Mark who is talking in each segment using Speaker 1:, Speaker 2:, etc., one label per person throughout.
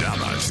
Speaker 1: Caballeros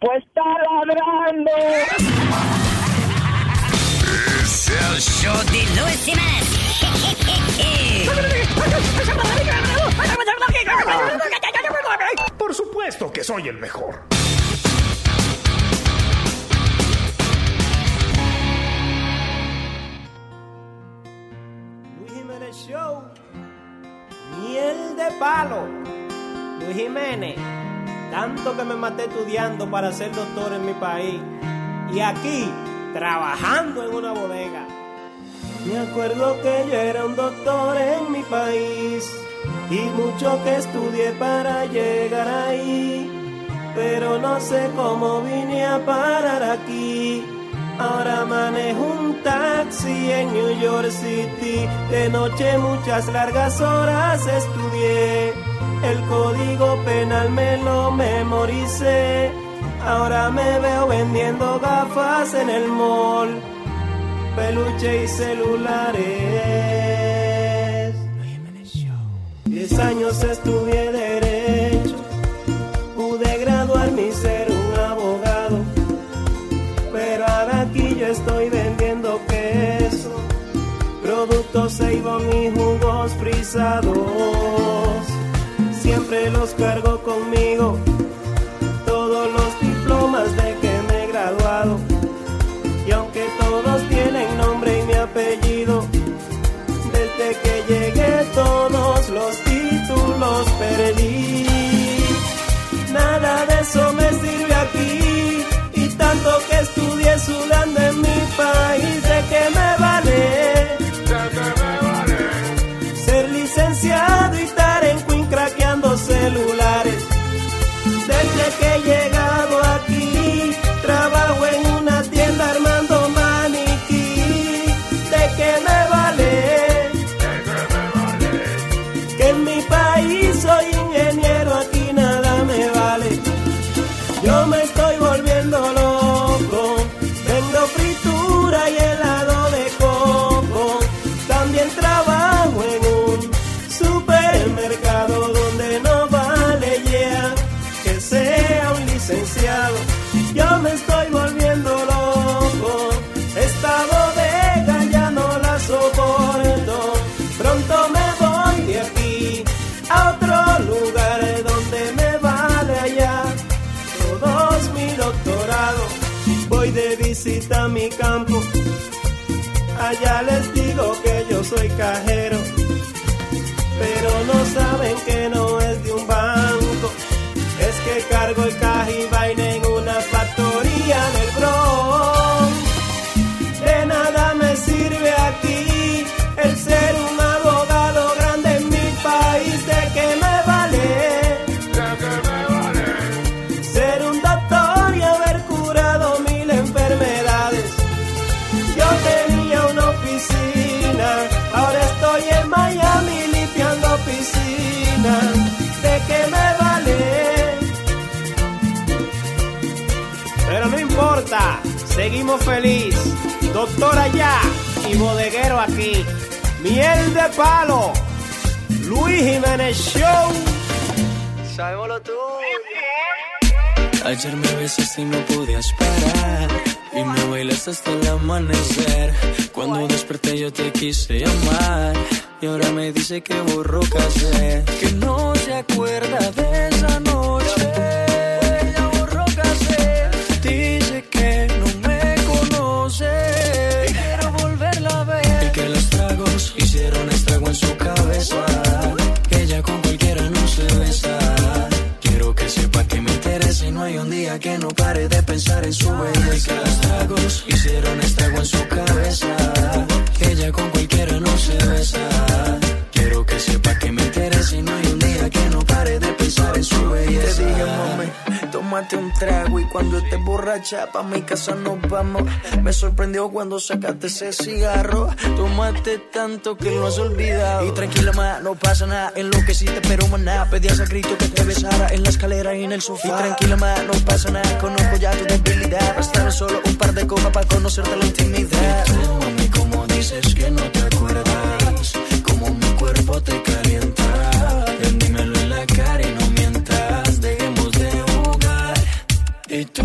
Speaker 2: Pues está ladrando.
Speaker 1: Es el show de Luis Semanas.
Speaker 3: Por supuesto que soy el mejor.
Speaker 4: Luis Jiménez Show. Miel de palo. Luis Jiménez. Tanto que me maté estudiando para ser doctor en mi país. Y aquí, trabajando en una bodega. Me acuerdo que yo era un doctor en mi país. Y mucho que estudié para llegar ahí. Pero no sé cómo vine a parar aquí. Ahora manejo un taxi en New York City. De noche muchas largas horas estudié. El código penal me lo memoricé. Ahora me veo vendiendo gafas en el mall. Peluche y celulares. Diez años estudié derecho. Pude graduarme y ser un abogado. Pero ahora aquí yo estoy vendiendo queso, productos Seibon y jugos frisados. Siempre los cargo conmigo, todos los diplomas de que me he graduado. Y aunque todos tienen nombre y mi apellido, desde que llegué todos los títulos perdí. Nada de eso me sirve aquí. Y tanto que estudié sudando en mi país, ¿de qué me vale? Ser licenciado y estar en Queen craqueando celulares. Desde que he llegado aquí, trabajo en una tienda armando maniquí. ¿De qué me vale? Que en mi país soy ingeniero, aquí nada me vale. Yo me estoy volviendo loco. Vendo fritura y helado de coco. También trabajo en un supermercado donde no vale ya que sea un licenciado. Yo me estoy volviendo loco. Esta bodega ya no la soporto. Pronto me voy de aquí a otro lugar donde me vale allá todos mi doctorado. Voy de visita a mi campo. Allá les digo que yo soy cajero, pero no saben que no es de un banco. Es que cargo el caja y vaina en una factoría del Bronx. De nada me sirve aquí el ser un abogado grande en mi país. ¿De qué me vale? ser un doctor y haber curado mil enfermedades. Yo tenía una oficina, ahora estoy en Miami limpiando piscina. ¿De qué me vale? Pero no importa, seguimos feliz. Doctor allá y bodeguero aquí. Miel de palo, Luis Jiménez Show. Sabemos tú.
Speaker 5: Ayer me besaste y no podías parar Y me bailaste hasta el amanecer Cuando desperté yo te quise llamar Y ahora me dice que borró casé Que no se acuerda de esa noche Ella borró casé Dice que no me conoce Quiero volverla a ver Y que los tragos hicieron estrago en su cabeza Que ella con cualquiera no se besa Quiero que sepa que me interesa y no hay un día que no pare de pensar en su belleza. Que los tragos hicieron estrago en su cabeza. Que ella con cualquiera no se besa. Quiero que sepa que me interesa y no hay un día que no pare de pensar en su belleza. Te dije, mami, tómate un trago y cuando estés borracha pa' mi casa nos vamos. Me sorprendió cuando sacaste ese cigarro, tomaste tanto que lo has olvidado. Y tranquila más, no pasa nada, en lo que sí te espero maná. Pedías a grito que te besara en la escalera y en el sofá. Y tranquila más, no pasa nada, conozco ya tu debilidad. Bastaron solo un par de copas para conocerte la intimidad. Y tú, mami, como dices que no te acuerdas, como mi cuerpo te calienta. Ven, dímelo en la cara y no mientas, dejemos de jugar. Y tú,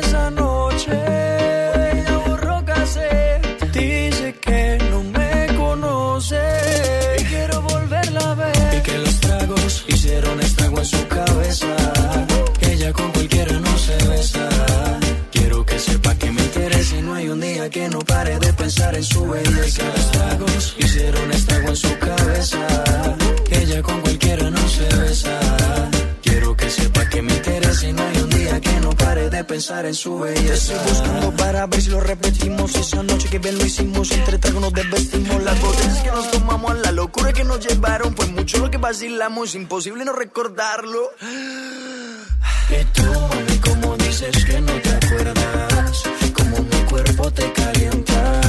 Speaker 5: esa noche Ella borró casé Dice que no me conoce Y quiero volverla a ver Y que los tragos hicieron estrago en su cabeza Que ella con cualquiera no se besa Quiero que sepa que me interesa y no hay un día que no pare de pensar en su belleza. Los tragos hicieron estrago en su cabeza. Ella con cualquiera no se besa. Quiero que sepa que me interesa y no hay un día que no pare de pensar en su belleza. Te estoy buscando para ver si lo repetimos. Esa noche que bien lo hicimos, entre tragos nos desvestimos. Las botellas que nos tomamos, la locura que nos llevaron. Pues mucho lo que vacilamos, imposible no recordarlo. Y tú, mami, como dices que no te acuerdas, como mi cuerpo te calienta.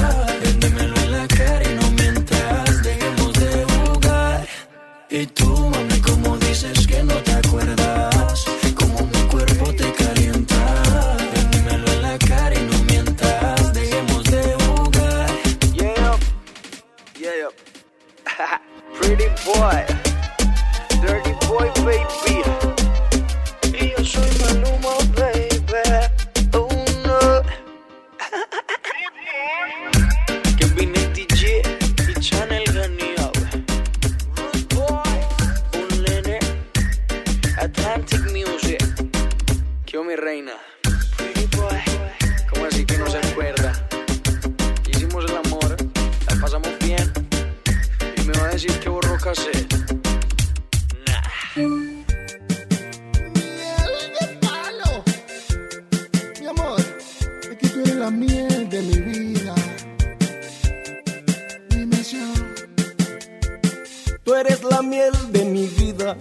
Speaker 5: Véndemelo en la cara y no mientas, dejemos de jugar. Y tú, mami, como dices que no te acuerdas, como mi cuerpo te calienta. Véndemelo en la cara y no mientas, dejemos de jugar.
Speaker 6: Yeah, yeah, pretty boy, dirty boy, baby.
Speaker 5: Y yo soy Maluma, baby. Oh, no. Kevin el DJ y Chanel Ganiao. Rude Boy. Un nene. Atlantic Music. Yo mi reina. Pretty boy. ¿Cómo así que no se acuerda? Hicimos el amor, la pasamos bien. Y me va a decir que borró cassette.
Speaker 7: Miel de palo. Mi amor, es que tú eres la miel de mi vida. Mi misión.
Speaker 6: Tú eres la miel de mi vida.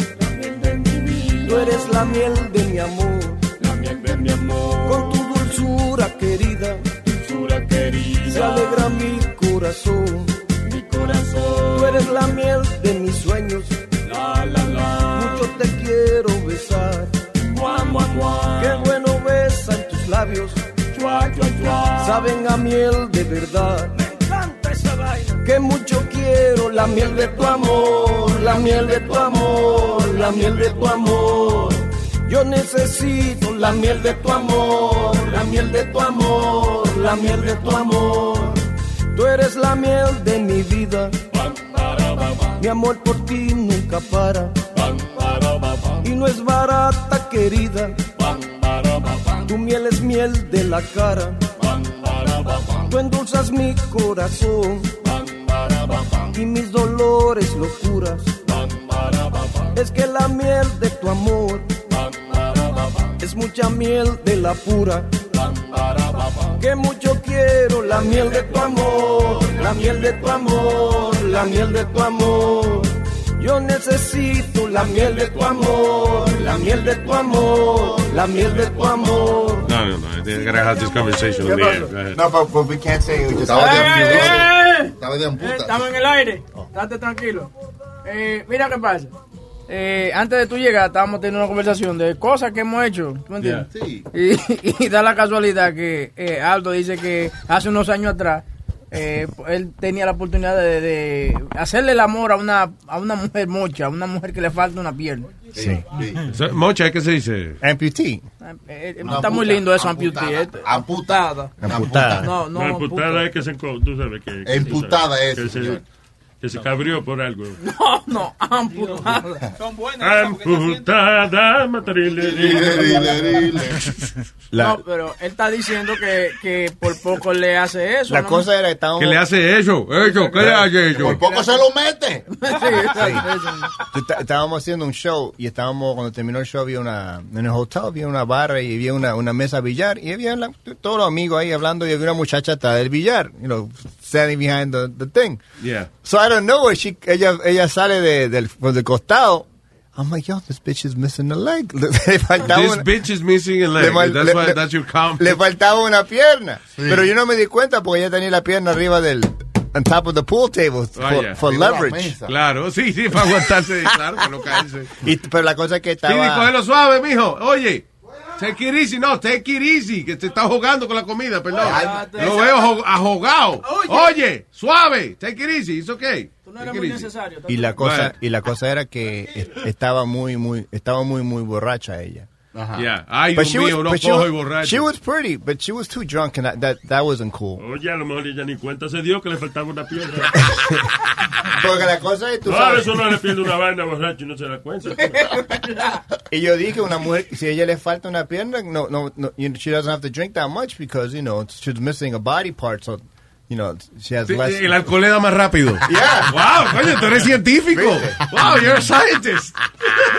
Speaker 6: Tú eres la miel de mi amor. Con tu dulzura querida, se alegra mi corazón. Tú eres la miel de mis sueños. Mucho te quiero besar. Qué bueno besan tus labios. Saben a miel de verdad. Que mucho quiero la miel de tu amor, la miel de tu amor, la miel de tu amor. Yo necesito la miel de tu amor, la miel de tu amor, la miel de tu amor. Tú eres la miel de mi vida, mi amor por ti nunca para. Y no es barata, querida, tu miel es miel de la cara. Tú endulzas mi corazón y mis dolores locuras. Es que la miel de tu amor es mucha miel de la pura. Que mucho quiero la miel de tu amor, la miel de tu amor, la miel de tu amor. Yo necesito la miel de tu amor, la miel de tu amor, la miel de tu amor.
Speaker 8: No, no, no. I think I gotta have this conversation with Leanne. Go ahead.
Speaker 9: No, but, but we can't say it. We just
Speaker 10: Estaba de
Speaker 9: you wrote it.
Speaker 10: ¡Eh!
Speaker 9: Estaba de
Speaker 10: Eh,
Speaker 9: puta. Oh.
Speaker 10: Estamos en el aire. Estate tranquilo. Eh, mira qué pasa. Eh, antes de tú llegar, estábamos teniendo una conversación de cosas que hemos hecho. ¿Tú me entiendes?
Speaker 7: Sí.
Speaker 10: Y, y da la casualidad que eh, Aldo dice que hace unos años atrás eh, él tenía la oportunidad de, de hacerle el amor a una, a una mujer mocha, a una mujer que le falta una pierna.
Speaker 9: Sí. sí.
Speaker 8: So, Mocha, ¿qué se dice?
Speaker 11: Amputee.
Speaker 10: Eh, eh,
Speaker 9: Una
Speaker 10: está muy
Speaker 9: puta,
Speaker 10: lindo eso,
Speaker 9: amputada,
Speaker 10: amputee. Eh,
Speaker 9: amputada,
Speaker 11: Amputada.
Speaker 10: No, no,
Speaker 12: la emputada
Speaker 10: puta.
Speaker 12: es que se enco- tú sabes que...
Speaker 9: Emputada
Speaker 12: que
Speaker 9: es,
Speaker 12: se-
Speaker 9: señor.
Speaker 13: Que se cabrió por algo.
Speaker 10: No, no, amputada.
Speaker 14: Son
Speaker 13: Amputada, matrilerile.
Speaker 10: No, pero él está diciendo que, que por poco le hace eso.
Speaker 13: La cosa
Speaker 10: era
Speaker 13: ¿Qué le hace eso? Eso, ¿qué le hace eso?
Speaker 9: Por poco se lo mete.
Speaker 10: Sí.
Speaker 9: Yo esta- estábamos haciendo un show y estábamos, cuando terminó el show, había una, en el hotel había una barra y había una, una mesa billar y había la- todos los amigos ahí hablando y había una muchacha atrás del billar, you know, standing behind the, the thing.
Speaker 13: Yeah.
Speaker 9: So I don't know, she, ella, ella sale de, del, por del costado. I'm like, yo, this bitch is missing a leg. Le faltaba
Speaker 13: This
Speaker 9: una-
Speaker 13: bitch is missing a
Speaker 9: le
Speaker 13: leg.
Speaker 9: fal-
Speaker 13: That's
Speaker 9: le-
Speaker 13: why
Speaker 9: le-
Speaker 13: that's your comp.
Speaker 9: le faltaba una pierna.
Speaker 13: Sí.
Speaker 9: Pero yo no me di cuenta porque ella tenía la pierna arriba del, on top of the pool table for,
Speaker 13: Vaya.
Speaker 9: for leverage.
Speaker 13: Oh, Claro, sí, sí, para aguantarse, claro, para no caerse.
Speaker 9: Y- pero la cosa es que
Speaker 13: Speedy,
Speaker 9: estaba...
Speaker 13: cógelo suave, mijo. Oye, take it easy. No, take it easy, que te está jugando con la comida, perdón. Lo veo jo- ahogado.
Speaker 10: Oye.
Speaker 13: Oye, suave, take it easy, it's okay.
Speaker 10: No era
Speaker 13: Take
Speaker 10: muy
Speaker 13: it easy.
Speaker 10: necesario.
Speaker 9: y la cosa
Speaker 13: Right.
Speaker 9: y la cosa era que est- estaba muy muy estaba muy muy borracha ella
Speaker 13: Ajá. Yeah. Ay, Dios mío, no
Speaker 9: but she
Speaker 13: cojo y
Speaker 9: was-
Speaker 13: borracho.
Speaker 9: she was pretty but she was too drunk and I- that that wasn't cool
Speaker 13: Oye, a lo mejor ella ni cuenta se dio que le faltaba una pierna.
Speaker 9: Porque la cosa es, tú
Speaker 12: no,
Speaker 9: sabes.
Speaker 12: eso no le pierde una vaina borracho y no se da cuenta.
Speaker 9: y yo dije una mujer si a ella le falta una pierna no no, no you know, she doesn't have to drink that much because you know she's missing a body part so you know she has less
Speaker 13: El alcohol le da más rápido.
Speaker 9: Yeah.
Speaker 13: Wow, coño, tú eres científico.
Speaker 15: Oh,
Speaker 13: Wow, you're a scientist.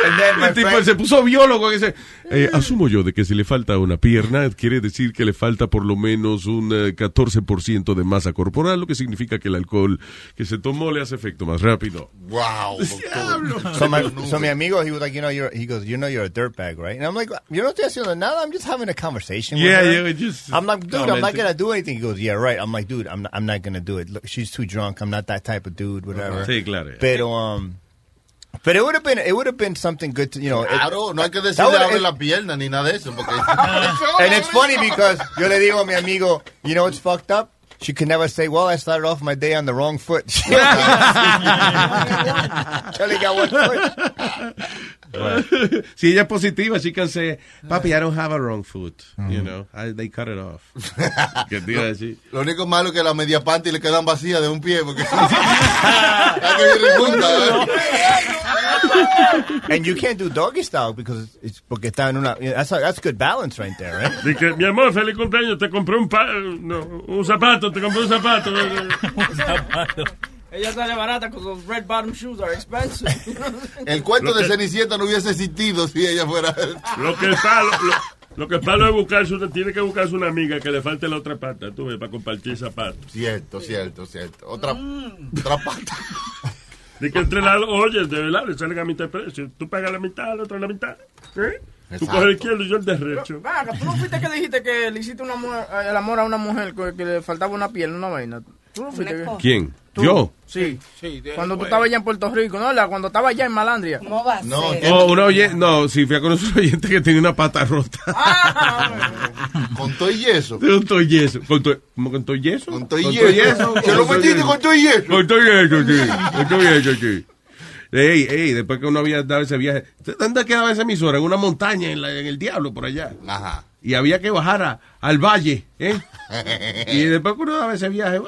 Speaker 13: Ah, El tipo se puso biólogo. que se-
Speaker 8: Eh, asumo yo de que si le falta una pierna, quiere decir que le falta por lo menos un eh, 14% de masa corporal, lo que significa que el alcohol que se tomó le hace efecto más rápido.
Speaker 9: Wow. so, my, so mi amigo, he was like, you know, you're, he goes, you know, you're a dirtbag, right? And I'm like, you know, estoy haciendo nada. I'm just having a conversation.
Speaker 13: Yeah,
Speaker 9: with her.
Speaker 13: yeah, we just
Speaker 9: I'm like, dude, I'm not
Speaker 13: commenting.
Speaker 9: gonna do anything. He goes, yeah, right. I'm like, dude, I'm not, I'm not gonna do it. Look, she's too drunk. I'm not that type of dude. Whatever.
Speaker 13: Uh-huh. Sí, claro.
Speaker 9: Pero um, but it would have been it would have been something good to you know. it-
Speaker 7: Claro, no hay que
Speaker 9: that
Speaker 7: decirle
Speaker 9: would-
Speaker 7: abre
Speaker 9: it-
Speaker 7: la pierna ni nada de eso. Porque...
Speaker 9: and it's funny because yo le digo a mi amigo, you know what's fucked up? She can never say, well, I started off my day on the wrong foot. She only got one foot.
Speaker 13: si ella es positiva, she can say, papi, I don't have a wrong foot. You know, I- they cut it off. Que te iba a decir.
Speaker 7: Lo único malo es que las media panty le quedan vacías de un pie. Porque... Hay que ir juntas, ¿eh?
Speaker 9: and you can't do doggy style because it's, it's porque está en una. That's that's good balance right there, right?
Speaker 12: Di que, mi amor, feliz cumpleaños, te compré un, pa- no, un zapato, te compré un zapato.
Speaker 10: Ella sale barata con los red bottom shoes are expensive.
Speaker 7: El cuento
Speaker 12: Lo
Speaker 7: de
Speaker 12: que-
Speaker 7: Cenicienta no hubiese existido si ella fuera...
Speaker 12: Lo que está, lo, lo- lo que está lo de buscarse, una- tiene que buscarse una amiga que le falte la otra pata, tú ves, para compartir zapatos.
Speaker 7: Cierto, cierto, cierto. Otra, otra pata.
Speaker 12: Di que entre las, oye, de verdad, le salen a mitad de precio. Tú pagas la mitad, el otro la mitad. ¿eh? Tú
Speaker 7: Exacto.
Speaker 12: coges el izquierdo y yo el derecho.
Speaker 10: Venga, ¿tú no fuiste que dijiste que le hiciste una mujer- el amor a una mujer que, que le faltaba una pierna, una vaina? ¿Tú no fuiste que-
Speaker 8: ¿Quién?
Speaker 10: ¿Tú?
Speaker 8: ¿Yo?
Speaker 10: Sí. Cuando tú
Speaker 8: Bueno.
Speaker 10: estabas allá en Puerto Rico, ¿no? La- Cuando estaba allá en Malandria. ¿Cómo va
Speaker 8: No,
Speaker 13: Oh,
Speaker 8: una oye- no, si fui a conocer un oyente que tenía una pata rota.
Speaker 7: Con todo y yeso.
Speaker 8: Con todo y yeso. Con todo- ¿Cómo con todo y yeso? Con
Speaker 7: todo y yeso. ¿Te lo metiste con todo y yeso?
Speaker 8: Con todo y yeso, sí. Con todo y yeso, sí. Ey, ey, después que uno había dado ese viaje. ¿Dónde quedaba esa emisora? En una montaña, en, la- en el diablo, por allá.
Speaker 7: Ajá.
Speaker 8: Y había que bajar a- al valle, ¿eh? Y después que uno daba ese viaje,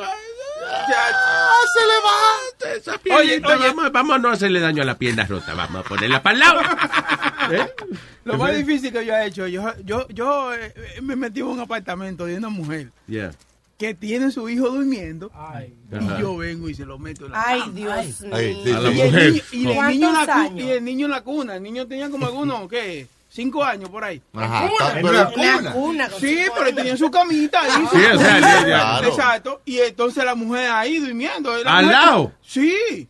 Speaker 7: se
Speaker 8: levanta esa piernita, Vamos, vamos a no hacerle daño a la pierna rota, vamos a ponerla para el lado. ¿Eh?
Speaker 14: Lo más difícil que yo he hecho, yo, yo, yo eh, me metí en un apartamento de una mujer
Speaker 8: Yeah.
Speaker 14: que tiene su hijo durmiendo
Speaker 8: Ajá.
Speaker 14: y yo vengo y se lo meto en la
Speaker 16: Ay,
Speaker 14: cama.
Speaker 16: Dios mío.
Speaker 8: Ay, sí, A la
Speaker 14: Y el
Speaker 8: mujer.
Speaker 14: niño- Y el
Speaker 16: ¿Cuántos
Speaker 14: niño en la cu-
Speaker 16: años?
Speaker 14: y el niño en la cuna, el niño tenía como algunos, ¿qué? Cinco años por ahí.
Speaker 7: Ajá,
Speaker 14: Cuna.
Speaker 7: está- pero en
Speaker 14: Una
Speaker 7: cuna.
Speaker 14: cuna con Sí, pero tenía su camita ahí.
Speaker 7: Sí, o sea, ya, ya. Claro.
Speaker 14: Exacto. Y entonces la mujer ahí durmiendo. la
Speaker 8: ¿Al
Speaker 14: mujer-
Speaker 8: lado?
Speaker 14: Sí.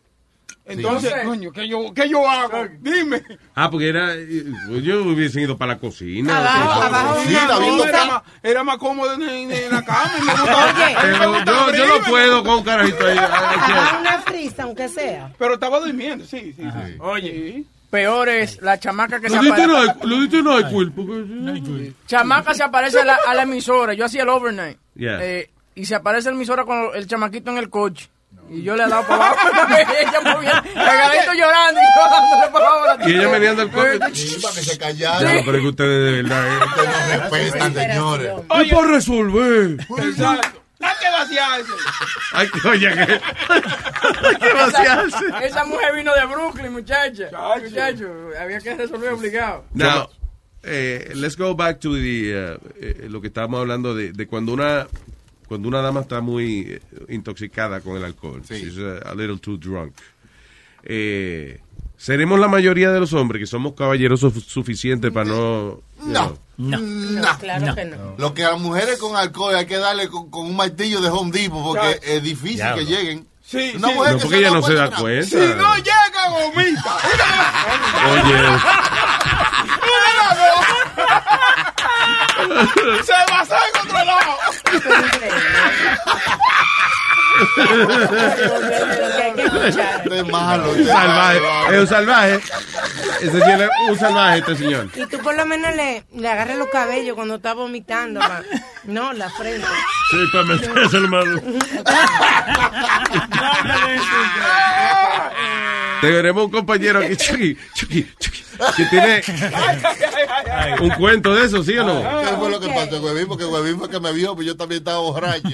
Speaker 14: Entonces,
Speaker 8: Sí.
Speaker 14: coño, ¿qué yo, ¿qué yo hago? Dime.
Speaker 8: Ah, porque era. eh, Yo hubiese ido para la cocina. pues,
Speaker 14: Abajo, abajo
Speaker 8: Sí,
Speaker 14: una
Speaker 8: la vi-
Speaker 14: bolsa. era, más, era más cómodo en, en- en la cama. y me gustaba-
Speaker 8: Oye.
Speaker 14: a mí me
Speaker 8: Pero
Speaker 14: gustaba
Speaker 8: yo- yo no
Speaker 14: abrirme.
Speaker 8: puedo con un carajito ahí. Ay,
Speaker 16: Agarra una frisa, aunque sea.
Speaker 14: Pero estaba durmiendo, sí, sí. sí. Oye.
Speaker 10: Peor es la chamaca que se
Speaker 8: Lo diste no
Speaker 10: aparece.
Speaker 8: hay, lo diste no hay culpa.
Speaker 10: Chamaca se aparece a la, a la emisora. Yo hacía el overnight.
Speaker 8: Yeah.
Speaker 10: Eh, y se aparece la emisora con el chamaquito en el coche. Y yo le he dado para abajo. ella movía, regaladito llorando. Y yo dándole para abajo.
Speaker 8: Y ella veniendo al coche.
Speaker 7: Sí, para que se
Speaker 8: Ya,
Speaker 7: callara.
Speaker 8: pero es que ustedes de verdad. eh.
Speaker 7: Respetan, señores.
Speaker 8: ¡Ay, por resolver!
Speaker 14: Exacto. La que vaciarse.
Speaker 8: Ay, oye, que-
Speaker 14: Hay que vaciarse.
Speaker 10: Esa, esa mujer vino de Brooklyn, muchacha. Muchacho, había que resolver obligado.
Speaker 8: Now, eh, let's go back to the, uh, eh, lo que estábamos hablando de, de cuando una cuando una dama está muy eh, intoxicada con el alcohol. She's uh, a, little too drunk. Eh, seremos la mayoría de los hombres que somos caballeros su- suficientes para no... you know.
Speaker 7: No,
Speaker 16: claro que no.
Speaker 7: Lo que a las mujeres con alcohol hay que darle con, con un martillo de Home Depot porque es difícil
Speaker 8: Diablo.
Speaker 7: que lleguen.
Speaker 14: Sí,
Speaker 7: Una
Speaker 8: sí.
Speaker 7: mujer
Speaker 8: No,
Speaker 7: que
Speaker 8: porque
Speaker 7: se
Speaker 8: ella no se da
Speaker 7: nada.
Speaker 8: cuenta.
Speaker 7: Sí, no.
Speaker 14: No llega, gomita.
Speaker 8: Oye,
Speaker 14: Se va a hacer controlado.
Speaker 7: Este es malo.
Speaker 8: un salvaje. Es un salvaje. Ese sí es un salvaje este señor.
Speaker 16: Y tú por lo menos le, le agarras los cabellos cuando está vomitando. pa- No, la frente.
Speaker 15: Sí, para meterse, hermano.
Speaker 8: Tenemos un compañero aquí, Chucky, Chucky, Chucky, que tiene un cuento de eso, ¿sí o no?
Speaker 7: Ah, ¿Qué fue lo que pasó, Huevín? Porque Huevín fue que me vio, pues yo también estaba borracho.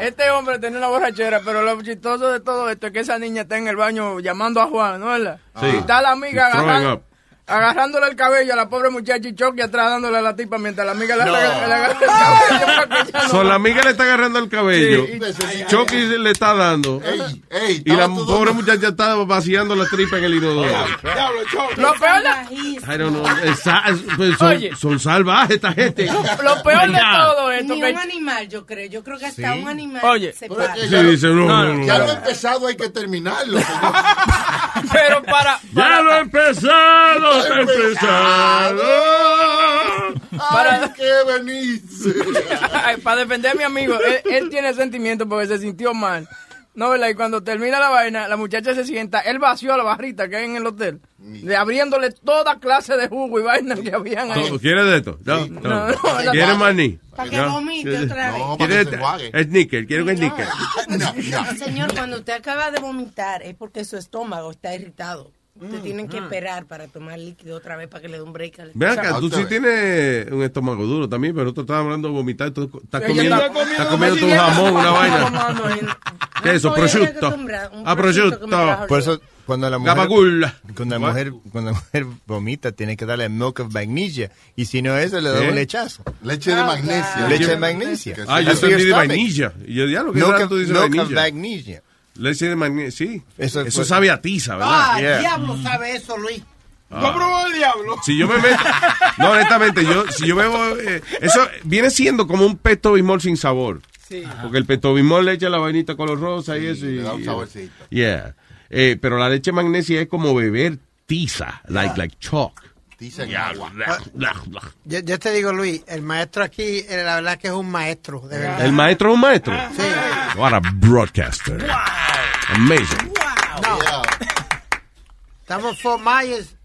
Speaker 10: Este hombre tenía una borrachera, pero lo chistoso de todo esto es que esa niña está en el baño llamando a Juan, ¿no es verdad?
Speaker 8: Sí.
Speaker 10: Y está la amiga
Speaker 8: Throwing
Speaker 10: agarran-
Speaker 8: up.
Speaker 10: agarrándole el cabello a la pobre muchacha y choque atrás dándole a la tipa mientras la amiga le,
Speaker 8: No.
Speaker 10: le- le agarra el cabello. para que ella no-
Speaker 8: So, la amiga le está agarrando el cabello. Chucky le está dando. y la pobre muchacha está vaciando la tripa en el inodoro.
Speaker 10: Lo peor de-
Speaker 8: I don't know. Esa- pues son,
Speaker 10: Oye.
Speaker 8: son salvajes esta gente.
Speaker 10: lo peor de
Speaker 8: Venga.
Speaker 10: todo esto
Speaker 16: Ni
Speaker 10: que-
Speaker 16: un animal, yo creo. Yo creo que hasta
Speaker 8: Sí.
Speaker 16: un animal
Speaker 10: Oye.
Speaker 16: se para.
Speaker 8: Sí, dice, no, no, no,
Speaker 7: Ya
Speaker 8: no.
Speaker 7: lo he empezado, hay que terminarlo.
Speaker 10: Pero para.
Speaker 15: Ya lo he empezado, lo he empezado.
Speaker 10: Para-
Speaker 7: qué venís!
Speaker 10: Ay, para defender a mi amigo, él, él tiene sentimiento porque se sintió mal. No, ¿verdad? Y cuando termina la vaina, la muchacha se sienta, él vació la barrita que hay en el hotel, de abriéndole toda clase de jugo y vaina que habían ahí.
Speaker 8: To- ¿Quieres de esto? No, no.
Speaker 10: No, no, la-
Speaker 8: ¿Quieres maní?
Speaker 16: Para que
Speaker 8: No.
Speaker 16: vomite otra vez.
Speaker 7: No, para que
Speaker 8: ¿Quieres
Speaker 7: se enjuague.
Speaker 8: sneaker? Quiero un sneaker.
Speaker 16: Señor, cuando usted acaba de vomitar es porque su estómago está irritado. Usted tienen que esperar para tomar líquido otra vez para que le dé un break. al-
Speaker 8: Ven acá,
Speaker 16: Exacto.
Speaker 8: tú sí tienes un estómago duro también, pero tú estás hablando de vomitar, tú estás
Speaker 16: Ella
Speaker 8: comiendo,
Speaker 16: está comiendo
Speaker 8: estás comiendo tu
Speaker 16: una
Speaker 8: jamón,
Speaker 16: silleta.
Speaker 8: una
Speaker 16: Mamá, no,
Speaker 8: vaina.
Speaker 16: no. Ah,
Speaker 8: Queso,
Speaker 16: No, yo estoy
Speaker 8: prosciutto.
Speaker 16: acostumbrada, un
Speaker 8: Ah,
Speaker 16: prosciutto que me
Speaker 8: prosciutto.
Speaker 16: trajo
Speaker 9: Por eso, cuando la mujer,
Speaker 8: Gabagool.
Speaker 9: cuando la mujer, cuando la mujer vomita, tiene que darle milk of magnesia. Y si no eso, le da
Speaker 8: ¿Eh?
Speaker 9: un lechazo.
Speaker 7: Leche
Speaker 16: Ah,
Speaker 7: de magnesia.
Speaker 9: Leche de magnesia.
Speaker 8: Ah, yo
Speaker 9: That's for your
Speaker 8: entendí de
Speaker 9: stomach.
Speaker 8: vainilla. Y yo diablo, ¿qué
Speaker 9: Milk
Speaker 8: raro
Speaker 9: of-
Speaker 8: tú dices
Speaker 9: milk of
Speaker 8: vainilla? Leche de magnesia, sí. Eso, sabe a tiza, ¿verdad?
Speaker 17: Ah,
Speaker 8: Yeah.
Speaker 17: el diablo sabe eso, Luis.
Speaker 8: Ah.
Speaker 17: ¿No probó el diablo?
Speaker 8: Si yo me meto, no, honestamente, yo, si yo bebo, eh, eso viene siendo como un pesto bismol sin sabor.
Speaker 17: Sí.
Speaker 8: Porque el pesto bismol le echa la vainita color rosa y eso. Y,
Speaker 7: Ah. le da un saborcito.
Speaker 8: Yeah. Eh, pero la leche magnesia es como beber tiza,
Speaker 7: Ah.
Speaker 8: like, like chalk.
Speaker 7: Dicen
Speaker 8: Yeah,
Speaker 7: agua.
Speaker 8: blah, blah, blah.
Speaker 17: Yo, yo te digo, Luis, el maestro aquí, eh, la verdad que es un maestro, de verdad.
Speaker 8: El maestro es un maestro. What a broadcaster. Amazing.
Speaker 17: No. Estamos en Fort Myers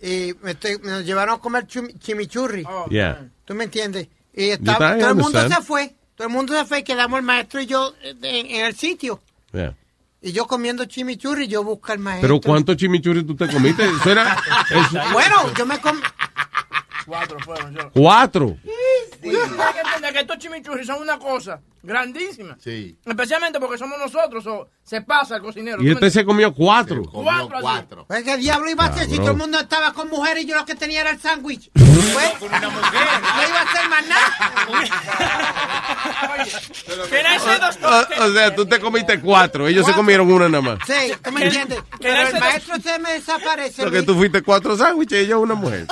Speaker 17: y me estoy- nos llevaron a comer chum- chimichurri.
Speaker 8: Oh. Yeah.
Speaker 17: ¿Tú me entiendes? Y
Speaker 8: Yo
Speaker 17: estaba,
Speaker 8: también
Speaker 17: todo el mundo
Speaker 8: understand.
Speaker 17: se fue. Todo el mundo se fue y quedamos el maestro y yo eh, en, en el sitio.
Speaker 8: Yeah.
Speaker 17: Y yo comiendo chimichurri, yo busco al maestro.
Speaker 8: Pero ¿cuántos chimichurri tú te comiste? Eso era eso-
Speaker 17: Bueno, yo me comí.
Speaker 10: Cuatro fueron yo.
Speaker 8: cuatro.
Speaker 10: Tú tienes que entender que estos chimichurri son una cosa grandísima.
Speaker 7: Sí.
Speaker 10: Especialmente porque somos nosotros, o se pasa el cocinero.
Speaker 8: Y
Speaker 10: ¿tú me
Speaker 8: este se comió cuatro.
Speaker 10: Cuatro, así.
Speaker 17: Pues, ¿Qué diablo iba a hacer si
Speaker 8: Cabrón.
Speaker 17: todo el mundo estaba con mujeres y yo lo que tenía era el sándwich? Pues, No iba a hacer más nada.
Speaker 8: Ah, O, o sea, tú te comiste cuatro. Ellos se comieron una nada más.
Speaker 17: Sí, ¿tú me entiendes? Pero el maestro se me desaparece.
Speaker 8: Lo que
Speaker 17: Luis.
Speaker 8: tú fuiste cuatro sándwiches y ellos una mujer.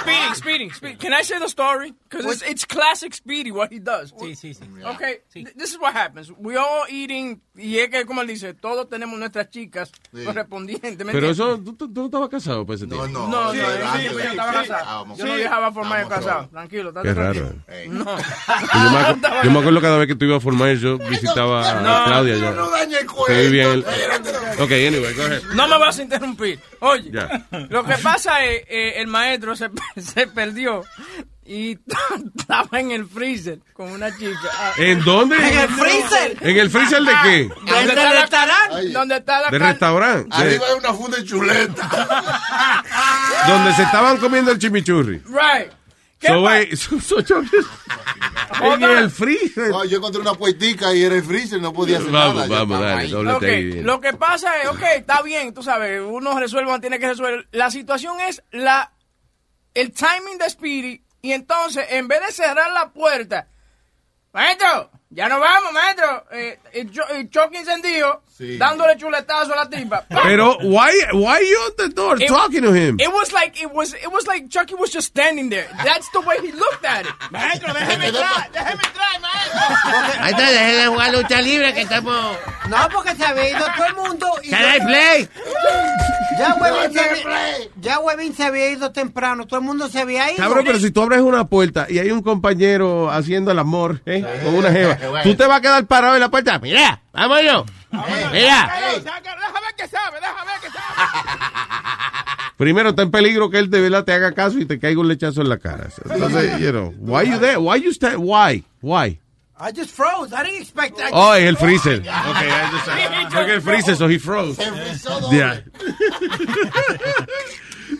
Speaker 10: Speedy, Speedy, Speedy. Can I say the story? Because it's, it's classic Speedy what he does.
Speaker 8: Mm,
Speaker 10: Okay, th- this is what happens. We all eating, y es que, como él dice, todos tenemos nuestras chicas
Speaker 8: Sí.
Speaker 10: correspondientes. ¿me
Speaker 8: Pero
Speaker 10: entiendes?
Speaker 8: eso, tú, tú- tú no estabas casado para ese tiempo.
Speaker 10: No, no,
Speaker 7: Sí,
Speaker 10: yo-
Speaker 7: sí,
Speaker 10: sí,
Speaker 7: sí,
Speaker 10: yo estaba
Speaker 7: sí.
Speaker 8: ah,
Speaker 10: casado.
Speaker 7: Estábamos
Speaker 10: Yo no
Speaker 7: solos.
Speaker 10: viajaba por más
Speaker 7: Estábamos
Speaker 10: casado.
Speaker 7: solos.
Speaker 10: Tranquilo, estate
Speaker 8: Qué
Speaker 10: tranquilo.
Speaker 8: raro.
Speaker 10: No.
Speaker 8: Yo me, acu- yo me acuerdo cada vez que tú ibas a formar, yo visitaba a
Speaker 10: No,
Speaker 8: Claudia. ya.
Speaker 10: no dañe el
Speaker 8: Que vivía en el-
Speaker 10: cuento.
Speaker 8: Ok, anyway, go ahead.
Speaker 10: No me vas a interrumpir. Oye,
Speaker 8: Ya.
Speaker 10: lo que pasa es eh, el maestro se, se perdió y estaba en el freezer con una chica. Ah.
Speaker 8: ¿En dónde?
Speaker 10: En el freezer. Ah,
Speaker 8: ¿En el freezer de qué?
Speaker 10: ¿Dónde está la- ¿Dónde está la
Speaker 8: ¿De
Speaker 10: cal-
Speaker 8: restaurante? De-
Speaker 7: Arriba hay una funda de chuleta.
Speaker 8: donde se estaban comiendo el chimichurri.
Speaker 10: Right. ah. ¿Qué
Speaker 8: So,
Speaker 10: pa-
Speaker 8: wait, so- so- so- en el freezer.
Speaker 7: No, yo encontré una puertica y era el freezer, no podía hacer
Speaker 8: Vamos,
Speaker 7: nada. ya
Speaker 8: vamos,
Speaker 7: estaba
Speaker 8: dale,
Speaker 7: ahí.
Speaker 8: doble
Speaker 10: Ok, Lo que pasa es, ok, está bien, tú sabes, uno resuelve, tiene que resolver. La situación es la el timing de Spirit y entonces, en vez de cerrar la puerta, maestro, ya nos vamos, maestro. Eh, el, cho- el choque incendió,
Speaker 8: Sí.
Speaker 10: dándole chuletazo a la tipa. ¡Pam!
Speaker 8: Pero, why, why you at the door
Speaker 10: It-
Speaker 8: talking to him?
Speaker 10: It was like it was it was like Chucky was just standing there. That's the way he looked at it. Maestro, déjeme entrar, déjeme entrar, maestro.
Speaker 15: Ahí está, dejen de jugar lucha libre que estamos.
Speaker 18: No, porque se había ido todo el mundo. y-
Speaker 15: Can I play?
Speaker 18: Ya
Speaker 15: No
Speaker 18: Webin, se,
Speaker 15: se
Speaker 18: había- ya Webin se había ido temprano. Todo el mundo se había ido.
Speaker 8: Cabrón, pero si tú abres una puerta y hay un compañero haciendo el amor ¿eh? con una jeva, tú te vas a quedar parado en la puerta. Mira, vámonos. Mira,
Speaker 14: Déjame que sabe, déjame que sabe.
Speaker 8: primero está en peligro que él de verdad te haga caso y te caiga un lechazo en la cara. Entonces, you know, why you there? Why you stand? Why? Why?
Speaker 18: I just froze. I didn't expect that.
Speaker 8: Oh, en el freezer. Okay, I understand. Fue que el freezer, so he froze. Yeah.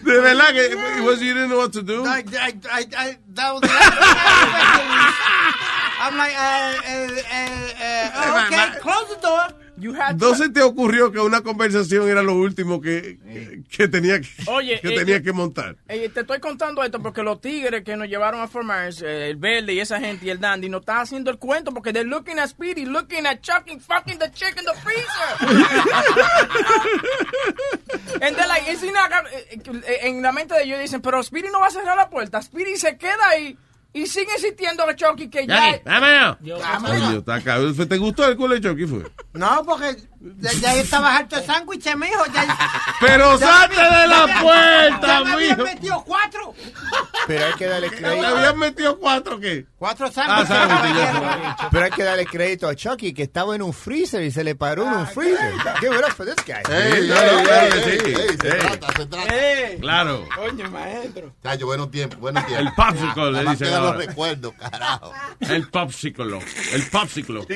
Speaker 8: De verdad que it was, you didn't know what to do.
Speaker 18: I, I, I, I, that was the last thing I expected. I'm like, uh, uh, uh, uh, okay, close the door.
Speaker 10: You had
Speaker 8: ¿No se te ocurrió que una conversación era lo último que, que, que tenía, que,
Speaker 10: Oye,
Speaker 8: que
Speaker 10: eh,
Speaker 8: tenía
Speaker 10: eh,
Speaker 8: que montar?
Speaker 10: Eh, te estoy contando esto porque los tigres que nos llevaron a formarse, eh, el verde y esa gente y el dandy, no están haciendo el cuento porque they're looking at Speedy, looking at chucking fucking the chick in the freezer. And they're like, is he not gonna- eh, eh, En la mente de ellos dicen, pero Speedy no va a cerrar la puerta. Speedy se queda ahí y sigue insistiendo a Chucky que ya.
Speaker 8: Chucky, vámonos.
Speaker 18: Vámonos.
Speaker 8: Coño, está cabrón. ¿Te gustó el culo de Chucky? Fue?
Speaker 18: No, porque ya, ya yo estaba harto de sándwiches, mijo. Ya,
Speaker 8: Pero
Speaker 18: ya
Speaker 8: salte
Speaker 18: me-
Speaker 8: de la
Speaker 18: ya-
Speaker 8: puerta,
Speaker 18: ya me habían
Speaker 8: mijo.
Speaker 18: metido cuatro.
Speaker 9: Pero hay que darle
Speaker 8: ¿Le
Speaker 9: crédito.
Speaker 8: habían metido cuatro qué?
Speaker 18: Cuatro
Speaker 9: Ah,
Speaker 18: sándwiches.
Speaker 9: sándwiches, ya
Speaker 18: caballero.
Speaker 9: Pero hay que darle crédito a Chucky que estaba en un freezer y se le paró en un freezer. Give it up for this guy.
Speaker 7: Ey,
Speaker 9: No, no, claro
Speaker 7: ey,
Speaker 9: que
Speaker 7: ey,
Speaker 9: sí.
Speaker 7: ey, ey, se
Speaker 9: Ey.
Speaker 7: trata, se trata.
Speaker 8: Claro.
Speaker 14: Coño, maestro.
Speaker 7: Chacho, buenos tiempos, buenos tiempos.
Speaker 8: El popsicle, le
Speaker 7: Además,
Speaker 8: dicen
Speaker 7: quedan los
Speaker 8: ahora.
Speaker 7: recuerdos, carajo.
Speaker 8: El popsicle. El popsicle.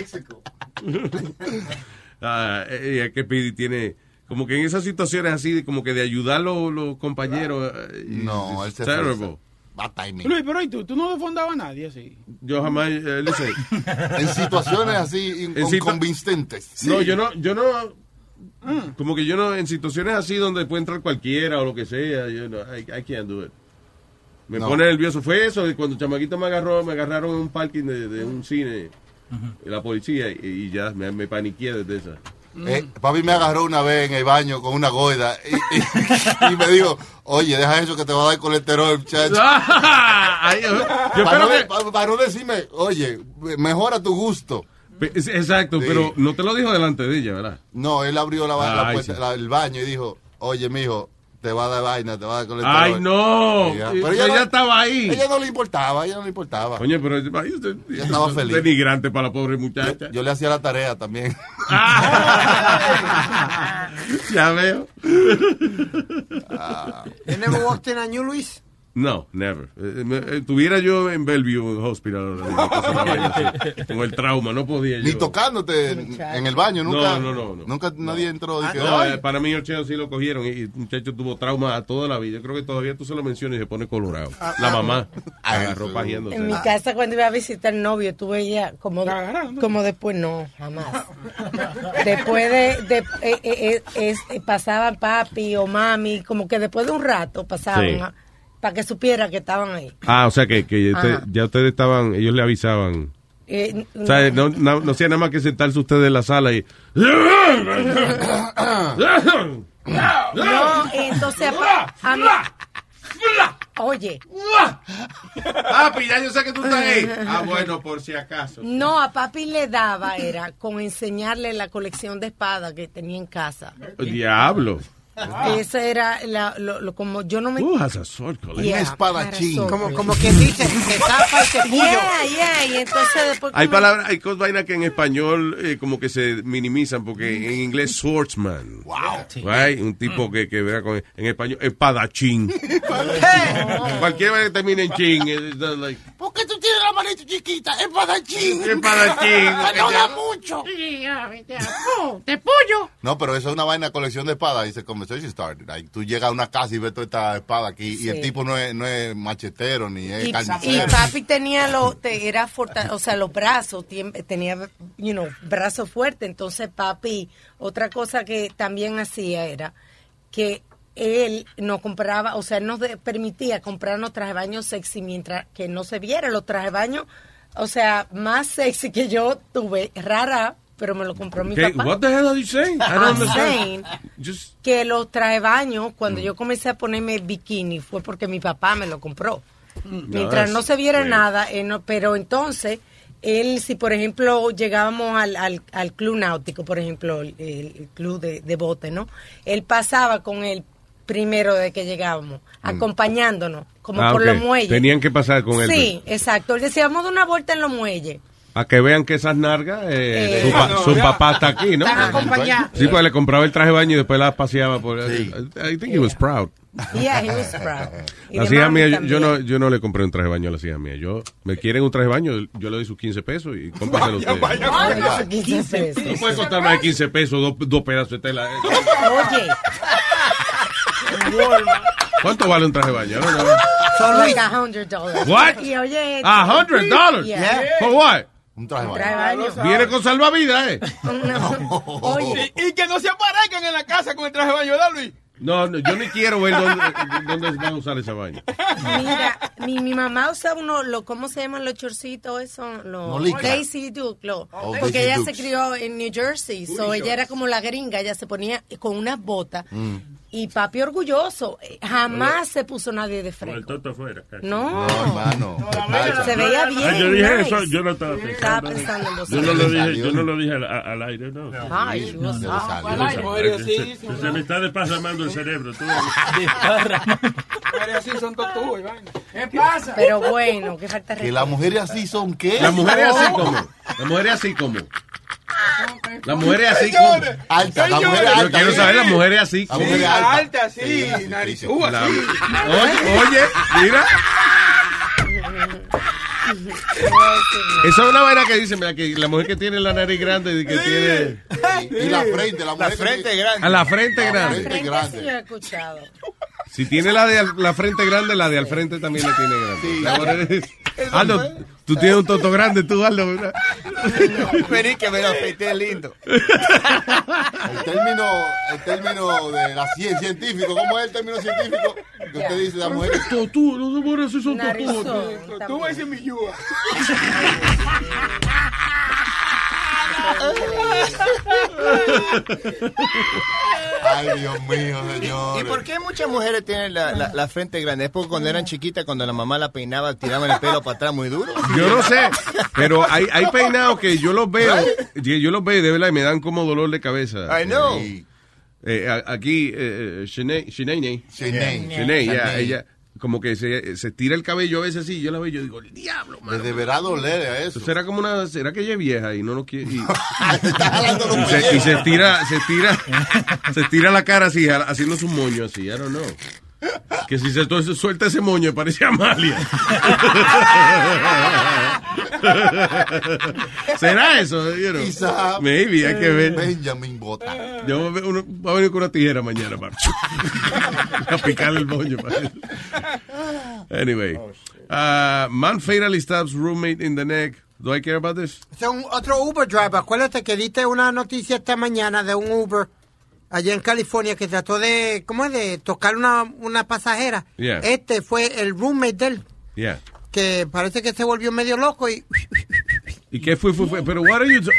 Speaker 8: Ah, eh, eh, que Pidi tiene. Como que en esas situaciones así, de- como que de ayudar a los, los compañeros. eh,
Speaker 7: No,
Speaker 8: it's
Speaker 7: él se
Speaker 8: terrible.
Speaker 7: Va timing.
Speaker 14: Luis, pero ¿y tú? ¿Tú no defondabas a nadie así?
Speaker 8: Yo jamás. eh, listen.
Speaker 7: En situaciones así
Speaker 8: En
Speaker 7: con-
Speaker 8: situa-
Speaker 7: convincentes.
Speaker 8: No, yo no, yo no. Como que yo no, en situaciones así donde puede entrar cualquiera o lo que sea, yo no, I, I can't do it. Me
Speaker 7: No.
Speaker 8: pone nervioso. Fue eso, de cuando chamaquito me agarró, me agarraron en un parking de, de un cine, la policía, y, y ya me, me paniqué desde esa.
Speaker 7: Eh, papi me agarró una vez en el baño con una goida y, y- y me dijo, oye, deja eso que te va a dar colesterol, chacho.
Speaker 8: Ay, yo- yo
Speaker 7: para,
Speaker 8: espero
Speaker 7: no,
Speaker 8: que-
Speaker 7: de- pa- para no decirme, oye, mejora tu gusto.
Speaker 8: Pe- es- Exacto,
Speaker 7: Sí.
Speaker 8: pero no te lo dijo delante de ella, ¿verdad?
Speaker 7: No, él abrió la, ba- la
Speaker 8: Ay,
Speaker 7: puerta-
Speaker 8: sí.
Speaker 7: la- el baño y dijo, oye, mijo, te va a dar vaina, te va a dar colesterol.
Speaker 8: Ay, no.
Speaker 7: Y ya.
Speaker 8: Pero ella
Speaker 7: no-
Speaker 8: estaba ahí.
Speaker 7: Ella no le importaba, ella no le importaba.
Speaker 8: Coño, pero ay, usted-
Speaker 7: Yo estaba feliz.
Speaker 8: Denigrante para la pobre muchacha.
Speaker 7: Yo le hacía la tarea también.
Speaker 8: Ah. ya veo.
Speaker 18: You never walked in on you, Luis.
Speaker 8: No, never. Eh, me- eh, tuviera yo en Bellevue Hospital ahora mismo, cosa más vaina así, con el trauma, no podía yo.
Speaker 7: Ni tocándote en, en el baño, nunca.
Speaker 8: No, no, no, no.
Speaker 7: Nunca nadie entró. dije,
Speaker 8: No,
Speaker 7: "Ay".
Speaker 8: eh, para mí, Orcheo sí lo cogieron y el muchacho tuvo trauma toda la vida. Yo creo que todavía tú se lo mencionas y se pone colorado.
Speaker 7: Ah,
Speaker 8: La mamá agarró pajeándose.
Speaker 16: En mi casa cuando iba a visitar novio, tuve ya como, como después no, jamás. Después de, de- eh, eh, eh, es- eh, pasaban papi o mami, como que después de un rato pasaban
Speaker 8: Sí.
Speaker 16: para que supiera que estaban ahí.
Speaker 8: Ah, o sea que, que
Speaker 16: Ajá.
Speaker 8: usted- ya ustedes estaban, ellos le avisaban.
Speaker 16: Eh,
Speaker 8: O sea, no, no, no hacía nada más que sentarse ustedes en la sala y...
Speaker 16: No, entonces apa- a mí- Oye,
Speaker 8: Papi, ya yo sé que tú estás ahí. Ah, bueno, por si acaso.
Speaker 16: no, a papi le daba era con enseñarle la colección de espadas que tenía en casa.
Speaker 8: Diablo.
Speaker 16: Esa era la, lo, lo- como yo no me
Speaker 8: Tú has a sword collection.
Speaker 16: Yeah, para
Speaker 18: Como,
Speaker 16: sobre.
Speaker 18: como que dice, se tapa y se puyo.
Speaker 16: Yeah, yeah, y entonces después
Speaker 8: Hay
Speaker 16: como-
Speaker 8: palabras, hay cosas vainas que en español eh, como que se minimizan porque
Speaker 16: Mm.
Speaker 8: en inglés swordsman. Wow. Un tipo que, que verá con en español espadachín. Cualquier vaina que termine en chin. eh, it's not like-
Speaker 7: ¿Por qué tú tienes
Speaker 19: la manita chiquita, es panachín.
Speaker 7: Es panachín.
Speaker 19: Que no da mucho.
Speaker 16: Te Oh, pollo.
Speaker 7: No, pero eso es una vaina colección de espadas. Dice Conversation Started. Ahí tú llegas a una casa y ves toda esta espada aquí. Y el
Speaker 16: Sí.
Speaker 7: tipo no es, no es machetero ni es
Speaker 8: Eh,
Speaker 16: Y, y
Speaker 7: carnicero.
Speaker 16: papi tenía los, te- era forta- o sea, los brazos, tiem- tenía, you know, brazos fuertes. Entonces, papi, otra cosa que también hacía era que él nos compraba, o sea, nos de- permitía comprarnos trajes de baño sexy mientras que no se viera los trajes de baño, o sea, más sexy que yo tuve, rara, pero me lo compró mi
Speaker 8: Okay,
Speaker 16: papá. Ah,
Speaker 8: what the hell are you saying? I don't
Speaker 16: I'm
Speaker 8: understand. Ah,
Speaker 16: saying
Speaker 8: Just- Mm.
Speaker 16: que los trae baños, cuando yo comencé a ponerme bikini, fue porque mi papá me lo compró. Mientras no se viera
Speaker 17: Bueno.
Speaker 16: nada, eh, no- pero entonces, él, si por ejemplo llegábamos al, al, al club náutico, por ejemplo, el, el- el club de, de bote, ¿no? Él pasaba con él primero de que llegábamos, acompañándonos, como
Speaker 8: Mm. Ah,
Speaker 16: por
Speaker 8: ok.
Speaker 16: los muelles.
Speaker 8: Tenían que pasar con él. pues.
Speaker 16: Sí, exacto. Él decía, vamos de una vuelta en los muelles.
Speaker 8: A que vean que esas nargas, eh,
Speaker 16: Eh,
Speaker 8: su, pa-
Speaker 16: no,
Speaker 8: su
Speaker 16: ya.
Speaker 8: papá está aquí, ¿no?
Speaker 16: Están acompañadas.
Speaker 8: Sí, pues le compraba el traje de baño y después la paseaba por... I, I think he was proud.
Speaker 16: Yeah, he was proud. Y
Speaker 8: La
Speaker 16: de
Speaker 8: hija
Speaker 16: mami
Speaker 8: mía, yo,
Speaker 16: también.
Speaker 8: yo no, yo no le compré un traje de baño a la hija mía. Yo, me quieren un traje de baño, yo le doy sus 15 pesos y cómpraselo ustedes. No puede costar más de 15 pesos, dos, dos pedazos de tela.
Speaker 16: Oye.
Speaker 8: ¿Cuánto vale un traje de baño? No, no.
Speaker 16: Son like a hundred dollars.
Speaker 8: What?
Speaker 16: Y oye,
Speaker 8: A hundred dollars.
Speaker 16: Eh, Yeah.
Speaker 8: For what?
Speaker 7: Un traje
Speaker 16: Un traje de baño.
Speaker 8: Viene con salvavidas, eh.
Speaker 16: Oye.
Speaker 14: Y, y que no se aparezcan en la casa con el traje de baño, ¿verdad, Luis?
Speaker 8: No, no, yo ni quiero ver dónde, dónde van a usar esa baña.
Speaker 16: Mira, mi, mi mamá usa uno, lo, ¿cómo se llaman los chorcitos? Esos, los
Speaker 8: Molica.
Speaker 16: Daisy Duke, lo-
Speaker 8: Oh,
Speaker 16: porque
Speaker 8: Daisy
Speaker 16: ella
Speaker 8: Dukes.
Speaker 16: se crió en New Jersey, so ella era como la gringa, ella se ponía con unas botas
Speaker 12: Mm.
Speaker 7: Mm.
Speaker 16: y papi orgulloso, eh, jamás se puso nadie de
Speaker 12: Con el
Speaker 16: frente.
Speaker 12: toto afuera. casi.
Speaker 16: No.
Speaker 7: No, hermano.
Speaker 16: Se veía
Speaker 12: Ah,
Speaker 16: bien.
Speaker 12: yo dije
Speaker 16: nice.
Speaker 12: eso, yo no estaba
Speaker 16: Estaba
Speaker 12: pensando.
Speaker 16: pensando en los
Speaker 12: Yo no lo
Speaker 16: ángeles.
Speaker 12: dije, yo no lo dije al, al aire, no.
Speaker 16: Ay, Dios.
Speaker 12: No, no, no.
Speaker 16: Ah, fue al aire,
Speaker 12: Se, se- se me está desparramando el cerebro. Tú.
Speaker 14: Pero así son todos tuyos, Iván. ¿Qué
Speaker 16: pasa? Pero bueno, qué falta de
Speaker 7: Que las mujeres así son qué?
Speaker 8: Las mujeres así como. Las mujeres así como. Las mujeres así como.
Speaker 7: Señores, alta, las mujeres
Speaker 8: Yo
Speaker 7: altas,
Speaker 8: quiero
Speaker 7: sí.
Speaker 8: saber las mujeres así como.
Speaker 7: mujeres
Speaker 14: Alta, alta, sí, narizúa,
Speaker 8: La-
Speaker 14: sí.
Speaker 8: Oye, oye, mira. Esa es una vaina que dicen, mira, que la mujer que tiene la nariz grande y que tiene.
Speaker 7: Y la frente, la mujer. frente grande.
Speaker 8: A la frente
Speaker 16: La
Speaker 8: grande.
Speaker 16: frente sí lo he escuchado.
Speaker 8: Si tiene la de al- la frente grande, la de al frente también la tiene grande. La mujer es- Aldo, tú tienes un toto grande, tú, Aldo, ¿verdad?
Speaker 9: Vení que me lo afeité lindo.
Speaker 7: El término, el término de la ciencia científico, ¿cómo es el término científico? Que usted dice la mujer.
Speaker 8: Totú, los amores sí son
Speaker 14: Narizón,
Speaker 8: totú.
Speaker 14: Tú ves en mi yuga.
Speaker 7: Ay, Dios mío,
Speaker 9: ¿Y
Speaker 7: señor.
Speaker 9: por qué muchas mujeres tienen la, la- la frente grande? ¿Es porque cuando eran chiquitas, cuando la mamá la peinaba, tiraban el pelo para atrás muy duro?
Speaker 8: Yo no sé, pero hay, hay peinados que yo los veo, que yo los veo y de verdad me dan como dolor de cabeza.
Speaker 9: I know.
Speaker 8: Y, eh, a- aquí, eh, eh, Shanae, Shanae,
Speaker 7: Shanae.
Speaker 8: Shanae, ya,
Speaker 7: Shanae.
Speaker 8: ella, como que se, se tira el cabello a veces así, yo la veo y yo digo, "El diablo, mano.
Speaker 7: Le deberá doler a eso.
Speaker 8: Será como una, será que ella es vieja y no lo quiere. Y,
Speaker 7: y
Speaker 8: se, y se tira, se tira, se tira la cara así, jala- haciendo su moño así, I don't know. Que si se to- se suelta ese moño, parece Amalia. ¿Será eso? You know?
Speaker 7: Quizá.
Speaker 8: Maybe, hay que ver.
Speaker 7: Benjamin Bota.
Speaker 8: Yo voy a ver uno- va a venir con una tijera mañana para a picarle el moño. para- Anyway, uh, man fatally stabs roommate in the neck. Do I care about this?
Speaker 17: Son otro Uber driver. Acuérdate que diste una noticia esta mañana de un Uber allá en California que trató de, ¿cómo es? De tocar una, una pasajera.
Speaker 8: Yeah.
Speaker 17: Este fue el roommate de él,
Speaker 8: Yeah.
Speaker 17: que parece que se volvió medio loco y
Speaker 8: ¿Y qué fue? fue, fue? Pero what are you do-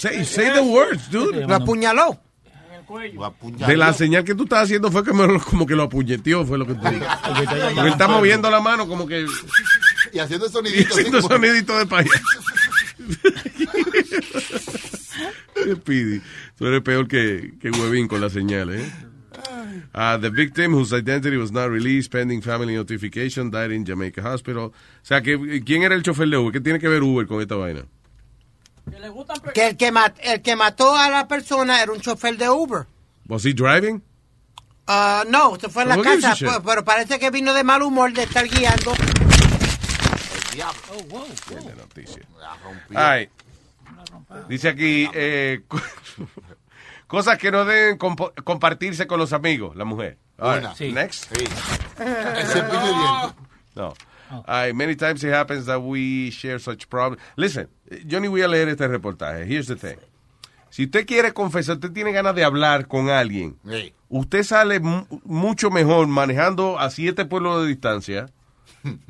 Speaker 8: say, say the words, dude.
Speaker 17: lo apuñaló.
Speaker 8: De la señal que tú estás haciendo fue que me lo- como que lo apuñeteó, fue lo que te digo. Porque él está moviendo la mano como que
Speaker 7: Y haciendo sonidito.
Speaker 8: haciendo
Speaker 7: así como-
Speaker 8: sonidito de payaso. Pidi, tú eres peor que, que huevín con la señal, ¿eh? Uh, the victim, whose identity was not released pending family notification, died in Jamaica Hospital. O sea, que, ¿quién era el chofer de Uber? ¿Qué tiene que ver Uber con esta vaina?
Speaker 17: Que el que, mat- el que mató a la persona era un chofer de Uber.
Speaker 8: ¿Was he driving?
Speaker 17: Ah, no, se fue en la
Speaker 8: Who gives a
Speaker 17: casa,
Speaker 8: shit?
Speaker 17: pe- pero parece que vino de mal humor de estar guiando.
Speaker 7: diablo.
Speaker 18: Oh, wow.
Speaker 8: Buena noticia.
Speaker 7: La rompió.
Speaker 8: All right. Dice aquí, eh, co- cosas que no deben compo- compartirse con los amigos, la mujer. All
Speaker 7: Buena.
Speaker 8: right. Next.
Speaker 7: El cepillo de dientes.
Speaker 8: No. Ay, many times it happens that we share such problems. Listen, yo ni voy a leer este reportaje. Here's the thing. Si usted quiere confesar, usted tiene ganas de hablar con alguien,
Speaker 7: Sí.
Speaker 8: usted sale mu- mucho mejor manejando a siete pueblos de distancia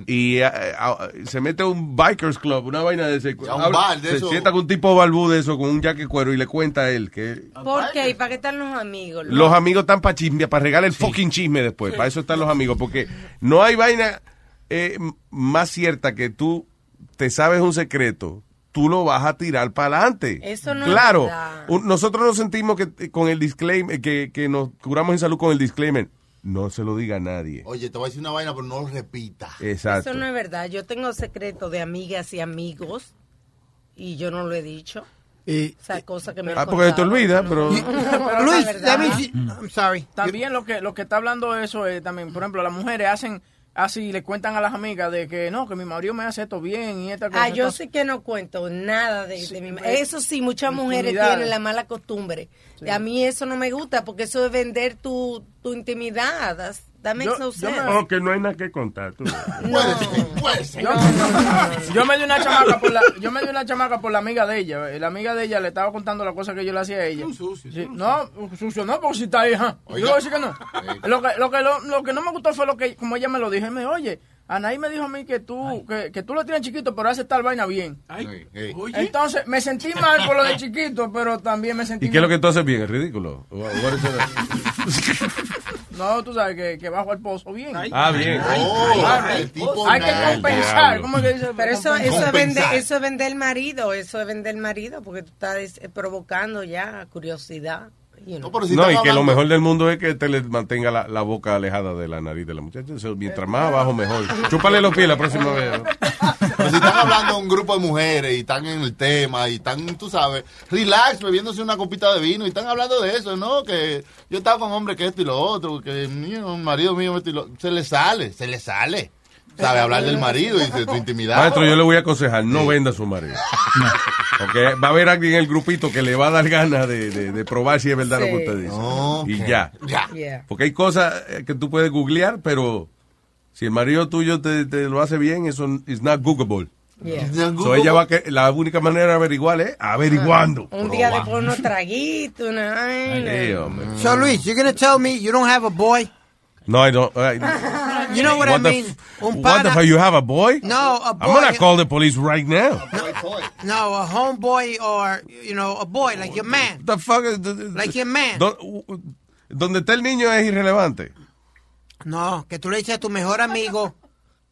Speaker 8: y eh, a- se mete a un bikers club, una vaina de ese.
Speaker 7: A un bar de
Speaker 8: se
Speaker 7: eso.
Speaker 8: sienta con un tipo balbú de eso, con un jaque cuero y le cuenta a él que
Speaker 16: ¿Por qué? ¿Y para qué están los amigos?
Speaker 8: los amigos están para chisme, para regalar el fucking chisme después. Para eso están los amigos, porque no hay vaina eh, m- más cierta que tú te sabes un secreto, tú lo vas a tirar para adelante.
Speaker 16: Eso no es
Speaker 8: Claro,
Speaker 16: verdad.
Speaker 8: un- nosotros nos sentimos que eh, con el disclaimer, que, que nos curamos en salud con el disclaimer, no se lo diga a nadie.
Speaker 7: Oye, te voy a decir una vaina, pero no lo repita.
Speaker 8: Exacto.
Speaker 16: Eso no es verdad. Yo tengo secreto de amigas y amigos y yo no lo he dicho.
Speaker 20: Y,
Speaker 16: Esa cosa que me
Speaker 8: Ah, porque se te olvida, pero...
Speaker 10: Luis,
Speaker 16: dame
Speaker 17: I'm sorry.
Speaker 10: También lo que, lo que está hablando eso es también, por ejemplo, las mujeres hacen así, le cuentan a las amigas de que no, que mi marido me hace esto bien y esta cosa.
Speaker 16: Ah, yo
Speaker 10: entonces-
Speaker 16: sí que no cuento nada de, de mi ma-
Speaker 10: pues,
Speaker 16: Eso sí, muchas mujeres
Speaker 10: Intimidades.
Speaker 16: tienen la mala costumbre.
Speaker 10: Sí.
Speaker 16: A mí eso no me gusta porque eso es vender tu, tu intimidad. That's- That makes no sense.
Speaker 12: Oh, que no hay nada que contar. Tú.
Speaker 10: Yo, yo me di una chamaca por la, yo me di una chamaca por la amiga de ella. eh, La amiga de ella le estaba contando la cosa que yo le hacía a ella. Sí, no, sucio no, porque si está ahí, ajá. Yo le voy a decir que no. Lo que, lo que lo, lo que no me gustó fue lo que, como ella me lo dijo, y me dijo, oye, Anaí me dijo a mí que tú, que, que tú lo tienes chiquito, pero haces tal vaina bien.
Speaker 7: Sí, sí.
Speaker 10: Entonces, me sentí mal por lo de chiquito, pero también me sentí
Speaker 8: ¿Y qué es lo que
Speaker 10: mal.
Speaker 8: tú haces bien? Es ridículo. What is it?
Speaker 10: No, tú sabes que, que bajo al pozo bien.
Speaker 8: Ah, bien.
Speaker 10: Claro.
Speaker 7: el tipo
Speaker 10: Hay que
Speaker 7: nada,
Speaker 10: compensar.
Speaker 8: diablo.
Speaker 10: ¿Cómo es que dice?
Speaker 16: Pero eso, eso, es
Speaker 7: Compensar.
Speaker 16: vender, eso es vender el marido, eso es vender el marido porque tú estás eh, provocando ya curiosidad. you know.
Speaker 7: No, pero si
Speaker 8: no, y
Speaker 7: estamos
Speaker 8: que lo
Speaker 7: hablando-
Speaker 8: mejor del mundo es que te le mantenga la, la boca alejada de la nariz de la muchacha. Eso, mientras más abajo, mejor. Chúpale los pies la próxima vez.
Speaker 7: Pero si están hablando de un grupo de mujeres y están en el tema y están, tú sabes, relax, bebiéndose una copita de vino y están hablando de eso, ¿no? Que yo estaba con hombres que esto y lo otro, que mío, un marido mío, esto y lo Se le sale, se le sale. ¿Sabe? Hablar del marido y de tu intimidad.
Speaker 8: Maestro, yo le voy a aconsejar, no venda a su marido. Porque va a haber alguien en el grupito que le va a dar ganas de, de- de probar si es verdad lo que usted dice.
Speaker 7: Ok.
Speaker 8: Y ya.
Speaker 7: Ya.
Speaker 16: Yeah.
Speaker 8: Porque hay cosas eh, que tú puedes googlear, pero si el marido tuyo te, te lo hace bien, eso es not googleable.
Speaker 16: Yeah.
Speaker 8: So ella va a que, la única manera de averiguar es averiguando.
Speaker 16: Ah, Un día después unos traguitos, una vaina.
Speaker 8: Sí, hombre.
Speaker 17: So, Luis, you're going to tell me you don't have a boy?
Speaker 8: No, I don't. I-
Speaker 17: You know what, I
Speaker 8: What the
Speaker 17: mean?
Speaker 8: f-
Speaker 17: Un
Speaker 8: what the
Speaker 17: pana-
Speaker 8: hell, you have a boy?
Speaker 17: No, a
Speaker 8: I'm gonna
Speaker 17: boy-
Speaker 8: call the police right now.
Speaker 17: No, a homeboy or, you know, a boy, like your man.
Speaker 8: The fuck is-
Speaker 17: Like your man.
Speaker 8: Do- u- u- Donde está el niño es irrelevante.
Speaker 17: No, que tú le dices a tu mejor amigo,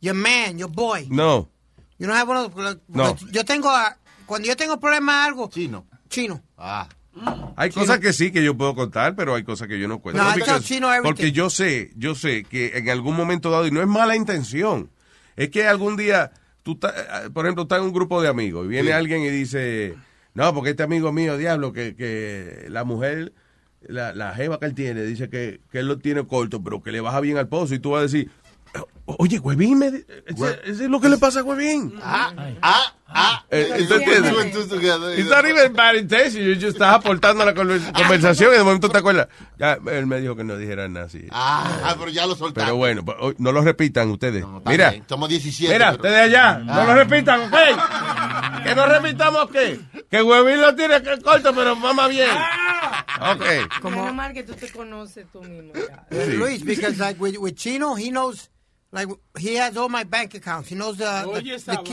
Speaker 17: your man, your boy.
Speaker 8: No.
Speaker 17: You don't have one of those-
Speaker 8: No.
Speaker 17: Yo tengo, a- cuando yo tengo problemas algo,
Speaker 7: Chino.
Speaker 17: chino.
Speaker 7: Ah.
Speaker 8: Hay cosas que sí que yo puedo contar, pero hay cosas que yo no cuento.
Speaker 17: No, I
Speaker 8: because-
Speaker 17: tell Chino everything.
Speaker 8: porque yo sé, yo sé que en algún momento dado, y no es mala intención, es que algún día, tú ta- eh, por ejemplo, estás en un grupo de amigos y viene
Speaker 7: Sí.
Speaker 8: alguien y dice, no, porque este amigo mío, diablo, que, que la mujer, la, la jeva que él tiene, dice que, que él lo tiene corto, pero que le baja bien al pozo y tú vas a decir... "Oh, Oye, Huevín, me, ese- ese es lo que le pasa a Huevín.
Speaker 7: Ah, ah, ah.
Speaker 8: Eh, ¿tú entiendes?
Speaker 7: Two and two together.
Speaker 8: It's not even bad intention. You just estás aportando a la conver- conversación y de momento te acuerdas. Ya, él me dijo que no dijera nada así.
Speaker 7: Ah, ah, pero ya lo soltaste.
Speaker 8: Pero bueno, pues, hoy no lo repitan ustedes.
Speaker 7: Está
Speaker 8: mira,
Speaker 7: bien, Somos 17.
Speaker 8: mira,
Speaker 7: pero-
Speaker 8: ustedes allá, no lo repitan, ¿ok? Que no repitamos qué. Que Huevín lo tiene que corto, pero mama bien. Ok.
Speaker 16: Menos Ah, mal que tú te conoces tú mismo. ya.
Speaker 8: Sí.
Speaker 17: Luis, because like with, with Chino, he knows, like he has all my bank accounts. He knows the. the-
Speaker 14: Oye, esa
Speaker 17: the key-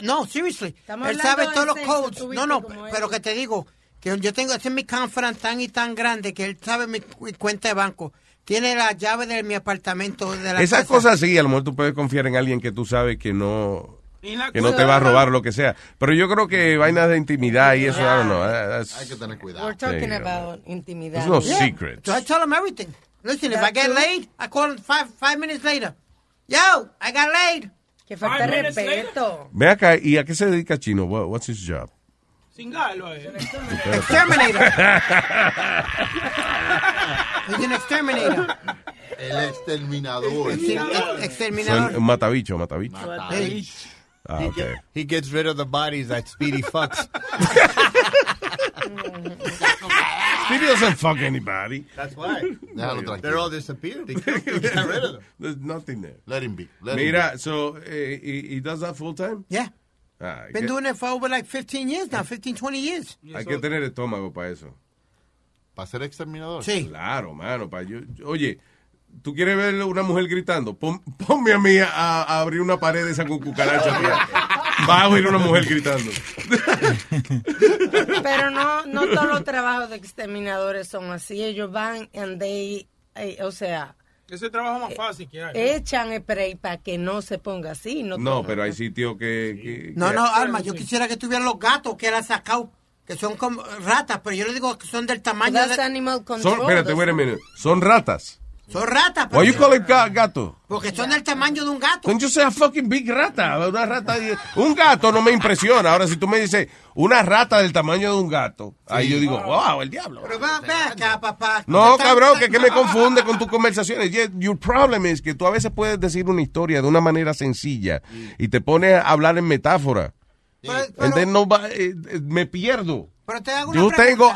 Speaker 17: No, no, seriously.
Speaker 16: Estamos
Speaker 17: él
Speaker 16: hablando
Speaker 17: sabe
Speaker 16: de
Speaker 17: todos los
Speaker 16: sexo,
Speaker 17: codes.
Speaker 16: tú viste
Speaker 17: No, no,
Speaker 16: cómo es.
Speaker 17: pero que te digo, que yo tengo, ese es mi conference tan y tan grande que él sabe mi cu- cuenta de banco. Tiene la llave de mi apartamento. De la
Speaker 8: Esas
Speaker 17: casa.
Speaker 8: cosas sí, a lo mejor tú puedes confiar en alguien que tú sabes que no
Speaker 14: Y la
Speaker 8: que no te va a robar o lo que sea. Pero yo creo que vainas de intimidad y eso, I don't know, eh, that's-
Speaker 7: Hay que tener cuidado.
Speaker 16: We're talking
Speaker 8: Sí,
Speaker 16: about intimidad.
Speaker 8: It's no
Speaker 17: Yeah.
Speaker 8: secret.
Speaker 17: So I tell him everything. Listen, if
Speaker 16: That
Speaker 17: I get
Speaker 16: too?
Speaker 17: laid, I call him five, five minutes later. Yo, I got laid.
Speaker 16: Que falta
Speaker 14: Five minutes
Speaker 16: respeto.
Speaker 8: Ve acá, ¿y a qué se dedica Chino? What- what's his job?
Speaker 14: Sin galo, eh.
Speaker 17: Exterminator. He's an exterminator.
Speaker 7: El exterminador.
Speaker 17: Ex-
Speaker 7: Sí.
Speaker 17: ex-
Speaker 8: Son-
Speaker 17: Exterminador.
Speaker 8: matabicho, matabicho.
Speaker 7: Mata.
Speaker 17: Hey,
Speaker 8: Ah,
Speaker 9: he,
Speaker 8: okay.
Speaker 9: get- he gets rid of the bodies that Speedy fucks.
Speaker 8: Speedy doesn't fuck anybody.
Speaker 9: That's why.
Speaker 8: Déjalo tranquilo.
Speaker 9: They're all disappeared. He got rid of them.
Speaker 8: There's nothing there.
Speaker 7: Let him be. Let him
Speaker 8: Mira, so eh, he, he does that full time?
Speaker 17: Yeah.
Speaker 8: Ah, hay
Speaker 17: Been
Speaker 8: que-
Speaker 17: doing it for over like 15 years now, 15, 20 years.
Speaker 8: hay que tener estómago para eso.
Speaker 7: ¿Para ser exterminador?
Speaker 17: Sí.
Speaker 8: Claro, mano. pa' yo- yo- oye, ¿tú quieres ver una mujer gritando? Pon- ponme a mí a, a abrir una pared de esa con cucaracha. mira. Va a oír una mujer gritando.
Speaker 16: Pero no, no todos los trabajos de exterminadores son así. Ellos van and they, eh, o sea,
Speaker 14: Ese trabajo más fácil que hay.
Speaker 10: Eh,
Speaker 16: echan spray para que no se ponga así. No,
Speaker 8: No,
Speaker 16: todos.
Speaker 8: pero hay sitios que, que-
Speaker 17: No,
Speaker 8: que-
Speaker 17: no, Alma, yo quisiera que tuvieran los gatos que él ha sacado, que son como ratas, pero yo le digo que son del tamaño
Speaker 16: That's
Speaker 17: de...
Speaker 16: animal
Speaker 8: Son,
Speaker 16: control.
Speaker 8: espérate, wait a minute. Son ratas.
Speaker 17: Son ratas,
Speaker 8: Why you
Speaker 17: Ah, pero,
Speaker 8: call it ga- gato?
Speaker 17: porque son del tamaño de un gato.
Speaker 8: Don't you say a fucking big rata. Una rata. Un gato no me impresiona. Ahora, si tú me dices una rata del tamaño de un gato, ahí yo digo, wow, el diablo.
Speaker 17: Pero va, ve acá, papá.
Speaker 8: No, cabrón, que, que me confunde con tus conversaciones. Ye- Your problem is que tú a veces puedes decir una historia de una manera sencilla y te pones a hablar en metáfora. And then nobody- eh, eh, me pierdo.
Speaker 17: Pero te hago una
Speaker 8: Yo
Speaker 17: pregunta.
Speaker 8: tengo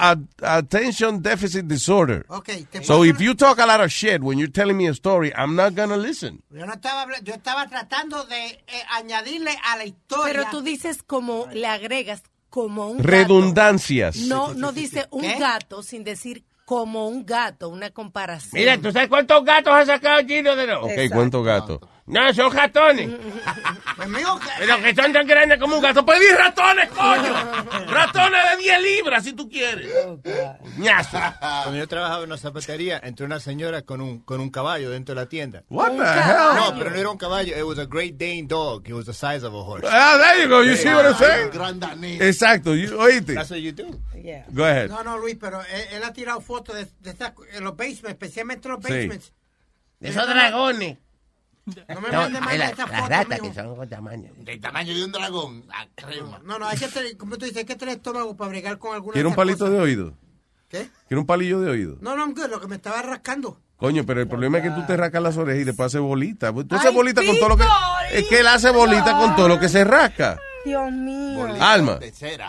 Speaker 8: a- attention deficit disorder.
Speaker 17: Okay, te
Speaker 8: So if you talk a lot of shit when you're telling me a story, I'm not gonna listen.
Speaker 17: Yo no estaba habla- yo estaba tratando de eh, añadirle a la historia.
Speaker 16: Pero tú dices como, le agregas como un
Speaker 8: Redundancias.
Speaker 16: gato. No, no dice un gato sin decir como un gato, una comparación.
Speaker 15: Mira, ¿tú sabes cuántos gatos ha sacado
Speaker 10: eh.
Speaker 15: Gino de los?
Speaker 8: Ok, cuento
Speaker 17: Ah.
Speaker 8: gato.
Speaker 15: No, son ratones. Pero que son tan grandes como un gato. ¡Pedí ratones, coño! ¡Ratones de 10 libras, si tú quieres! ¡Ñazo!
Speaker 9: Cuando yo trabajaba en una zapatería, entró una señora con un, con un caballo dentro de la tienda.
Speaker 8: What the hell?
Speaker 9: No, pero no era un caballo. It was a Great Dane dog. It was the size of a horse.
Speaker 8: Ah, there you go. You see what I'm saying?
Speaker 7: Gran danés.
Speaker 8: Exacto. You- oíste.
Speaker 9: That's what you do.
Speaker 8: Go ahead.
Speaker 17: No, no, Luis, pero él, él ha tirado fotos de, de esas- en los basements, especialmente los
Speaker 8: Sí.
Speaker 17: basements.
Speaker 15: Esos dragones.
Speaker 17: No me
Speaker 15: eh. No,
Speaker 17: manden más
Speaker 15: es la-
Speaker 17: de esas
Speaker 15: las
Speaker 17: fotos,
Speaker 15: ratas
Speaker 17: mijo.
Speaker 15: que son con tamaño.
Speaker 7: Del tamaño de un dragón. La crema.
Speaker 17: No, no, hay que tener, como tú dices, hay que tener estómago para bregar con alguna
Speaker 8: ¿Quiere un
Speaker 17: de esas
Speaker 8: palito de oído?
Speaker 17: ¿Qué?
Speaker 8: ¿Quiere un palillo de oído?
Speaker 17: cosas. No, no, I'm good, lo que me estaba rascando.
Speaker 8: Coño, pero el problema es que tú te rascas las orejas y después hace bolita. Pues Tú haces
Speaker 17: Ay,
Speaker 8: bolita con todo lo que. Es que él hace bolita con todo lo que se rasca.
Speaker 16: Dios mío.
Speaker 8: Alma.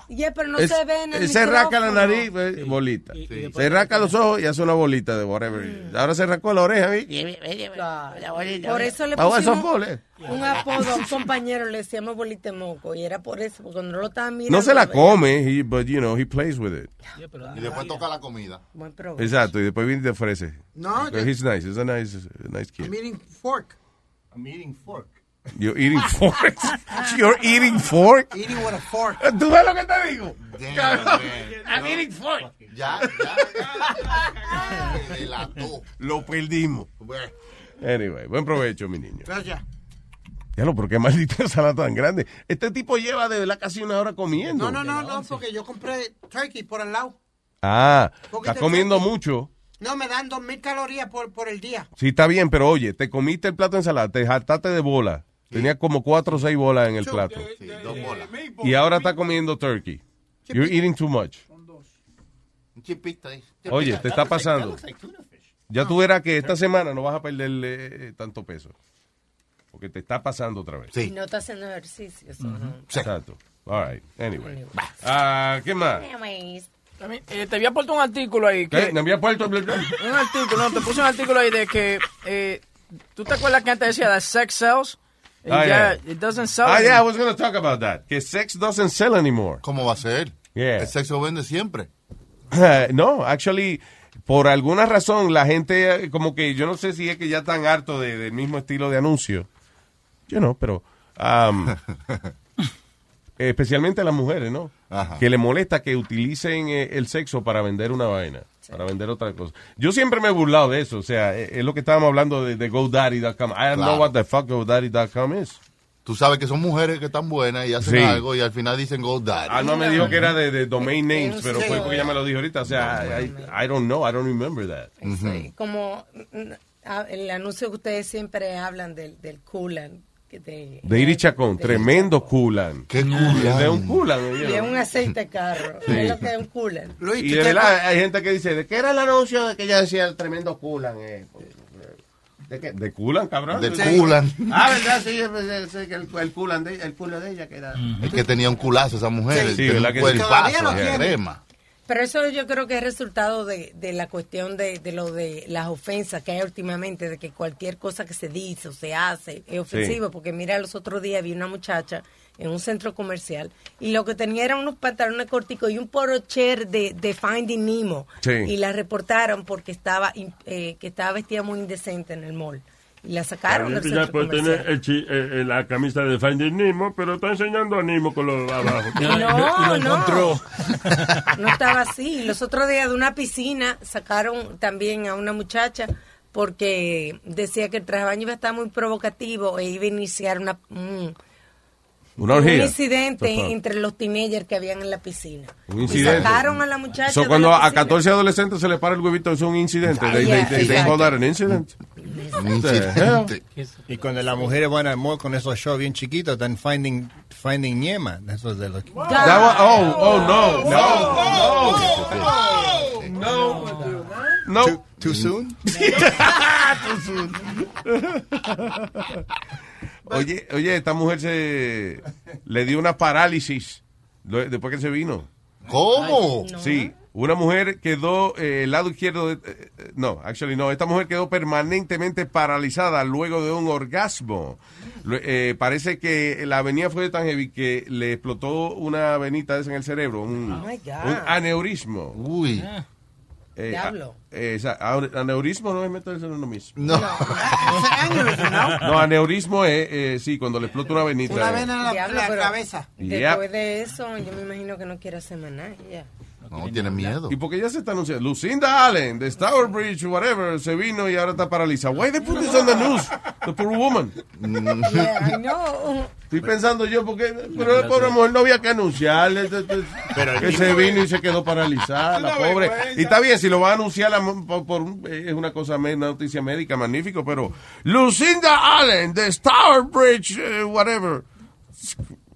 Speaker 16: Yeah, pero no
Speaker 8: Es-
Speaker 16: se ve en el
Speaker 8: él se rasca la
Speaker 16: micrófono.
Speaker 8: nariz, eh, bolita. Se rasca los ojos y hace una bolita de whatever.
Speaker 16: Mm.
Speaker 8: Ahora se rascó la oreja, ¿vi?
Speaker 16: Por eso le
Speaker 8: Ah, bueno, son
Speaker 16: pusimos
Speaker 8: bolas.
Speaker 16: un apodo a un compañero, le decíamos bolita de moco, y era por eso, porque cuando no lo estaba mirando. eh,
Speaker 8: No se la
Speaker 16: veía.
Speaker 8: come, he- but you know, he plays with it.
Speaker 7: Y después toca la comida.
Speaker 16: Buen provecho.
Speaker 8: Exacto, y después viene y te ofrece.
Speaker 17: No,
Speaker 8: But he's nice, he's a nice, a nice
Speaker 17: I'm
Speaker 8: kid.
Speaker 17: eating fork.
Speaker 9: I'm eating fork.
Speaker 8: You're eating fork. You're eating fork.
Speaker 17: Eating with a fork.
Speaker 8: ¿Tú ves lo que te digo?
Speaker 7: Damn,
Speaker 15: I'm eating fork.
Speaker 7: Ya, ya. Ay, Delató.
Speaker 8: Lo perdimos. Anyway, buen provecho, mi niño.
Speaker 17: Gracias.
Speaker 8: Ya lo, porque maldita sala tan grande. Este tipo lleva de verdad casi una hora comiendo.
Speaker 17: No, no, no, no, porque yo compré turkey por el lado.
Speaker 8: Ah,
Speaker 17: Porque
Speaker 8: está
Speaker 17: te-
Speaker 8: comiendo mucho.
Speaker 17: No, me dan 2.000 calorías por, por el día.
Speaker 8: Sí, está bien, pero oye, te comiste el plato de ensalada, te jataste de bola. Tenía como cuatro o seis bolas en el plato.
Speaker 7: Dos bolas.
Speaker 8: Y ahora está comiendo turkey. You're eating too much.
Speaker 7: Un chipito ahí.
Speaker 8: Oye, te está pasando. Ya tú verás que esta semana no vas a perderle eh, tanto peso. Porque te está pasando otra vez.
Speaker 16: Y no está haciendo ejercicio. eso no.
Speaker 8: Exacto. All right. Anyway. Ah, ¿Qué más?
Speaker 16: Anyways.
Speaker 10: También, eh, te había puesto un artículo ahí. Que,
Speaker 8: ¿Qué? ¿Me había puesto?
Speaker 10: Un artículo, no, te puse un artículo ahí de que. Eh, ¿Tú te acuerdas que antes decía that sex sells? Y
Speaker 8: Ah,
Speaker 10: ya,
Speaker 8: yeah.
Speaker 10: it doesn't sell.
Speaker 8: Ah, yeah, I was going to talk about that. Que sex doesn't sell anymore.
Speaker 7: ¿Cómo va a ser?
Speaker 8: Yeah.
Speaker 7: El sexo vende siempre.
Speaker 8: Eh, no, actually, por alguna razón la gente, eh, como que yo no sé si es que ya están harto de- del mismo estilo de anuncio. Yo no, pero. um, especialmente a las mujeres, ¿no?
Speaker 7: Ajá.
Speaker 8: Que le molesta que utilicen eh, el sexo para vender una vaina, para vender otra cosa. Yo siempre me he burlado de eso, o sea, eh, es lo que estábamos hablando de, de GoDaddy.com. I don't know
Speaker 7: Claro.
Speaker 8: what the fuck GoDaddy.com is.
Speaker 7: Tú sabes que son mujeres que están buenas y hacen
Speaker 8: Sí.
Speaker 7: algo y al final dicen go daddy.
Speaker 8: Ah, no me dijo que era de, de domain names, pero fue porque ella me lo dijo ahorita. O sea, I, I- I don't know, I don't remember that.
Speaker 16: Como mm, ah, el anuncio que ustedes siempre hablan del, del coolant. Que te,
Speaker 8: De Iri Chacón, tremendo culan.
Speaker 7: ¿Qué culan?
Speaker 8: De un culan. you
Speaker 16: de
Speaker 8: know.
Speaker 16: un aceite de carro.
Speaker 8: Sí.
Speaker 16: Es lo que es un coolant.
Speaker 8: Y de verdad, hay gente que dice, ¿de qué era el anuncio de que ella decía el tremendo culan? eh? ¿De qué? De culan, cabrón.
Speaker 7: De
Speaker 8: Sí.
Speaker 7: culan.
Speaker 15: Ah, ¿verdad? Sí, yo pensé- sé que el, el culo de, el culo de ella que era...
Speaker 7: Es que tenía un culazo esa mujer.
Speaker 8: Sí,
Speaker 7: tenía
Speaker 8: ¿verdad
Speaker 7: un
Speaker 8: que sí?
Speaker 7: cuerpazo,
Speaker 8: Todavía lo
Speaker 7: de
Speaker 8: tiene.
Speaker 7: crema.
Speaker 16: Pero eso yo creo que es resultado de, de la cuestión de, de lo de las ofensas que hay últimamente, de que cualquier cosa que se dice o se hace es ofensivo.
Speaker 6: Sí.
Speaker 16: Porque mira, los otros días vi una muchacha en un centro comercial y lo que tenía eran unos pantalones corticos y un porocher de, de Finding Nemo.
Speaker 6: Sí.
Speaker 16: Y la reportaron porque estaba in- eh, que estaba vestida muy indecente en el mall. Y la sacaron del
Speaker 12: Ahorita ya
Speaker 16: centro
Speaker 12: puede
Speaker 16: comercial.
Speaker 12: tener el chi- eh, eh, la camisa de Finding Nemo, pero está enseñando a Nemo con los abajo.
Speaker 16: No, Y lo no. encontró. No estaba así. Los otros días de una piscina sacaron también a una muchacha porque decía que el traje de baño iba a estar muy provocativo e iba a iniciar una, un,
Speaker 8: Una
Speaker 16: un
Speaker 8: orgía.
Speaker 16: incidente
Speaker 8: Por favor.
Speaker 16: entre los teenagers que habían en la piscina.
Speaker 8: Un
Speaker 16: Y
Speaker 8: incidente.
Speaker 16: sacaron a la muchacha.
Speaker 8: So,
Speaker 16: de
Speaker 8: cuando
Speaker 16: la
Speaker 8: a
Speaker 16: piscina.
Speaker 8: 14 adolescentes se le para el huevito, es un incidente. They, they, they, they call that an incident.
Speaker 9: Incidente. Y cuando las mujeres van al mall con esos shows bien chiquitos, están finding, finding Yema. Eso es de lo que-
Speaker 8: That wa- oh, oh, no, no. No.
Speaker 9: Too, too soon?
Speaker 8: Oye, oye, esta mujer se le dio una parálisis lo- después que se vino.
Speaker 7: ¿Cómo?
Speaker 8: Sí, una mujer quedó eh, el lado izquierdo. de- eh, eh, no, actually no. Esta mujer quedó permanentemente paralizada luego de un orgasmo. Lo- eh, parece que la avenida fue tan heavy que le explotó una venita de esa en el cerebro, un,
Speaker 16: Oh my God.
Speaker 8: un aneurismo. Uy.
Speaker 16: Diablo.
Speaker 8: aneurismo no es meterse en uno mismo.
Speaker 7: No.
Speaker 8: No, aneurismo es, eh, sí, cuando le explota una venita.
Speaker 16: Una
Speaker 8: eh.
Speaker 16: vena en la,
Speaker 18: Diablo,
Speaker 16: la
Speaker 18: pero-
Speaker 16: cabeza.
Speaker 8: Yep.
Speaker 16: Después de eso, yo me imagino que no quiere hacer más nada. ya.
Speaker 7: No, tiene miedo.
Speaker 8: ¿Y porque ya se está anunciando? Lucinda Allen, de Tower Bridge, whatever, se vino y ahora está paralizada. Why they put this on the news? The poor woman.
Speaker 7: Mm,
Speaker 16: Yeah, I know.
Speaker 8: Estoy pensando yo, porque pero la pobre mujer no había que anunciarle. te- te- que se vino y se quedó paralizada, la
Speaker 15: Una
Speaker 8: pobre.
Speaker 15: vergüenza.
Speaker 8: Y está bien, si lo va a anunciar la mo- por, por un- eh, es una cosa, me- una noticia médica, magnífico, pero Lucinda Allen, de Tower Bridge, eh, whatever.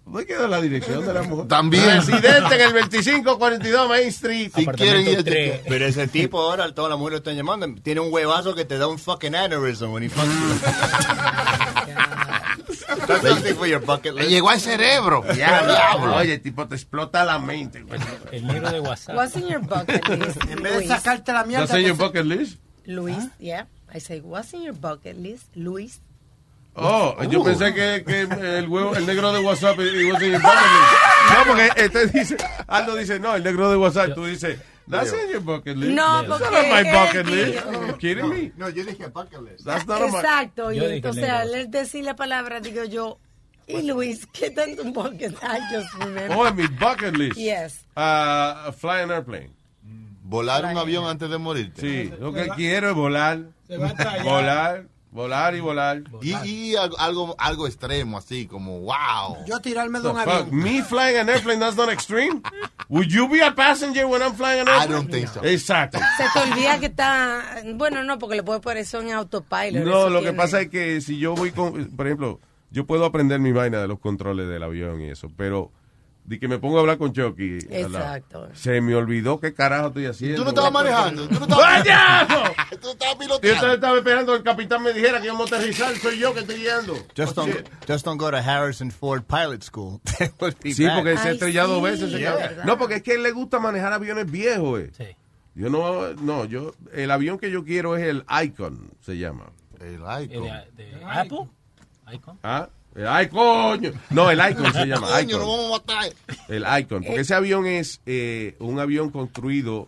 Speaker 8: ¿Dónde queda la dirección de la mujer?
Speaker 7: También.
Speaker 8: Accidente en el 2542 Main Street.
Speaker 9: Apartamento tres. Pero ese tipo ahora, todas las mujeres lo están llamando, tiene un huevazo que te da un fucking aneurysm when he fucks you. That's something for your bucket list.
Speaker 7: Llegó al cerebro.
Speaker 9: Diablo.
Speaker 8: Oye, tipo, te explota la mente. El
Speaker 21: libro de WhatsApp.
Speaker 16: What's in your bucket list?
Speaker 17: En vez de
Speaker 16: Luis?
Speaker 17: sacarte la mierda.
Speaker 8: ¿That's in your bucket list?
Speaker 16: Luis, yeah. I say, what's in your bucket list, Luis?
Speaker 8: Oh, yo pensé que, que el huevo, el negro de WhatsApp it was in your bucket list. No, porque este dice, Aldo dice, no, el negro de WhatsApp, tú dices, that's in your bucket list.
Speaker 16: No,
Speaker 8: That's
Speaker 16: porque
Speaker 8: not on my
Speaker 16: él
Speaker 8: bucket
Speaker 16: dijo-
Speaker 8: list. You kidding me?
Speaker 9: No, yo dije bucket list.
Speaker 8: That's not on my...
Speaker 16: Exacto, y
Speaker 8: Yo dije
Speaker 16: entonces
Speaker 8: negro.
Speaker 16: al él decir la palabra, digo yo, y Luis, ¿qué tanto un bucket? I just remember.
Speaker 8: Oh, en mi bucket list.
Speaker 16: Yes.
Speaker 8: Ah, fly an airplane.
Speaker 7: Volar un avión antes de morirte.
Speaker 8: Sí, lo que quiero es volar. Volar, volar y volar.
Speaker 7: Y, y algo- algo, algo extremo, así como wow.
Speaker 17: Yo tirarme de
Speaker 8: The
Speaker 17: un
Speaker 8: fuck?
Speaker 17: avión.
Speaker 8: Me flying an airplane, that's not extreme? Would you be a passenger when I'm flying an airplane? I don't think so. Exacto.
Speaker 16: Se te olvida que está, bueno, no, porque le puede poner eso en autopilot.
Speaker 8: No,
Speaker 16: eso
Speaker 8: lo que
Speaker 16: tiene-
Speaker 8: pasa es que si yo voy con, por ejemplo, yo puedo aprender mi vaina de los controles del avión y eso, pero de que me pongo a hablar con Chucky. al lado,
Speaker 16: Exacto.
Speaker 8: Se me olvidó qué carajo estoy haciendo.
Speaker 7: Tú no estabas manejando. Tú no estabas
Speaker 8: ¡Vaya!
Speaker 7: Tú estabas
Speaker 8: Yo estaba-
Speaker 7: piloteando.
Speaker 8: estaba esperando que el capitán me dijera que íbamos a aterrizar, soy yo que estoy guiando.
Speaker 9: Just don't, just don't go to Harrison Ford Pilot School. That would be
Speaker 8: Sí,
Speaker 9: bad.
Speaker 8: porque se ha estrellado dos veces. ese cabrón. No, porque es que él le gusta manejar aviones viejos. eh. Yo no, no, yo, el avión que yo quiero es el Icon, se llama.
Speaker 7: El
Speaker 21: ¿El
Speaker 7: Icon.
Speaker 21: Eh, de, de Apple? Icon.
Speaker 8: ¿Ah? El Icon. coño. No, el Icon se llama.
Speaker 7: Coño,
Speaker 8: Icon.
Speaker 7: lo vamos a matar.
Speaker 8: El Icon, porque ese avión es eh, un avión construido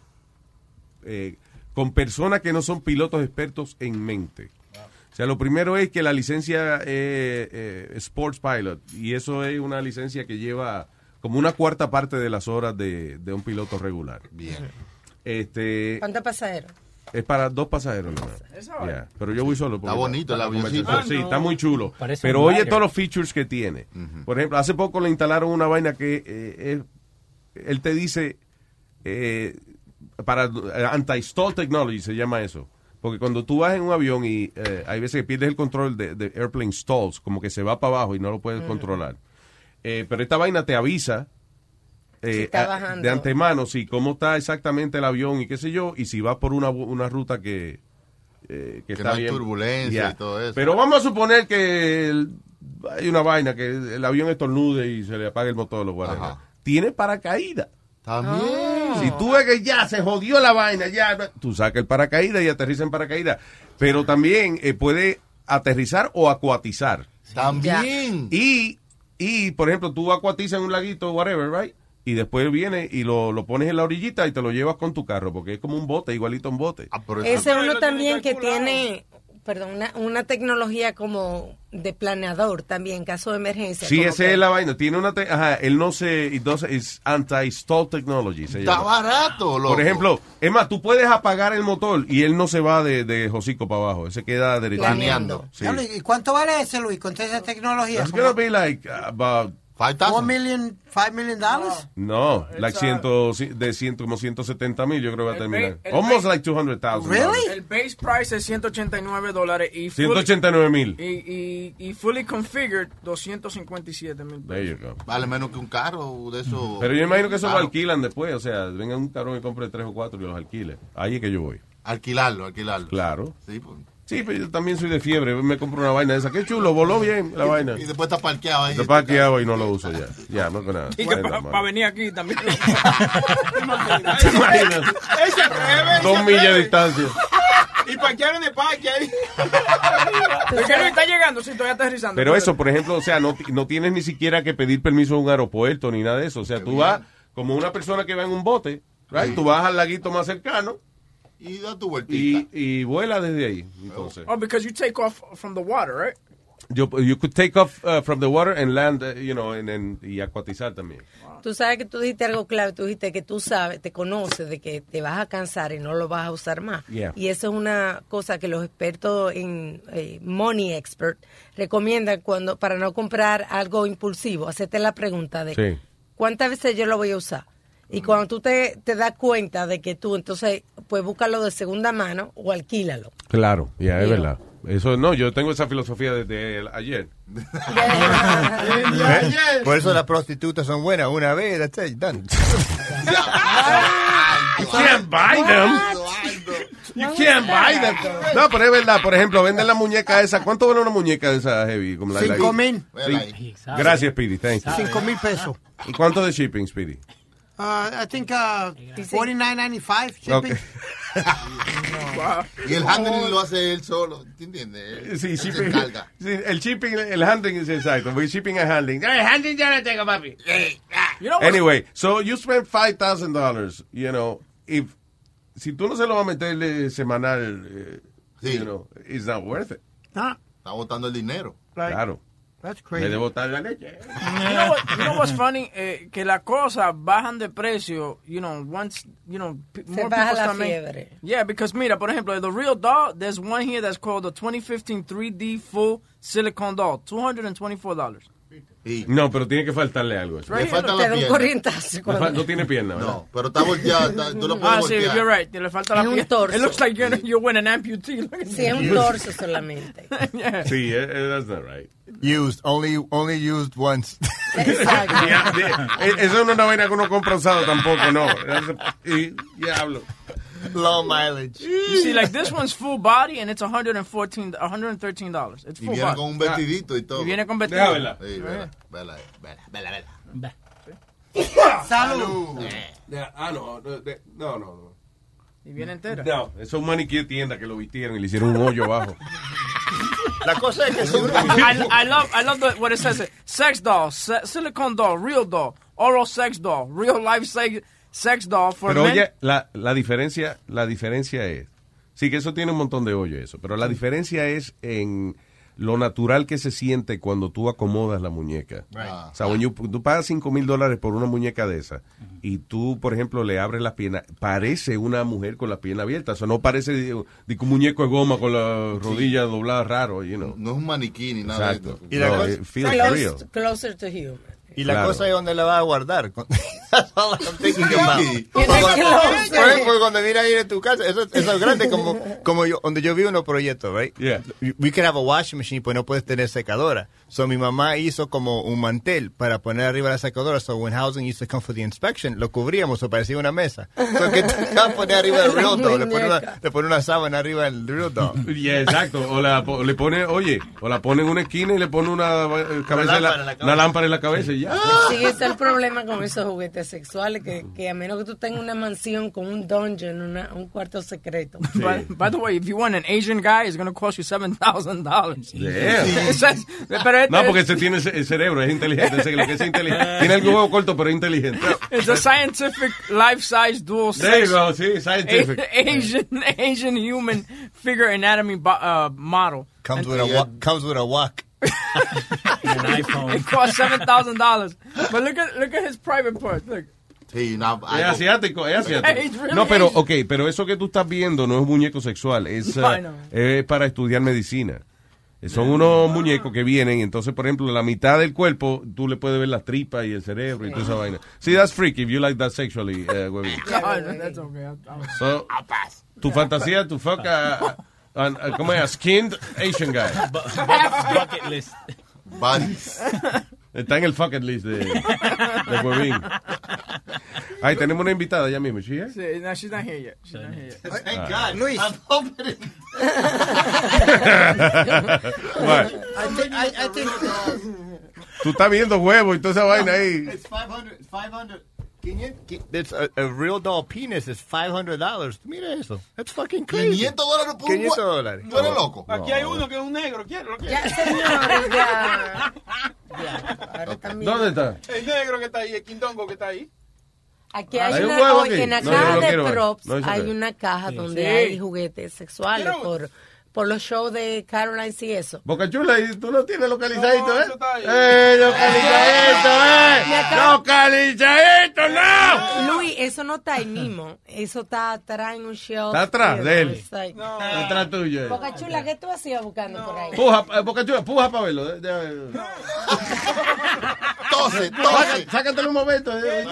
Speaker 8: eh, con personas que no son pilotos expertos en mente. O sea, lo primero es que la licencia eh, eh, Sports Pilot, y eso es una licencia que lleva como una cuarta parte de las horas de, de un piloto regular. Bien. Este,
Speaker 16: ¿Cuántos pasajeros?
Speaker 8: es para dos pasajeros. nada más.
Speaker 16: Esa hora.
Speaker 8: Ya, Pero yo voy solo. porque
Speaker 7: Está bonito el
Speaker 8: para
Speaker 7: avioncito.
Speaker 8: conversar. Sí,
Speaker 7: Ah, no.
Speaker 8: está muy chulo.
Speaker 7: Parece
Speaker 8: pero
Speaker 7: un
Speaker 8: oye
Speaker 7: glider.
Speaker 8: todos los features que tiene. Por ejemplo, hace poco le instalaron una vaina que eh, es- él te dice eh, para eh, anti-stall technology se llama eso. Porque cuando tú vas en un avión y eh, hay veces que pierdes el control de, de airplane stalls, como que se va para abajo y no lo puedes
Speaker 16: Mm.
Speaker 8: controlar. Eh, pero esta vaina te avisa eh,
Speaker 16: Si está
Speaker 8: a-
Speaker 16: bajando.
Speaker 8: de antemano, sí, cómo está exactamente el avión y qué sé yo, y si va por una, bu- una ruta que eh,
Speaker 7: Que
Speaker 8: que,
Speaker 7: no
Speaker 8: está
Speaker 7: hay
Speaker 8: bien.
Speaker 7: turbulencia y todo eso.
Speaker 8: Pero vamos a suponer que el- hay una vaina, que el avión estornude y se le apaga el motor o whatever. Tiene paracaídas.
Speaker 7: También.
Speaker 8: Si tú ves que ya se jodió la vaina, ya no- tú sacas el paracaídas y aterriza en paracaídas. Pero también eh, puede aterrizar o acuatizar.
Speaker 7: También.
Speaker 8: Y, y, por ejemplo, tú acuatizas en un laguito, whatever, right? Y después viene y lo, lo pones en la orillita y te lo llevas con tu carro, porque es como un bote, igualito a un bote.
Speaker 7: Ah,
Speaker 16: Ese uno también que tiene, perdón, una, una tecnología como de planeador también, en caso de emergencia.
Speaker 8: Sí,
Speaker 16: como
Speaker 8: esa
Speaker 16: que-
Speaker 8: es la vaina. Tiene una. te- Ajá, él no se. Entonces, es anti-stall technology. se
Speaker 7: Está
Speaker 8: llama.
Speaker 7: barato, loco.
Speaker 8: Por ejemplo, es más, tú puedes apagar el motor y él no se va de, de hocico para abajo. Él se queda derechito.
Speaker 17: Planeando.
Speaker 8: Sí.
Speaker 17: Diablo, ¿Y cuánto vale ese, Luis, con toda esa tecnología?
Speaker 8: That's gonna be like uh, about.
Speaker 17: ¿4 million, 5 million dollars?
Speaker 8: No, like ciento, de ciento, como 170 mil, yo creo que va a
Speaker 10: El
Speaker 8: terminar.
Speaker 10: ba- el
Speaker 8: Almost
Speaker 10: ba-
Speaker 8: like 200,000.
Speaker 10: El base price es 189 dólares y fully-
Speaker 8: 189,000.
Speaker 10: Y, y, y fully configured 257 mil
Speaker 8: There you go.
Speaker 7: Vale menos que un carro de eso.
Speaker 8: Pero yo imagino que eso lo
Speaker 7: Claro.
Speaker 8: alquilan después. O sea, venga un cabrón y compre tres o cuatro y los alquile. Ahí es que yo voy.
Speaker 7: Alquilarlo, alquilarlo.
Speaker 8: Claro.
Speaker 7: Sí, pues.
Speaker 8: Sí, pero yo también soy de fiebre. Me compro una vaina de esa. Qué chulo, voló bien la vaina.
Speaker 7: Y después está parqueado ahí.
Speaker 8: Lo parqueado y no lo uso ya. Ya, no con nada.
Speaker 10: Y que para venir aquí también.
Speaker 14: Ese breve, ese
Speaker 8: Dos millas de distancia.
Speaker 14: Y parquearon de parque ahí.
Speaker 10: ¿Por qué no está llegando si estoy aterrizando?
Speaker 8: Pero eso, por ejemplo, o sea, no, ti- no tienes ni siquiera que pedir permiso a un aeropuerto ni nada de eso. O sea, tú vas como una persona que va en un bote, right?
Speaker 7: Sí.
Speaker 8: tú vas al laguito más cercano
Speaker 7: Y da tu vueltita.
Speaker 8: y, y vuela desde ahí. Entonces,
Speaker 10: Oh, because you take off from the water, right?
Speaker 8: yo, you could take off uh, from the water and land, uh, you know, and- and- y acuatizar también.
Speaker 16: Tú sabes que tú dijiste algo clave, tú dijiste que tú sabes, te conoces de que te vas a cansar y no lo vas a usar más.
Speaker 8: Yeah.
Speaker 16: Y eso es una cosa que los expertos en eh, Money Expert recomiendan cuando para no comprar algo impulsivo, hacerte la pregunta de
Speaker 8: Sí.
Speaker 16: cuántas veces yo lo voy a usar. Y cuando tú te, te das cuenta de que tú, entonces, pues búscalo de segunda mano o alquílalo.
Speaker 8: Claro, ya es
Speaker 16: Yeah.
Speaker 8: verdad. Eso no, yo tengo esa filosofía desde el- ayer.
Speaker 9: ¿Eh? Por eso las prostitutas son buenas. Una vez, that's it, done.
Speaker 8: You can't buy them. You can't buy them. No, pero es verdad. Por ejemplo, venden la muñeca esa. ¿Cuánto vale una muñeca de esa heavy? Como la- la-
Speaker 17: Cinco mil.
Speaker 8: Sí. Gracias, Speedy. Thank you.
Speaker 17: 5 mil pesos.
Speaker 8: ¿Y cuánto de shipping, Speedy?
Speaker 17: Uh, I think uh, 49.95 shipping.
Speaker 8: Ok.
Speaker 7: Y el handling lo hace él solo. ¿Te entiendes?
Speaker 8: Sí,
Speaker 7: Él se
Speaker 8: shipping.
Speaker 7: encarga.
Speaker 8: sí, el shipping, el handling es exacto. porque shipping and handling.
Speaker 15: Eh, Handy ya la tengo, papi. Eh, ah.
Speaker 8: Anyway, so you spend five thousand dollars, you know, if si tú no se lo vas a meterle semanal, eh, you know, it's not worth it.
Speaker 17: Ah,
Speaker 7: Está botando el dinero.
Speaker 8: Claro.
Speaker 17: that's crazy.
Speaker 8: Me debo botar la leche.
Speaker 10: You know, what, you know what's funny? Eh, que las cosas bajan de precio, you know, once, you know, p-
Speaker 16: Se baja la
Speaker 10: start making-
Speaker 16: fiebre.
Speaker 10: Yeah, because mira, por ejemplo, the real doll, there's one here that's called the 2015 3D full silicone doll, $224.
Speaker 8: No, pero tiene que faltarle algo. a eso.
Speaker 10: Right here,
Speaker 16: Te
Speaker 10: look.
Speaker 16: da
Speaker 7: ¿eh?
Speaker 16: un corrientazo.
Speaker 8: Le
Speaker 16: cuando-
Speaker 8: fal- No tiene pierna, ¿verdad? No,
Speaker 7: pero está volteada. está- Tú lo puedes
Speaker 10: Ah, sí,
Speaker 7: voltear.
Speaker 10: you're right. Le falta la
Speaker 16: Es un
Speaker 10: pierna.
Speaker 16: torso.
Speaker 10: It looks like you're, you're winning an amputee. Look at
Speaker 16: Sí, es un
Speaker 10: that.
Speaker 16: torso solamente.
Speaker 10: Yeah.
Speaker 8: Sí, eh, eh, that's not right.
Speaker 9: Used, only, only used once.
Speaker 8: Ya, de- eh, Eso no es una vaina que uno compra usado tampoco, no. Y diablo.
Speaker 9: Low mileage.
Speaker 10: You see, like this one's full body and it's 114 $113. It's
Speaker 7: Y
Speaker 10: full
Speaker 7: viene
Speaker 10: body.
Speaker 7: con
Speaker 9: Ah.
Speaker 7: un vestidito y todo.
Speaker 10: Y viene con Ah. vestido.
Speaker 8: Deja verla.
Speaker 7: Sí, vela, vela, vela, vela, Eh. vela.
Speaker 17: Salud.
Speaker 8: Ah, no, no, no.
Speaker 10: Y viene entera.
Speaker 8: No, eso es un maniquí de tienda que lo vistieron y le hicieron un hoyo abajo.
Speaker 9: La cosa es que si uno-
Speaker 10: I, I love I love the, what it says. It. Sex doll, se silicone doll, real doll, oral sex doll, real life sex, sex doll for
Speaker 8: Pero
Speaker 10: men.
Speaker 8: oye, la, la diferencia, la diferencia es, sí que eso tiene un montón de hoyo eso, pero la diferencia es en lo natural que se siente cuando tú acomodas la muñeca. O sea, when you- tú pagas 5 mil dólares por una muñeca de esa y tú, por ejemplo, le abres las piernas, parece una mujer con las piernas abiertas. O sea, no parece de, de un muñeco de goma con las rodillas dobladas raro, you know.
Speaker 7: No es un maniquí ni nada.
Speaker 8: Exacto.
Speaker 9: eh,
Speaker 7: de esto.
Speaker 8: No, it feels
Speaker 16: Close-
Speaker 8: real.
Speaker 16: Closer to human.
Speaker 9: Y la cosa es donde la vas a guardar. That's all I'm thinking about. Por ejemplo, cuando mira ir a tu casa, eso, eso es grande como, como yo, donde yo vi unos proyectos, right?
Speaker 13: Yeah.
Speaker 9: We could have a washing machine, pues no puedes tener secadora. So mi mamá hizo como un mantel para poner arriba la secadora. So when housing used to come for the inspection, lo cubríamos, o parecía una mesa. So que te vas a poner arriba el real dog, le pone una, le pone una sábana arriba el real dog.
Speaker 8: Yeah, exacto. O, la, o le pone, oye, o la pone en una esquina y le pone una, eh, cabeza, en la-
Speaker 16: lámpara en la cabeza.
Speaker 8: una lámpara en la cabeza y ya.
Speaker 16: Sí, ese es el problema con esos juguetes sexuales, que, que a menos que tú tengas una mansión con un dungeon, una, un cuarto secreto.
Speaker 10: By, by the way, if you want an Asian guy, it's going to cost you $7,000.
Speaker 8: Yeah.
Speaker 10: Eso es- pero este-
Speaker 8: No, porque ese tiene ce- el cerebro, es inteligente. ese- lo que es inteligente. Tiene el huevo corto, pero es inteligente.
Speaker 10: It's a scientific life-size dual
Speaker 8: There you
Speaker 10: sex.
Speaker 8: go, sí, scientific.
Speaker 10: A- Asian Asian human figure anatomy bo- uh, model.
Speaker 9: Comes with a wa- comes with a walk.
Speaker 10: It cost seven thousand dollars. But look at look at his private part. Look.
Speaker 7: Sí, no,
Speaker 8: Es asiático, es
Speaker 10: It's
Speaker 8: asiático.
Speaker 10: really
Speaker 8: No, pero,
Speaker 10: Asian.
Speaker 8: ok, pero eso que tú estás viendo no es un muñeco sexual, es,
Speaker 10: No,
Speaker 8: eh,
Speaker 10: I know.
Speaker 8: es para estudiar medicina. Eh, Son unos muñecos que vienen, entonces, por ejemplo, la mitad del cuerpo, tú le puedes ver las tripas y el cerebro y toda esa vaina. Sí, that's freaky if you like that sexually, eh, huevín.
Speaker 10: God, that's okay. I'll- I'll-
Speaker 8: So, tu fantasía, tu fuck ah, a, a- a- ¿cómo es? A skinned Asian guy.
Speaker 21: Bucket list.
Speaker 8: Está en el bucket list de, de huevín. Ahí tenemos una invitada ya mismo, ¿sí? eh?
Speaker 10: See, no, she's not here yet. She's not here yet.
Speaker 8: Thank God.
Speaker 9: Luis.
Speaker 7: I'm hoping.
Speaker 8: Bueno,
Speaker 7: I think. I, I think.
Speaker 8: tú estás viendo huevos y toda esa vaina ahí.
Speaker 7: It's 500. 500.
Speaker 9: That's a, a real doll penis is $500. Mira eso. That's fucking crazy.
Speaker 7: 500 dólares por un
Speaker 9: 500
Speaker 7: hue-
Speaker 9: dólares.
Speaker 7: ¿Tú eres loco?
Speaker 14: Aquí hay uno que es un negro, quiero, lo quiero.
Speaker 16: Ya, señores, ya.
Speaker 8: ¿Dónde está?
Speaker 14: El negro que está ahí, el quindongo que está ahí.
Speaker 16: Aquí
Speaker 8: Ah,
Speaker 16: hay,
Speaker 8: ¿hay un
Speaker 16: una,
Speaker 8: huevo
Speaker 16: oye,
Speaker 8: aquí?
Speaker 16: en la
Speaker 8: No, yo
Speaker 16: caja
Speaker 8: no
Speaker 16: de
Speaker 8: quiero ver.
Speaker 16: props
Speaker 8: No, eso
Speaker 16: hay
Speaker 8: no.
Speaker 16: una caja donde
Speaker 8: Sí.
Speaker 16: hay juguetes sexuales por, por los shows de Caroline y eso.
Speaker 8: Boca Chula, y tú lo tienes localizadito, ¿eh?
Speaker 16: ahí.
Speaker 8: ¡Eh, localizadito,
Speaker 16: Ah, Me
Speaker 8: eh!
Speaker 16: acabo-
Speaker 8: ¡Localizadito, no! Ah.
Speaker 16: Luis, eso no está ahí mismo. Eso está atrás en un show.
Speaker 8: Está atrás de él.
Speaker 16: Está ahí.
Speaker 8: Está atrás tuyo. eh.
Speaker 16: Boca Chula, ¿qué tú hacías buscando por ahí?
Speaker 8: Puja, eh, Boca Chula, puja para verlo. eh, déjame ver. Saca- Sácatelo un momento. eh.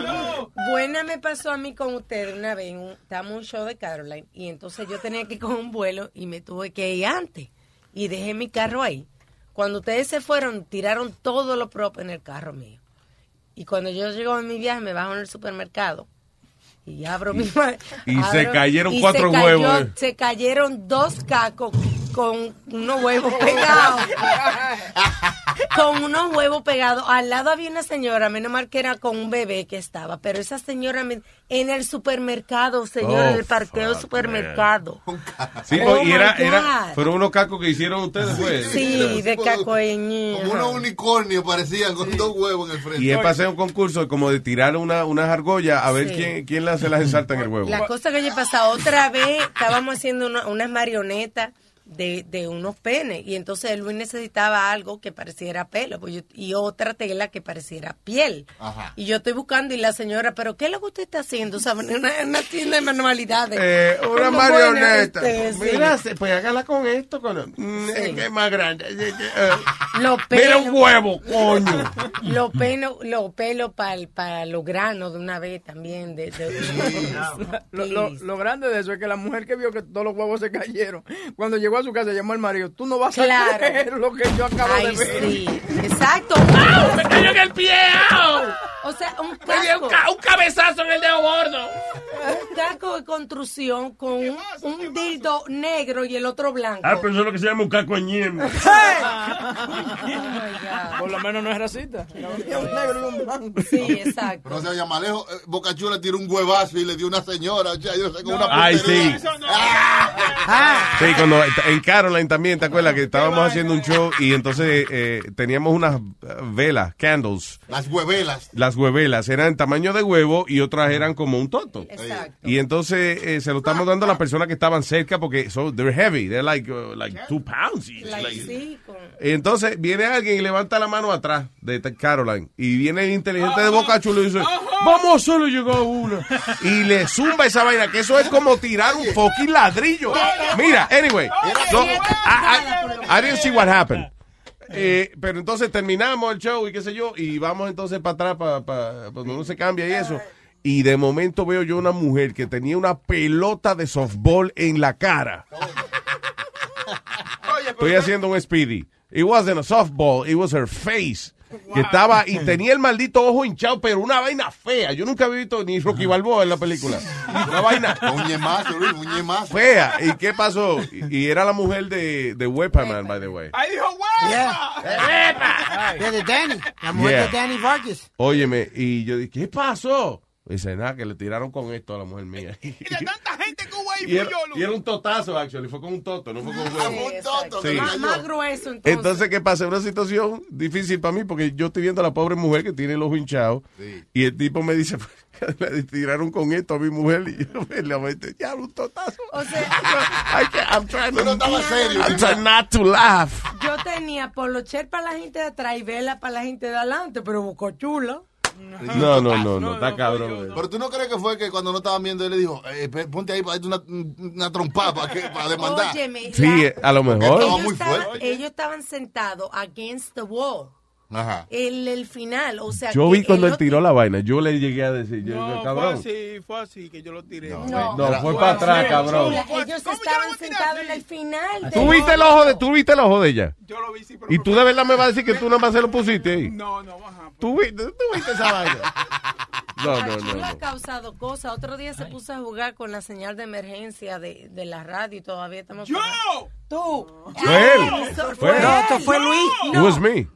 Speaker 16: Buena me pasó a mí con ustedes una vez. en un- Estábamos en un show de Caroline y entonces yo tenía que ir con un vuelo y me tuve que ir antes. Y dejé mi carro ahí. Cuando ustedes se fueron, tiraron todos los props en el carro mío. Y cuando yo llego a mi viaje, me bajo en el supermercado y abro mi ma-
Speaker 8: y se
Speaker 16: abro-
Speaker 8: cayeron
Speaker 16: y se
Speaker 8: cuatro
Speaker 16: cayó-
Speaker 8: huevos, eh.
Speaker 16: Se cayeron dos cacos con unos huevos
Speaker 8: Oh.
Speaker 16: pegados. con unos huevos pegados. Al lado había una señora, menos mal que era con un bebé que estaba, pero esa señora me- en el supermercado, señora,
Speaker 8: Oh,
Speaker 16: en el parqueo del supermercado.
Speaker 8: Sí,
Speaker 16: Oh,
Speaker 8: y era,
Speaker 16: my
Speaker 8: era,
Speaker 16: God.
Speaker 8: fueron unos cacos que hicieron ustedes, pues.
Speaker 16: Sí, de cacoeñí.
Speaker 7: Como unos unicornios parecían con dos huevos en el frente.
Speaker 8: Y es para hacer un concurso como de tirar una, unas argollas a ver
Speaker 16: Sí.
Speaker 8: quién, quién las- se las ensarta en el huevo.
Speaker 16: La cosa que yo he pasado otra vez, estábamos haciendo una- unas marionetas de, de unos penes y entonces Luis necesitaba algo que pareciera pelo pues yo- y otra tela que pareciera piel.
Speaker 7: Ajá.
Speaker 16: Y yo estoy buscando y la señora, pero ¿qué es lo que usted está haciendo? O sea, una, una tienda de manualidades.
Speaker 8: Eh, una
Speaker 16: Bueno,
Speaker 8: marioneta.
Speaker 16: este, sí.
Speaker 8: Mira, se- pues hágala con esto. Con, Mm, es que es más grande. Eh, eh, eh.
Speaker 16: Los
Speaker 8: Mira
Speaker 16: pelos.
Speaker 8: un huevo, coño.
Speaker 16: Los pelos los pelos para los granos de una vez también. De,
Speaker 8: Ah,
Speaker 16: de-
Speaker 10: Lo, lo- lo grande de eso es que la mujer que vio que todos los huevos se cayeron, cuando llegó a su casa llamó al marido, tú no vas a
Speaker 16: Claro.
Speaker 10: creer lo que yo acabo
Speaker 16: Ay,
Speaker 10: de ver.
Speaker 16: sí. Exacto.
Speaker 10: ¡Me
Speaker 15: cayó en el pie! ¡au!
Speaker 16: O sea, un
Speaker 15: Me dio
Speaker 16: casco.
Speaker 15: un, ca- un cabezazo en el dedo gordo.
Speaker 16: un casco de construcción con un, un dildo negro y el otro blanco.
Speaker 12: Ah, pero eso es lo que se llama un caco en ñema.
Speaker 15: Ah.
Speaker 16: Oh
Speaker 10: Por lo menos no es racista. Había un negro y un blanco.
Speaker 16: Sí, exacto.
Speaker 7: Pero no se vaya más lejos. eh, Boca Chula tiró un huevazo y le dio una señora. o sea, yo no sé, con una
Speaker 8: Ay,
Speaker 7: puntería. ¡Ah!
Speaker 8: sí. Ah. Sí, cuando en Caroline también, ¿te acuerdas que estábamos haciendo un show y entonces eh, teníamos unas eh, velas, candles,
Speaker 7: Las huevelas.
Speaker 8: las huevelas eran tamaño de huevo y otras eran como un toto.
Speaker 7: Exacto.
Speaker 8: Y entonces eh, se lo estamos dando a las personas que estaban cerca porque so, they're heavy, they're like uh, like two pounds. each, like- Entonces viene alguien y levanta la mano atrás de t- Caroline y viene el inteligente de Boca Chula y dice, vamos solo llegó una. Y le zumba esa vaina, que eso es como tirar un fucking ladrillo. Mira, anyway, so, I, I- I didn't see what happened. Eh, pero entonces terminamos el show y qué sé yo, y vamos entonces para atrás, para, para, cuando uno se cambia y eso. Y de momento veo yo una mujer que tenía una pelota de softball en la cara. Estoy haciendo un speedy. It wasn't a softball, it was her face. Que estaba y tenía el maldito ojo hinchado, pero una vaina fea. Yo nunca había visto ni Rocky Balboa en la película. Una vaina.
Speaker 7: Un ñemazo, Luis, un ñemazo.
Speaker 8: Fea. ¿Y qué pasó? Y, y era la mujer de, de Weapon Man, by the way.
Speaker 22: Ahí dijo, ¡Huepa!
Speaker 15: Yeah. Yeah, de Danny, la mujer
Speaker 8: Yeah.
Speaker 15: de Danny Vargas.
Speaker 8: Óyeme, y yo dije, ¿qué pasó? Dice, nada, que le tiraron con esto a la mujer mía. Y, era, y era un totazo, actually. Fue con un toto, no fue con un huevo. Sí.
Speaker 16: Más, más grueso, Ah, entonces.
Speaker 8: Entonces, ¿qué pasa? Una situación difícil para mí porque yo estoy viendo a la pobre mujer que tiene el ojo hinchado y el tipo me dice, le tiraron con esto a mi mujer y yo me la metí, ya, un totazo.
Speaker 16: O
Speaker 8: sea, I can't- I'm trying
Speaker 7: Tú no estabas serio,
Speaker 8: I'm
Speaker 7: ¿no?
Speaker 8: trying not to laugh.
Speaker 16: yo tenía polocher para la gente de atrás y vela para la gente de adelante, pero bocochulo.
Speaker 8: No, no, no, no, está cabrón.
Speaker 7: Pero tú no crees que fue que cuando no estaban viendo, él le dijo, eh, pe- ponte ahí para darte una, una trompada para, que- para demandar.
Speaker 16: Óyeme,
Speaker 8: Sí,
Speaker 16: la-
Speaker 8: eh, a lo mejor.
Speaker 16: ellos, estaban, ellos estaban sentados against the wall.
Speaker 8: Ajá.
Speaker 16: El, el final, o sea.
Speaker 8: Yo
Speaker 16: que
Speaker 8: vi cuando
Speaker 16: el
Speaker 8: él tiró la vaina, yo le llegué a decir, yo,
Speaker 17: No, fue
Speaker 8: cabrón.
Speaker 17: así, fue así que yo lo tiré.
Speaker 8: No, No, fue para atrás, cabrón.
Speaker 16: otro- ellos estaban sentados en el final.
Speaker 8: ¿Tú
Speaker 16: del-
Speaker 8: viste el ojo de, tú viste el ojo de ella? Yo lo vi, sí, pero Y tú de verdad me vas a decir que tú nada más se lo pusiste ahí.
Speaker 17: No, no, ajá.
Speaker 8: ¿Tú viste, tú viste esa vaina? No, no, no.
Speaker 16: Chulo ha
Speaker 8: no.
Speaker 16: causado cosas. Otro día se puso a jugar con la señal de emergencia de, de la radio y todavía estamos. ¡Yo! ¡Tú!
Speaker 8: Fue él.
Speaker 16: Ay, eso
Speaker 8: Fue él.
Speaker 16: él.
Speaker 8: Esto fue Luis.
Speaker 16: No,
Speaker 8: It was me.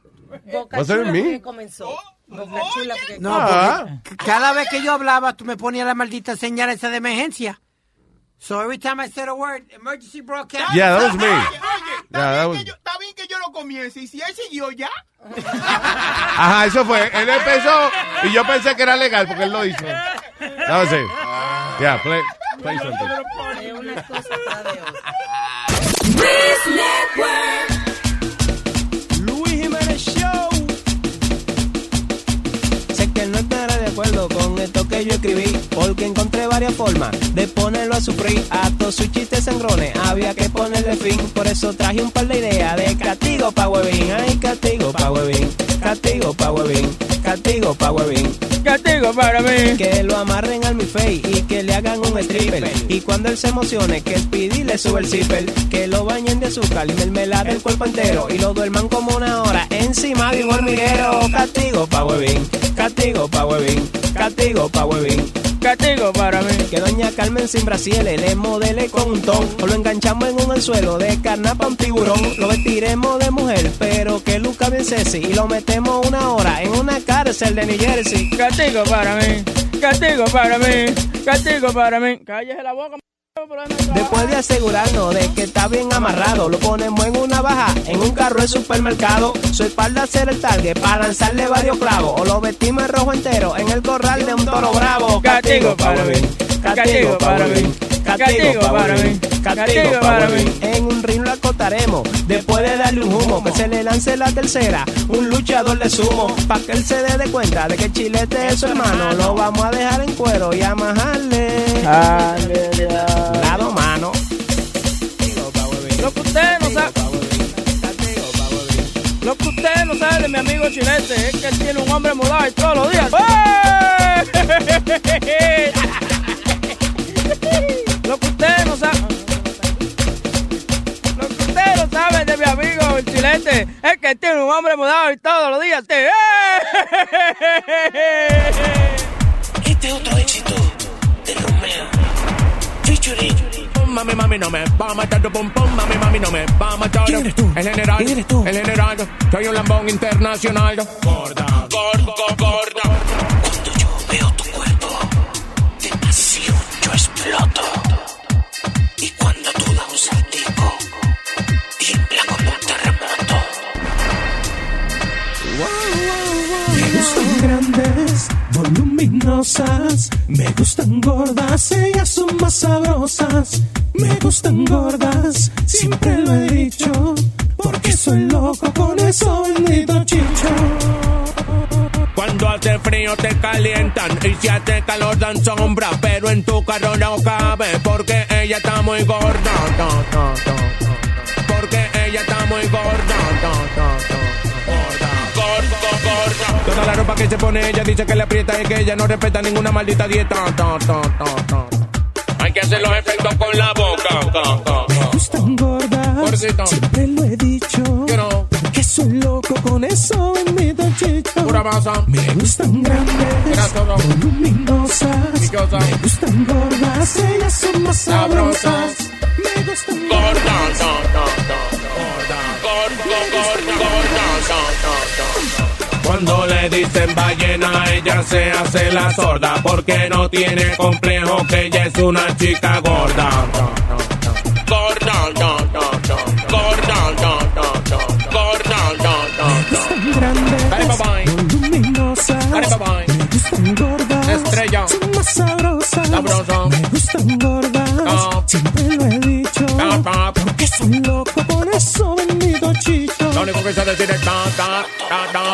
Speaker 16: Boca
Speaker 8: Was it
Speaker 16: Chula
Speaker 8: me?
Speaker 16: fue que comenzó. Boca Chula fue que
Speaker 15: No,
Speaker 8: Ah.
Speaker 15: porque c- cada vez que yo hablaba, tú me ponías la maldita señal esa de emergencia. So every time I said a word, emergency broadcast.
Speaker 8: Yeah, that was me.
Speaker 17: Oye,
Speaker 8: Yeah, that was-
Speaker 17: Está bien que yo lo comience y si él siguió ya.
Speaker 8: Ajá, eso fue. Él empezó y yo pensé que era legal porque él lo hizo. No sé. Ya, play, play something.
Speaker 16: Es una cosa atrás de otra.
Speaker 18: Luis Jiménez Show. Sé que no estará de acuerdo con esto que yo escribí, porque encontré varias formas de ponerlo a sufrir. A todos sus chistes sangrones había que ponerle fin, por eso traje un par de ideas de castigo pa' huevín. Ay, castigo pa' huevín, castigo pa' huevín, castigo pa' huevín. Castigo para mí. Que lo amarren al mi face y que le hagan un stripper. Y cuando él se emocione, que Speedy le sube el zipper. Que lo bañen de azúcar y mermelada el cuerpo entero. Y lo duerman como una hora encima de un hormiguero. Castigo pa' huevín, castigo pa' huevín, castigo pa' huevín. Castigo para mí. Que doña Carmen sin brasiles le modele con un ton. O lo enganchamos en un anzuelo de carnapa a un tiburón. Lo vestiremos de mujer, pero que luzca bien sexy. Y lo metemos una hora en una cárcel de New Jersey. Castigo para mí. Castigo para mí. Castigo para mí. Cállese la boca. Después de asegurarnos de que está bien amarrado, lo ponemos en una baja, en un carro de supermercado. Su espalda será el target para lanzarle varios clavos. O lo vestimos en rojo entero en el corral de un toro bravo. Castigo para mí, castigo para mí, castigo para mí, castigo para mí. En un ring lo acotaremos, después de darle un humo, que se le lance la tercera. Un luchador le sumo, pa' que él se dé de cuenta de que el chilete es su hermano. Lo vamos a dejar en cuero y amajarle. Lado mano.
Speaker 10: Lo que usted no sabe. Lo que usted no sabe de mi amigo Chilete es que él tiene un hombre mudado y todos los días. ¡Ey! Lo que usted no sabe. Lo que usted no sabe de mi amigo el Chilete es que él tiene un hombre mudado y todos los días. te- ¡Ey!
Speaker 14: Este otro éxito de Romeo. Featuring. Mami, mami, no me va a matar tu pom pom. Mami, mami, no me va a matar. ¿Quién eres tú? El general. ¿Quién eres tú? El general. Soy un lambón internacional. Gorda, gorda, gorda. Cuando yo veo tu cuerpo, de pasión yo exploto. Y cuando tú das un saltico, tiembla como un terremoto.
Speaker 18: Me gustan grandes, voluminosas. Me gustan gordas, ellas son más sabrosas. Me gustan gordas, siempre lo he dicho. Porque soy loco con eso bendito chicho.
Speaker 14: Cuando hace frío te calientan y si hace calor dan sombra, pero en tu carro no cabe porque ella está muy gorda. no, no, no, no, no. Porque ella está muy gorda. no, no, no, no. ropa que se pone ella dice que le aprieta y que ella no respeta ninguna maldita dieta. Ta, ta, ta, ta.
Speaker 23: Hay que hacer los efectos con la boca. Ca, ca, ca.
Speaker 14: Es tan gorda, siempre lo he dicho. Que soy loco con eso bendito chicho.
Speaker 23: Pura masa.
Speaker 14: Me gustan grandes, voluminosas. Me gustan gordas, ellas son más sabrosas. Me gustan
Speaker 23: Gorda, ta, ta, ta, gorda, gor- go- gor- gorda, ta, ta, ta, ta.
Speaker 14: Cuando le dicen ballena, ella se hace la sorda porque no tiene complejo que ella es una chica gorda.
Speaker 23: Gorda, ta, ta, ta. Gorda, ta, ta, ta. Gorda, ta, ta, ta. Dale, bye, bye.
Speaker 14: voluminosas.
Speaker 23: Dale, bye, bye.
Speaker 14: Me gustan gordas.
Speaker 23: Estrella.
Speaker 14: Son más sabrosas.
Speaker 23: Sabrosa.
Speaker 14: Me gustan gordas.
Speaker 23: Top.
Speaker 14: Siempre lo he dicho.
Speaker 23: Top, top.
Speaker 14: Porque soy loco por eso, bendito chicho.
Speaker 23: Lo único que sé decir es ta, ta, ta, ta.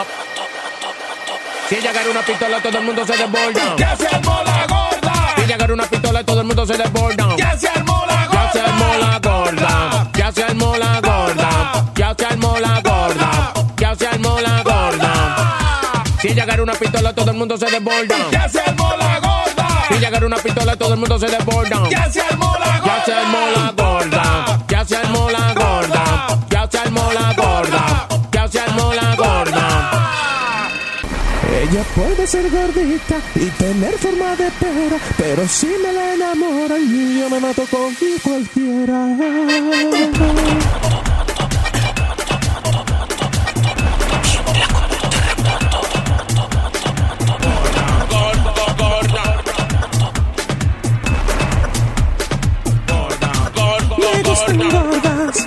Speaker 23: Si ella agarra una pistola, todo el mundo se desborda.
Speaker 14: Ya se armó la gorda.
Speaker 23: Si ella agarra una pistola, todo el mundo se desborda.
Speaker 14: Ya se armó la gorda.
Speaker 23: Ya se armó la gorda. Ya se armó la gorda. Ya se armó la gorda. Ya se armó la gorda. Si ella agarra una pistola, todo el mundo se desborda.
Speaker 14: Ya se armó la gorda.
Speaker 23: Si ella agarra una pistola, todo el mundo se desborda.
Speaker 14: Ya se armó la gorda.
Speaker 23: Ya se armó la gorda. Ya se armó la gorda. Ya se armó la gorda. Ya se armó la gorda.
Speaker 14: Ella puede ser gordita y tener forma de pera, pero si me la enamoran, yo me mato con cualquiera. Me gustan gordas.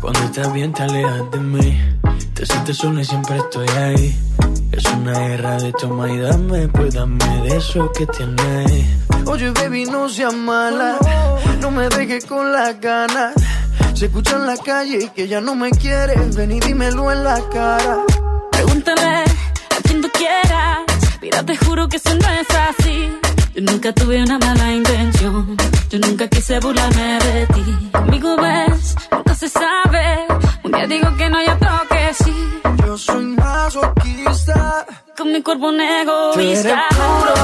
Speaker 4: Cuando estás bien te alejas de mí Te sientes sola y siempre estoy ahí Es una guerra de toma y dame Pues dame de eso que tienes
Speaker 5: Oye, baby, no seas mala. No me dejes con las ganas. Se escucha en la calle que ya no me quieres. Ven y dímelo en la cara.
Speaker 24: Pregúntame a quien tú quieras. Mira, te juro que eso no es así. Yo nunca tuve una mala intención. Yo nunca quise burlarme de ti. Conmigo ves, nunca se sabe. Un día digo que no, hay otro que sí.
Speaker 5: Yo soy masoquista.
Speaker 24: Con mi cuerpo un
Speaker 5: Tú eres
Speaker 24: egoísta.
Speaker 5: puro,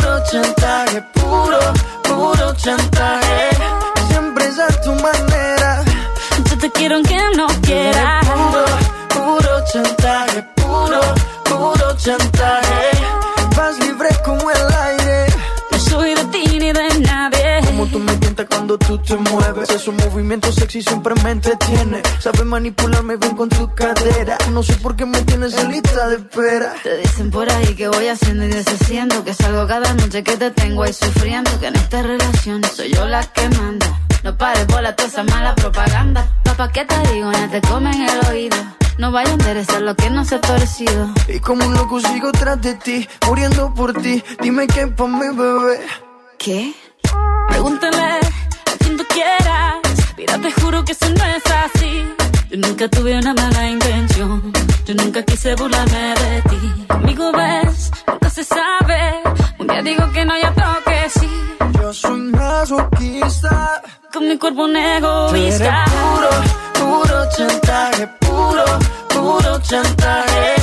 Speaker 5: puro chantaje, puro, puro chantaje. Siempre es a tu manera.
Speaker 24: Yo te quiero aunque no quieras.
Speaker 5: Puro, puro chantaje, puro, puro chantaje. Vas libre como el aire.
Speaker 24: No soy de ti ni de nadie.
Speaker 5: Como tú me tientas cuando tú te mueves. Esos movimientos sexy siempre me entretiene. Sabes manipularme bien con tu cadera. No sé por qué me tienes en lista de espera.
Speaker 24: Te dicen por ahí que voy haciendo y deshaciendo, que salgo cada noche que te tengo ahí sufriendo, que en esta relación soy yo la que manda. No pares bola toda esa mala propaganda. Papá, ¿qué te digo? No te comen el oído. No vaya a interesar lo que no se ha torcido.
Speaker 5: Y como un loco sigo tras de ti, muriendo por ti. Dime qué pa' mi bebé.
Speaker 24: ¿Qué? Pregúntale a quien tú quieras. Mira, te juro que eso no es así. Yo nunca tuve una mala intención. Yo nunca quise burlarme de ti. Conmigo ves, nunca se sabe. Un día digo que no, hay otro que sí.
Speaker 5: Yo soy masoquista.
Speaker 24: Con mi cuerpo un
Speaker 5: Tú eres
Speaker 24: egoísta.
Speaker 5: puro, puro chantaje, puro, puro chantaje.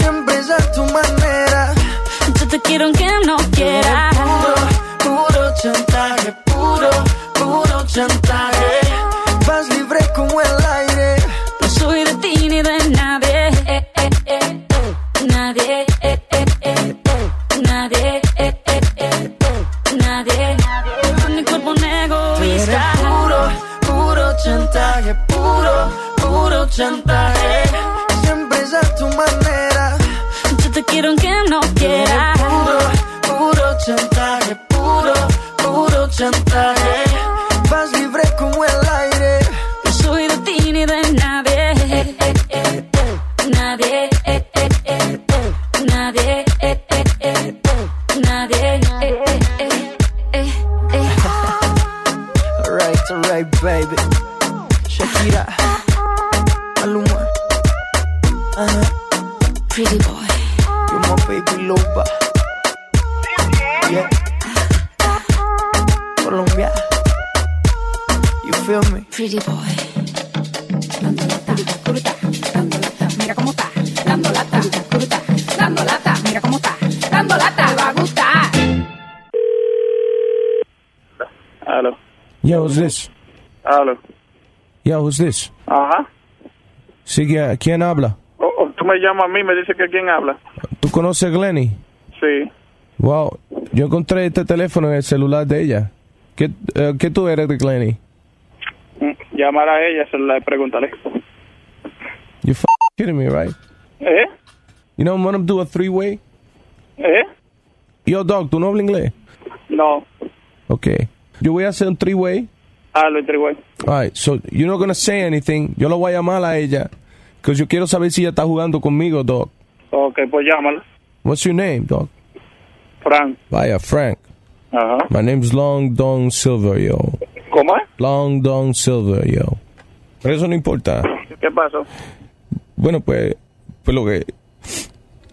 Speaker 5: Siempre es a tu manera.
Speaker 24: Yo te quiero aunque no quieras.
Speaker 5: Puro, puro chantaje, puro, puro chantaje. Vas libre como el aire.
Speaker 24: No soy de ti ni de nadie. Eh, eh, eh, eh. Nadie. eh, eh, eh, eh. Nadie. eh, eh, eh, eh. Nadie. Con mi cuerpo un
Speaker 5: Tú eres
Speaker 24: egoísta.
Speaker 5: puro, puro chantaje, puro, puro chantaje. Siempre es a tu manera.
Speaker 24: Yo te quiero aunque no
Speaker 5: Tú eres
Speaker 24: quieras.
Speaker 5: puro, puro chantaje, puro, puro chantaje. Vas libre como el aire.
Speaker 24: No soy de ti ni de nadie. Eh, eh, eh, eh. Nadie. eh, eh, eh, eh. Nadie. eh, eh, eh, eh. Nadie. eh, eh, eh, eh, eh.
Speaker 5: Alright, alright, baby. Shakira, Maluma.
Speaker 24: Pretty boy.
Speaker 5: You're my baby loba. Yeah.
Speaker 6: Colombia. You feel me? Pretty boy.
Speaker 25: Mira cómo está, dando lata, cruta, dando lata, mira cómo está, dando lata, le va a gustar.
Speaker 2: Hello.
Speaker 23: Yeah, who's this?
Speaker 2: Hello.
Speaker 23: Yeah, who's this?
Speaker 2: Ajá.
Speaker 23: Sigue, ¿quién habla?
Speaker 2: Oh, oh, tú me llamas a mí, me dices que quién habla.
Speaker 23: ¿Tú conoces a Glenny?
Speaker 2: Sí.
Speaker 23: Wow, yo encontré este teléfono en el celular de ella. ¿Qué, eh, ¿qué tú eres de Glenny?
Speaker 2: Mm, Llamar a ella, se la preguntaré.
Speaker 23: You f kidding me, right?
Speaker 2: ¿Eh?
Speaker 23: You know, want to do a three-way?
Speaker 2: ¿Eh?
Speaker 23: Yo, dog, ¿tú no hablas inglés?
Speaker 2: No.
Speaker 23: Ok. Yo voy a hacer un three-way.
Speaker 2: Ah, lo entregó.
Speaker 23: All right, so you're not gonna say anything. Yo lo voy a llamar a ella. Because yo quiero saber si ella está jugando conmigo, dog.
Speaker 2: Ok, pues llámala.
Speaker 23: What's your name, dog?
Speaker 2: Frank.
Speaker 23: Vaya, Frank.
Speaker 2: Ajá.
Speaker 23: My name's Long Dong Silver, yo.
Speaker 2: ¿Cómo es?
Speaker 23: Long Dong Silver, yo. Pero eso no importa.
Speaker 2: ¿Qué pasó?
Speaker 23: Bueno, pues, pues lo que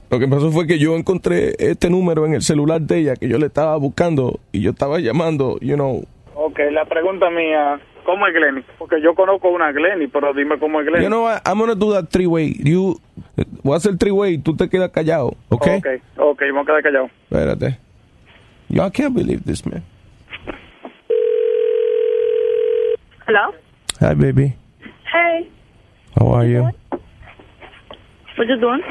Speaker 23: lo que pasó fue que yo encontré este número en el celular de ella que yo le estaba buscando y yo estaba llamando, you know.
Speaker 2: Ok, la pregunta mía, ¿cómo es Glenny? Porque yo conozco una Glenny, pero dime cómo es Glenny.
Speaker 23: You know what? I'm gonna do that three way. You voy a hacer three way, tú te quedas callado, ¿ok?
Speaker 2: Ok, ok, vamos a quedar callados.
Speaker 23: Espérate. Yo I can't believe this man.
Speaker 26: Hello?
Speaker 23: Hi baby.
Speaker 26: Hey,
Speaker 23: How are you?
Speaker 26: what you doing?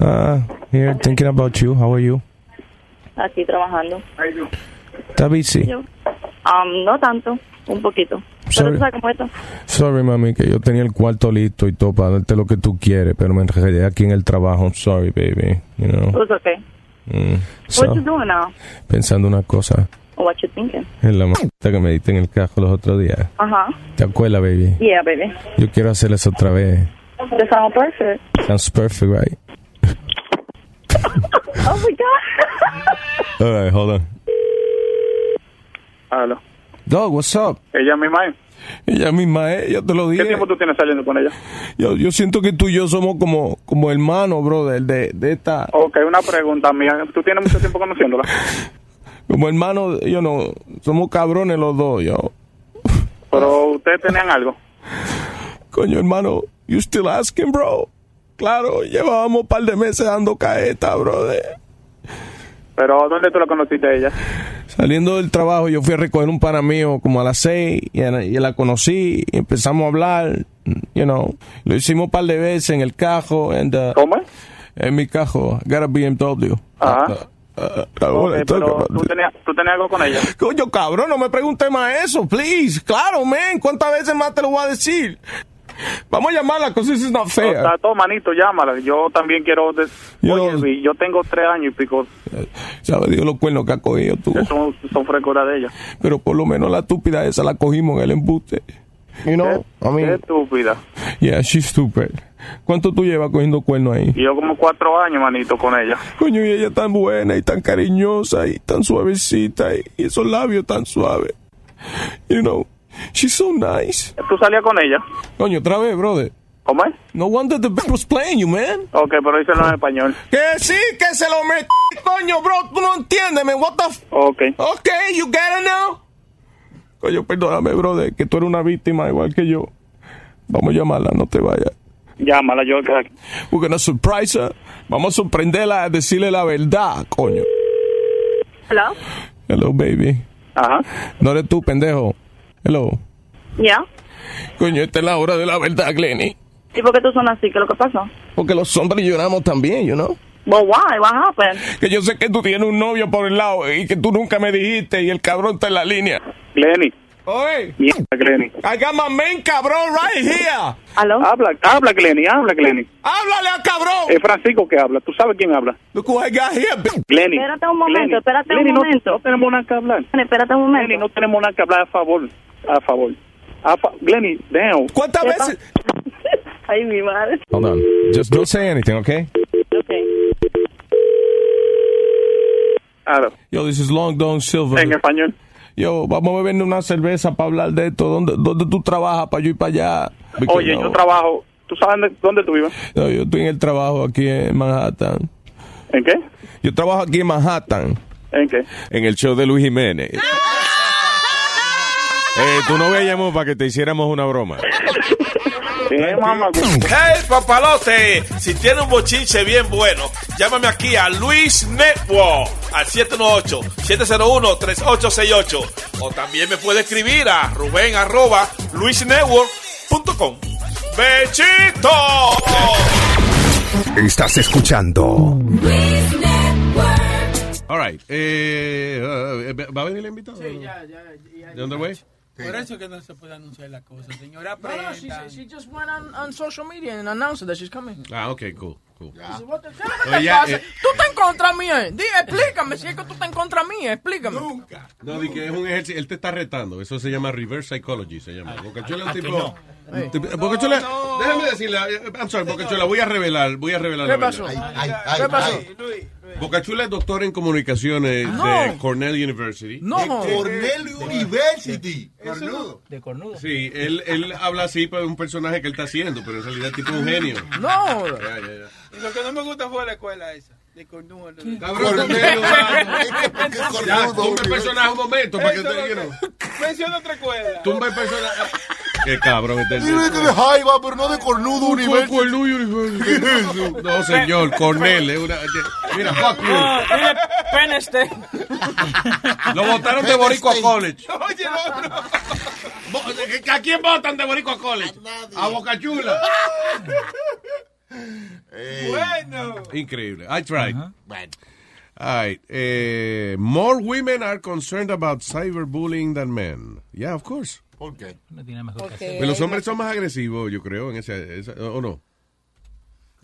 Speaker 23: Uh, here thinking about you. How are you?
Speaker 26: Aquí trabajando.
Speaker 23: Está busy.
Speaker 26: Yo, um, no tanto, un poquito. Pero
Speaker 23: Sorry.
Speaker 26: tú sabes cómo es esto.
Speaker 23: Sorry, mami, que yo tenía el cuarto listo y todo para darte lo que tú quieres, pero me enredé aquí en el trabajo. I'm sorry, baby. You know.
Speaker 26: It's okay.
Speaker 23: Mm.
Speaker 26: What
Speaker 23: So,
Speaker 26: you doing now?
Speaker 23: pensando una cosa.
Speaker 26: Or what you thinking?
Speaker 23: En la maldita que me diste en el cajo los otros días.
Speaker 26: Ajá.
Speaker 23: ¿Te acuerdas, baby?
Speaker 26: Yeah, baby.
Speaker 23: Yo quiero hacer eso otra vez.
Speaker 26: That sounds perfect.
Speaker 23: Sounds perfect, right?
Speaker 26: Oh my God.
Speaker 23: All right, hold on.
Speaker 2: Aló.
Speaker 23: Dog, what's up?
Speaker 2: Ella misma es.
Speaker 23: Ella misma es, yo te lo
Speaker 2: ¿Qué
Speaker 23: dije.
Speaker 2: tiempo tú tienes saliendo con ella?
Speaker 23: Yo, yo siento que tú y yo somos como, como hermanos, brother, de, de esta...
Speaker 2: Ok, una pregunta mía. ¿Tú tienes mucho tiempo conociéndola?
Speaker 23: Como hermanos, yo no... Somos cabrones los dos, yo.
Speaker 2: Pero ustedes tenían algo.
Speaker 23: Coño, hermano, you still asking, bro. Claro, llevábamos un par de meses dando caeta, brother.
Speaker 2: Pero ¿dónde tú la conociste a ella?
Speaker 23: Saliendo del trabajo, yo fui a recoger un pana mío como a las seis y, a- y la conocí y empezamos a hablar, you know. Lo hicimos un par de veces en el cajo. And, uh,
Speaker 2: ¿Cómo?
Speaker 23: En mi cajo. I got a BMW.
Speaker 2: Ajá.
Speaker 23: Uh, uh, I wanna
Speaker 2: Ok,
Speaker 23: talk
Speaker 2: Eh, pero
Speaker 23: about
Speaker 2: ¿tú tenías, tú tenías algo con ella.
Speaker 23: Coño, cabrón, no me preguntes más eso, please. Claro, man, ¿cuántas veces más te lo voy a decir? Vamos a llamarla, because this is not
Speaker 2: O
Speaker 23: fair.
Speaker 2: sea, todo manito, llámala. Yo también quiero... de- Oye, vi, yo tengo tres años y pico.
Speaker 23: Eh, Sabe Dios los cuernos que ha cogido tú.
Speaker 2: que Son, son frescura de ella.
Speaker 23: Pero por lo menos la estúpida esa la cogimos en el embuste. You know, I
Speaker 2: Qué
Speaker 23: mean,
Speaker 2: estúpida.
Speaker 23: yeah, she's stupid. ¿Cuánto tú llevas cogiendo cuernos ahí?
Speaker 2: Y yo como cuatro años, manito, con ella.
Speaker 23: Coño, y ella tan buena y tan cariñosa y tan suavecita y y esos labios tan suaves. You know, she's so nice.
Speaker 2: ¿Tú salías con ella?
Speaker 23: Coño, otra vez, brother.
Speaker 2: ¿Cómo es?
Speaker 23: No wonder the band was playing you, man.
Speaker 2: Ok, pero díselo en español.
Speaker 23: Que sí, que se lo metí, coño, bro. Tú no entiendes, man. What the f...
Speaker 2: Ok.
Speaker 23: Okay, you get it now? Coño, perdóname, brother, que tú eres una víctima igual que yo. Vamos a llamarla, no te vayas.
Speaker 2: Llámala, yo...
Speaker 23: We're gonna surprise her. Vamos a sorprenderla a decirle la verdad, coño.
Speaker 26: Hello?
Speaker 23: Hello, baby.
Speaker 2: Ajá.
Speaker 23: No eres tú, pendejo. Hello.
Speaker 26: Yeah.
Speaker 23: Coño, esta es la hora de la verdad, Glenny.
Speaker 26: ¿Y por qué tú son así? ¿Qué es lo que pasó?
Speaker 23: Porque los hombres lloramos también, you know.
Speaker 26: Well, why? What happened?
Speaker 23: Que yo sé que tú tienes un novio por el lado y que tú nunca me dijiste y el cabrón está en la línea.
Speaker 2: Glenny.
Speaker 23: Oye,
Speaker 2: Mierda, Glenny.
Speaker 23: I got my main cabrón right here.
Speaker 26: ¿Aló?
Speaker 2: Habla, habla, Glenny, habla, Glenny.
Speaker 23: ¡Háblale al cabrón!
Speaker 2: Es Francisco que habla. ¿Tú sabes quién habla?
Speaker 23: Look who I got here, bitch.
Speaker 2: Glenny.
Speaker 26: Espérate un momento,
Speaker 2: Glenny,
Speaker 26: espérate un
Speaker 2: Glenny, no-
Speaker 26: momento.
Speaker 2: No, tenemos nada que hablar.
Speaker 26: Espérate un
Speaker 2: Glenny,
Speaker 26: momento.
Speaker 2: no tenemos nada que hablar a favor. A favor. A fa- Glenny, down.
Speaker 23: ¿Cuántas veces?
Speaker 26: Ay, mi madre.
Speaker 23: Hold on. Just don't say anything, okay? Yo, this is Long Don Silver.
Speaker 2: En español.
Speaker 23: Yo, vamos a bebernos una cerveza para hablar de esto. ¿Dónde, dónde tú trabajas para yo ir para allá? Because,
Speaker 2: Oye,
Speaker 23: no,
Speaker 2: yo trabajo. ¿Tú sabes dónde, dónde tú vives?
Speaker 23: no, yo estoy en el trabajo aquí en Manhattan.
Speaker 2: ¿En qué?
Speaker 23: Yo trabajo aquí en Manhattan,
Speaker 2: ¿En qué?
Speaker 23: en el show de Luis Jiménez. Eh, tu novia llamó para que te hiciéramos una broma.
Speaker 1: Hey, papalote, si tiene un bochinche bien bueno, llámame aquí a Luis Network al 718-701-3868. O también me puede escribir a Rubén arroba luisnetwork.com. ¡Bechito!
Speaker 20: Estás escuchando.
Speaker 8: All right. Eh, eh, ¿Va a venir el invitado?
Speaker 14: Sí, ya, ya. ya
Speaker 8: ¿De dónde voy?
Speaker 14: Por eso que no se puede anunciar la cosa, señora.
Speaker 10: No, no, she, she just went on, on social media and announced that she's coming.
Speaker 8: Ah, ok, cool. cool.
Speaker 10: Dice, "What the- ¿Qué es lo que
Speaker 8: Oye,
Speaker 10: te
Speaker 8: ya,
Speaker 10: pasa?
Speaker 8: eh.
Speaker 10: Tú estás en contra mía. Di, explícame si es que tú estás en contra mía. Explícame. Nunca.
Speaker 8: No, di que es un ejercicio. Él te está retando. Eso se llama reverse psychology. Se llama. Bocachola es un tipo. un tipo- Bocachola. Déjame decirle. eh, I'm sorry, Bocachola. Voy a revelar. Voy a revelar. la
Speaker 10: ¿Qué
Speaker 8: verdad.
Speaker 10: pasó?
Speaker 7: ay,
Speaker 10: ¿Qué pasó?
Speaker 8: Bocachula es doctor en comunicaciones de
Speaker 10: Ah, No.
Speaker 8: Cornell University.
Speaker 10: No.
Speaker 7: Cornell University.
Speaker 10: Cornudo. De cornudo.
Speaker 8: Sí, él, él habla así para un personaje que él está haciendo, pero en realidad el tipo es un genio.
Speaker 10: No.
Speaker 8: Ya, ya, ya.
Speaker 14: Y lo que no me gusta fue la escuela esa. De cornudo.
Speaker 8: Cabrón, Cornelio, mano. Ya, tumba el personaje un momento para que te you know.
Speaker 14: Menciona otra escuela.
Speaker 8: Tumba el personaje. Qué cabrón este.
Speaker 7: Dile que de jaiba, pero no de cornudo universo.
Speaker 8: ¿Qué es eso? No, señor, Cornell es una. Mira, fuck
Speaker 3: Ah,
Speaker 8: you. Lo votaron de Boricua College.
Speaker 15: Oye, no, no. eh, ¿A quién votan de Boricua College? A Bocachula.
Speaker 14: Bueno.
Speaker 8: Increíble. I tried. All right. eh, more women are concerned about cyberbullying than men. Yeah, of course.
Speaker 7: ¿Por qué?
Speaker 3: No tiene mejor
Speaker 16: Porque
Speaker 3: que
Speaker 8: Pero los hombres son más agresivos, yo creo, en ese, esa- o no.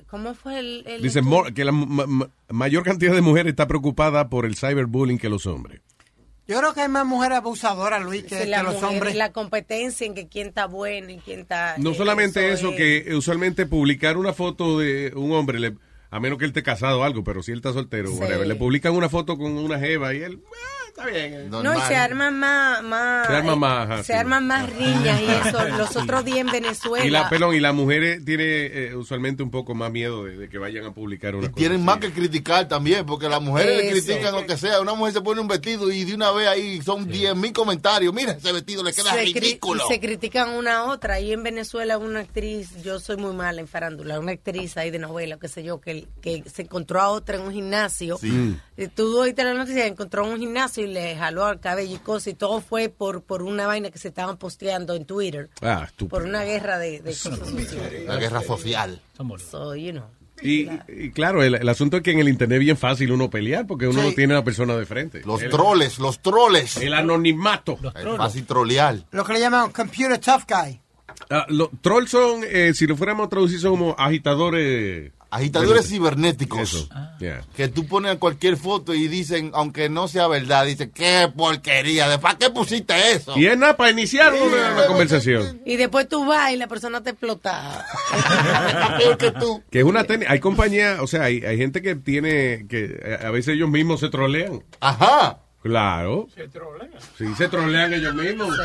Speaker 16: ¿Cómo fue el...? el
Speaker 8: Dice
Speaker 16: estudio?
Speaker 8: more- que la ma- ma- mayor cantidad de mujeres está preocupada por el cyberbullying que los hombres.
Speaker 17: Yo creo que hay más mujeres abusadoras, Luis, que,
Speaker 16: Sí,
Speaker 17: que
Speaker 16: la
Speaker 17: los
Speaker 16: mujer,
Speaker 17: hombres.
Speaker 16: La competencia en que quién está bueno y quién está...
Speaker 8: No
Speaker 16: eh,
Speaker 8: solamente eso,
Speaker 16: es.
Speaker 8: que usualmente publicar una foto de un hombre, le- a menos que él esté casado o algo, pero si él está soltero,
Speaker 16: Sí.
Speaker 8: whatever, le publican una foto con una jeva y él... "Ah, está bien. eh".
Speaker 16: No, y se arman más... más
Speaker 8: Se arman
Speaker 16: eh,
Speaker 8: más, ajá,
Speaker 16: se
Speaker 8: sí.
Speaker 16: arman más riñas y eso. Los otros días en Venezuela...
Speaker 8: Y la, perdón, y la mujer tiene eh, usualmente un poco más miedo de, de que vayan a publicar una cosa.
Speaker 7: Tienen más que criticar también, porque las mujeres le
Speaker 16: Eso.
Speaker 7: critican lo que sea. Una mujer se pone un vestido y de una vez ahí son 10 mil comentarios. Mira, ese vestido le queda
Speaker 16: se cri-
Speaker 7: ridículo.
Speaker 16: y se critican una a otra. Y en Venezuela una actriz, yo soy muy mala en farándula, una actriz ahí de novela, qué sé yo, que, que se encontró a otra en un gimnasio.
Speaker 8: Mm.
Speaker 13: Sí.
Speaker 16: Y Tú oíste la noticia, encontró un gimnasio y le jaló al cabello y cosas. Y todo fue por, por una vaina que se estaban posteando en Twitter.
Speaker 8: Ah, estúpido.
Speaker 16: Por una guerra de, de cosas.
Speaker 7: La guerra social.
Speaker 16: So, you know.
Speaker 8: Y, y claro, el, el asunto es que en el internet es bien fácil uno pelear porque uno
Speaker 7: Sí.
Speaker 8: no tiene a la persona de frente.
Speaker 7: Los
Speaker 8: El-
Speaker 7: troles, los troles.
Speaker 8: El anonimato.
Speaker 7: Es fácil trolear.
Speaker 17: Lo que le llaman computer tough guy.
Speaker 8: Ah, los trolls son, eh, si lo fuéramos a traducir, son como agitadores.
Speaker 7: Agitadores cibernéticos. Ah.
Speaker 8: Eso. Yeah.
Speaker 7: Que tú pones cualquier foto y dicen, aunque no sea verdad, dicen, qué porquería, ¿de para qué pusiste eso?
Speaker 8: Y es nada para iniciar una, una conversación.
Speaker 16: Y después tú vas y la persona te explota.
Speaker 8: Que es una técnica. Hay compañía, o sea, hay, hay gente que tiene, que eh, a veces ellos mismos se trolean.
Speaker 7: Ajá.
Speaker 8: Claro. Se trolean. Sí, se trolean ellos mismos.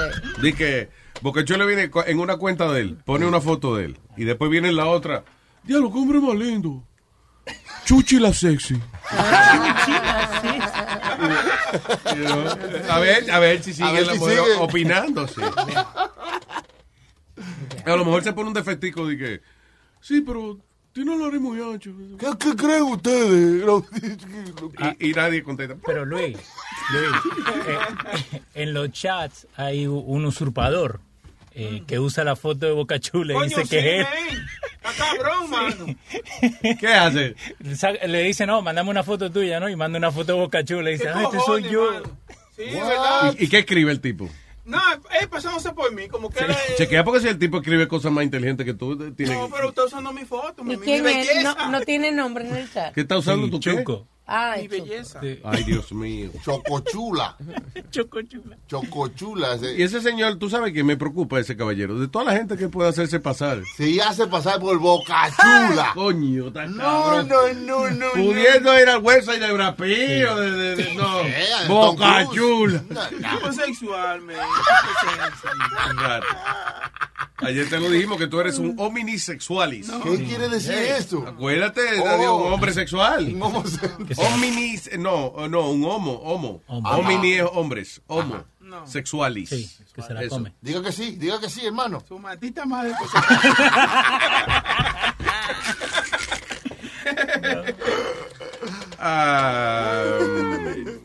Speaker 8: Dice que Bocachuelo viene co- en una cuenta de él, pone una foto de él, y después viene en la otra. Diablo, qué hombre más lindo. Chuchi la sexy. A ver, a ver si sigue
Speaker 15: A ver
Speaker 8: la
Speaker 15: si
Speaker 8: mujer
Speaker 15: sigue.
Speaker 8: opinando. sí. A lo mejor se pone un defectico de que. Sí, pero tiene un nariz muy ancho.
Speaker 7: ¿Qué, qué creen ustedes?
Speaker 8: Y, y nadie contesta.
Speaker 3: Pero Luis, Luis, eh, en los chats hay u- un usurpador eh, que usa la foto de Boca Chula y
Speaker 14: Coño,
Speaker 3: dice
Speaker 14: sí, ¿eh?
Speaker 3: que es él.
Speaker 14: ven. Está cabrón, mano.
Speaker 8: ¿Qué hace?
Speaker 3: Le dice, no, mandame una foto tuya, ¿no? Y manda una foto de Boca Chula y dice, ah, este soy
Speaker 14: cojones,
Speaker 3: yo.
Speaker 14: Sí, ¿verdad?
Speaker 8: ¿Y, y qué escribe el tipo?
Speaker 14: No, él pasándose por mí, como que era...
Speaker 8: Chequea porque si el tipo escribe cosas más inteligentes que tú, eh, tiene
Speaker 14: No, pero usted usando mi foto, mi,
Speaker 16: ¿Y
Speaker 14: mi
Speaker 16: quién es?
Speaker 14: belleza.
Speaker 16: No, no tiene nombre en el chat.
Speaker 8: ¿Qué está usando tu qué?
Speaker 16: Ay,
Speaker 14: Mi belleza.
Speaker 8: Ay, Dios mío.
Speaker 7: Chocochula.
Speaker 3: Chocochula.
Speaker 7: Chocochula. ese-
Speaker 8: Y ese señor, tú sabes que me preocupa ese caballero. De toda la gente que puede hacerse pasar.
Speaker 7: Sí, hace pasar por Bocachula.
Speaker 8: Coño, está
Speaker 7: No,
Speaker 8: cabrón.
Speaker 7: no, no, no.
Speaker 8: Pudiendo ir al website de Brapío, de, de- de- no.
Speaker 7: Sí.
Speaker 8: Boca
Speaker 7: Eh, Tom Cruise.
Speaker 8: Chula.
Speaker 14: Homosexual, man.
Speaker 8: Claro. Ayer te lo dijimos que tú eres un hominisexualis.
Speaker 7: ¿Qué quiere decir eso?
Speaker 8: Acuérdate de
Speaker 7: Oh.
Speaker 8: de un hombre sexual.
Speaker 7: Un homo-
Speaker 8: Hominis, no, no, un homo, homo. Homini es hombres, homo.
Speaker 14: No.
Speaker 8: Sexualis.
Speaker 3: que se la
Speaker 8: Eso.
Speaker 3: come.
Speaker 7: Diga que sí, diga que sí, hermano.
Speaker 14: Su matita madre.
Speaker 8: Um,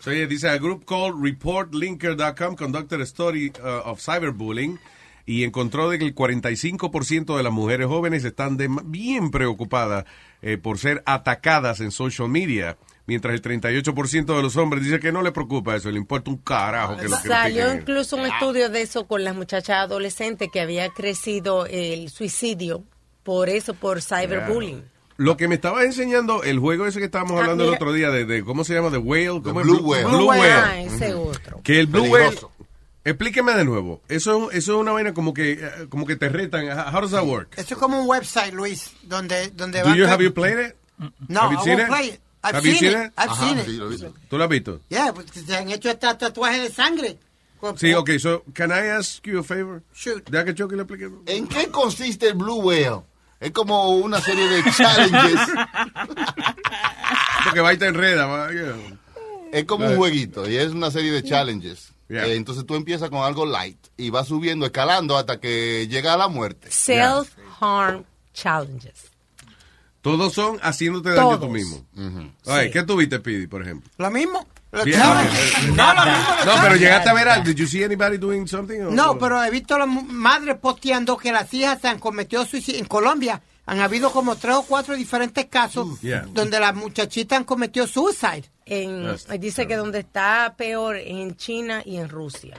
Speaker 8: so yeah, Ah. dice a group called reportlinker.com conducted a study uh, of cyberbullying y encontró de que el 45% de las mujeres jóvenes están de- bien preocupadas eh, por ser atacadas en social media, mientras el 38% de los hombres dice que no le preocupa eso, le importa un carajo que lo
Speaker 16: Salió
Speaker 8: critiquen.
Speaker 16: incluso un estudio de eso con las muchachas adolescentes que había crecido el suicidio por eso, por cyberbullying.
Speaker 8: Lo que me estaba enseñando, el juego ese que estábamos
Speaker 16: Ah,
Speaker 8: hablando el
Speaker 16: mira.
Speaker 8: otro día, de, de- ¿cómo se llama? The Whale. ¿cómo es?
Speaker 7: Blue Whale.
Speaker 16: Blue
Speaker 8: Blue
Speaker 16: Whale,
Speaker 8: Whale.
Speaker 16: ah, ese otro.
Speaker 8: Que el Blue
Speaker 7: Peligroso.
Speaker 8: Whale. Explíqueme de nuevo. Eso, eso es una vaina como que, eh, como que te retan. How does that work?
Speaker 17: Esto es como un website, Luis, donde, donde
Speaker 8: Do
Speaker 17: va
Speaker 8: you
Speaker 17: todo-
Speaker 8: have you played it?
Speaker 17: No,
Speaker 8: Have
Speaker 17: I
Speaker 8: you
Speaker 17: won't
Speaker 8: seen it?
Speaker 17: play it. I've
Speaker 8: Have you
Speaker 17: seen
Speaker 8: seen
Speaker 17: it.
Speaker 8: it?
Speaker 17: I've
Speaker 8: Ajá,
Speaker 17: seen it.
Speaker 8: sí, lo he visto. ¿Tú lo has visto?
Speaker 17: Yeah, pues, se han hecho hasta tatuajes de sangre. Pues, Con-
Speaker 8: Sí, ok. So, can I ask you a favor?
Speaker 17: Shoot.
Speaker 8: Deja que Chucky le explique.
Speaker 7: ¿En qué consiste el Blue Whale? Es como una serie de challenges.
Speaker 8: Porque va y te enreda. va, yeah.
Speaker 7: Es como un jueguito y es una serie de challenges.
Speaker 8: Yeah.
Speaker 7: Eh, entonces tú empiezas con algo light y vas subiendo, escalando hasta que llega a la muerte.
Speaker 16: Self-harm challenges.
Speaker 8: Todos son haciéndote daño tú
Speaker 16: Todos.
Speaker 8: mismo. Ay, ¿Qué tuviste, Pidi, por ejemplo?
Speaker 17: Lo mismo. Lo-
Speaker 8: Bien,
Speaker 17: no,
Speaker 8: ok.
Speaker 17: no, lo mismo, lo
Speaker 8: No, pero
Speaker 17: mismo.
Speaker 8: llegaste a ver algo. Did you see anybody doing something? or-
Speaker 17: No, pero he visto a las mu- madres posteando que las hijas se han cometido suicidio. En Colombia han habido como tres o cuatro diferentes casos
Speaker 16: yeah.
Speaker 17: donde las muchachitas han cometido suicide.
Speaker 16: En,
Speaker 8: That's
Speaker 16: Mm. dice que donde está peor en China y en Rusia.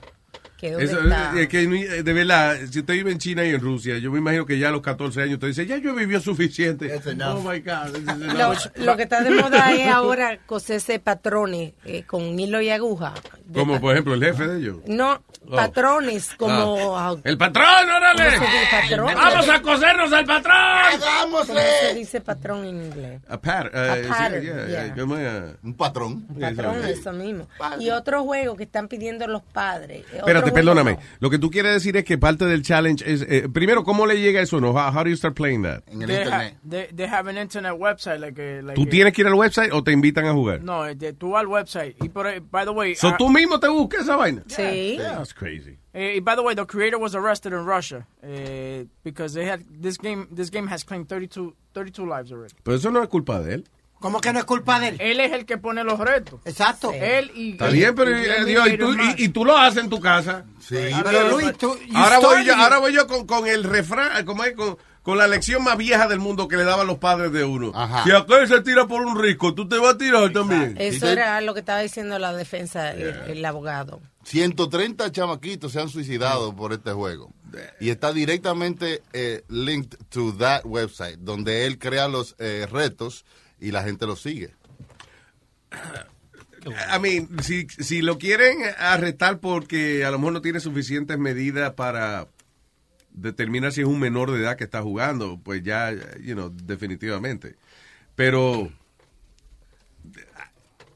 Speaker 16: Que donde
Speaker 8: Eso,
Speaker 16: está-
Speaker 8: es eh, que, ni- de verdad, si usted vive en China y en Rusia, yo me imagino que ya a los 14 años usted dice, ya yo he vivido suficiente. Oh my God. this is
Speaker 16: lo,
Speaker 8: enough.
Speaker 16: lo que está de moda es ahora coserse patrones eh, con hilo y aguja. De
Speaker 8: Como
Speaker 16: pa-
Speaker 8: por ejemplo el jefe de ellos.
Speaker 16: No,
Speaker 8: Oh.
Speaker 16: patrones como...
Speaker 8: Ah.
Speaker 16: ah,
Speaker 8: El patrón, órale.
Speaker 16: ¿cómo se dice patrón?
Speaker 15: Vamos a cosernos al patrón.
Speaker 16: ¿Cómo se dice patrón en inglés?
Speaker 8: A pat-
Speaker 16: A
Speaker 8: eh, sí,
Speaker 16: pattern,
Speaker 8: yeah,
Speaker 16: yeah.
Speaker 8: eh, ¿cómo es?
Speaker 7: Un patrón.
Speaker 16: Patrón, eso mismo. Y otro juego que están pidiendo los padres. eh, otro
Speaker 8: Espérate,
Speaker 16: juego-
Speaker 8: perdóname. Lo que tú quieres decir es que parte del challenge es, eh, primero, ¿cómo le llega eso? No, how, how do you start playing that?
Speaker 10: They, ha- they, they have an internet website. Like a, like
Speaker 8: ¿Tú
Speaker 10: a-
Speaker 8: tienes que ir al website o te invitan a jugar?
Speaker 10: No, eh, de- tú vas al website. Y por, by the way.
Speaker 8: So,
Speaker 10: ah,
Speaker 8: ¿Tú mismo te buscas esa vaina?
Speaker 10: Sí.
Speaker 8: That's crazy.
Speaker 10: Eh, by the way, the creator was arrested in Russia eh, because they had this game. This game has claimed 32, 32 lives already.
Speaker 8: Pero eso no es culpa de él.
Speaker 17: ¿Cómo que no es culpa de él?
Speaker 10: Él es el que pone los retos.
Speaker 17: Exacto.
Speaker 10: Él y.
Speaker 8: Está bien, pero
Speaker 10: y-
Speaker 8: eh,
Speaker 10: y-
Speaker 8: Dios, y tú, y- y tú lo haces en tu casa. Sí,
Speaker 17: pero Luis, tú- you
Speaker 8: ahora, voy
Speaker 17: started
Speaker 8: yo,
Speaker 17: it.
Speaker 8: ahora voy yo con, con el refrán, ¿cómo es? Con, con la lección más vieja del mundo que le daban los padres de uno. Si aquel se tira por un risco, tú te vas a tirar también.
Speaker 16: Eso era lo que estaba diciendo la defensa, el- el, abogado.
Speaker 7: 130 chamaquitos se han suicidado por este juego. Y está directamente eh, linked to that website, donde él crea los eh, retos y la gente los sigue.
Speaker 8: I mean, si, si lo quieren arrestar porque a lo mejor no tiene suficientes medidas para determinar si es un menor de edad que está jugando, pues ya, you know, definitivamente. Pero,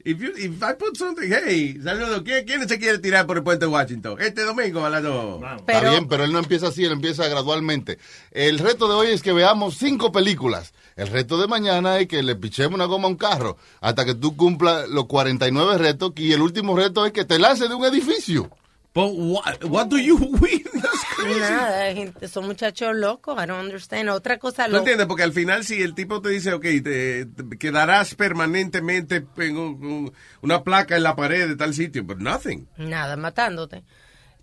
Speaker 8: if, you- if I put something, hey, saludos, ¿quién, quién se quiere tirar por el puente de Washington? Este domingo a las dos.
Speaker 7: Está bien, pero él no empieza así, él empieza gradualmente. El reto de hoy es que veamos cinco películas. El reto de mañana es que le pichemos una goma a un carro hasta que tú cumplas los 49 retos y el último reto es que te lances de un edificio.
Speaker 8: what, do you win?
Speaker 16: Nada, gente, son muchachos locos, I don't understand. Otra cosa
Speaker 8: ¿No
Speaker 16: loca.
Speaker 8: entiendes? Porque al final si el tipo te dice, ok, te, te quedarás permanentemente en un- un- una placa en la pared de tal sitio, but nothing.
Speaker 16: Nada, matándote.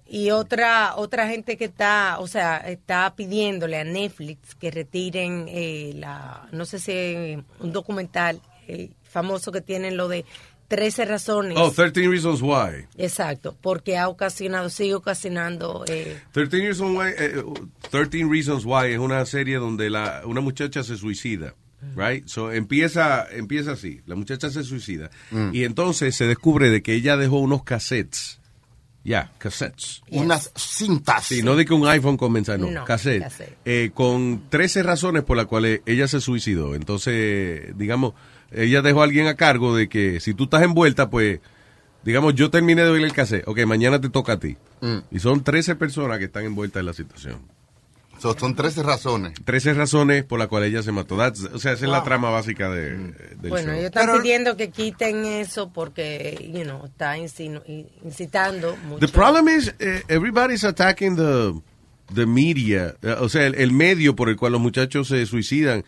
Speaker 16: Y otra otra gente que está, o sea, está pidiéndole a Netflix que retiren eh, la, no sé si eh, un documental eh, famoso que tienen lo de 13 razones.
Speaker 8: Oh, 13 Reasons Why.
Speaker 16: Exacto, porque ha ocasionado, sigue ocasionando. eh,
Speaker 8: 13 Reasons Why, eh, 13 Reasons Why es una serie donde la, una muchacha se suicida. Right? So empieza, empieza así. La muchacha se suicida. Y entonces se descubre de que ella dejó unos cassettes. Ya, cassettes.
Speaker 7: Unas cintas.
Speaker 8: Sí, no de que un iPhone con mensaje, no,
Speaker 7: No,
Speaker 8: cassette.
Speaker 7: cassette.
Speaker 8: Eh, con 13 razones por las cuales ella se suicidó. Entonces, digamos, ella dejó a alguien a cargo de que si tú estás envuelta, pues, digamos, yo terminé de oír
Speaker 7: Mm.
Speaker 8: el cassette. Ok, mañana te toca a ti. Y son 13 personas que están envueltas en la situación.
Speaker 7: So, son 13 razones.
Speaker 8: 13 razones por las cuales ella se mató. That's- o sea, esa es la trama básica de,
Speaker 7: Mm.
Speaker 8: del
Speaker 16: Bueno,
Speaker 8: show.
Speaker 16: ellos están pidiendo que quiten eso porque, you know, está insinu- incitando mucho.
Speaker 8: The problem is eh, everybody's attacking the the media, eh, o sea, el, el medio por el cual los muchachos se suicidan.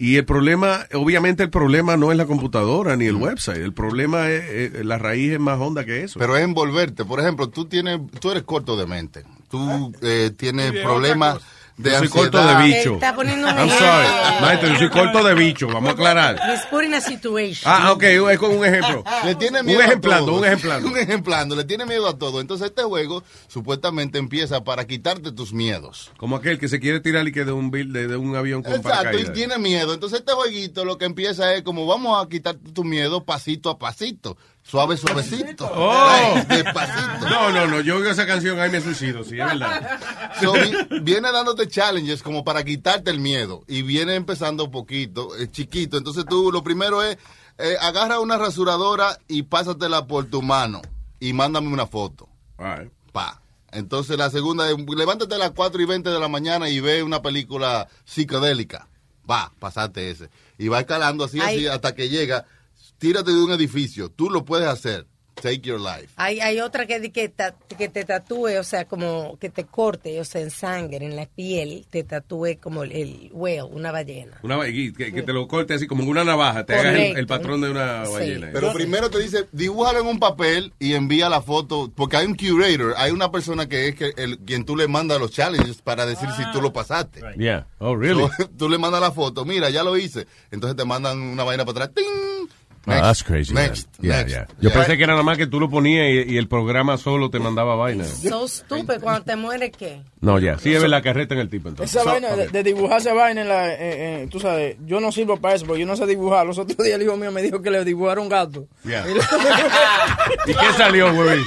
Speaker 8: Y el problema, obviamente el problema no es la computadora ni el
Speaker 7: Mm.
Speaker 8: website, el problema es eh, la raíz es más honda que eso.
Speaker 7: Pero es envolverte. Por ejemplo, tú tienes, tú eres corto de mente. Tú eh, tienes
Speaker 8: Y Ah. de
Speaker 7: problemas
Speaker 8: otra cosa.
Speaker 7: de
Speaker 8: Yo soy
Speaker 7: ansiedad.
Speaker 8: corto de bicho.
Speaker 16: Está poniendo un
Speaker 8: I'm sorry, maestro, yo soy corto de bicho, vamos a aclarar.
Speaker 16: He's putting a situation.
Speaker 8: Ah, ok, es con un ejemplo.
Speaker 7: Le tiene
Speaker 8: Un
Speaker 7: miedo a
Speaker 8: ejemplando,
Speaker 7: todo.
Speaker 8: un ejemplando.
Speaker 7: un ejemplando, le tiene miedo a todo. Entonces este juego supuestamente empieza para quitarte tus miedos.
Speaker 8: Como aquel que se quiere tirar y que de un bil- de, de un avión con
Speaker 7: Exacto, y
Speaker 8: paracaídas.
Speaker 7: tiene miedo. Entonces este jueguito lo que empieza es como vamos a quitarte tu miedo pasito a pasito, suave, suavecito.
Speaker 8: Oh.
Speaker 7: Ay, Despacito.
Speaker 8: No, no, no, yo oigo esa canción, ahí me suicido, sí, es verdad.
Speaker 7: So, vi- viene dándote challenges como para quitarte el miedo y viene empezando poquito, eh, chiquito. Entonces tú lo primero es eh, agarra una rasuradora y pásatela por tu mano y mándame una foto. Pa. Entonces la segunda es levántate a las 4 y 20 de la mañana y ve una película psicodélica. Va, pasate ese. Y va escalando así, así
Speaker 16: Ay.
Speaker 7: hasta que llega. Tírate de un edificio. Tú lo puedes hacer. Take your life.
Speaker 16: Hay, hay otra que, di- que, ta- que te tatúe, o sea, como que te corte, o sea, en sangre, en la piel, te tatúe como el, el whale, una ballena.
Speaker 8: Una, va- y que, que te lo corte así como con una navaja, te hagas el,
Speaker 16: Correcto.
Speaker 8: el patrón de una
Speaker 16: Sí.
Speaker 8: ballena.
Speaker 7: Pero primero te dice, dibújalo en un papel y envía la foto, porque hay un curator, hay una persona que es que el, quien tú le mandas los challenges para decir si
Speaker 10: Ah.
Speaker 7: tú lo pasaste.
Speaker 8: Yeah. Oh, really?
Speaker 7: So, tú le mandas la foto, mira, ya lo hice. Entonces te mandan una vaina para atrás. ¡Ting!
Speaker 8: Ah, that's crazy.
Speaker 7: Next,
Speaker 8: man. Yeah,
Speaker 7: next.
Speaker 8: yeah. Yo
Speaker 7: Yeah.
Speaker 8: pensé que era nada más que tú lo ponías y, y el programa solo te mandaba vaina.
Speaker 16: So stupid, cuando te mueres, ¿qué?
Speaker 8: No, ya. Sí, es la carreta en el tipo entonces.
Speaker 10: Esa
Speaker 8: So-
Speaker 10: vaina de, de dibujar esa vaina en la, eh, eh, tú sabes, yo no sirvo para eso, porque yo no sé dibujar. Los otros días el hijo mío me dijo que le dibujaron un gato.
Speaker 8: Yeah. ¿Y qué salió, güey?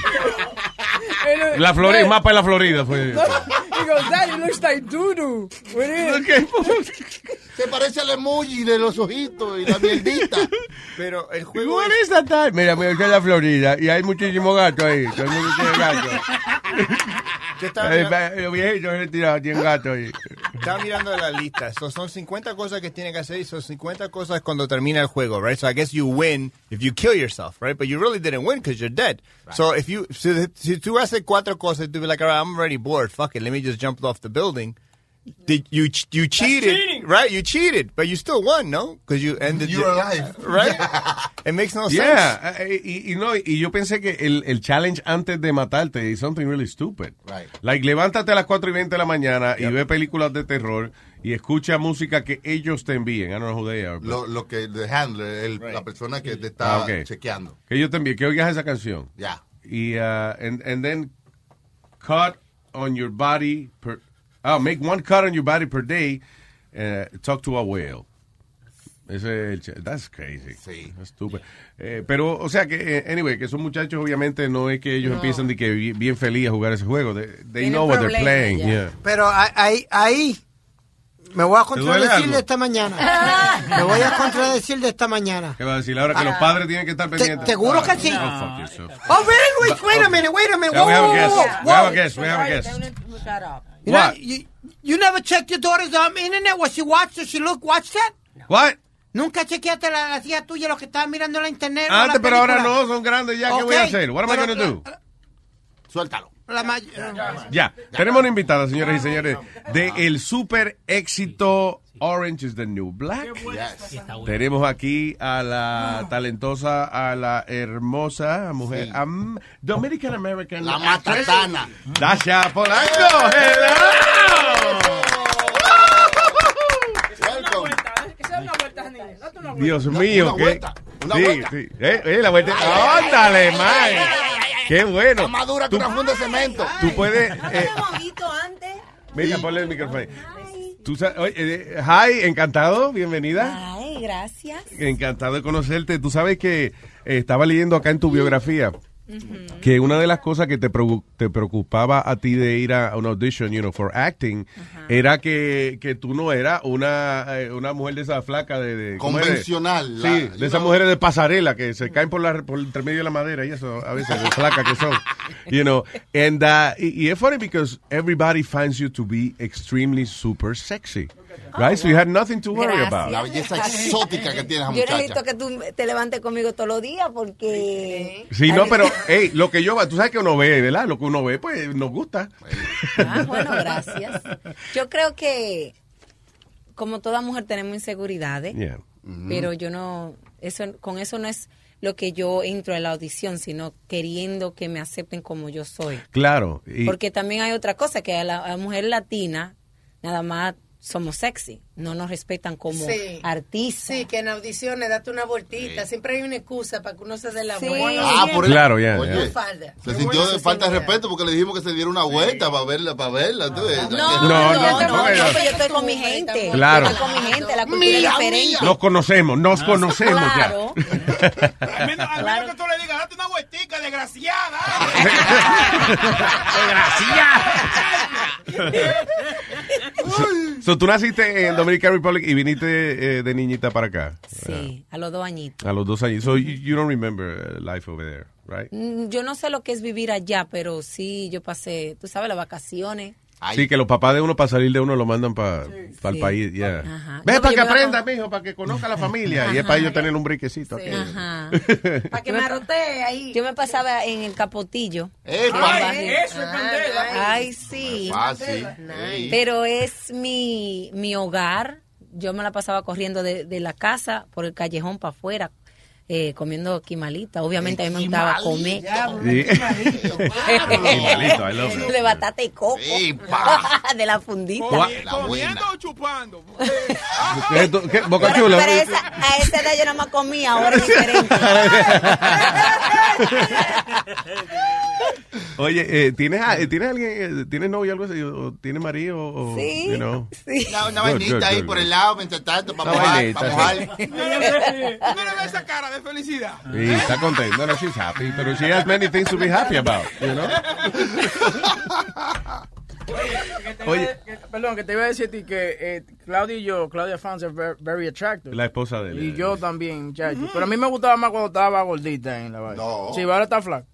Speaker 8: La
Speaker 16: eh,
Speaker 8: Florida, mapa de la Florida fue.
Speaker 10: He goes, Dad, it looks like doo-doo. What is it?"
Speaker 8: pues,
Speaker 7: Se parece al emoji de los ojitos y la mierdita.
Speaker 18: Pero el
Speaker 8: What is that time? Mira, me voy a la Florida y hay muchísimos gatos ahí. Todo el mundo tiene gatos.
Speaker 18: Yo estaba,
Speaker 8: Eh,
Speaker 18: mirando,
Speaker 8: va- Los viejitos retirados tienen gatos ahí.
Speaker 18: estaba mirando la lista. So, son 50 cosas que tiene que hacer y son 50 cosas cuando termina el juego, right? So I guess you win if you kill yourself, right? But you really didn't win because you're dead. So if you, si, si tú haces cuatro cosas, tú be like, all right, I'm already bored. Fuck it, let me just jump off the building. Did you ch- you cheated, right? You cheated, but you still won, no? Because you ended.
Speaker 7: You're
Speaker 18: the-
Speaker 7: alive.
Speaker 18: right? It makes no sense.
Speaker 8: Yeah, eh, y, y no, y yo pensé que el, el challenge antes de matarte es something really stupid.
Speaker 7: Right.
Speaker 8: Like, levántate a las 4 y 20 de la mañana y ve películas de terror y escucha música que ellos te envíen. I don't know who they are, but-
Speaker 7: Lo, lo que, the handler, el- la persona que te está
Speaker 8: Ah, ok.
Speaker 7: chequeando.
Speaker 8: Que ellos te envíen, que oigas esa canción.
Speaker 7: Ya.
Speaker 8: Y, uh, and, and then cut on your body per, ah, make one cut on your body per day, uh, talk to a whale. Ese es el ch- that's crazy. Sí. pero, o sea, que, eh, anyway, que esos muchachos obviamente no es que ellos
Speaker 17: No.
Speaker 8: empiezan de que bi- bien feliz a jugar ese juego. They, they
Speaker 17: Tienen
Speaker 8: know what they're
Speaker 17: problemas
Speaker 8: playing.
Speaker 17: ya.
Speaker 8: yeah.
Speaker 17: Pero a- ahí, ahí me voy a contradecir
Speaker 8: algo?
Speaker 17: de esta mañana. me voy a contradecir de esta mañana.
Speaker 8: ¿Qué va a decir ahora? Que los padres tienen que estar pendientes.
Speaker 17: seguro que
Speaker 8: Ah,
Speaker 17: sí.
Speaker 8: oh, fuck yourself.
Speaker 17: Oh, wait, wait, wait a minute, wait a minute.
Speaker 8: Yeah, we have a
Speaker 17: Whoa,
Speaker 8: guest.
Speaker 17: whoa,
Speaker 8: We have a
Speaker 17: whoa.
Speaker 8: guest. We have a guest.
Speaker 17: You know,
Speaker 8: What?
Speaker 17: you, you never checked your daughter's um, internet, what she watched, what she looked, watched that?
Speaker 8: What?
Speaker 17: Nunca chequeaste la, la hija tuya, lo que estaba mirando en la internet. o
Speaker 8: Antes,
Speaker 17: la
Speaker 8: pero ahora
Speaker 17: película.
Speaker 8: no, son grandes ya. ¿Qué voy a
Speaker 17: Ok,
Speaker 8: hacer? What am I
Speaker 17: pero
Speaker 8: going to do?
Speaker 7: Suéltalo.
Speaker 17: La may-
Speaker 8: Ya, tenemos una invitada, señoras y
Speaker 17: Ah.
Speaker 8: señores,
Speaker 7: Ah.
Speaker 8: de el super éxito Orange is the New Black. Tenemos aquí a
Speaker 17: Ah.
Speaker 8: la talentosa, a la hermosa mujer am- Dominican American.
Speaker 7: La matatana.
Speaker 8: Dasha Polanco. Hello. Dios mío,
Speaker 7: una
Speaker 8: qué.
Speaker 7: vuelta, una
Speaker 8: sí,
Speaker 7: vuelta.
Speaker 8: sí. Eh, eh, la vuelta. Ándale, man. Qué bueno.
Speaker 7: Más dura que
Speaker 8: Tú-
Speaker 7: una funda de cemento.
Speaker 8: Tú puedes. eh,
Speaker 20: antes.
Speaker 8: Mira, ponle el micrófono. ahí. Tú sa- oye, eh, hi, encantado, bienvenida.
Speaker 20: Ay, gracias.
Speaker 8: Encantado de conocerte. Tú sabes que eh, estaba leyendo acá en tu biografía que una de las cosas que te, preocu- te preocupaba a ti de ir a a una audition, you know, for acting, era que, que tú no eras una, eh, una mujer de esa flaca de... de- ¿cómo eres?
Speaker 7: Convencional, la-
Speaker 8: sí,
Speaker 7: you
Speaker 8: de esas
Speaker 7: know.
Speaker 8: mujeres de pasarela que se caen por, la, por el intermedio de la madera y eso, a veces, de flaca que son. You know, and, uh, y, y es funny because everybody finds you to be extremely super sexy. Right? so you had nothing to worry about.
Speaker 7: La belleza exótica que tiene esa
Speaker 20: Yo
Speaker 7: muchacha.
Speaker 20: necesito que tú te levantes conmigo todos los días porque...
Speaker 8: Sí, no, pero, hey, lo que yo, tú sabes que uno ve, ¿verdad? Lo que uno ve, pues, nos gusta.
Speaker 20: Ah, bueno, gracias. Yo creo que, como toda mujer, tenemos inseguridades.
Speaker 8: Yeah. Mhm.
Speaker 20: Pero yo no... eso Con eso no es lo que yo entro a la audición, sino queriendo que me acepten como yo soy.
Speaker 8: Claro. Y,
Speaker 20: Porque también hay otra cosa, que a la, a la mujer latina nada más somos sexy, no nos respetan como
Speaker 16: Sí.
Speaker 20: artistas.
Speaker 16: Sí, que en audiciones date una vueltita. Siempre hay una excusa para que uno se dé la vuelta.
Speaker 7: Ah, por el-
Speaker 8: Claro, ya,
Speaker 7: Oye,
Speaker 8: ya.
Speaker 16: Falda.
Speaker 7: Se sintió de falta de respeto porque le dijimos que se diera una vuelta para verla, para verla. tú, eh,
Speaker 20: No,
Speaker 8: No, no,
Speaker 20: no,
Speaker 8: no,
Speaker 20: no, no,
Speaker 8: no.
Speaker 20: pero yo estoy con mi gente.
Speaker 8: Claro.
Speaker 20: Yo estoy con mi gente, la cultura es diferente.
Speaker 8: Nos conocemos, nos conocemos
Speaker 20: Claro.
Speaker 8: ya.
Speaker 14: Ah, Al menos que tú le digas, date una vueltica, desgraciada.
Speaker 8: so, so, tú naciste en Dominican Republic y viniste eh, de niñita para acá. Ah,
Speaker 20: Sí, a los dos añitos.
Speaker 8: A los dos años. So you, you don't remember uh, life over there, right?
Speaker 20: Mm, Yo no sé lo que es vivir allá, pero sí, yo pasé, tú sabes, las vacaciones.
Speaker 8: Sí, que los papás de uno para salir de uno lo mandan para el
Speaker 20: Sí.
Speaker 8: país. ya.
Speaker 20: Ajá.
Speaker 8: Ve
Speaker 20: No,
Speaker 8: para que
Speaker 20: yo me la-
Speaker 8: aprenda, mijo, para que conozca a la familia. y es para ellos tener un briquecito.
Speaker 20: Sí.
Speaker 8: aquí.
Speaker 20: Ajá. Para que me ahí. Yo me pasaba en el capotillo.
Speaker 8: ¡Epa!
Speaker 20: En el barrio.
Speaker 14: Ay, eso es candela.
Speaker 20: Ay, sí.
Speaker 14: Ah, sí. Nice.
Speaker 20: Pero es mi, mi hogar. Yo me la pasaba corriendo de, de la casa por el callejón para afuera. eh, comiendo quimalita, obviamente a mí me gustaba comer.
Speaker 8: Sí. Quimalito, I love that.
Speaker 20: de batata y coco. de la fundita.
Speaker 8: Gua-
Speaker 14: Comiendo o chupando.
Speaker 8: ¿Qué, tú- qué, Boca
Speaker 20: Pero,
Speaker 8: Chula?
Speaker 20: pero esa- a esa edad yo nada más comía, ahora es diferente.
Speaker 8: Oye, eh, ¿tienes, a- eh, ¿tienes alguien, eh, tienes novio o algo así? ¿O tienes marido? O,
Speaker 7: Sí,
Speaker 8: you know?
Speaker 7: Una, una
Speaker 8: Good,
Speaker 7: vainita
Speaker 8: good,
Speaker 7: ahí
Speaker 8: good,
Speaker 7: por
Speaker 8: good.
Speaker 7: el lado mientras tanto, para
Speaker 8: Una
Speaker 7: mojar,
Speaker 8: vainita,
Speaker 7: para
Speaker 8: sí.
Speaker 7: mojar.
Speaker 14: Mira esa cara de felicidad.
Speaker 8: Sí, está contento. No, she's happy. Pero she has many things to be happy about, you know? Oye.
Speaker 10: Que- Perdón, que te iba a decir a ti que eh, Claudia y yo, Claudia Fans es ver- very attractive.
Speaker 8: La esposa de él.
Speaker 10: Y yo también, muchacho. Pero a mí me gustaba más cuando estaba gordita en la vaina. Sí, ahora está flaca.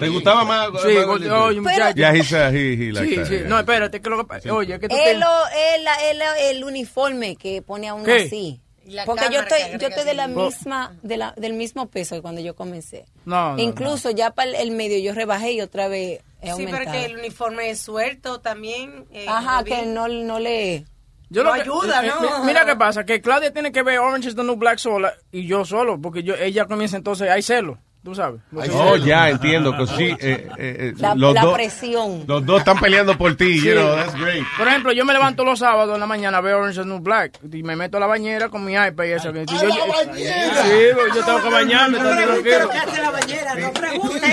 Speaker 8: ¿Te gustaba más?
Speaker 10: Sí,
Speaker 8: más
Speaker 10: gordita.
Speaker 8: gordito?
Speaker 10: Oye, muchacho.
Speaker 8: Yeah, he's, uh, he, he like
Speaker 10: sí,
Speaker 8: that,
Speaker 10: sí.
Speaker 8: yeah.
Speaker 10: No, espérate, que lo que pasa- Oye, que tú
Speaker 20: Es
Speaker 10: tienes...
Speaker 20: lo- es la- es la- el uniforme que pone a uno
Speaker 10: ¿Qué?
Speaker 20: así.
Speaker 16: La
Speaker 20: Porque yo
Speaker 16: cámara que
Speaker 20: estoy, yo
Speaker 16: agrega
Speaker 20: estoy de la
Speaker 10: así.
Speaker 20: misma, de la- del mismo peso que cuando yo comencé.
Speaker 10: No, no,
Speaker 20: Incluso ya para el, el medio yo rebajé y otra vez he
Speaker 16: Sí,
Speaker 20: aumentado.
Speaker 16: pero que el uniforme es suelto también. eh,
Speaker 20: Ajá,
Speaker 16: lo vi.
Speaker 20: que no, no le...
Speaker 10: Yo
Speaker 16: no
Speaker 10: lo que-
Speaker 16: ayuda,
Speaker 10: eh,
Speaker 16: ¿no?
Speaker 10: eh, mi- Mira qué pasa, que Claudia tiene que ver Orange is the New Black sola y yo solo, porque yo ella comienza entonces, hay celos, tú sabes. Porque-
Speaker 8: Oh, ya, entiendo. que sí, eh, eh, eh, los, dos,
Speaker 20: presión.
Speaker 8: los dos están peleando por ti,
Speaker 10: Sí.
Speaker 8: you know, that's great.
Speaker 10: Por ejemplo, yo me levanto los sábados en la mañana, veo Orange is the New Black y me meto a la bañera con mi iPad y eso. que- yo- yo- Sí, porque yo tengo que bañarme, entonces tranquilo.
Speaker 16: no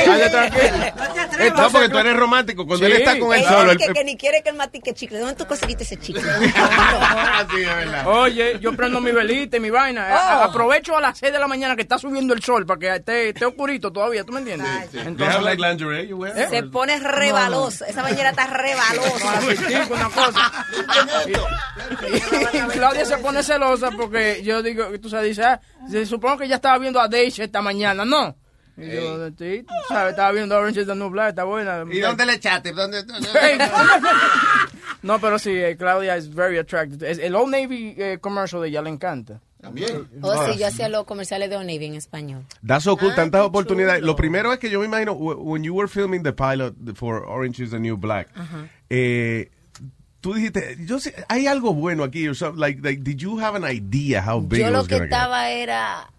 Speaker 10: Dale, tranquilo.
Speaker 8: Eh, no, porque tú eres romántico. Cuando él está con él solo,
Speaker 20: es
Speaker 8: él-
Speaker 20: que, que ni quiere que el matique chicle. ¿Dónde tú conseguiste ese chicle?
Speaker 8: Ah,
Speaker 10: Oye, yo prendo mi velita y mi vaina. A-
Speaker 20: Oh.
Speaker 10: Aprovecho a las 6 de la mañana que está subiendo el sol para que esté, esté oscurito todavía, ¿tú me entiendes? ¿Eh?
Speaker 8: They have like lingerie you wear?
Speaker 20: Se pone rebaloso. Esa bañera está rebalosa.
Speaker 10: una cosa. Y Claudia se pone celosa porque yo digo, tú sabes, dice, ah, se supongo que ya estaba viendo a Daisy esta mañana, ¿no? Y yo, sí, tú sabes, estaba viendo Orange is the New Black, está buena.
Speaker 15: ¿Y dónde le echaste? ¿Dónde?
Speaker 10: No, pero sí, eh, Claudia es very attractive. Es- el Old Navy eh, commercial de ella le encanta.
Speaker 20: Oh, sí, yo hacía los comerciales de O'Neill en español.
Speaker 8: That's so
Speaker 20: Ah,
Speaker 8: cool, tantas oportunidades. Lo primero es que yo me imagino, wh- when you were filming the pilot for Orange is the New Black,
Speaker 20: Ajá.
Speaker 8: eh, tú dijiste, yo sé, hay algo bueno aquí, or something, like, like, did you have an idea how big
Speaker 20: Yo
Speaker 8: it
Speaker 20: lo
Speaker 8: was
Speaker 20: que
Speaker 8: gonna get?
Speaker 20: estaba era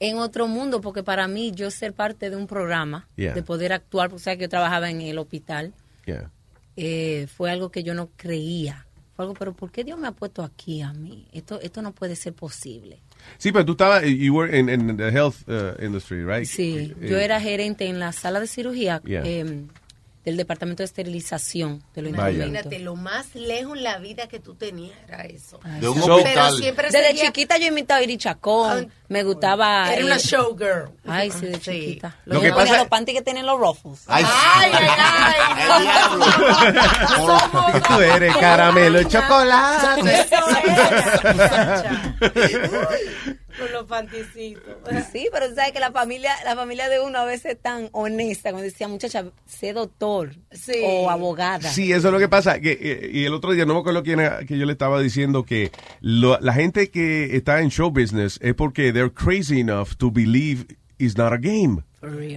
Speaker 20: en otro mundo, porque para mí yo ser parte de un programa,
Speaker 8: Yeah.
Speaker 20: de poder actuar, porque sabes que yo trabajaba en el hospital,
Speaker 8: Yeah.
Speaker 20: eh, fue algo que yo no creía. Fue algo, pero ¿por qué Dios me ha puesto aquí a mí? Esto, esto no puede ser posible.
Speaker 8: Sí, pero tú estabas, eh, you were in, in the health uh, industry, right?
Speaker 20: Sí,
Speaker 8: Eh,
Speaker 20: yo era gerente en la sala de cirugía
Speaker 8: Yeah.
Speaker 20: eh, del Departamento de Esterilización de los
Speaker 8: Vaya.
Speaker 20: instrumentos.
Speaker 16: Imagínate, lo más lejos en la vida que tú tenías era eso.
Speaker 20: Ah,
Speaker 8: De un So- hospital.
Speaker 16: Pero siempre
Speaker 20: Desde
Speaker 16: sería-
Speaker 20: chiquita yo imitaba a Iri Chacón, me gustaba...
Speaker 16: Era una
Speaker 20: eh,
Speaker 16: showgirl.
Speaker 20: Ay, sí, de chiquita.
Speaker 8: Lo que
Speaker 20: que
Speaker 8: pasa-
Speaker 20: Los panties que tienen los ruffles.
Speaker 8: Ay,
Speaker 16: ay, ay.
Speaker 8: Tú eres caramelo y
Speaker 16: chocolate.
Speaker 20: Con los panticitos. Sí, pero tú sabes que la familia, la familia de uno a veces es tan honesta, como decía muchacha, sé doctor o abogada.
Speaker 8: Sí, eso es lo que pasa. Que, eh, y el otro día, no me acuerdo quién era, que yo le estaba diciendo que lo- la gente que está en show business es porque they're crazy enough to believe it's not a game.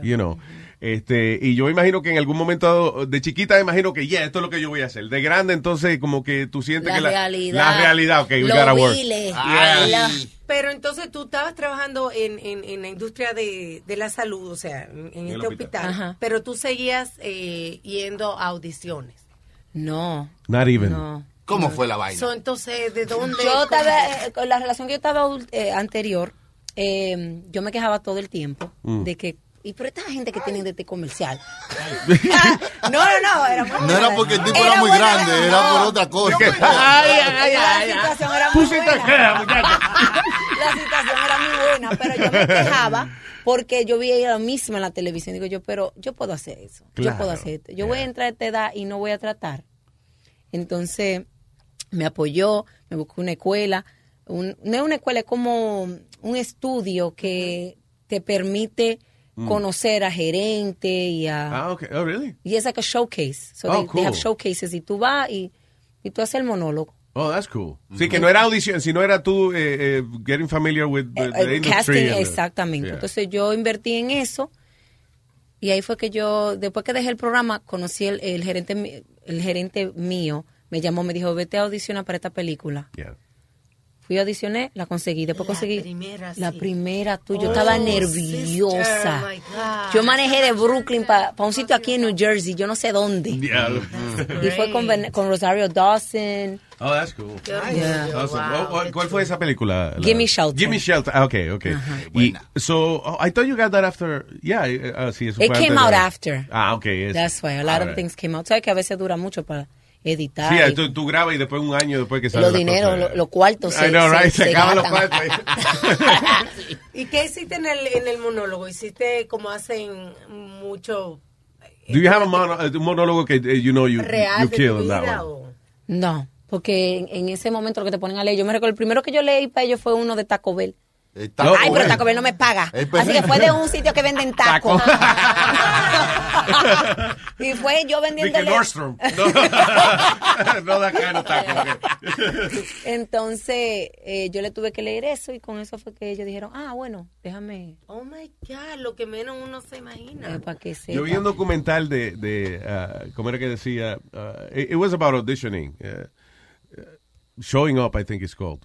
Speaker 8: You know. Este, y yo imagino que en algún momento dado, de chiquita imagino que ya esto es lo que yo voy a hacer. De grande entonces como que tú sientes
Speaker 20: La
Speaker 8: que
Speaker 20: realidad.
Speaker 8: la realidad, ok, we
Speaker 20: Lo
Speaker 8: gotta work.
Speaker 20: viles.
Speaker 8: Yeah.
Speaker 16: La- Pero entonces tú estabas trabajando en, en, en la industria de, de la salud, o sea, en, en
Speaker 20: el
Speaker 16: este
Speaker 20: hospital.
Speaker 16: hospital,
Speaker 20: Ajá.
Speaker 16: pero tú seguías eh, yendo a audiciones.
Speaker 20: No.
Speaker 8: Not even.
Speaker 7: ¿Cómo fue la vaina?
Speaker 16: So, entonces, ¿de dónde?
Speaker 20: Yo
Speaker 16: cómo?
Speaker 20: estaba, eh, con la relación que yo estaba ul- eh, anterior, eh, yo me quejaba todo el tiempo
Speaker 7: Mm.
Speaker 20: de que, y pero esta gente que tienen de este comercial. no, no, no, era muy
Speaker 7: No era porque el tipo era, muy grande, era por otra cosa.
Speaker 20: Ay, ay, ay, La situación era muy buena. La situación era muy buena, pero yo me quejaba porque yo veía lo mismo en la televisión. Digo yo, pero yo puedo hacer eso.
Speaker 25: Claro,
Speaker 20: Yo puedo hacer esto. Yo voy a entrar a esta edad y no voy a tratar. Entonces, me apoyó, me buscó una escuela. Un- no es una escuela, es como un estudio que te permite
Speaker 8: Mm.
Speaker 20: conocer a gerente y a...
Speaker 8: Ah, okay. Oh, really?
Speaker 20: Y es like a showcase. So
Speaker 8: Oh,
Speaker 20: they, they
Speaker 8: cool.
Speaker 20: have showcases y tú vas y, y tú haces el monólogo.
Speaker 8: Oh, that's cool. Sí, que no era audición, sino era tú eh, eh, getting familiar with the, the
Speaker 20: El
Speaker 8: industry.
Speaker 20: Eh, casting,
Speaker 8: and the-
Speaker 20: exactamente.
Speaker 8: Yeah.
Speaker 20: Entonces yo invertí en eso y ahí fue que yo, después que dejé el programa, conocí el, el gerente, mi- el gerente mío, me llamó, me dijo, vete a audicionar para esta película.
Speaker 8: Yeah.
Speaker 20: Fui a audicioné, la conseguí, después conseguí la primera tú, yo
Speaker 16: Oh,
Speaker 20: estaba
Speaker 16: sister,
Speaker 20: nerviosa.
Speaker 16: my God.
Speaker 20: yo manejé de Brooklyn para un sitio aquí en New Jersey, yo no sé dónde.
Speaker 8: Diablo.
Speaker 20: Y fue con, Ven- con Rosario Dawson.
Speaker 8: Oh, that's cool.
Speaker 20: Yeah.
Speaker 8: Awesome. Oh, oh, ¿Cuál fue esa película? La-
Speaker 20: Gimme Shelter.
Speaker 8: Gimme Shelter. Ah, okay, okay. Y, so, oh, I thought you got that after. Yeah, eh, ah, sí, eso
Speaker 20: It
Speaker 8: fue
Speaker 20: came
Speaker 8: antes
Speaker 20: out
Speaker 8: de-
Speaker 20: after.
Speaker 8: Ah, okay. es-
Speaker 20: That's why a lot of
Speaker 8: Alright.
Speaker 20: things came out. Sabes que a veces dura mucho para editar.
Speaker 8: Sí,
Speaker 20: y-
Speaker 8: ah, tú, tú grabas y después un año después que sale.
Speaker 20: los
Speaker 8: la
Speaker 20: dineros,
Speaker 8: cosa.
Speaker 20: lo- los cuartos.
Speaker 8: I know, right? Se acaban los
Speaker 20: gastan.
Speaker 16: ¿Y qué hiciste en el, en el monólogo? ¿Hiciste como hacen mucho
Speaker 8: Do you have a, mono, a monólogo que eh, you know you,
Speaker 20: Real
Speaker 8: you
Speaker 20: de
Speaker 8: kill
Speaker 20: tu
Speaker 8: in that
Speaker 20: vida
Speaker 8: one?
Speaker 20: No, porque en, en ese momento lo que te ponen a leer, yo me recuerdo, el primero que yo leí para ellos fue uno de Taco Bell.
Speaker 7: Taco
Speaker 20: Ay,
Speaker 7: Bell.
Speaker 20: pero Taco Bell no me paga.
Speaker 7: Eh, pero-
Speaker 8: pues
Speaker 20: Así que fue de un sitio que venden tacos. y fue yo vendiendo.
Speaker 8: Dije Nordstrom. No, no da cara,
Speaker 20: Entonces, eh, yo le tuve que leer eso y con eso fue que ellos dijeron, ah, bueno, déjame.
Speaker 16: Oh my God, lo que menos uno se imagina.
Speaker 20: para Eh, que sepa.
Speaker 8: Yo vi un documental de, de ah, ¿cómo era que decía? Ah, it, it was about auditioning. eh, eh, showing up, I think it's called.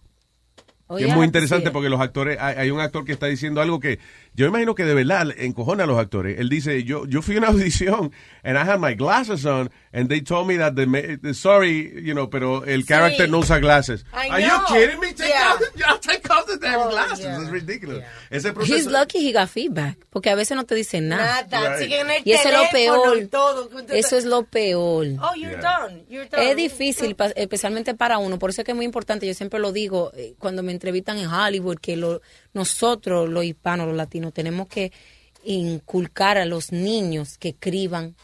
Speaker 20: Oh,
Speaker 8: Que
Speaker 20: yeah,
Speaker 8: es muy interesante
Speaker 20: sí.
Speaker 8: porque los actores, hay, hay un actor que está diciendo algo que yo imagino que de verdad encojona a los actores. Él dice, yo, yo fui a una audición and I had my glasses on and they told me that the, ma- sorry, you know, pero el character no usa glasses. Are you kidding me? Take out the- I'll take off the damn glasses. It's ridiculous. Ese
Speaker 20: He's
Speaker 8: proceso.
Speaker 20: lucky he got feedback, porque a veces no te dicen nada.
Speaker 16: Nada,
Speaker 8: Right.
Speaker 16: siguen el
Speaker 20: Y eso es lo
Speaker 16: teléfono
Speaker 20: peor.
Speaker 16: y todo.
Speaker 20: Eso es lo peor.
Speaker 16: Oh, you're done. You're done.
Speaker 20: Es difícil, pa- especialmente para uno. Por eso es que es muy importante. Yo siempre lo digo eh, cuando me entrevistan en Hollywood, que lo- nosotros, los hispanos, los latinos, tenemos que inculcar a los niños que escriban,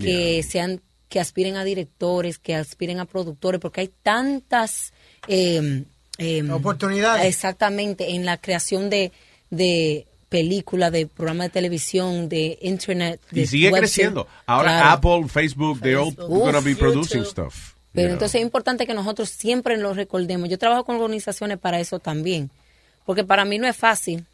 Speaker 20: que sean, que aspiren a directores, que aspiren a productores, porque hay tantas eh, eh, oportunidades. Exactamente, en la creación de, de películas, de programas de televisión, de internet.
Speaker 8: Y
Speaker 20: de
Speaker 8: sigue
Speaker 20: web
Speaker 8: creciendo.
Speaker 20: series.
Speaker 8: Ahora
Speaker 20: Claro.
Speaker 8: Apple, Facebook, they're all
Speaker 20: Facebook.
Speaker 8: gonna be
Speaker 20: Uf,
Speaker 8: producing
Speaker 20: YouTube.
Speaker 8: stuff.
Speaker 20: Pero
Speaker 8: you know.
Speaker 20: entonces es importante que nosotros siempre lo recordemos. Yo trabajo con organizaciones para eso también. Porque para mí no es fácil.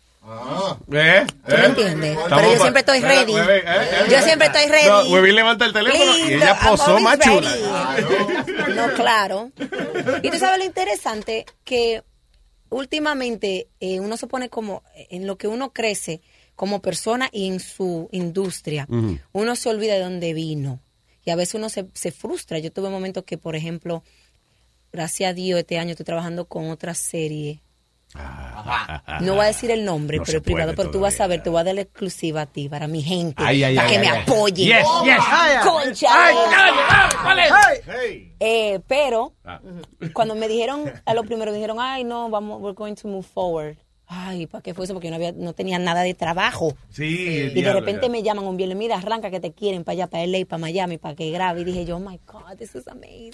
Speaker 8: ¿Eh?
Speaker 20: ¿Tú me entiendes? Pero yo siempre estoy ready. Yo siempre estoy ready.
Speaker 8: No, Webby levanta el teléfono y
Speaker 20: Lindo,
Speaker 8: ella
Speaker 20: I'm
Speaker 8: posó
Speaker 20: always
Speaker 8: más chula.
Speaker 20: ready. No, claro. Y tú sabes lo interesante que últimamente eh, uno se pone como en lo que uno crece como persona y en su industria. uno se olvida de dónde vino. Y a veces uno se, se frustra. Yo tuve momentos que, por ejemplo, gracias a Dios, este año estoy trabajando con otra serie No voy a decir el nombre,
Speaker 4: No
Speaker 20: pero
Speaker 4: se
Speaker 20: es privado.
Speaker 4: puede
Speaker 20: Pero tú vas a ver, te voy a dar la exclusiva a ti, para mi gente.
Speaker 4: Ay, ay,
Speaker 20: para
Speaker 4: ay,
Speaker 20: que
Speaker 4: ay,
Speaker 20: me
Speaker 4: ay.
Speaker 20: apoyen.
Speaker 4: Yes, yes.
Speaker 20: Ay, Concha.
Speaker 4: ay,
Speaker 20: de-
Speaker 4: ay, ay, ¿cuál es?
Speaker 20: Eh, pero cuando me dijeron, a lo primero me dijeron, ay, no, vamos, we're going to move forward. Ay, ¿para qué fue eso? Porque yo no, había, no tenía nada de trabajo.
Speaker 4: Sí, el
Speaker 20: Y de
Speaker 4: diablo,
Speaker 20: repente
Speaker 4: ya.
Speaker 20: me llaman un viernes, mira, arranca que te quieren para allá, para LA, para Miami, para que grabe. Y dije yo, oh my God, this is amazing.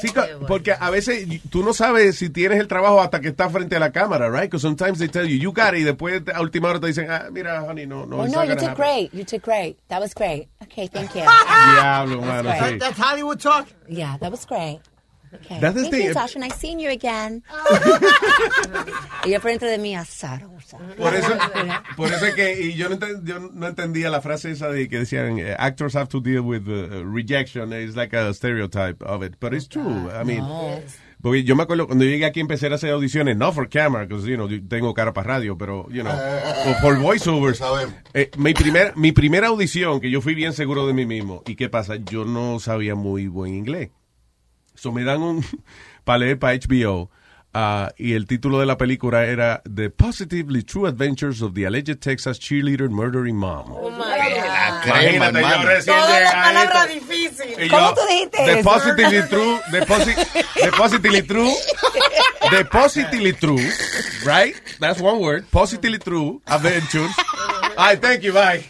Speaker 4: Sí,
Speaker 8: ca- porque a veces y- tú no sabes si tienes el trabajo hasta que estás frente a la cámara, right? Because sometimes they tell you you got it y después te- a última hora te dicen, ah, mira, honey, no, no.
Speaker 20: oh,
Speaker 8: it's
Speaker 20: no,
Speaker 8: not gonna
Speaker 20: you did
Speaker 8: happen.
Speaker 20: great, you did great. That was great. Okay, thank you.
Speaker 8: Diablo, mano.
Speaker 20: That's
Speaker 8: sí.
Speaker 20: right.
Speaker 17: Hollywood talk.
Speaker 20: Yeah, that was great. Okay.
Speaker 8: That's the
Speaker 20: Thank
Speaker 8: thing.
Speaker 20: you, Sasha, nice seeing you again. y yo por dentro de mí, asaron.
Speaker 8: Por eso, por eso es que y yo, no enten- yo no entendía la frase esa de que decían eh, actors have to deal with uh, rejection. It's like a stereotype of it, but it's
Speaker 20: Oh,
Speaker 8: true. I mean. Porque yo me acuerdo cuando llegué aquí empecé a hacer audiciones, no for camera, because you know, yo tengo cara para radio, pero you know, o for voiceovers. Eh, mi primer mi primera audición que yo fui bien seguro de mí mismo y qué pasa, yo no sabía muy buen inglés. So me dan un para leer para HBO ah, y el título de la película era The Positively True Adventures of the Alleged Texas Cheerleader Murdering Mom. Imagínate, yo recién llegado. Y
Speaker 4: difíciles.
Speaker 8: yo, The Positively True, The, posi- the Positively True, The Positively True, right? That's one word, Positively True Adventures. Ay, thank you, bye.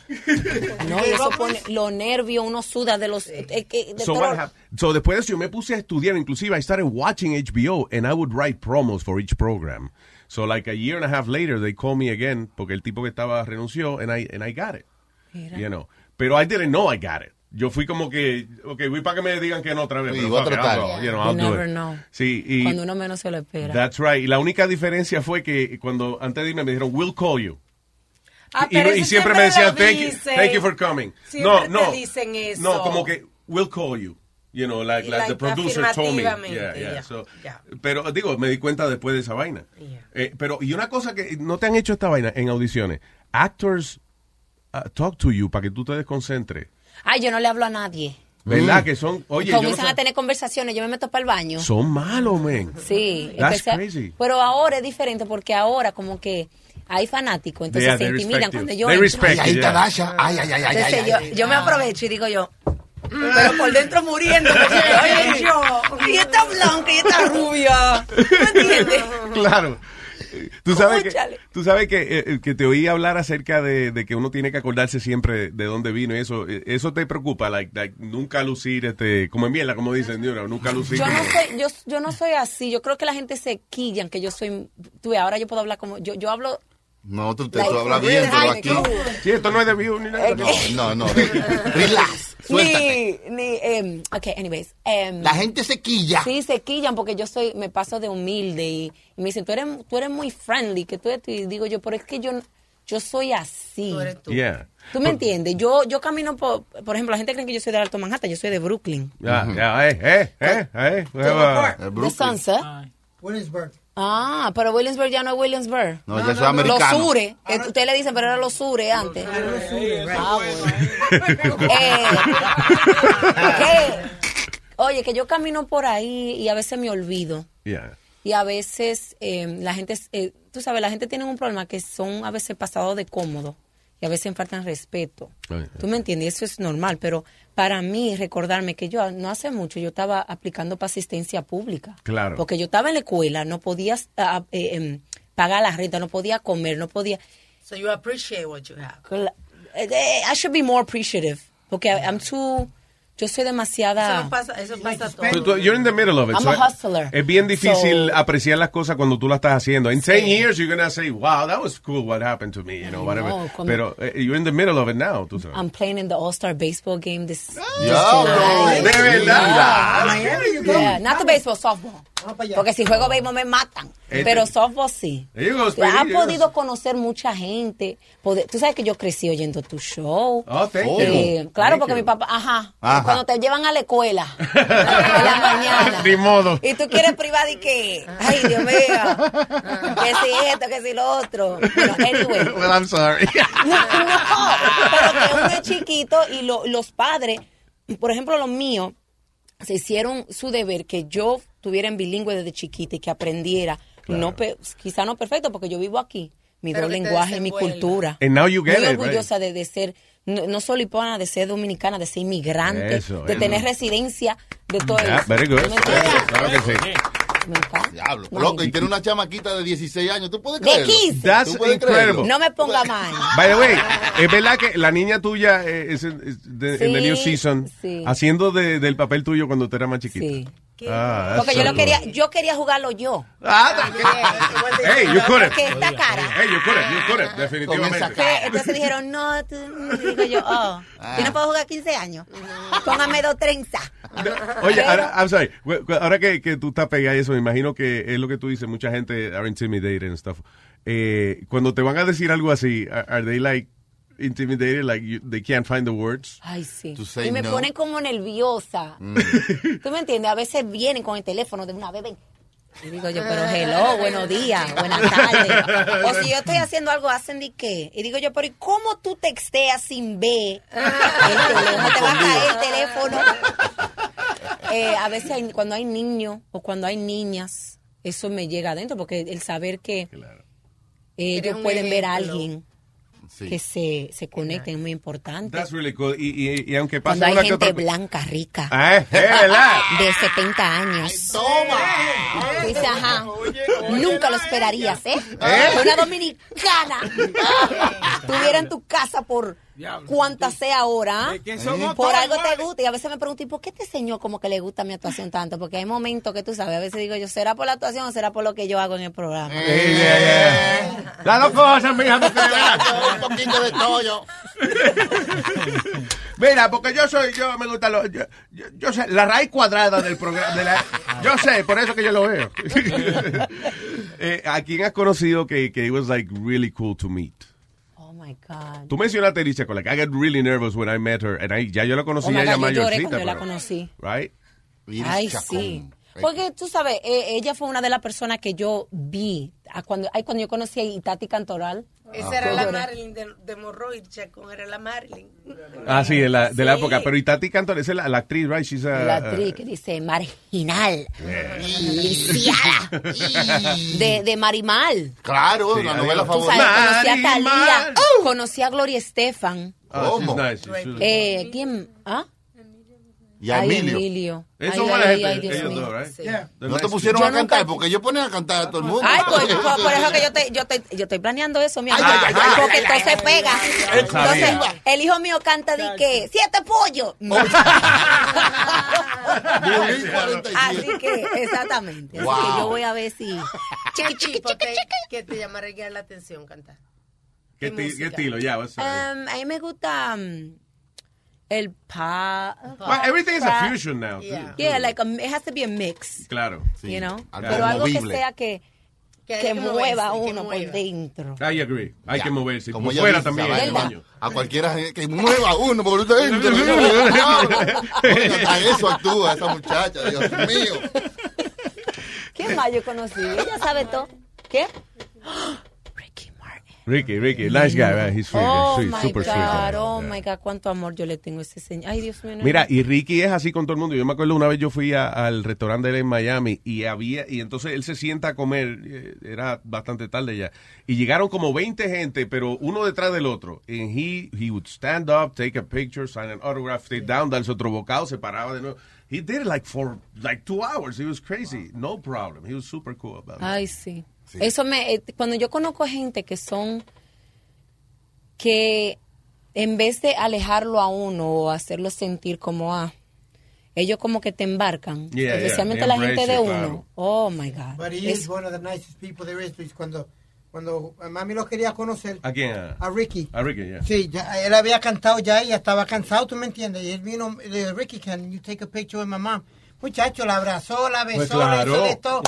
Speaker 20: No, y eso pone los nervios, uno suda de los. eh, que- de
Speaker 8: So,
Speaker 20: todo.
Speaker 8: what hap- so después de eso yo me puse a estudiar, inclusive I started watching HBO and I would write promos for each program. So like a year and a half later they called me again porque el tipo que estaba renunció and I and I got it. You know. Pero I didn't know I got it. Yo fui como que, ok, voy para que me digan que no otra vez.
Speaker 7: Sí,
Speaker 8: pero
Speaker 7: voy a
Speaker 8: fuck it,
Speaker 7: tratar.
Speaker 8: I'll go, You know,
Speaker 20: You
Speaker 8: I'll do
Speaker 20: never
Speaker 8: it.
Speaker 20: know.
Speaker 8: Sí, y
Speaker 20: Cuando uno menos se lo espera.
Speaker 8: that's right. Y la única diferencia fue que cuando antes de irme me dijeron, we'll call you.
Speaker 16: Ah,
Speaker 8: y, y-
Speaker 16: pero
Speaker 8: y
Speaker 16: eso siempre
Speaker 8: siempre me decían,
Speaker 16: lo
Speaker 8: thank you,
Speaker 16: dicen.
Speaker 8: thank you for coming.
Speaker 16: Siempre
Speaker 8: no,
Speaker 16: te
Speaker 8: no.
Speaker 16: dicen eso.
Speaker 8: No, como que, we'll call you. You know, like, like the
Speaker 16: Like,
Speaker 8: producer told me.
Speaker 16: afirmativamente,
Speaker 8: Yeah, yeah.
Speaker 16: ya,
Speaker 8: So,
Speaker 16: ya.
Speaker 8: Pero digo, me di cuenta después de esa vaina. Eh, pero, y una cosa que no te han hecho esta vaina en audiciones. Actors uh, talk to you para que tú te desconcentres.
Speaker 20: Ay, yo no le hablo a nadie.
Speaker 8: ¿Verdad? Que son, oye, yo no
Speaker 20: Comienzan
Speaker 8: sé-
Speaker 20: a tener conversaciones, yo me meto para el baño.
Speaker 8: son malos, men.
Speaker 20: Sí,
Speaker 8: That's
Speaker 20: especial-
Speaker 8: crazy.
Speaker 20: pero ahora es diferente porque ahora como que hay fanáticos, entonces
Speaker 8: Yeah,
Speaker 20: se
Speaker 8: they
Speaker 20: intimidan
Speaker 8: respect
Speaker 20: cuando
Speaker 8: you.
Speaker 20: yo
Speaker 8: They
Speaker 20: entro.
Speaker 8: respect Ay, ahí you, está yeah.
Speaker 4: Dasha. Ay, ay, ay, ay,
Speaker 20: Entonces
Speaker 4: ay,
Speaker 20: yo,
Speaker 4: ay.
Speaker 20: yo me aprovecho y digo yo, "Mm", pero por dentro muriendo, porque, oye yo, y está blanca y está rubia.
Speaker 8: claro. Tú sabes, que, tú sabes que, eh, eh, que te oí hablar acerca de, de que uno tiene que acordarse siempre de dónde vino y eso. eh, ¿Eso te preocupa? Like, like, nunca lucir, este, como en miela, como dicen, you know, nunca lucir.
Speaker 20: Yo no
Speaker 8: como-
Speaker 20: soy, yo, yo no soy así, yo creo que la gente se quillan que yo soy, tú ves, ahora yo puedo hablar como, yo, yo hablo
Speaker 7: No, tú te
Speaker 20: Like,
Speaker 7: tú hablas bien,
Speaker 20: really
Speaker 7: pero
Speaker 20: high
Speaker 7: aquí.
Speaker 20: school.
Speaker 8: Sí, esto no es de view ni nada.
Speaker 7: No, no, no. Relax. Suéltate.
Speaker 20: Ni, ni, em, ok, anyways. em,
Speaker 7: La gente se quilla.
Speaker 20: Sí, se quillan porque yo soy, me paso de humilde y, y me dicen, tú eres, tú eres muy friendly, que tú eres, tú". y digo yo, pero es que yo, yo soy así. Tú,
Speaker 8: Yeah.
Speaker 20: me entiendes, yo, yo camino por, por ejemplo, la gente cree que yo soy de Alto Manhattan, yo soy de Brooklyn.
Speaker 8: Ya, ya, eh, eh, eh, eh, eh, eh.
Speaker 20: De Sunset.
Speaker 17: Williamsburg.
Speaker 20: Ah, pero Williamsburg ya no es Williamsburg.
Speaker 8: No, ya eso es americano.
Speaker 20: Los sures, que ustedes le dicen, pero era los sures antes. Ah, bueno. Eh, que- Oye, que yo camino por ahí y a veces me olvido.
Speaker 8: Yeah.
Speaker 20: Y a veces eh, la gente, es- eh, tú sabes, la gente tiene un problema que son a veces pasados de cómodo y a veces faltan respeto. Tú me entiendes, eso es normal, pero para mí recordarme que yo no hace mucho yo estaba aplicando para asistencia pública.
Speaker 8: Claro.
Speaker 20: Porque yo estaba en la escuela, no podía ah, eh, em, pagar la renta, no podía comer, no podía...
Speaker 16: So you appreciate what you have.
Speaker 20: Cla- eh, eh, I should be more appreciative. Porque I- I'm too... Yo soy demasiada...
Speaker 16: Eso pasa, eso pasa todo.
Speaker 8: Pero tú- you're in the middle of it.
Speaker 20: I'm
Speaker 8: so
Speaker 20: a hustler.
Speaker 8: Es bien difícil
Speaker 20: So-
Speaker 8: apreciar las cosas cuando tú las estás haciendo. In 10 years you're gonna say, wow, that was cool what happened to me, you know,
Speaker 20: I
Speaker 8: whatever.
Speaker 20: know, como-
Speaker 8: Pero eh, you're in the middle of it now, tú sabes.
Speaker 20: I'm playing in the All-Star Baseball game this...
Speaker 8: Diablo, de verdad.
Speaker 20: Yeah, not the baseball, softball. Porque si juego béisbol me matan.
Speaker 8: Este-
Speaker 20: Pero softball sí.
Speaker 8: There you go,
Speaker 20: Te ha
Speaker 8: Speedy, there you go.
Speaker 20: podido conocer mucha gente. Poder- tú sabes que yo crecí oyendo tu show. Eh,
Speaker 8: Oh, thank you.
Speaker 20: Claro,
Speaker 8: Thank
Speaker 20: porque
Speaker 8: you.
Speaker 20: mi papá, ajá,
Speaker 8: Ajá.
Speaker 20: Cuando te llevan a la escuela
Speaker 8: Ah, Ni modo.
Speaker 20: y tú quieres privar y que, ay, Dios mío, que si esto, que si lo otro. Bueno, anyway,
Speaker 8: Well, I'm sorry.
Speaker 20: no, no, pero que uno es chiquito y lo- los padres, por ejemplo, los míos, se hicieron su deber que yo tuviera en bilingüe desde chiquita y que aprendiera. No, pe- quizá no perfecto porque yo vivo aquí. Mi
Speaker 16: Pero
Speaker 20: dos
Speaker 16: que te
Speaker 20: lenguajes, mi
Speaker 16: desenvuelva.
Speaker 20: cultura.
Speaker 8: And now you get
Speaker 20: Muy
Speaker 8: it,
Speaker 20: orgullosa de, de ser, no, no solo hispana, de ser dominicana, de ser inmigrante,
Speaker 8: Eso,
Speaker 20: de
Speaker 8: eso.
Speaker 20: tener residencia, de todo
Speaker 8: Yeah,
Speaker 20: eso.
Speaker 8: very good.
Speaker 20: ¿Tú me entiendes?
Speaker 8: Claro que sí.
Speaker 7: Diablo. Loco, y tiene una chamaquita de 16 años. ¿Tú puedes
Speaker 20: De
Speaker 7: creerlo?
Speaker 20: 15.
Speaker 8: That's incredible.
Speaker 20: No me ponga mal.
Speaker 8: By the way, es verdad que la niña tuya eh, es, en- es de-
Speaker 20: Sí,
Speaker 8: en the new season
Speaker 20: sí.
Speaker 8: haciendo de- del papel tuyo cuando tú eras más chiquita.
Speaker 20: Sí.
Speaker 8: Ah,
Speaker 20: Porque
Speaker 8: that's
Speaker 20: yo
Speaker 8: so
Speaker 20: lo quería, yo quería jugarlo yo.
Speaker 8: cool. Hey, you couldn't.
Speaker 20: Porque esta cara.
Speaker 8: Hey, you couldn't, you couldn't, definitivamente.
Speaker 20: Que Entonces dijeron, no, tú, digo yo, oh, yo
Speaker 8: Ah.
Speaker 20: no puedo jugar 15 años. Póngame dos trenzas.
Speaker 8: Oye, ahora, I'm sorry. Cu- cu- ahora que, que tú estás pegada a eso, me imagino que es lo que tú dices, mucha gente are intimidated and stuff. Eh, cuando te van a decir algo así, are, are they like intimidated, like you- they can't find the words?
Speaker 20: Ay, sí.
Speaker 8: To say
Speaker 20: Y me
Speaker 8: no. Mm.
Speaker 20: ponen como nerviosa. ¿Tú me entiendes? A veces vienen con el teléfono de una vez, ven. Y digo yo, pero hello, buenos días, buenas tardes. O si yo estoy haciendo algo, hacen de qué. Y digo yo, pero ¿y cómo tú texteas sin ver? El teléfono, te va a caer el teléfono. Eh, a veces hay- cuando hay niños o cuando hay niñas, eso me llega adentro, porque el saber que ellos
Speaker 16: un
Speaker 20: pueden ver a
Speaker 16: ejemplo.
Speaker 20: alguien que se, se conecten es muy importante.
Speaker 8: That's really cool. Y, y, y aunque pasa
Speaker 20: Cuando hay
Speaker 8: una que
Speaker 20: gente
Speaker 8: otra-
Speaker 20: blanca, rica.
Speaker 8: Ah, es verdad.
Speaker 20: De 70 años. ¡Toma! Dice, ajá. Nunca lo esperarías, ¿eh? Que Una dominicana tuviera en tu casa por cuánta sea ahora. ¿ah?
Speaker 8: ¿Eh?
Speaker 14: que son otros
Speaker 20: Por algo te gusta. Y a veces me pregunto, ¿y por qué este señor como que le gusta mi actuación tanto? Porque hay momentos que tú sabes, a veces digo yo, ¿será por la actuación o será por lo que yo hago en el programa?
Speaker 8: Eh, eh, eh. Las dos cosas, mija, porque
Speaker 7: Un poquito de tollo.
Speaker 8: Mira, porque yo soy, yo me gusta lo, yo, yo- yo sé, la raíz cuadrada del programa, de la- yo sé, por eso que yo lo veo. Eh, ¿A quién has conocido que, que it was like really cool to meet?
Speaker 20: Oh
Speaker 8: eh.
Speaker 20: my God.
Speaker 8: Tú mencionaste a Alicia Cole, like I got really nervous when I met her, and I, ya yo la conocí,
Speaker 20: Oh my
Speaker 8: ya ella
Speaker 20: God, yo lloré
Speaker 8: mayorcita,
Speaker 20: cuando yo la
Speaker 8: pero-
Speaker 20: conocí.
Speaker 8: right?
Speaker 20: Ay, sí. Porque tú sabes, eh, ella fue una de las personas que yo vi a cuando, ay, cuando yo conocí a Itati Cantoral.
Speaker 16: Esa era
Speaker 20: Yo
Speaker 16: la
Speaker 20: lloré.
Speaker 16: Marilyn de, de Morroy, Chacón era la Marilyn.
Speaker 8: Ah, sí, de la, de la
Speaker 16: Sí.
Speaker 8: época, pero y Tati Cantor, esa es la, la actriz, right? She's a, eh,
Speaker 20: La actriz que dice marginal,
Speaker 8: Yeah.
Speaker 20: lisiada, de, de Marimal.
Speaker 7: Claro,
Speaker 8: Sí,
Speaker 7: la
Speaker 8: adiós.
Speaker 7: novela
Speaker 8: Tú
Speaker 20: Tú
Speaker 7: favorita.
Speaker 20: sabes, conocí a Talía, conocí a Gloria Estefan.
Speaker 8: Oh, she's
Speaker 7: ¿Cómo?
Speaker 8: nice, she's really-
Speaker 20: Eh, ¿Quién? ¿Ah?
Speaker 7: Y a
Speaker 20: Ay,
Speaker 7: Emilio.
Speaker 20: Emilio.
Speaker 8: Ellos
Speaker 20: Ay,
Speaker 8: son buena
Speaker 20: ay,
Speaker 8: gente,
Speaker 20: ay, Dios
Speaker 8: ellos
Speaker 20: mío.
Speaker 8: dos, right?
Speaker 20: Sí.
Speaker 7: No te pusieron
Speaker 20: Yo
Speaker 7: a cantar porque ellos ponen a cantar a todo el mundo.
Speaker 20: Ay, pues, por, por eso que yo, te, yo, te- yo estoy planeando eso, mi amor. porque entonces pega.
Speaker 8: Sabía.
Speaker 20: Entonces, el hijo mío canta de que siete pollos. No. Así que, exactamente. Así
Speaker 7: Wow.
Speaker 20: que yo voy a ver si.
Speaker 16: ¿Qué tipo te, que te llamaría la atención cantar?
Speaker 8: ¿Qué, ti- qué estilo? Ya, what's up?
Speaker 20: Um, a mí me gusta um, el pa.
Speaker 8: Well, everything is
Speaker 20: pa-
Speaker 8: a fusion now.
Speaker 20: Yeah, like a, it has to be a mix.
Speaker 8: Claro.
Speaker 20: You know?
Speaker 8: Algo
Speaker 20: Pero algo que
Speaker 8: movible.
Speaker 20: sea que, que,
Speaker 16: haya que
Speaker 20: mueva
Speaker 16: moverse, que
Speaker 20: uno por
Speaker 16: mueva.
Speaker 20: dentro.
Speaker 8: I agree. Hay que moverse.
Speaker 7: Como
Speaker 8: Como
Speaker 7: ella
Speaker 8: fuera
Speaker 7: dice,
Speaker 8: también.
Speaker 7: esa vaina,
Speaker 8: coño.
Speaker 7: A cualquiera que mueva uno, porque usted Oiga, hasta eso actúa esa muchacha, Dios mío.
Speaker 20: ¿Quién más yo conocí? Ella sabe todo. ¿Qué?
Speaker 8: Ricky, Ricky, nice guy, right? He's sweet,
Speaker 20: oh
Speaker 8: he's
Speaker 20: my
Speaker 8: sweet, super
Speaker 20: God,
Speaker 8: sweet. guy.
Speaker 20: oh
Speaker 8: Yeah.
Speaker 20: my God, cuánto amor yo le tengo a ese señor. Ay, Dios mío. no.
Speaker 8: Mira, y Ricky es así con todo el mundo. Yo me acuerdo una vez yo fui a- al restaurante de él en Miami y había, y entonces él se sienta a comer, eh, era bastante tarde ya, y llegaron como 20 gente, pero uno detrás del otro. And he, he would stand up, take a picture, sign an autograph, sit down, darse otro bocado, se paraba de nuevo. He did it like for like two hours. He was crazy. No problem. He was super cool about it.
Speaker 20: Ay, sí. Eso me. eh, cuando yo conozco gente que son. que en vez de alejarlo a uno o hacerlo sentir como a. ellos como que te embarcan.
Speaker 8: Yeah, yeah,
Speaker 20: especialmente la gente
Speaker 8: embrace
Speaker 20: de
Speaker 8: it,
Speaker 20: uno.
Speaker 8: claro.
Speaker 20: Oh my God.
Speaker 17: But he
Speaker 20: Es-
Speaker 17: is one of the nicest people there is. Luis. Cuando, cuando a mami lo quería conocer,
Speaker 8: ¿A quién? A-
Speaker 17: Ah. a Ricky.
Speaker 8: a Ricky, yeah.
Speaker 17: Sí, ya, él había cantado ya y ya estaba cansado, tú me entiendes. Y él vino, le dijo, Ricky, can you take a picture with my mom? Muchacho, la abrazó, la besó,
Speaker 8: Pues
Speaker 17: la hizo
Speaker 8: claro.
Speaker 17: de todo.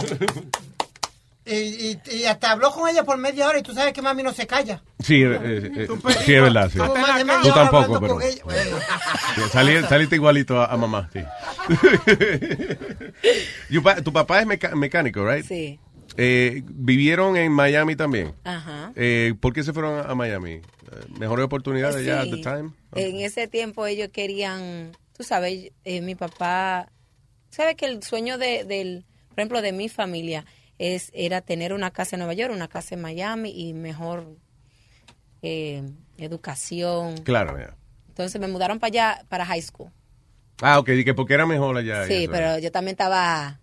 Speaker 17: Y, y- y hasta habló con ella por media hora y tú sabes que mami no se calla.
Speaker 8: Sí, eh, eh, eh, sí, es verdad. Sí.
Speaker 17: Estuvo más de media
Speaker 8: Tú
Speaker 17: hora
Speaker 8: tampoco,
Speaker 17: hablando
Speaker 8: pero.
Speaker 17: con ella. Bueno.
Speaker 8: Sí, salí- saliste igualito a, a mamá, sí. You pa- tu papá es meca- mecánico, ¿right?
Speaker 20: Sí.
Speaker 8: Eh, ¿Vivieron en Miami también?
Speaker 20: Ajá.
Speaker 8: Eh, ¿Por qué se fueron a Miami? Eh, ¿Mejores oportunidades
Speaker 20: Sí.
Speaker 8: ya at the time?
Speaker 20: En ese tiempo ellos querían, tú sabes, eh, mi papá, sabes que el sueño de, del, por ejemplo, de mi familia es, era tener una casa en Nueva York, una casa en Miami y mejor eh, educación.
Speaker 8: Claro, ya.
Speaker 20: Entonces me mudaron para allá, para high school.
Speaker 8: Ah, ok, y que porque era mejor allá.
Speaker 20: sí, pero yo también estaba...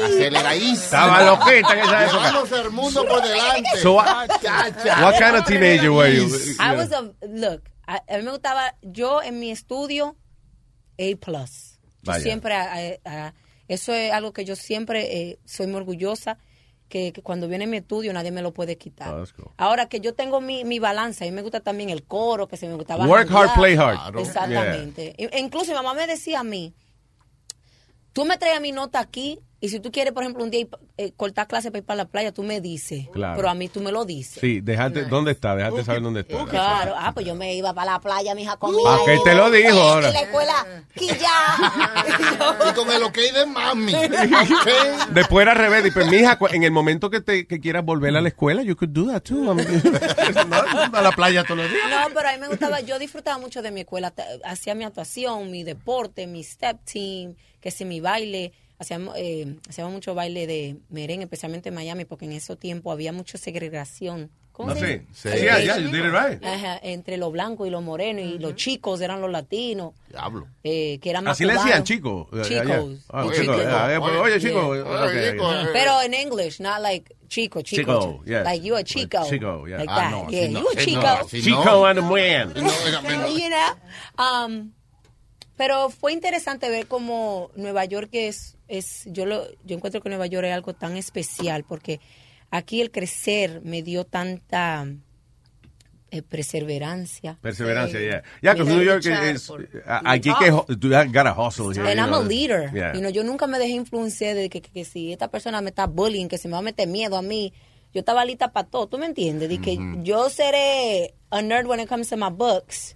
Speaker 7: Aceleradísimo.
Speaker 8: Estaba loquita en esa época.
Speaker 7: Llevándose el mundo por delante.
Speaker 8: So, what-
Speaker 7: Muchacha.
Speaker 8: what kind of teenager were you?
Speaker 20: I was a, look, a, a mí me gustaba, yo en mi estudio, A+. plus. Yo
Speaker 8: Vaya.
Speaker 20: siempre, a- a- a- eso es algo que yo siempre eh, soy muy orgullosa, que, que cuando viene mi estudio nadie me lo puede quitar.
Speaker 8: Oh, that's cool.
Speaker 20: Ahora que yo tengo mi, mi balanza, a mí me gusta también el coro, que se me gustaba.
Speaker 8: Work hard,
Speaker 20: janguear.
Speaker 8: play hard. Claro.
Speaker 20: Exactamente. E- incluso mi mamá me decía a mí, tú me traes mi nota aquí y si tú quieres, por ejemplo, un día ir pa- eh, cortar clase para ir para la playa, tú me dices.
Speaker 8: Claro.
Speaker 20: Pero a mí tú me lo dices.
Speaker 8: Sí, déjate,
Speaker 20: Nice.
Speaker 8: ¿dónde está? Déjate saber dónde está.
Speaker 20: Claro, ah, pues yo me iba para la playa, mija, con mi
Speaker 8: ¿Para qué te lo dijo ahora?
Speaker 20: En la escuela, quilla.
Speaker 7: y con el ok de mami.
Speaker 8: Después era al revés, y pues, mija, cu- en el momento que te que quieras volver a la escuela, you could do that too. I mean, no, a la playa todos los días.
Speaker 20: No, pero a mí me gustaba, yo disfrutaba mucho de mi escuela, ta- hacía mi actuación, mi deporte, mi step team, que si mi baile, hacíamos, eh, hacíamos mucho baile de merengue, especialmente en Miami, porque en ese tiempo había mucha segregación. ¿Cómo
Speaker 8: Ah,
Speaker 20: se llama?
Speaker 8: sí. Sí. Yeah, yeah, you did it right.
Speaker 20: Ajá, entre los blancos y los morenos, y los chicos eran los latinos,
Speaker 8: Diablo.
Speaker 20: eh, que eran más
Speaker 8: Así le decían,
Speaker 20: cubanos.
Speaker 8: chico. eh,
Speaker 20: Chicos.
Speaker 8: allá. Ah,
Speaker 20: Y
Speaker 8: chico,
Speaker 20: chiquitos.
Speaker 8: ah, eh, pues, Oye, chico.
Speaker 20: Yeah.
Speaker 8: ok, ok.
Speaker 20: Pero en English, not like chico, chico.
Speaker 8: Chico, yes.
Speaker 20: Like you a chico.
Speaker 8: Chico, yeah.
Speaker 20: Like
Speaker 8: Ah,
Speaker 20: that.
Speaker 8: no, así
Speaker 20: yeah,
Speaker 8: no,
Speaker 20: you a
Speaker 8: así
Speaker 20: chico.
Speaker 8: no, así Chico no. and a man.
Speaker 20: you know? Um, pero fue interesante ver cómo Nueva York es, es yo, lo, yo encuentro que Nueva York es algo tan especial porque aquí el crecer me dio tanta eh, perseverancia. Eh,
Speaker 8: Perseverancia, yeah.
Speaker 20: Mira,
Speaker 8: Yeah, because New York
Speaker 20: luchar
Speaker 8: is.
Speaker 20: por-
Speaker 8: a- Aquí que ho- tú has got a hustle here.
Speaker 20: And
Speaker 8: you
Speaker 20: I'm
Speaker 8: know.
Speaker 20: a leader.
Speaker 8: Yeah.
Speaker 20: You know, yo nunca me dejé influenciar de que, que- que si esta persona me está bullying, que se me va a meter miedo a mí. Yo estaba lista para todo, ¿tú me entiendes? De que
Speaker 8: Mm-hmm.
Speaker 20: yo seré a nerd when it comes to my books,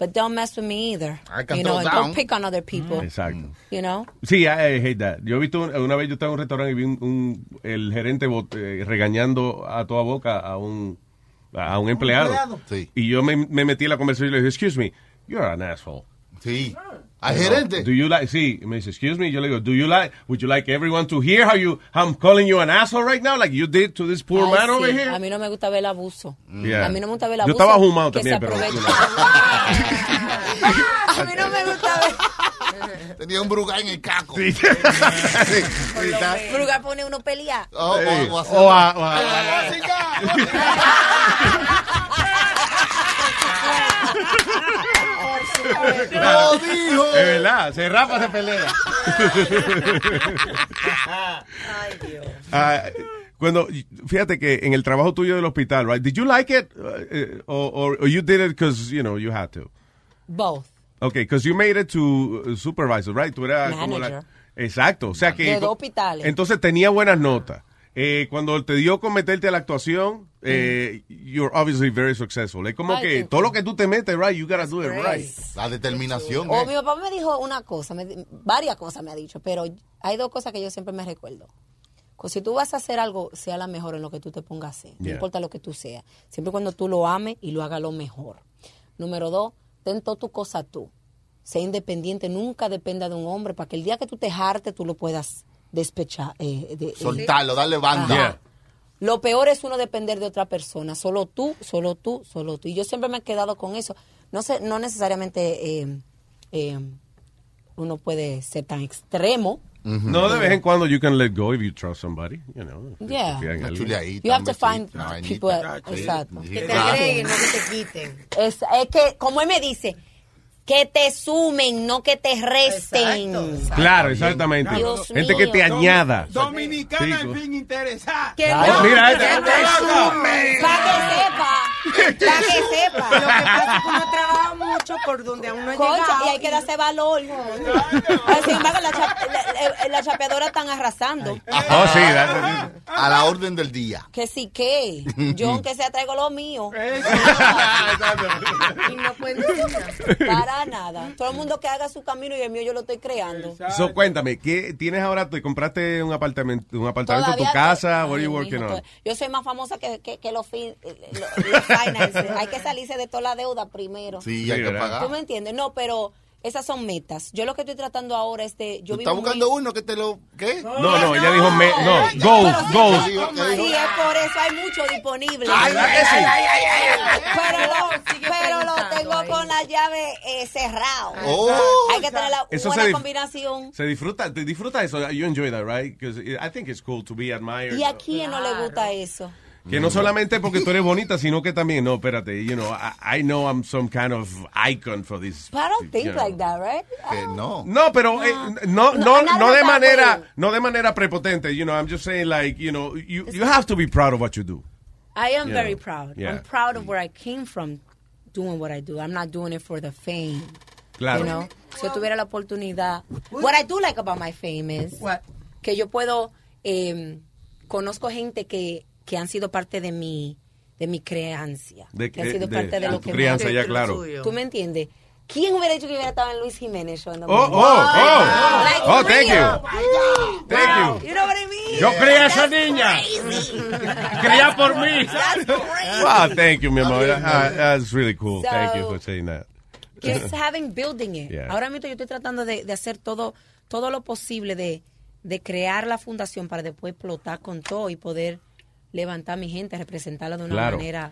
Speaker 20: but don't mess with me either.
Speaker 8: I can
Speaker 20: you know,
Speaker 8: throw
Speaker 20: and
Speaker 8: down.
Speaker 20: don't pick on other people.
Speaker 8: Exacto.
Speaker 20: You know?
Speaker 8: Sí, ah, I, I hate that. Yo he visto un- una vez yo estaba en un restaurante y vi un, un- el gerente bot- eh, regañando a toda boca a un a un empleado.
Speaker 7: empleado. Sí.
Speaker 8: Y yo me, me metí en la conversación y le dije, "Excuse me, you're an asshole."
Speaker 7: Sí.
Speaker 20: Ah.
Speaker 7: Al gerente.
Speaker 8: Do you like sí, me dice, "Excuse me." Yo le digo, "Do you like would you like everyone to hear how you how I'm calling you an asshole right now like you did to this poor
Speaker 20: Ay,
Speaker 8: man
Speaker 20: sí.
Speaker 8: over here?"
Speaker 20: A mí no me gusta ver el abuso.
Speaker 8: Yeah.
Speaker 20: A mí no me gusta ver el
Speaker 8: Yo
Speaker 20: abuso.
Speaker 8: estaba jumado
Speaker 20: que se
Speaker 8: también, pero-
Speaker 20: aprovecha.
Speaker 7: A mí no me gusta Tenía un brugal en el caco. Sí.
Speaker 20: Por lugar pone uno pelea.
Speaker 7: Oh, oh, oh, así.
Speaker 8: O a- o a-
Speaker 7: ¡Lo dijo!
Speaker 8: Es verdad, se rapa, se pelea. Ah, cuando, fíjate que en el trabajo tuyo del hospital, right? Did you like it? Uh, or, or- or you did it because, you know, you had to.
Speaker 20: Both.
Speaker 8: Okay, because you made it to uh, supervisor, right? Tú eras como la-
Speaker 20: Manager.
Speaker 8: Exacto, o sea que...
Speaker 20: De dos hospitales.
Speaker 8: Entonces tenía buenas notas. Eh, cuando te dio con meterte a la actuación, eh, you're obviously very successful. Es como
Speaker 20: Mm. Ay,
Speaker 8: que
Speaker 20: thank
Speaker 8: todo lo que tú te metes, right, you gotta do it
Speaker 20: Great.
Speaker 8: right.
Speaker 7: La determinación.
Speaker 20: O mi papá me dijo una cosa, me di- varias cosas me ha dicho, pero hay dos cosas que yo siempre me recuerdo. Co- Si tú vas a hacer algo, sea la mejor en lo que tú te pongas a hacer, no
Speaker 25: Yeah.
Speaker 20: importa lo que tú seas. Siempre y cuando tú lo ames y lo hagas lo mejor. Número dos, ten toda tu cosa tú. Sea independiente, nunca dependa de un hombre, para que el día que tú te hartes, tú lo puedas despechar. eh, de- eh,
Speaker 7: Soltarlo, darle banda.
Speaker 20: Ajá. Lo peor es uno depender de otra persona, solo tú, solo tú, solo tú. Y yo siempre me he quedado con eso. No sé, no necesariamente eh, eh, uno puede ser tan extremo.
Speaker 8: No, de vez en cuando you can let go if you trust somebody, you know.
Speaker 20: Yeah.
Speaker 8: Si hay
Speaker 20: Una
Speaker 8: alguien.
Speaker 20: You have to find people. Exacto.
Speaker 8: Que
Speaker 16: te agreguen, no que te quiten.
Speaker 20: Es, es que, como él me dice, que te sumen, no que te resten.
Speaker 8: Claro, exactamente.
Speaker 20: Dios
Speaker 8: Gente
Speaker 20: mío.
Speaker 8: que te
Speaker 20: Dom-
Speaker 8: añada.
Speaker 14: Dominicana,
Speaker 8: Sí, pues.
Speaker 14: en fin, interesada.
Speaker 20: Que
Speaker 8: Claro. no, Mira, que este-
Speaker 20: Para que sepa, para que
Speaker 16: Lo
Speaker 20: sepa.
Speaker 16: que pasa es que uno trabaja mucho por donde aún no ha
Speaker 20: Concha,
Speaker 16: llegado.
Speaker 20: y hay que darse valor. Ay, Sin embargo, la, cha- la- la- la chapeadora están arrasando.
Speaker 7: Oh, sí, A la orden del día.
Speaker 20: Que sí, que yo aunque sea traigo lo mío.
Speaker 8: Eh.
Speaker 16: Y no pueden decir nada.
Speaker 20: Para nada. Todo el mundo que haga su camino y el mío yo lo estoy creando.
Speaker 8: So, cuéntame, ¿qué tienes ahora? ¿Te compraste un apartamento, un apartamento en tu
Speaker 20: Todavía-
Speaker 8: casa?
Speaker 20: Ay,
Speaker 8: What are you
Speaker 20: mijo,
Speaker 8: working on?
Speaker 20: to- Yo soy más famosa que, que, que los, fin- eh, lo- los finances. Hay que salirse de toda la deuda primero.
Speaker 8: Sí, hay que
Speaker 20: ¿Tú
Speaker 8: pagar.
Speaker 20: me entiendes? No, pero Esas son metas. Yo lo que estoy tratando ahora es de...
Speaker 7: Está
Speaker 20: Yo vivo muy-
Speaker 7: buscando uno que te lo. ¿Qué?
Speaker 8: No, no, ella dijo me- no, goals,
Speaker 20: Pero sí,
Speaker 8: goals.
Speaker 20: Sí, es por eso, hay mucho disponible.
Speaker 8: Ay, ¿verdad que sí? Ay, ay,
Speaker 20: Pero lo, pero lo tengo con la llave eh, cerrada.
Speaker 8: Oh.
Speaker 20: hay que tener la
Speaker 8: Eso
Speaker 20: buena
Speaker 8: se dif-
Speaker 20: combinación.
Speaker 8: Se disfruta, te disfruta eso. You enjoy that, right? Because I think it's cool to be admired.
Speaker 20: ¿Y a quién no le gusta eso?
Speaker 8: Que no solamente porque tú eres bonita, sino que también, no, espérate, you know, I, I know I'm some kind of icon for this.
Speaker 20: I don't think
Speaker 8: you know.
Speaker 20: like that, right?
Speaker 7: no.
Speaker 8: No, pero eh, no,
Speaker 20: No,
Speaker 8: no,
Speaker 20: not
Speaker 8: no
Speaker 20: like
Speaker 8: de
Speaker 20: that
Speaker 8: manera,
Speaker 20: way.
Speaker 8: no de manera prepotente. You know, I'm just saying like, you know, you, you have to be proud of what you do.
Speaker 20: I am
Speaker 8: Yeah.
Speaker 20: very proud.
Speaker 8: Yeah.
Speaker 20: I'm proud of where I came from doing what I do. I'm not doing it for the fame.
Speaker 8: Claro.
Speaker 20: You know? Si yo tuviera la oportunidad. What I do like about my fame is que yo puedo eh, conozco gente que, que han sido parte de mi de mi creencia.
Speaker 8: De-
Speaker 20: que han
Speaker 8: de-
Speaker 20: sido
Speaker 8: de-
Speaker 20: parte de,
Speaker 8: de
Speaker 20: lo
Speaker 8: tu
Speaker 20: que
Speaker 8: crianza,
Speaker 20: me-
Speaker 8: ya, claro.
Speaker 20: ¿Tú me entiendes? ¿Quién hubiera dicho que hubiera estado en Luis Jiménez? show number
Speaker 8: Oh,
Speaker 20: one?
Speaker 8: oh, oh.
Speaker 20: Like,
Speaker 8: Oh, thank
Speaker 20: real.
Speaker 8: you. Thank you.
Speaker 20: You know what I mean?
Speaker 8: Yo crié a esa
Speaker 20: That's
Speaker 8: niña.
Speaker 20: crazy.
Speaker 8: Cría por mí.
Speaker 20: That's crazy.
Speaker 8: Wow, thank you, mi amor. Ah, that's really cool.
Speaker 20: So-
Speaker 8: thank you for saying that.
Speaker 20: Just having building it.
Speaker 8: Yeah.
Speaker 20: Ahora mismo yo estoy tratando de, de hacer todo, todo lo posible de, de crear la fundación para después explotar con todo y poder levantar a mi gente, representarla de una
Speaker 8: Claro.
Speaker 20: manera.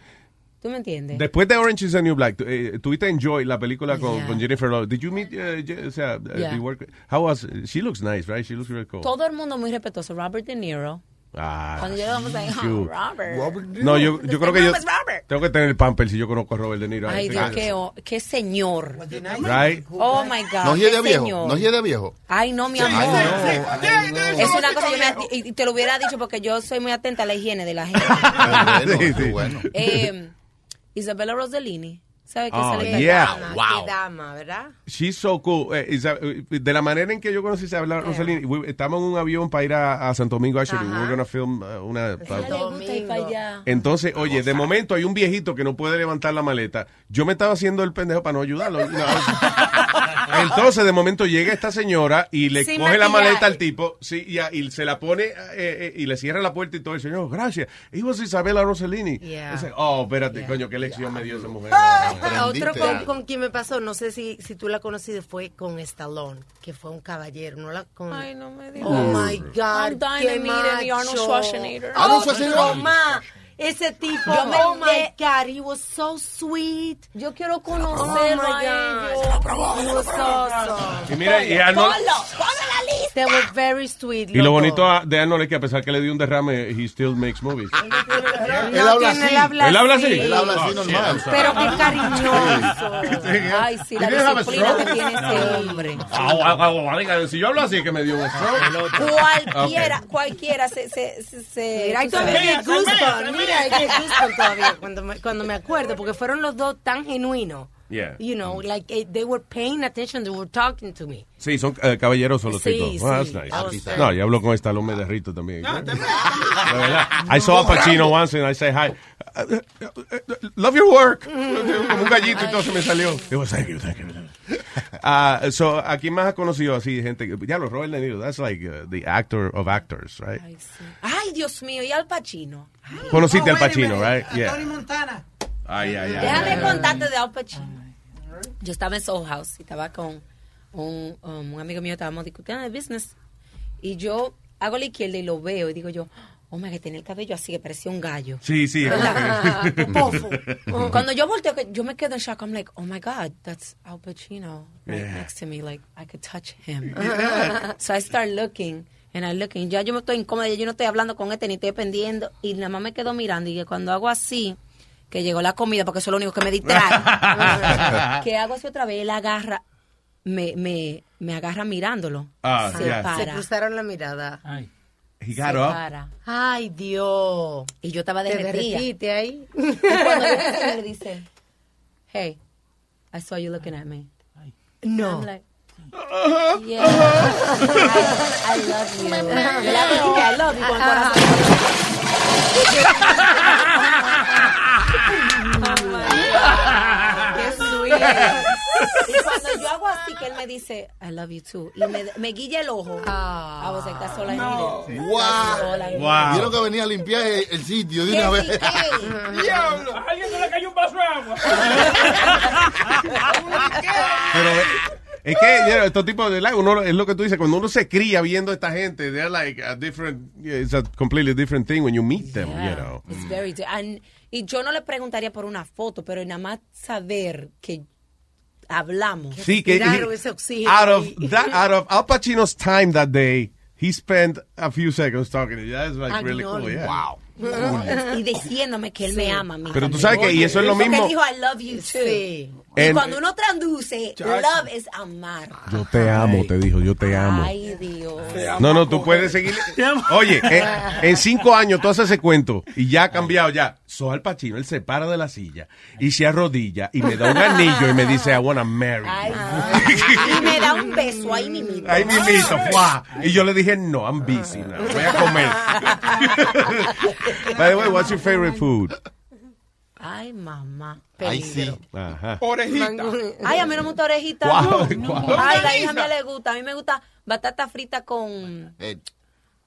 Speaker 20: ¿Tú me entiendes?
Speaker 8: Después de Orange is the New Black, tu- eh, tuviste Enjoy, la película con, con Jennifer Lawrence. Did you meet, eh, Je- o sea, eh,
Speaker 20: Yeah.
Speaker 8: you work- how was, she looks nice, right? She looks really cool.
Speaker 20: Todo el mundo muy respetuoso. Robert De Niro.
Speaker 8: Ah,
Speaker 20: Cuando llegamos ahí, oh,
Speaker 8: cute.
Speaker 20: Robert.
Speaker 8: No, yo, yo creo que
Speaker 20: No,
Speaker 8: yo
Speaker 20: es Robert.
Speaker 8: tengo que tener el pamper si yo conozco a Robert De Niro.
Speaker 20: Ay, Dios, qué, oh, qué señor.
Speaker 8: este Right?
Speaker 20: Oh, my God.
Speaker 7: No
Speaker 20: qué
Speaker 7: hiede viejo.
Speaker 20: señor.
Speaker 7: No hiede viejo.
Speaker 20: Ay, no, mi
Speaker 7: Ay,
Speaker 20: amor.
Speaker 7: no.
Speaker 20: Es una cosa que yo me ati- y y te lo hubiera dicho porque yo soy muy atenta a la higiene de la gente.
Speaker 7: Ah,
Speaker 8: Sí, sí.
Speaker 20: Eh, Isabella Rossellini. ¿Sabe que
Speaker 8: Oh,
Speaker 20: sale
Speaker 8: yeah.
Speaker 20: tan
Speaker 8: Yeah, wow.
Speaker 16: Qué dama, ¿verdad?
Speaker 8: She's so cool. Eh, Isa- eh, de la manera en que yo conocí a Isabela Rosalini, we- estábamos en un avión para ir a, a Santo Domingo, actually.
Speaker 20: Ajá.
Speaker 8: We're gonna film eh, una...
Speaker 20: gusta ir para allá.
Speaker 8: Entonces, oye, de momento hay un viejito que no puede levantar la maleta. Yo me estaba haciendo el pendejo para no ayudarlo. No. Entonces, de momento llega esta señora y le
Speaker 15: Sin
Speaker 8: coge la
Speaker 15: maquillaje.
Speaker 8: maleta al tipo sí, y, a- y se la pone eh, eh, y le cierra la puerta y todo. El señor, gracias. Y vos Isabela Rossellini.
Speaker 16: Yeah.
Speaker 8: Ese- Oh, espérate, coño, qué lección me dio esa mujer.
Speaker 16: Ah, otro con, con quien me pasó, no sé si, si tú la conociste, fue con Stallone, que fue un caballero. No la con... Ay,
Speaker 20: no me
Speaker 16: digas. Oh, my
Speaker 8: Mm.
Speaker 20: I'm
Speaker 16: God.
Speaker 20: dying
Speaker 16: qué
Speaker 20: to meet him, Arnold
Speaker 16: macho.
Speaker 20: Schwarzenegger.
Speaker 7: Arnold Schwarzenegger.
Speaker 16: Oh, ma, Ese tipo,
Speaker 20: Yo me
Speaker 16: oh my God, he was so sweet. Oh
Speaker 20: Yo quiero
Speaker 16: conocerlo a ellos. He was awesome.
Speaker 8: Y mira, y Arnold-
Speaker 16: They were very sweet.
Speaker 8: Y lo bonito a- de Arnold es que a pesar que le dio un derrame, he still makes movies.
Speaker 16: Él habla así. Él habla
Speaker 8: Él habla así.
Speaker 16: así.
Speaker 7: Él habla así
Speaker 8: Oh,
Speaker 7: normal.
Speaker 8: shit, I'm sorry.
Speaker 16: Pero qué cariñoso.
Speaker 20: Ay, sí, la
Speaker 8: You didn't have a
Speaker 20: disciplina que
Speaker 8: stroke?
Speaker 20: tiene ese hombre.
Speaker 17: Ah,
Speaker 8: Au, au, au, au, venga, oh, ah, si yo hablo así que me dio un stroke.
Speaker 20: Cualquiera, cualquiera se... se, se, se-
Speaker 16: Mira, ahí
Speaker 20: tú sabes.
Speaker 16: todavía hay goosebumps. Mira, hay que goosebumps todavía cuando me, cuando me acuerdo, porque fueron los dos tan genuinos.
Speaker 8: Yeah.
Speaker 16: You know, like eh, they were paying attention, they were talking to me.
Speaker 8: Sí, son eh, caballeros los
Speaker 16: Sí,
Speaker 8: tipos.
Speaker 16: sí.
Speaker 8: Well, that's nice.
Speaker 16: Ah, sí, sí.
Speaker 8: No, yo hablo con esta me derrito también. De verdad. I saw a Pacino once and I said hi. Uh, uh, uh, Love your work. Como un gallito y todo se me salió. It was thank you, thank you. Ah, so, ¿a quién más has conocido así gente? que- Ya lo Robert De Niro, that's like uh, the actor of actors, right?
Speaker 20: Ay, Dios mío, y Al Pacino.
Speaker 8: Conociste al Pacino, right?
Speaker 20: Tony
Speaker 8: Yeah.
Speaker 20: Montana.
Speaker 8: Ay, ay, ay.
Speaker 20: Déjame
Speaker 8: ay, ay.
Speaker 20: contarte de Al Pacino. Yo estaba en Soul House y estaba con un, um, un amigo mío, estábamos discutiendo de business. Y yo hago la izquierda y lo veo y digo yo, oh, my, que tiene el cabello así, que parecía un gallo.
Speaker 8: Sí, sí.
Speaker 20: ¿Verdad?
Speaker 8: ok.
Speaker 20: Popofo. Cuando yo volteo, que yo me quedo en shock. I'm like, oh my God, that's Al Pacino right
Speaker 8: Yeah.
Speaker 20: next to me. Like, I could touch him.
Speaker 25: Yeah.
Speaker 20: so I start looking and I looking. Ya yo me estoy incómoda, ya yo no estoy hablando con este ni estoy pendiendo. Y nada más me quedo mirando. Y que cuando hago así, que llegó la comida, porque eso es lo único que me distrae. que hago así otra vez, él agarra, me, me, me agarra mirándolo.
Speaker 8: Ah,
Speaker 20: se
Speaker 8: yes.
Speaker 20: para.
Speaker 16: Se cruzaron la mirada.
Speaker 8: He
Speaker 20: se
Speaker 8: got up.
Speaker 20: para.
Speaker 16: Ay, Dios.
Speaker 20: Y yo estaba
Speaker 16: Te
Speaker 20: derretida.
Speaker 16: derretiste ahí.
Speaker 20: Y cuando yo me siento, le dice, hey, I saw you looking at me.
Speaker 16: No.
Speaker 20: I'm like, yeah. I, I love you. Yo le hago, "Yeah, I love you con el corazón. Qué sweet. Y Ah, cuando yo hago así, que él me dice, I love you too. Y me, me guilla el ojo. I was like, that's all I
Speaker 7: No.
Speaker 20: needed. That's all I
Speaker 7: Wow.
Speaker 20: needed.
Speaker 7: Vieron que venía a limpiar el, el sitio de
Speaker 20: ¿Qué
Speaker 7: una vez.
Speaker 20: sí, qué?
Speaker 14: ¡Diablo! ¿A alguien no le cayó un vaso de agua?
Speaker 8: Pero Es que you know, estos tipos de like, uno es lo que tú dices, cuando uno se cría viendo a esta gente, they're like a different, it's a completely different thing when you meet them, you know.
Speaker 20: It's very di- and- y yo no le preguntaría por una foto, pero nada más saber que hablamos.
Speaker 8: Sí, que he- out of that, out of Al Pacino's time that day, he spent a few seconds talking to you. That's like really cool. Yeah.
Speaker 20: Wow. Y diciéndome que él me ama a mí.
Speaker 8: Pero tú sabes que- y eso es lo mismo-
Speaker 20: Que dijo, I love you too. Y
Speaker 8: En-
Speaker 20: cuando uno traduce,
Speaker 8: Chacho.
Speaker 20: love es amar.
Speaker 8: Yo te amo, te dijo, yo te amo.
Speaker 20: Ay, Dios.
Speaker 8: No, no, tú puedes seguir. Oye, en, en cinco años tú haces ese cuento y ya ha cambiado, ya. So Al Pacino, él se para de la silla y se arrodilla y me da un anillo y me dice, I wanna marry. you".
Speaker 20: Ay, y me da un beso ahí mismo.
Speaker 8: Ahí mismito, ¡fua! Y yo le dije, no, I'm busy now. Voy a comer. By the way, what's your favorite food?
Speaker 20: Ay, mamá.
Speaker 8: Ajá.
Speaker 20: Ay, a mí no me gusta orejita.
Speaker 8: Guau,
Speaker 20: No.
Speaker 8: guau.
Speaker 20: Ay, la hija mía le gusta. A mí me gusta batata frita con,
Speaker 7: Eh,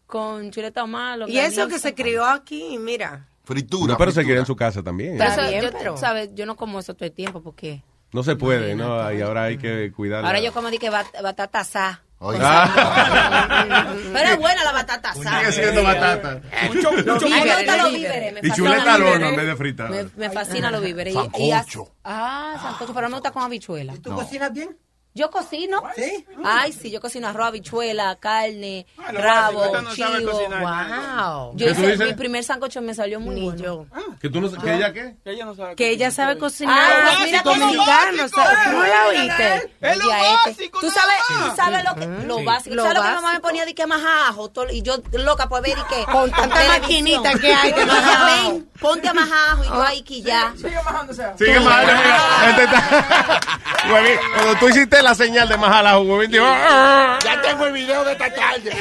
Speaker 20: con chuleta malo.
Speaker 16: Y eso que se crió aquí, mira.
Speaker 8: Fritura. No, pero se queda en su casa también.
Speaker 20: Pero eso,
Speaker 16: Está bien,
Speaker 20: yo,
Speaker 16: pero-
Speaker 20: ¿sabes? yo no como eso todo el tiempo porque
Speaker 8: No se puede, ¿no? Y ahora hay que cuidar.
Speaker 20: ahora yo como dije bat- batata asada.
Speaker 8: Oye.
Speaker 20: Pero es buena la batata asada.
Speaker 8: Sigue siendo batata.
Speaker 20: Mucho, mucho. A mí me gustan los víveres. me
Speaker 8: Y
Speaker 20: fascinan
Speaker 8: chuleta
Speaker 20: los
Speaker 8: al horno
Speaker 20: víveres.
Speaker 8: en vez de frita.
Speaker 20: Me, me fascina los víveres. Y- y as- ah, sancocho, pero no me gusta con habichuela. ¿Tú
Speaker 17: cocinas bien?
Speaker 20: Yo cocino. ¿Sí? Ay, sí, yo cocino arroz, habichuela, carne,
Speaker 16: Ah, lo
Speaker 20: rabo,
Speaker 16: básico, usted no sabe
Speaker 20: chivo.
Speaker 16: cocinar nada.
Speaker 20: wow.
Speaker 16: Wow.
Speaker 20: Yo
Speaker 8: ¿Qué tú
Speaker 20: hice,
Speaker 8: dices?
Speaker 20: mi primer sancocho me salió muy bueno.
Speaker 8: ¿Que tú no sa- que ella qué?
Speaker 14: Que ella no sabe
Speaker 16: Que ella sabe cocinar.
Speaker 20: Ah,
Speaker 16: mira,
Speaker 20: mira que
Speaker 16: dominicano.
Speaker 20: básico,
Speaker 16: sabe- ¿No la
Speaker 20: eh.
Speaker 16: oíste?
Speaker 20: Es lo
Speaker 16: Oye, este.
Speaker 20: básico, Tú sabes, tú sabes lo que lo
Speaker 16: Sí.
Speaker 20: básico.
Speaker 16: Lo
Speaker 20: ¿Sabes lo que mi mamá me
Speaker 16: básico.
Speaker 20: ponía de que más ajo? Todo- y yo loca por ver y que con
Speaker 16: tanta maquinita que hay de más ajo.
Speaker 20: ven, ponte a más ajo y yo ahí que ya. Ah. Sigue majándose.
Speaker 8: Sigue majando, mira. Este está- Huevín, cuando tú hiciste la señal de majalajo, huevín dijo... "Ah".
Speaker 15: Ya tengo el video de esta tarde.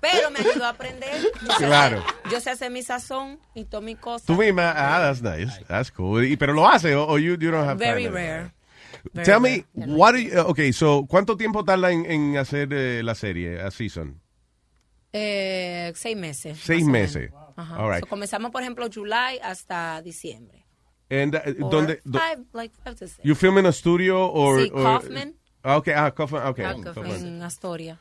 Speaker 20: Pero me ayudó a aprender. Yo sé-
Speaker 8: Claro.
Speaker 20: Yo sé hacer mi sazón y todas mis cosas.
Speaker 8: Tú misma, ah, that's nice, that's cool. Y- pero lo hace, o o you, you don't have
Speaker 20: Very
Speaker 8: time.
Speaker 20: rare. Very
Speaker 8: Tell
Speaker 20: rare.
Speaker 8: me, what do you- okay, so, ¿cuánto tiempo tarda en, en hacer eh, la serie, a season?
Speaker 20: Eh, seis meses.
Speaker 8: Seis
Speaker 20: más o
Speaker 8: meses.
Speaker 20: menos. Ajá.
Speaker 8: All right.
Speaker 20: So, comenzamos, por ejemplo, July hasta diciembre.
Speaker 8: And, eh,
Speaker 20: Or
Speaker 8: ¿dónde- do-
Speaker 20: five, like five to six.
Speaker 8: you film in a studio or,
Speaker 20: Sí,
Speaker 8: or-
Speaker 20: Kaufman.
Speaker 8: Ah, okay, ah, Kaufman, okay.
Speaker 20: Ah, que fue en Astoria.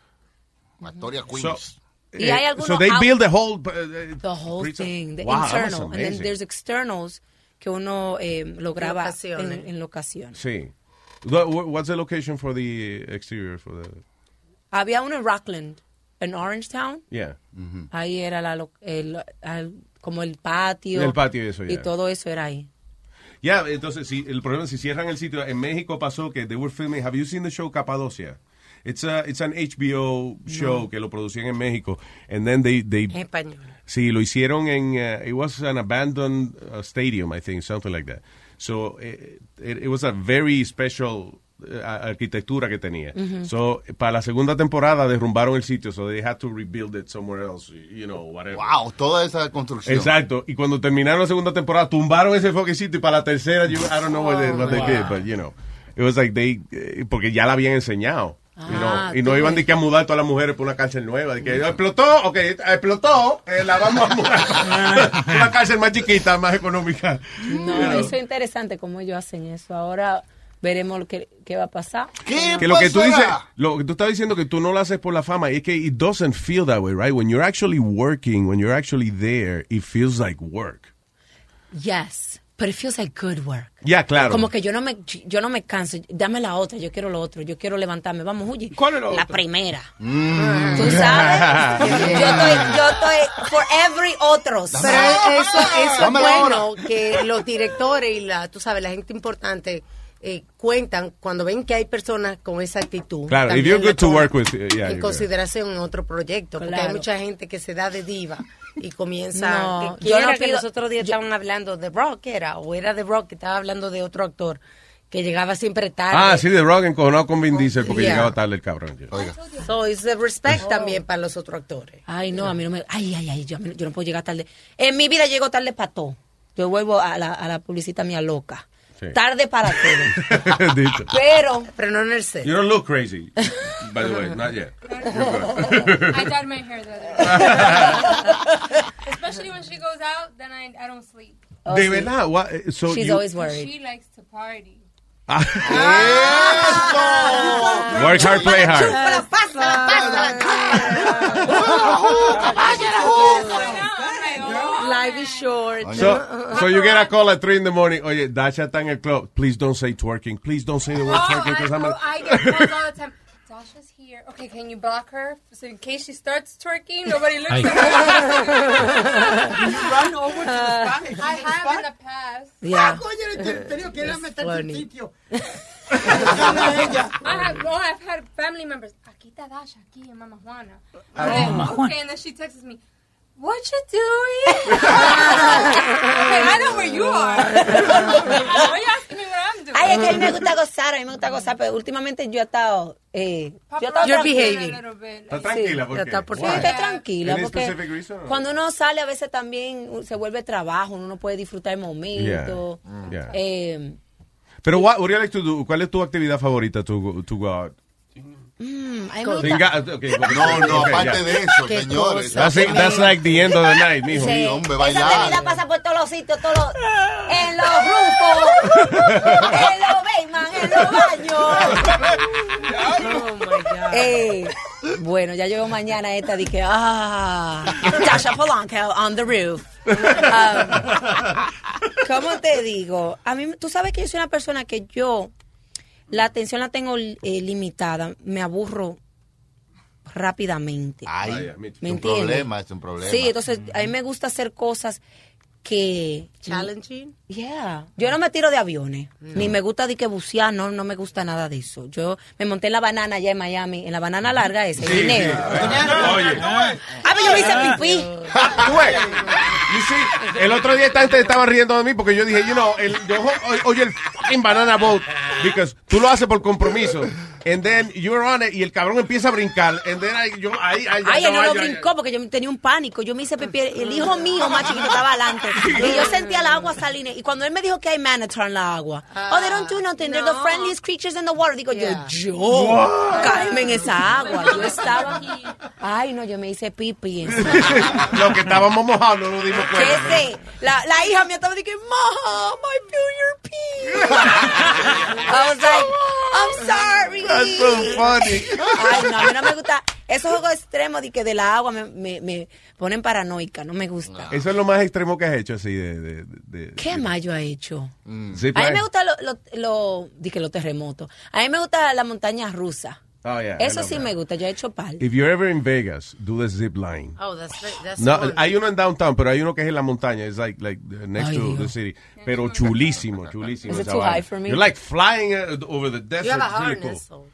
Speaker 7: Astoria
Speaker 8: Queens.
Speaker 20: Y hay
Speaker 8: eh,
Speaker 20: algunos
Speaker 8: so they
Speaker 20: out-
Speaker 8: build the whole uh,
Speaker 20: the whole
Speaker 8: prison.
Speaker 20: thing, the
Speaker 8: Wow, that's
Speaker 20: internal, and then
Speaker 8: amazing.
Speaker 20: there's externals que uno eh, lo graba en,
Speaker 16: Locaciones.
Speaker 20: en locaciones.
Speaker 8: Sí. Wha- wha- What's the location for the exterior for the
Speaker 20: Había uno en Rockland, en Orangetown.
Speaker 8: Yeah.
Speaker 20: Ahí era la, lo- el, al- como el patio.
Speaker 8: El patio y eso,
Speaker 20: Y
Speaker 8: ya.
Speaker 20: todo eso era ahí.
Speaker 8: Ya, entonces, si, el problema es si cierran el sitio. En México pasó que they were filming. Have you seen the show Capadocia? It's, a, it's an HBO show que lo producían en México. And then they. they
Speaker 16: En español.
Speaker 8: Sí, lo hicieron en. uh, it was an abandoned uh, stadium, I think, something like that. So eh, it, it was a very special eh, a- arquitectura que tenía.
Speaker 15: Ujú.
Speaker 8: So para la segunda temporada derrumbaron el sitio, so they had to rebuild it somewhere else, you know, whatever.
Speaker 7: Wow, toda esa construcción.
Speaker 8: Exacto. Y cuando terminaron la segunda temporada, tumbaron ese foquecito y para la tercera, yo, I don't know what they, what they
Speaker 15: Wow.
Speaker 8: did, but you know. It was like they, eh, porque ya la habían enseñado. you know.
Speaker 15: Ah,
Speaker 8: y no
Speaker 15: tú
Speaker 8: iban
Speaker 15: ves.
Speaker 8: de que a mudar todas las mujeres por una cárcel nueva. De que explotó, ok, explotó, eh, la vamos a mudar. una cárcel más chiquita, más económica.
Speaker 20: No,
Speaker 8: You know.
Speaker 20: eso es interesante cómo ellos hacen eso. Ahora veremos lo que, qué va a pasar.
Speaker 8: que lo que tú dices, lo que tú estás diciendo que tú no lo haces por la fama, y es que it doesn't feel that way, right? When you're actually working, when you're actually there, it feels like work.
Speaker 20: Yes, but it feels like good work.
Speaker 8: Ya, claro.
Speaker 20: Como que yo no me yo no me canso. Dame la otra, yo quiero lo otro, yo quiero levantarme. Vamos, huye. la primera. Tú sabes. yo estoy yo estoy for every otros.
Speaker 16: Pero eso, eso es
Speaker 20: Dame la
Speaker 16: bueno que los directores y la, tú sabes, la gente importante eh, cuentan cuando ven que hay personas con esa actitud.
Speaker 8: Claro, if
Speaker 16: también
Speaker 8: you're
Speaker 16: lo
Speaker 8: good to
Speaker 16: toman
Speaker 8: work with, eh, yeah,
Speaker 16: en
Speaker 8: you're good.
Speaker 16: consideración en otro proyecto, porque hay
Speaker 20: Claro.
Speaker 16: mucha gente que se da de diva y comienza.
Speaker 20: No,
Speaker 16: que
Speaker 20: yo
Speaker 16: quiera
Speaker 20: no
Speaker 16: que
Speaker 20: pido-
Speaker 16: los otros días estaban hablando de Brock, era, o era de Brock que estaba hablando de otro actor que llegaba siempre tarde.
Speaker 8: Ah, sí, The Rock encojonado con Vin Diesel porque
Speaker 16: Yeah.
Speaker 8: llegaba tarde el cabrón. Oiga.
Speaker 16: So, it's the respect también para los otros actores.
Speaker 20: Ay, no, a mí no me Ay, ay, ay, yo, a mí no- yo no puedo llegar tarde. En mi vida llego tarde para todo. Yo vuelvo a la a la publicita mía loca.
Speaker 8: Sí.
Speaker 20: Tarde para todo.
Speaker 8: Dicho.
Speaker 20: Pero
Speaker 16: pero no en el set.
Speaker 8: You don't look crazy, by the way, not yet.
Speaker 4: I dyed my hair the other day. Especially when she goes out, then I, I don't sleep.
Speaker 20: Oh,
Speaker 8: De verdad, what- so
Speaker 4: She's
Speaker 8: you-
Speaker 4: always worried. She likes to party.
Speaker 15: Ah.
Speaker 8: Work hard, play hard.
Speaker 4: oh.
Speaker 16: Live is short.
Speaker 8: So, so you get a call at 3 in the morning. Oye, Dasha está en el club. Please don't say twerking. Please don't say the word
Speaker 4: Oh,
Speaker 8: twerking.
Speaker 4: I,
Speaker 8: 'cause I'm
Speaker 4: know,
Speaker 8: a-
Speaker 4: I get calls all the time. Dasha's here. Okay, can you block her? So in case she starts twerking, nobody looks
Speaker 8: Ay.
Speaker 4: at her.
Speaker 15: You run
Speaker 17: over to the spot?
Speaker 4: Uh, I have in the past.
Speaker 15: Yeah.
Speaker 17: Ah, coño,
Speaker 20: Eh,
Speaker 17: te- te digo que era meter tu sitio.
Speaker 4: I have, no, I've had family members. Aquí está Dasha, aquí en Mama Juana.
Speaker 15: Ah,
Speaker 16: Eh,
Speaker 4: Okay,
Speaker 15: Mama Juana.
Speaker 4: Okay, and then she texts me, what you doing? okay, I know where you are. Why you asking me what I'm doing?
Speaker 20: Ay, es que a mí me gusta gozar, a mí me gusta gozar, pero últimamente yo he estado... Eh, yo he estado
Speaker 4: You're
Speaker 20: tranquila.
Speaker 4: behaving. A little bit.
Speaker 8: ¿Está tranquila? ¿Por
Speaker 20: ya
Speaker 8: qué?
Speaker 20: está por- sí,
Speaker 8: Why?
Speaker 20: está tranquila.
Speaker 8: Any
Speaker 20: porque
Speaker 8: specific reason?
Speaker 20: cuando uno sale a veces también uh, se vuelve trabajo, uno no puede disfrutar el momento.
Speaker 8: Yeah. Mm. Yeah.
Speaker 20: Eh,
Speaker 8: Pero what, what do you like to do? ¿Cuál es tu actividad favorita uh, to, go- to go out?
Speaker 20: mm, a mí me
Speaker 8: Sin
Speaker 20: gusta-
Speaker 8: ga- okay,
Speaker 7: No, no,
Speaker 8: okay,
Speaker 7: aparte
Speaker 8: ya.
Speaker 7: de eso,
Speaker 20: Qué
Speaker 7: señores.
Speaker 8: That's, it, that's like the end of the night, mijo.
Speaker 20: Sí. Esa bebida pasa por todos los sitios, todos los, en los grupos, en los Bayman, en los baños. Eh, bueno, ya llevo mañana esta de que, ah, Dasha Polanco on the roof. Um, ¿Cómo te digo? A mí, tú sabes que yo soy una persona que yo, la atención la tengo eh, limitada, me aburro rápidamente.
Speaker 7: Ay,
Speaker 20: ¿Me
Speaker 7: es un
Speaker 20: entiendes?
Speaker 7: problema, es un problema.
Speaker 20: Sí, entonces a mí me gusta hacer cosas que...
Speaker 16: Challenging.
Speaker 20: Yeah. Yo no me tiro de aviones, ni me gusta de que bucear, no, no me gusta nada de eso. Yo me monté en la banana allá en Miami, en la banana larga esa, en
Speaker 15: Sí,
Speaker 20: Guineo.
Speaker 15: sí.
Speaker 8: Oye.
Speaker 20: Ah, pero yo me hice pipí.
Speaker 15: Ah,
Speaker 8: Tú ves, you see, el otro día esta gente estaba riendo de mí porque yo dije, you know, el, yo o- oye el fucking banana boat, because tú lo haces por compromiso. And then you're on it y el cabrón empieza a brincar. And then I, yo, ay, ay,
Speaker 20: Ay,
Speaker 8: ya,
Speaker 20: él no
Speaker 8: ya,
Speaker 20: lo
Speaker 8: ya, ya.
Speaker 20: brincó porque yo tenía un pánico. Yo me hice pipí. El hijo mío más chiquito estaba adelante. Y yo sentía la agua salina. Y cuando él me dijo que hay manatee en la agua. oh, they don't do nothing. They're the friendliest creatures in the water. Digo yo, yo.
Speaker 15: What?
Speaker 20: Caíme en esa agua. Yo estaba... Ay, no, yo me hice pipi. encima.
Speaker 8: Lo que estábamos mojados no nos dimos
Speaker 20: ¿Qué
Speaker 8: cuenta.
Speaker 20: sé? La, la hija mía estaba diciendo, Mom, I feel your pee. I was like, I'm sorry.
Speaker 15: That's so funny.
Speaker 20: Ay, no, a mí no me gusta. Esos juegos extremos de que de la agua me, me, me ponen paranoica, no me gusta.
Speaker 8: Eso es lo más extremo que has hecho así de... de, de-
Speaker 20: ¿Qué más yo he hecho?
Speaker 8: Sí,
Speaker 20: A
Speaker 8: pues.
Speaker 20: mí me gusta lo, lo, lo- di que los terremotos. A mí me gusta la montaña rusa.
Speaker 8: Oh, yeah, I
Speaker 20: Eso
Speaker 8: love
Speaker 20: sí
Speaker 8: that.
Speaker 20: me gusta, yo he hecho pal.
Speaker 8: If you're ever in Vegas, do the zip line.
Speaker 16: Oh, that's, that's
Speaker 8: No,
Speaker 16: fun.
Speaker 8: hay uno en downtown, pero hay uno que es en la montaña. It's like, like uh, next
Speaker 16: Ay,
Speaker 8: to
Speaker 16: Dios.
Speaker 8: the city. Pero chulísimo, chulísimo.
Speaker 16: Is it
Speaker 8: esa
Speaker 16: too
Speaker 8: vaina.
Speaker 16: high for me?
Speaker 8: You're like flying uh, over the desert.
Speaker 16: You have a
Speaker 8: It's really
Speaker 16: harness,
Speaker 8: cool.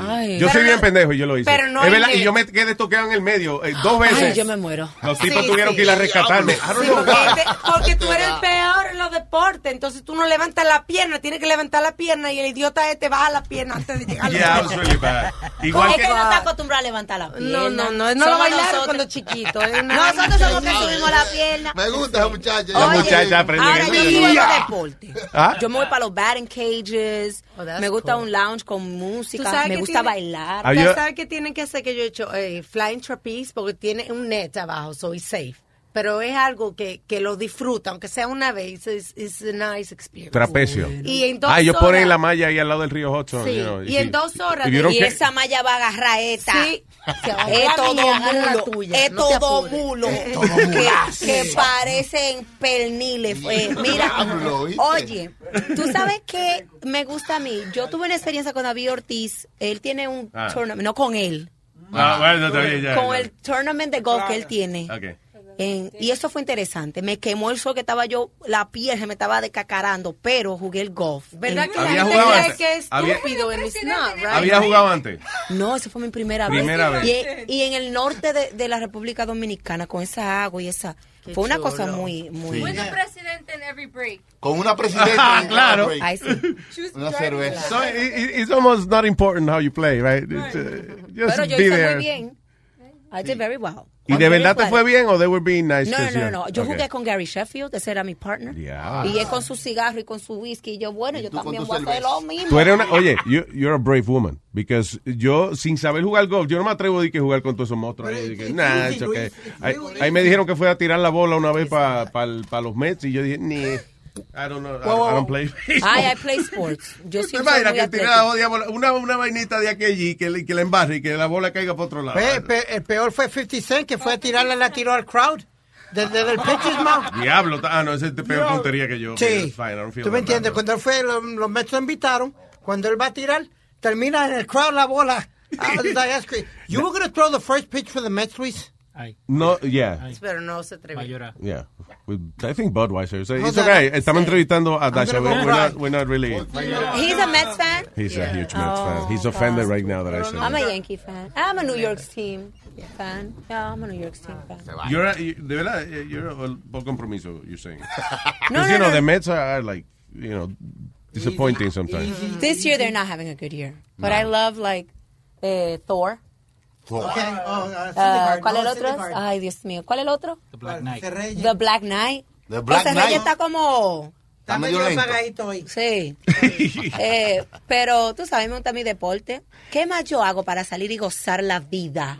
Speaker 20: Ay.
Speaker 8: Yo soy bien pendejo y yo lo hice.
Speaker 20: pero no
Speaker 8: es
Speaker 20: hay
Speaker 8: verdad,
Speaker 20: net.
Speaker 8: y yo me quedé toqueado en el medio eh, dos
Speaker 20: Ay,
Speaker 8: veces.
Speaker 20: yo me muero.
Speaker 8: Los tipos
Speaker 16: Sí,
Speaker 8: tuvieron
Speaker 16: sí.
Speaker 8: que ir a rescatarme. I don't
Speaker 16: Sí,
Speaker 8: know
Speaker 16: porque,
Speaker 8: why.
Speaker 16: te- porque tú eres el peor en los deportes. Entonces tú no levantas la pierna, tienes que levantar la pierna y el idiota este baja la pierna antes de llegar.
Speaker 8: Yeah, I was really bad. Igual
Speaker 20: es
Speaker 8: que...
Speaker 20: que no está acostumbrado a levantar la pierna.
Speaker 16: Ah. No, no, no, no lo
Speaker 20: Somos
Speaker 16: bailaron
Speaker 20: nosotros.
Speaker 16: cuando chiquito. es una-
Speaker 20: Nosotros somos que subimos la pierna.
Speaker 7: Me gusta esa muchacha.
Speaker 8: La muchacha aprende
Speaker 20: Ahora
Speaker 8: que
Speaker 20: yo
Speaker 8: no-
Speaker 20: vivo de
Speaker 8: Yeah.
Speaker 20: deporte.
Speaker 8: ¿Ah?
Speaker 20: Yo me voy para los batting cages. me gusta un lounge con música.
Speaker 16: Oh, Tú sabes
Speaker 20: Me
Speaker 16: que
Speaker 20: gusta
Speaker 16: tiene-
Speaker 20: bailar.
Speaker 8: Había-
Speaker 16: ¿Tú sabes qué tienen que hacer que yo he hecho? Eh, flying trapeze, porque tiene un net abajo, soy safe. Pero es algo que, que lo disfruta, aunque sea una vez, es it's a nice experience.
Speaker 8: Trapecio.
Speaker 16: Y en dos
Speaker 8: ah, ellos ponen
Speaker 16: horas-
Speaker 8: la malla ahí al lado del río Hudson.
Speaker 16: Sí,
Speaker 8: you know,
Speaker 16: y en dos horas
Speaker 8: if you don't
Speaker 20: Y
Speaker 8: care-
Speaker 20: esa malla va a agarrar esta.
Speaker 16: Sí.
Speaker 20: Es todo
Speaker 16: Mía, agarra la
Speaker 20: mulo,
Speaker 16: tuya,
Speaker 20: es
Speaker 16: no te
Speaker 20: todo
Speaker 16: apures.
Speaker 20: mulo,
Speaker 16: Es
Speaker 7: todo
Speaker 20: que,
Speaker 8: Ah,
Speaker 7: mulazo.
Speaker 20: que parecen perniles. eh, mira,
Speaker 7: Diablo, ¿oíste?
Speaker 20: oye, tú sabes que me gusta a mí. Yo tuve una experiencia con David Ortiz. Él tiene un
Speaker 8: Ah.
Speaker 20: tournament, no con él,
Speaker 8: Ah, bueno, está bien, ya.
Speaker 20: con
Speaker 8: ya.
Speaker 20: el tournament de golf que él tiene.
Speaker 8: Ok.
Speaker 20: En- y eso fue interesante. Me quemó el sol que estaba yo, la piel se me estaba decacarando, pero jugué el golf.
Speaker 16: ¿Verdad que
Speaker 8: Había
Speaker 16: la gente
Speaker 8: jugado
Speaker 16: cree
Speaker 8: antes.
Speaker 16: que es
Speaker 8: Había-
Speaker 16: estúpido en it's not, right?
Speaker 8: ¿Había jugado antes?
Speaker 20: No, esa fue mi primera,
Speaker 8: Primera
Speaker 20: vez.
Speaker 8: vez.
Speaker 20: Y, y en el norte de, de la República Dominicana, con esa agua y esa.
Speaker 16: Qué
Speaker 20: fue una
Speaker 16: chulo.
Speaker 20: cosa muy, muy.
Speaker 4: With the president in every break.
Speaker 7: Con una presidenta.
Speaker 8: Claro.
Speaker 20: Ah, Ay, sí.
Speaker 7: Una cerveza.
Speaker 8: So it, it- it's almost not important how you play, right? It's, uh, just
Speaker 20: Pero yo
Speaker 8: be
Speaker 20: hice
Speaker 8: there.
Speaker 20: muy bien. I did very well.
Speaker 8: ¿Y de verdad te fue bien o they were being nice?
Speaker 20: No,
Speaker 8: to
Speaker 20: no, no,
Speaker 8: you?
Speaker 20: no. Yo
Speaker 8: Ok.
Speaker 20: jugué con Gary Sheffield, ese era mi partner.
Speaker 8: Yeah.
Speaker 20: Y él con su cigarro y con su whisky. Y yo, bueno, yo también voy a hacer lo mismo.
Speaker 8: Tú eres una, oye, you, you're a brave woman. Because yo, sin saber jugar golf, yo no me atrevo a jugar con todos esos monstruos. ahí, de que, nah, it's okay. Ahí, ahí me dijeron que fue a tirar la bola una vez para los Mets y yo dije, ni. I don't know. I-
Speaker 23: Wow, wow,
Speaker 8: I
Speaker 23: wow.
Speaker 8: don't play.
Speaker 20: Ay, I play sports. Yo
Speaker 8: ¿Te
Speaker 20: sí soy
Speaker 8: imaginas
Speaker 20: muy
Speaker 8: que
Speaker 20: atlética.
Speaker 8: tira la jodida bola- una, una vainita de aquella y que, le- que la embarre y que la bola caiga para otro lado?
Speaker 17: Pe- pe- el peor fue 50 Cent, que fue a tirarla, la tiró al crowd. Desde el pitcher's mouth.
Speaker 8: Diablo, ta- ah, no, esa es peor
Speaker 17: Diablo.
Speaker 8: puntería que yo.
Speaker 17: Sí.
Speaker 8: Okay, it's fine, I don't feel that
Speaker 17: ¿Tú me
Speaker 8: bad.
Speaker 17: entiendes? Cuando él fue, lo- los Mets lo invitaron. Cuando él va a tirar, termina en el crowd la bola. Ah, Dias Creed. You were going to throw the first pitch for the Mets, Luis?
Speaker 8: No, yeah.
Speaker 16: Pero no se atrevió.
Speaker 8: Yeah. With- I think Budweiser. So
Speaker 16: Hold
Speaker 8: it's
Speaker 16: on.
Speaker 8: okay. Estamos entrevistando a
Speaker 16: I'm
Speaker 8: Dasha.
Speaker 16: gonna
Speaker 8: We're,
Speaker 16: go
Speaker 8: we're
Speaker 16: cry.
Speaker 8: not, we're not really.
Speaker 20: He's a Mets fan.
Speaker 8: He's a huge Mets
Speaker 20: Oh,
Speaker 8: fan. He's offended right now that I said
Speaker 20: I'm a
Speaker 8: that.
Speaker 20: Yankee fan. I'm a New York team fan. Yeah, I'm a New York team fan.
Speaker 8: You're a, you, de verdad, eh, you're a, por compromiso, you're saying.
Speaker 20: No,
Speaker 8: Because,
Speaker 20: no,
Speaker 8: you know,
Speaker 20: no.
Speaker 8: the Mets are, are like, you know, disappointing sometimes.
Speaker 20: This year they're not having a good year, but I love like eh, Thor.
Speaker 7: Oh, uh,
Speaker 17: Ah,
Speaker 20: Ah,
Speaker 17: Syndergaard,
Speaker 20: ¿Cuál es el
Speaker 17: no,
Speaker 20: otro?
Speaker 17: Syndergaard.
Speaker 20: Ay, Dios mío. ¿Cuál es el otro? The
Speaker 3: Black Knight.
Speaker 20: The Black Knight.
Speaker 7: The Black
Speaker 20: Ese rey
Speaker 7: Knight.
Speaker 20: está como...
Speaker 7: Está medio lento.
Speaker 20: Sí. Eh, pero tú sabes, me gusta mi deporte. ¿Qué más yo hago para salir y gozar la vida?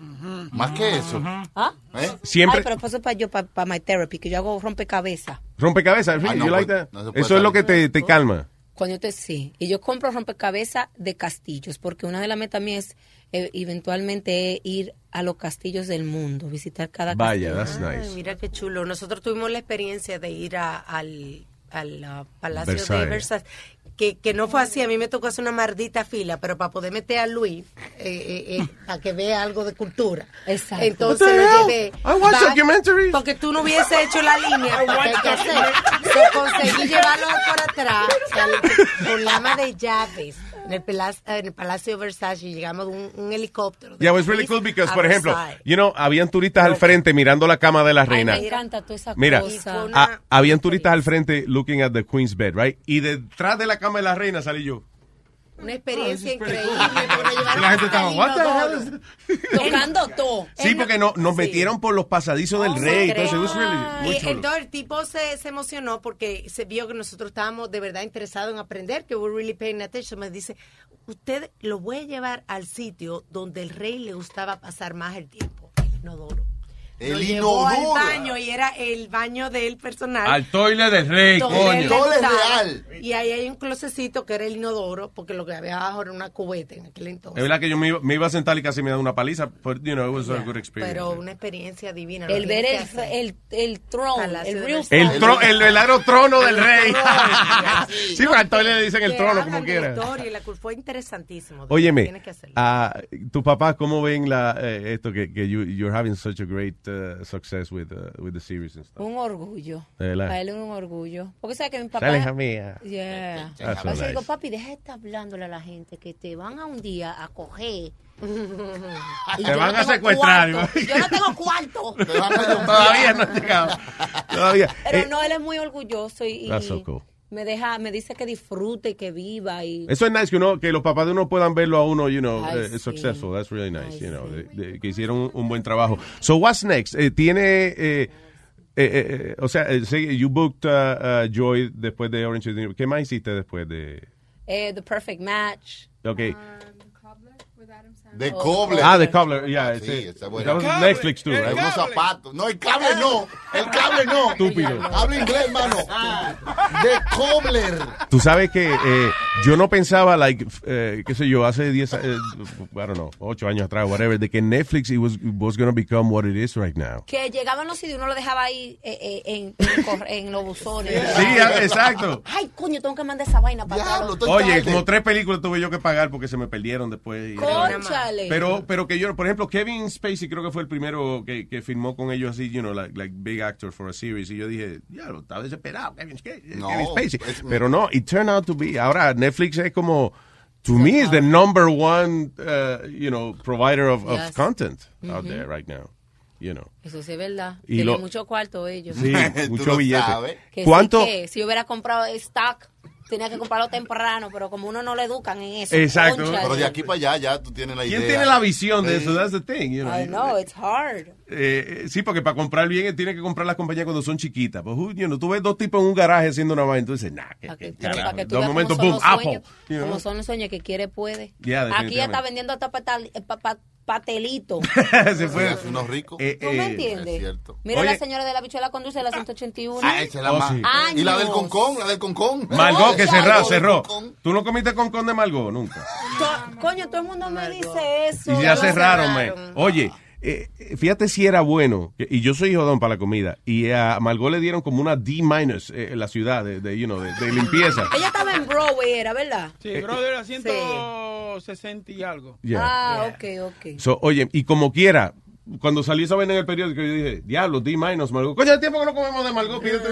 Speaker 7: Más que eso.
Speaker 20: ¿Ah?
Speaker 7: ¿Eh?
Speaker 8: Siempre-
Speaker 20: Ay, pero pues eso es para yo, para, my therapy, que yo hago rompecabezas.
Speaker 8: Rompecabezas,
Speaker 7: Ah, no
Speaker 8: you
Speaker 7: puede-
Speaker 8: like that?
Speaker 7: no se puede
Speaker 8: Eso es lo que te, te calma.
Speaker 20: Cuando yo te sí. Y yo compro rompecabezas de castillos, porque una de las metas mías es eh, eventualmente ir a los castillos del mundo, visitar cada
Speaker 8: Vaya, that's
Speaker 20: castillo.
Speaker 8: nice.
Speaker 16: Mira qué chulo. Nosotros tuvimos la experiencia de ir a- al, al, ah, Palacio de
Speaker 8: Versalles.
Speaker 16: Versalles, que, que no fue así. A mí me tocó hacer una mardita fila, pero para poder meter a Luis, eh, eh, eh, para que vea algo de cultura.
Speaker 20: Exacto.
Speaker 16: Entonces
Speaker 20: What the
Speaker 16: lo
Speaker 20: hell?
Speaker 16: llevé.
Speaker 20: I watch
Speaker 16: Va-
Speaker 20: documentaries.
Speaker 16: Porque tú no hubiese hecho la línea.
Speaker 20: I
Speaker 16: porque hay
Speaker 20: watch
Speaker 16: que hacer.
Speaker 20: documentaries.
Speaker 16: So, conseguí llevarlo por atrás, al- con lama de llaves. En el, palacio, en el Palacio de Versalles y llegamos de un, un helicóptero. de
Speaker 8: Yeah, it was really
Speaker 16: París
Speaker 8: cool because,
Speaker 16: a
Speaker 8: por ejemplo,
Speaker 16: Versalles.
Speaker 8: you know, habían turistas al frente mirando la cama de la
Speaker 20: Ay,
Speaker 8: reina.
Speaker 20: me encanta toda esa
Speaker 8: Mira,
Speaker 20: cosa.
Speaker 8: a- habían turistas al frente looking at the queen's bed, right? Y detrás de la cama de la reina salí yo.
Speaker 16: Una experiencia increíble.
Speaker 8: Y la gente estaba, what the hell is
Speaker 20: Tocando todo.
Speaker 8: Sí, Oh, porque no, nos metieron por los pasadizos del rey. Entonces, it was really- muy
Speaker 16: Y
Speaker 8: chulo.
Speaker 16: entonces el tipo se, se emocionó porque se vio que nosotros estábamos de verdad interesados en aprender, que we're really paying attention. Me dice, usted lo voy a llevar al sitio donde el rey le gustaba pasar más el tiempo, el inodoro.
Speaker 7: El
Speaker 16: lo llevó al
Speaker 7: inodoro.
Speaker 16: baño y era el baño del personal.
Speaker 15: Al toile del rey,
Speaker 16: Donde
Speaker 15: coño.
Speaker 16: él le gustaba. Y ahí hay un closecito que era el inodoro, porque lo que había abajo era una cubeta en aquel entonces.
Speaker 8: Es verdad que yo me iba, me iba a sentar y casi me daba una paliza, but, you know, it was a good experience.
Speaker 16: Pero una experiencia divina.
Speaker 20: El ver el- el, el throne, el real
Speaker 8: El, eh.
Speaker 20: throne.
Speaker 8: tro- el verdadero trono del rey. sí,
Speaker 16: No,
Speaker 8: pero al toile le dicen el
Speaker 16: que
Speaker 8: trono,
Speaker 16: hablan
Speaker 8: como
Speaker 16: de
Speaker 8: quiera.
Speaker 16: la historia y la cul- fue interesantísimo. de verdad,
Speaker 8: Óyeme,
Speaker 16: tienes que hacerlo.
Speaker 8: ah, tu papá, ¿cómo ven la, eh, esto que, que you, you're having such a great uh, success with, uh, with the series and stuff?
Speaker 20: Un orgullo.
Speaker 8: De verdad.
Speaker 20: Para él es un orgullo. Porque sabe que mi papá.
Speaker 8: Dale, hija mía.
Speaker 20: Yeah.
Speaker 8: That's
Speaker 20: Yo
Speaker 8: so
Speaker 20: digo,
Speaker 8: nice.
Speaker 20: papi, deja de estar hablándole a la gente que te van a un día a coger.
Speaker 8: Te
Speaker 20: te
Speaker 8: van a secuestrar, ¿no?
Speaker 20: Yo no tengo cuarto.
Speaker 8: Todavía no ha llegado. Todavía.
Speaker 20: Pero
Speaker 8: Eh,
Speaker 20: no, él es muy orgulloso y, y
Speaker 8: That's so cool.
Speaker 20: me deja, me dice que disfrute, que viva y
Speaker 8: Eso es nice que uno, que los papás de uno puedan verlo a uno, you know,
Speaker 20: Ay,
Speaker 8: eh,
Speaker 20: sí.
Speaker 8: successful. That's really nice, you know, de- de- que hicieron un, un buen trabajo. So what's next? Eh, tiene, eh, eh, eh, eh, o sea, eh, sí, you booked uh, uh, Joy después de Orange is the New- ¿Qué más hiciste después de?
Speaker 20: eh, the perfect match.
Speaker 16: Ah,
Speaker 8: Okay.
Speaker 7: De
Speaker 20: Oh,
Speaker 7: Cobler.
Speaker 8: Ah, de Cobbler, yeah. it's
Speaker 7: Sí,
Speaker 8: it.
Speaker 7: está bueno.
Speaker 8: That was Netflix too,
Speaker 7: Hay
Speaker 8: right?
Speaker 7: unos zapatos. No, el cable no. El cable no.
Speaker 8: Estúpido.
Speaker 7: Habla inglés, hermano. De Cobler.
Speaker 8: Tú sabes que eh, yo no pensaba, like, f- eh, qué sé yo, hace 10, eh, I don't know, 8 años atrás, whatever, de que Netflix it was, was going to become what it is right now.
Speaker 20: Que llegaban los y uno lo dejaba ahí eh, eh, en, en, cor- en los buzones.
Speaker 8: Sí, ah, exacto.
Speaker 20: Ay, coño, tengo que mandar esa vaina para Diablo,
Speaker 8: Oye, como tres películas tuve yo que pagar porque se me perdieron después. y-
Speaker 20: Cónchale.
Speaker 8: Pero, pero que yo, por ejemplo, Kevin Spacey creo que fue el primero que, que filmó con ellos así, you know, like, like big actor for a series. Y yo dije, ya, lo estaba desesperado, Kevin, Spa-
Speaker 7: No,
Speaker 8: Kevin Spacey.
Speaker 7: es-
Speaker 8: Pero no, it turned out to be, ahora Netflix es como, to me, is the number one, uh, you know, provider of, of
Speaker 20: Yes. Mm-hmm.
Speaker 8: content out
Speaker 20: Ujú.
Speaker 8: there right now, you know.
Speaker 20: Eso sí es verdad.
Speaker 8: Y
Speaker 20: Tienen
Speaker 8: lo-
Speaker 20: mucho cuarto ellos.
Speaker 8: Sí, mucho billete.
Speaker 20: Que sí
Speaker 8: ¿Cuánto?
Speaker 20: que si yo hubiera comprado stock, tenía que comprarlo temprano, pero como uno no le educan en eso.
Speaker 8: Exacto.
Speaker 20: cónchale.
Speaker 7: Pero de aquí para allá ya tú tienes la idea.
Speaker 8: ¿Quién tiene la visión de eso? That's the thing, you know.
Speaker 20: I know, it's hard.
Speaker 8: Eh, eh, sí, porque para comprar bien eh, tiene que comprar las compañías cuando son chiquitas. Pues, you know, tú ves dos tipos en un garaje haciendo una vaina, entonces, nah, que, que,
Speaker 20: Pero para
Speaker 8: carajo.
Speaker 20: que
Speaker 8: Eh, De
Speaker 20: tú
Speaker 8: un
Speaker 20: veas
Speaker 8: momento,
Speaker 20: cómo
Speaker 8: boom,
Speaker 20: son los
Speaker 8: Apple.
Speaker 20: sueños,
Speaker 8: You know?
Speaker 20: Como son los sueños que quiere, puede.
Speaker 8: Yeah,
Speaker 20: Aquí ya está
Speaker 8: definitivamente.
Speaker 20: vendiendo hasta para eh, patelito.
Speaker 7: Se fue. Hace unos ricos.
Speaker 20: ¿Tú me entiendes? Mira la señora de la bichuela conduce la 181.
Speaker 7: Ah, esa es la
Speaker 8: Oh,
Speaker 7: más.
Speaker 8: sí.
Speaker 7: Y la del
Speaker 20: Años.
Speaker 7: concón, la del concón. Oh,
Speaker 8: Margot, que cerró,
Speaker 7: cerró,
Speaker 8: cerró. ¿Tú no comiste concón de Margot nunca?
Speaker 20: To- coño, todo el mundo me dice eso.
Speaker 8: Y ya
Speaker 20: lo
Speaker 8: cerraron, man. Oye, eh, eh, fíjate si era bueno. que- Y yo soy jodón para la comida. Y a Margot le dieron como una D minus eh, en la ciudad de, de, you know, de- de limpieza.
Speaker 20: Ella estaba en Broadway, era, ¿verdad?
Speaker 14: Sí, brother, era 160 y algo.
Speaker 8: Yeah.
Speaker 20: Ah, ok, ok.
Speaker 8: So, oye, y como quiera, cuando salió esa vaina en el periódico, yo dije, diablo, D minus, Margot. Coño, el tiempo que no comemos de Margot, pídete.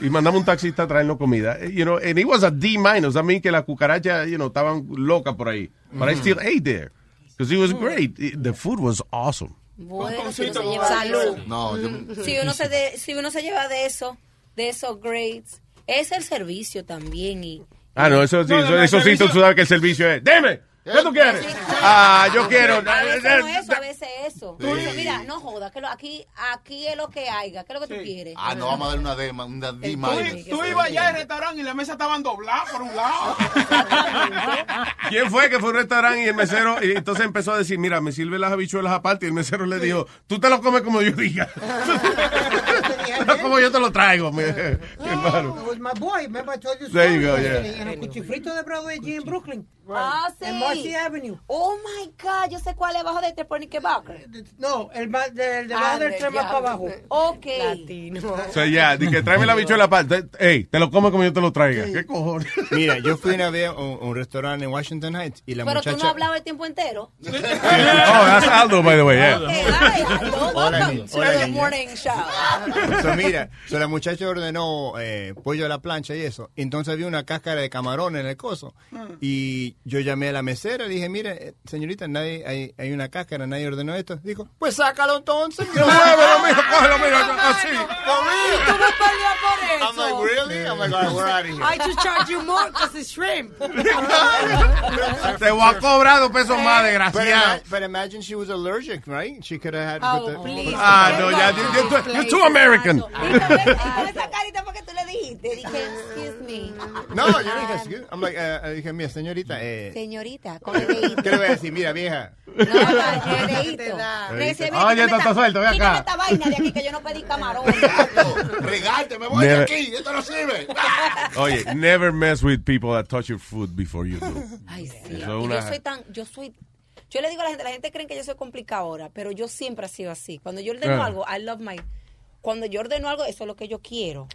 Speaker 8: Y mandamos un taxista a traernos comida. Eh, You know, and it was a D minus. I mean, que las cucarachas, you know, estaban locas por ahí. But I
Speaker 20: Mm.
Speaker 8: still ate there. Because it was great. It- the food was awesome.
Speaker 20: Bueno, si uno se lleva salud.
Speaker 8: No, yo-
Speaker 20: si, uno se de- si uno se lleva de eso, de esos grades, es el servicio también. Y,
Speaker 8: Ah, no, eso sí,
Speaker 20: No, no,
Speaker 8: eso,
Speaker 20: no,
Speaker 8: eso
Speaker 20: el
Speaker 8: sí, tú,
Speaker 20: servicio-
Speaker 8: tú sabes que el servicio es. ¡Deme! ¿Qué tú quieres? Ah, yo quiero.
Speaker 20: A veces no eso, a veces eso. Tú dices, mira, no jodas, que lo, aquí, aquí es lo que haya, que es lo que tú quieres.
Speaker 7: Ah, no, vamos a dar una D, ma- una D minus.
Speaker 14: Tú ibas allá al restaurante y la mesa estaban dobladas por un lado.
Speaker 8: ¿Quién fue que fue a un restaurante y el mesero, y entonces empezó a decir, mira, me sirve las habichuelas aparte, y el mesero le dijo, tú te lo comes como yo diga. no como yo te lo traigo, mi- hermano.
Speaker 17: Oh, It was my boy. Remember I told you a
Speaker 8: There you
Speaker 17: story
Speaker 8: go,
Speaker 17: yesterday,
Speaker 8: yeah.
Speaker 17: En el cuchifrito de Broadway allí en Brooklyn.
Speaker 20: Ah, sí.
Speaker 17: En Marcy Avenue.
Speaker 20: Oh my God, yo sé cuál es abajo de este Pony que
Speaker 17: No, el ba- del del
Speaker 20: Ah,
Speaker 17: lado del
Speaker 20: del
Speaker 17: tren más para
Speaker 20: diablo.
Speaker 17: abajo.
Speaker 20: Ok.
Speaker 8: O sea, ya, di que tráeme la habichuela aparte. Ey, te lo comes como yo te lo traiga. ¿Qué cojones?
Speaker 18: Mira, yo fui una vez a un, un restaurante en Washington Heights y la
Speaker 20: Pero tú no
Speaker 18: muchacha.
Speaker 20: hablabas el tiempo entero.
Speaker 8: Oh, that's Aldo, by the way. yeah.
Speaker 18: Hola,
Speaker 20: Welcome
Speaker 18: niña.
Speaker 20: to
Speaker 18: Hola,
Speaker 20: the
Speaker 18: niña.
Speaker 20: morning show.
Speaker 18: So, mira, so, la muchacha ordenó eh, pollo a la plancha y eso. Entonces había una cáscara de camarón en el coso.
Speaker 20: Mm.
Speaker 18: Y yo llamé a la mesera y dije, mire, eh, señorita, nadie, hay, hay una cáscara, nadie ordenó esto. Dijo, Pues sácalo entonces. No,
Speaker 8: muévelo, mijo, cógelo, mijo, así.
Speaker 18: tú
Speaker 16: me peleas por eso.
Speaker 18: I'm like, really? Oh my God, we're out of here.
Speaker 16: I just charge you more because it's shrimp.
Speaker 8: Te voy a cobrar dos pesos
Speaker 16: Eh,
Speaker 8: más,
Speaker 18: But,
Speaker 8: desgraciado.
Speaker 18: ima- but imagine she was allergic, right? She could have had.
Speaker 20: Oh,
Speaker 18: with the-
Speaker 20: please.
Speaker 8: Ah, no, ya, you- you're, you're too American.
Speaker 20: Esa carita porque tú le dijiste, dije, excuse me. Ah,
Speaker 18: No, yo le dije, "Excuse-" I'm like, eh, eh, dije, mira, señorita, eh,
Speaker 20: Señorita, con el dedito.
Speaker 18: ¿qué le voy a decir? Mira, vieja.
Speaker 20: el dedito. Le decía, mira,
Speaker 18: Oye,
Speaker 20: quítame
Speaker 18: está
Speaker 20: esta-
Speaker 18: suelto, ve acá.
Speaker 20: Quítame esta vaina de aquí que yo no pedí camarón.
Speaker 7: Regarte, me voy de
Speaker 8: Never-
Speaker 7: aquí, esto no sirve.
Speaker 8: Oye, never mess with people that touch your food before you do.
Speaker 20: Ay, sí.
Speaker 8: Eso es
Speaker 20: Y
Speaker 8: una-
Speaker 20: Yo soy tan, yo soy, yo le digo a la gente, la gente cree que yo soy complicada ahora, pero yo siempre he sido así. Cuando yo ordeno
Speaker 8: Ah.
Speaker 20: algo, I love my, cuando yo ordeno algo, eso es lo que yo quiero.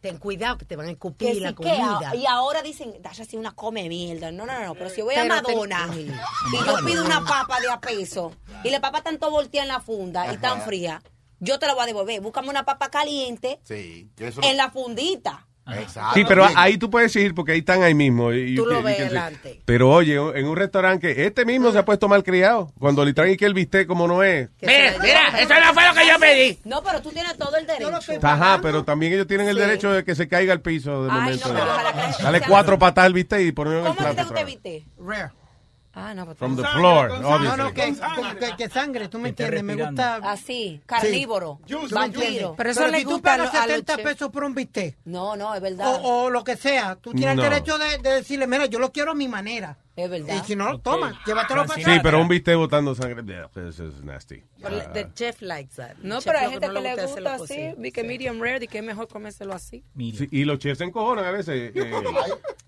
Speaker 16: Ten cuidado que te van a escupir
Speaker 20: Que
Speaker 16: la
Speaker 20: sí, que
Speaker 16: comida.
Speaker 20: a- y ahora dicen, Dasha, si una come mierda. No, no, no, no, pero si yo voy a
Speaker 16: Pero te-
Speaker 20: Madonna
Speaker 16: Ay.
Speaker 20: y yo pido una papa de a peso y la papa tanto volteada en la funda y tan
Speaker 7: Ajá.
Speaker 20: fría, yo te la voy a devolver. Búscame una papa caliente
Speaker 7: Sí, yo eso.
Speaker 20: en la fundita.
Speaker 7: Exacto.
Speaker 8: Sí, pero
Speaker 7: Bien.
Speaker 8: ahí tú puedes ir porque ahí están ahí mismo. Y-
Speaker 20: Tú
Speaker 8: y-
Speaker 20: lo
Speaker 8: y-
Speaker 20: ves
Speaker 8: y-
Speaker 20: adelante.
Speaker 8: Pero oye, en un restaurante, que este mismo se ha puesto mal criado. Cuando le traen que el bistec como no es.
Speaker 15: Mira, mira, eso no fue lo que yo pedí.
Speaker 20: No, pero tú tienes todo el derecho.
Speaker 8: Ajá, pero también ellos tienen el derecho de que se caiga al piso de
Speaker 20: Ay,
Speaker 8: momento.
Speaker 20: no, pero ojalá que-
Speaker 8: Dale cuatro patadas al bistec y ponerlo en el
Speaker 20: ¿Cómo es que te
Speaker 8: plato.
Speaker 20: gusta viste?
Speaker 17: Rare.
Speaker 20: Ah, no, pero
Speaker 8: From the floor,
Speaker 17: No, no,
Speaker 8: obviously.
Speaker 17: que, como que, que sangre, tú me entiendes. Me gusta.
Speaker 20: Así, carnívoro,
Speaker 17: ¿Tú me entiendes?
Speaker 20: vampiro.
Speaker 17: Pero, si tú pagas 70 pesos por un bistec.
Speaker 20: No, no, es verdad.
Speaker 17: O, o lo que sea, tú tienes
Speaker 8: No.
Speaker 17: el derecho de, de decirle, mira, yo lo quiero a mi manera.
Speaker 20: Es verdad.
Speaker 17: Y si no, toma, llévatelo para
Speaker 8: Sí, pero un bistec botando sangre. Yeah, this is nasty.
Speaker 16: But
Speaker 8: Ah.
Speaker 16: The chef likes that.
Speaker 20: No,
Speaker 16: Chef
Speaker 20: pero hay
Speaker 16: lo
Speaker 20: gente
Speaker 16: no
Speaker 20: que le
Speaker 16: hacer
Speaker 20: gusta
Speaker 16: las cosas.
Speaker 20: así, vi que medium rare, y que es mejor comérselo así.
Speaker 8: Sí, y los chefs se encojonan a veces. eh,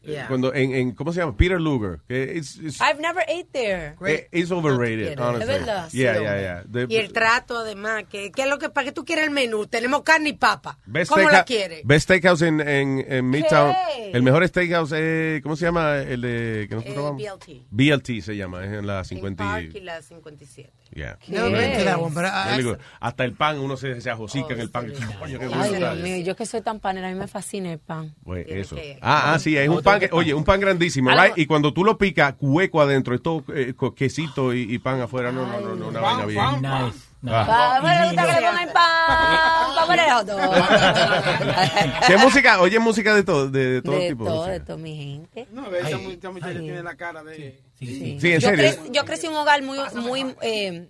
Speaker 20: Yeah.
Speaker 8: Cuando en, en- ¿Cómo se llama? Peter Luger. que it's- it's-
Speaker 20: I've never ate there.
Speaker 8: Eh, It's overrated,
Speaker 16: quiero.
Speaker 8: honestly.
Speaker 16: Es verdad, sí,
Speaker 8: yeah, yeah,
Speaker 16: hombre.
Speaker 8: yeah. The-
Speaker 16: Y el trato, además, que, que es lo que, ¿para qué tú quieres el menú? Tenemos carne y papa.
Speaker 8: Best
Speaker 16: ¿Cómo
Speaker 8: steakhouse-
Speaker 16: la quieres?
Speaker 8: Best steakhouse en, en, en Midtown.
Speaker 16: ¿Qué?
Speaker 8: El mejor steakhouse es, ¿cómo se llama? El de, que nosotros
Speaker 16: Eh,
Speaker 8: vamos?
Speaker 16: BLT.
Speaker 8: BLT se llama, es en la
Speaker 16: En
Speaker 8: 50
Speaker 16: Park y
Speaker 8: y...
Speaker 16: la 57.
Speaker 8: Yeah.
Speaker 16: ¿Qué? Never been to that one, but I-
Speaker 8: Yo digo, hasta el pan, uno se, se ajosica en el pan. Coño, qué bueno
Speaker 20: Ay,
Speaker 8: está.
Speaker 20: Dios mío, yo que soy tan panera, a mí me fascina el pan.
Speaker 8: Pues eso. Ah, ah, sí, es un pan, que- oye, un pan grandísimo,
Speaker 20: Algo-
Speaker 8: right? Y cuando tú lo picas, hueco adentro, esto eh, co- quesito y, y pan afuera, no, no, no, no, una vaina bien. Ah.
Speaker 20: Pa- me gusta que le pongan pan, pa' poner el hot dog.
Speaker 8: ¿Qué música? Oye, música de todo, de, de todo
Speaker 20: De
Speaker 8: tipo.
Speaker 20: todo, de todo, mi gente.
Speaker 14: No, ve, esa mu- esa muchacha tiene la cara de.
Speaker 8: Sí, en
Speaker 20: yo,
Speaker 8: serio.
Speaker 20: cre- yo crecí en un hogar muy, muy eh,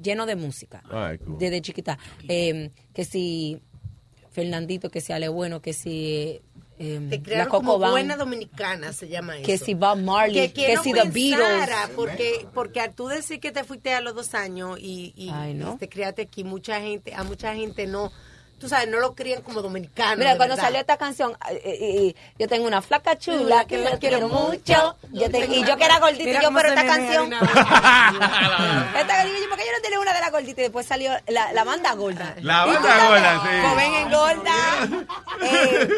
Speaker 20: lleno de música. Em,
Speaker 8: All right, cool.
Speaker 20: Desde chiquita. Eh, que si Fernandito, que si Ale Bueno, que si eh,
Speaker 16: Te
Speaker 20: la
Speaker 16: crearon
Speaker 20: Coco
Speaker 16: como
Speaker 20: Band.
Speaker 16: buena dominicana, se llama eso.
Speaker 20: Que si Bob Marley, que ah,
Speaker 16: quien no
Speaker 20: si The
Speaker 16: pensara,
Speaker 20: Beatles.
Speaker 16: ah, Porque, porque al tú decir que te fuiste a los dos años y, y-
Speaker 20: Ay, no.
Speaker 16: y te criaste aquí, mucha gente, a mucha gente no, tú sabes, no lo crían como dominicano.
Speaker 20: Mira,
Speaker 16: de
Speaker 20: cuando
Speaker 16: verdad.
Speaker 20: salió esta canción, eh, eh, eh, yo tengo una flaca chula
Speaker 16: Chula,
Speaker 20: que la quiero mucho. Yo te- y yo que era gordita,
Speaker 16: Mira
Speaker 20: yo,
Speaker 16: cómo se
Speaker 20: pero
Speaker 16: menea
Speaker 20: esta canción.
Speaker 16: de
Speaker 20: Esta canción, yo, ¿por qué yo no tenía una de las gorditas? Y después salió la, la banda gorda.
Speaker 8: La
Speaker 20: Y tú
Speaker 8: banda
Speaker 20: sabes,
Speaker 8: gorda, sí.
Speaker 20: Joven engorda.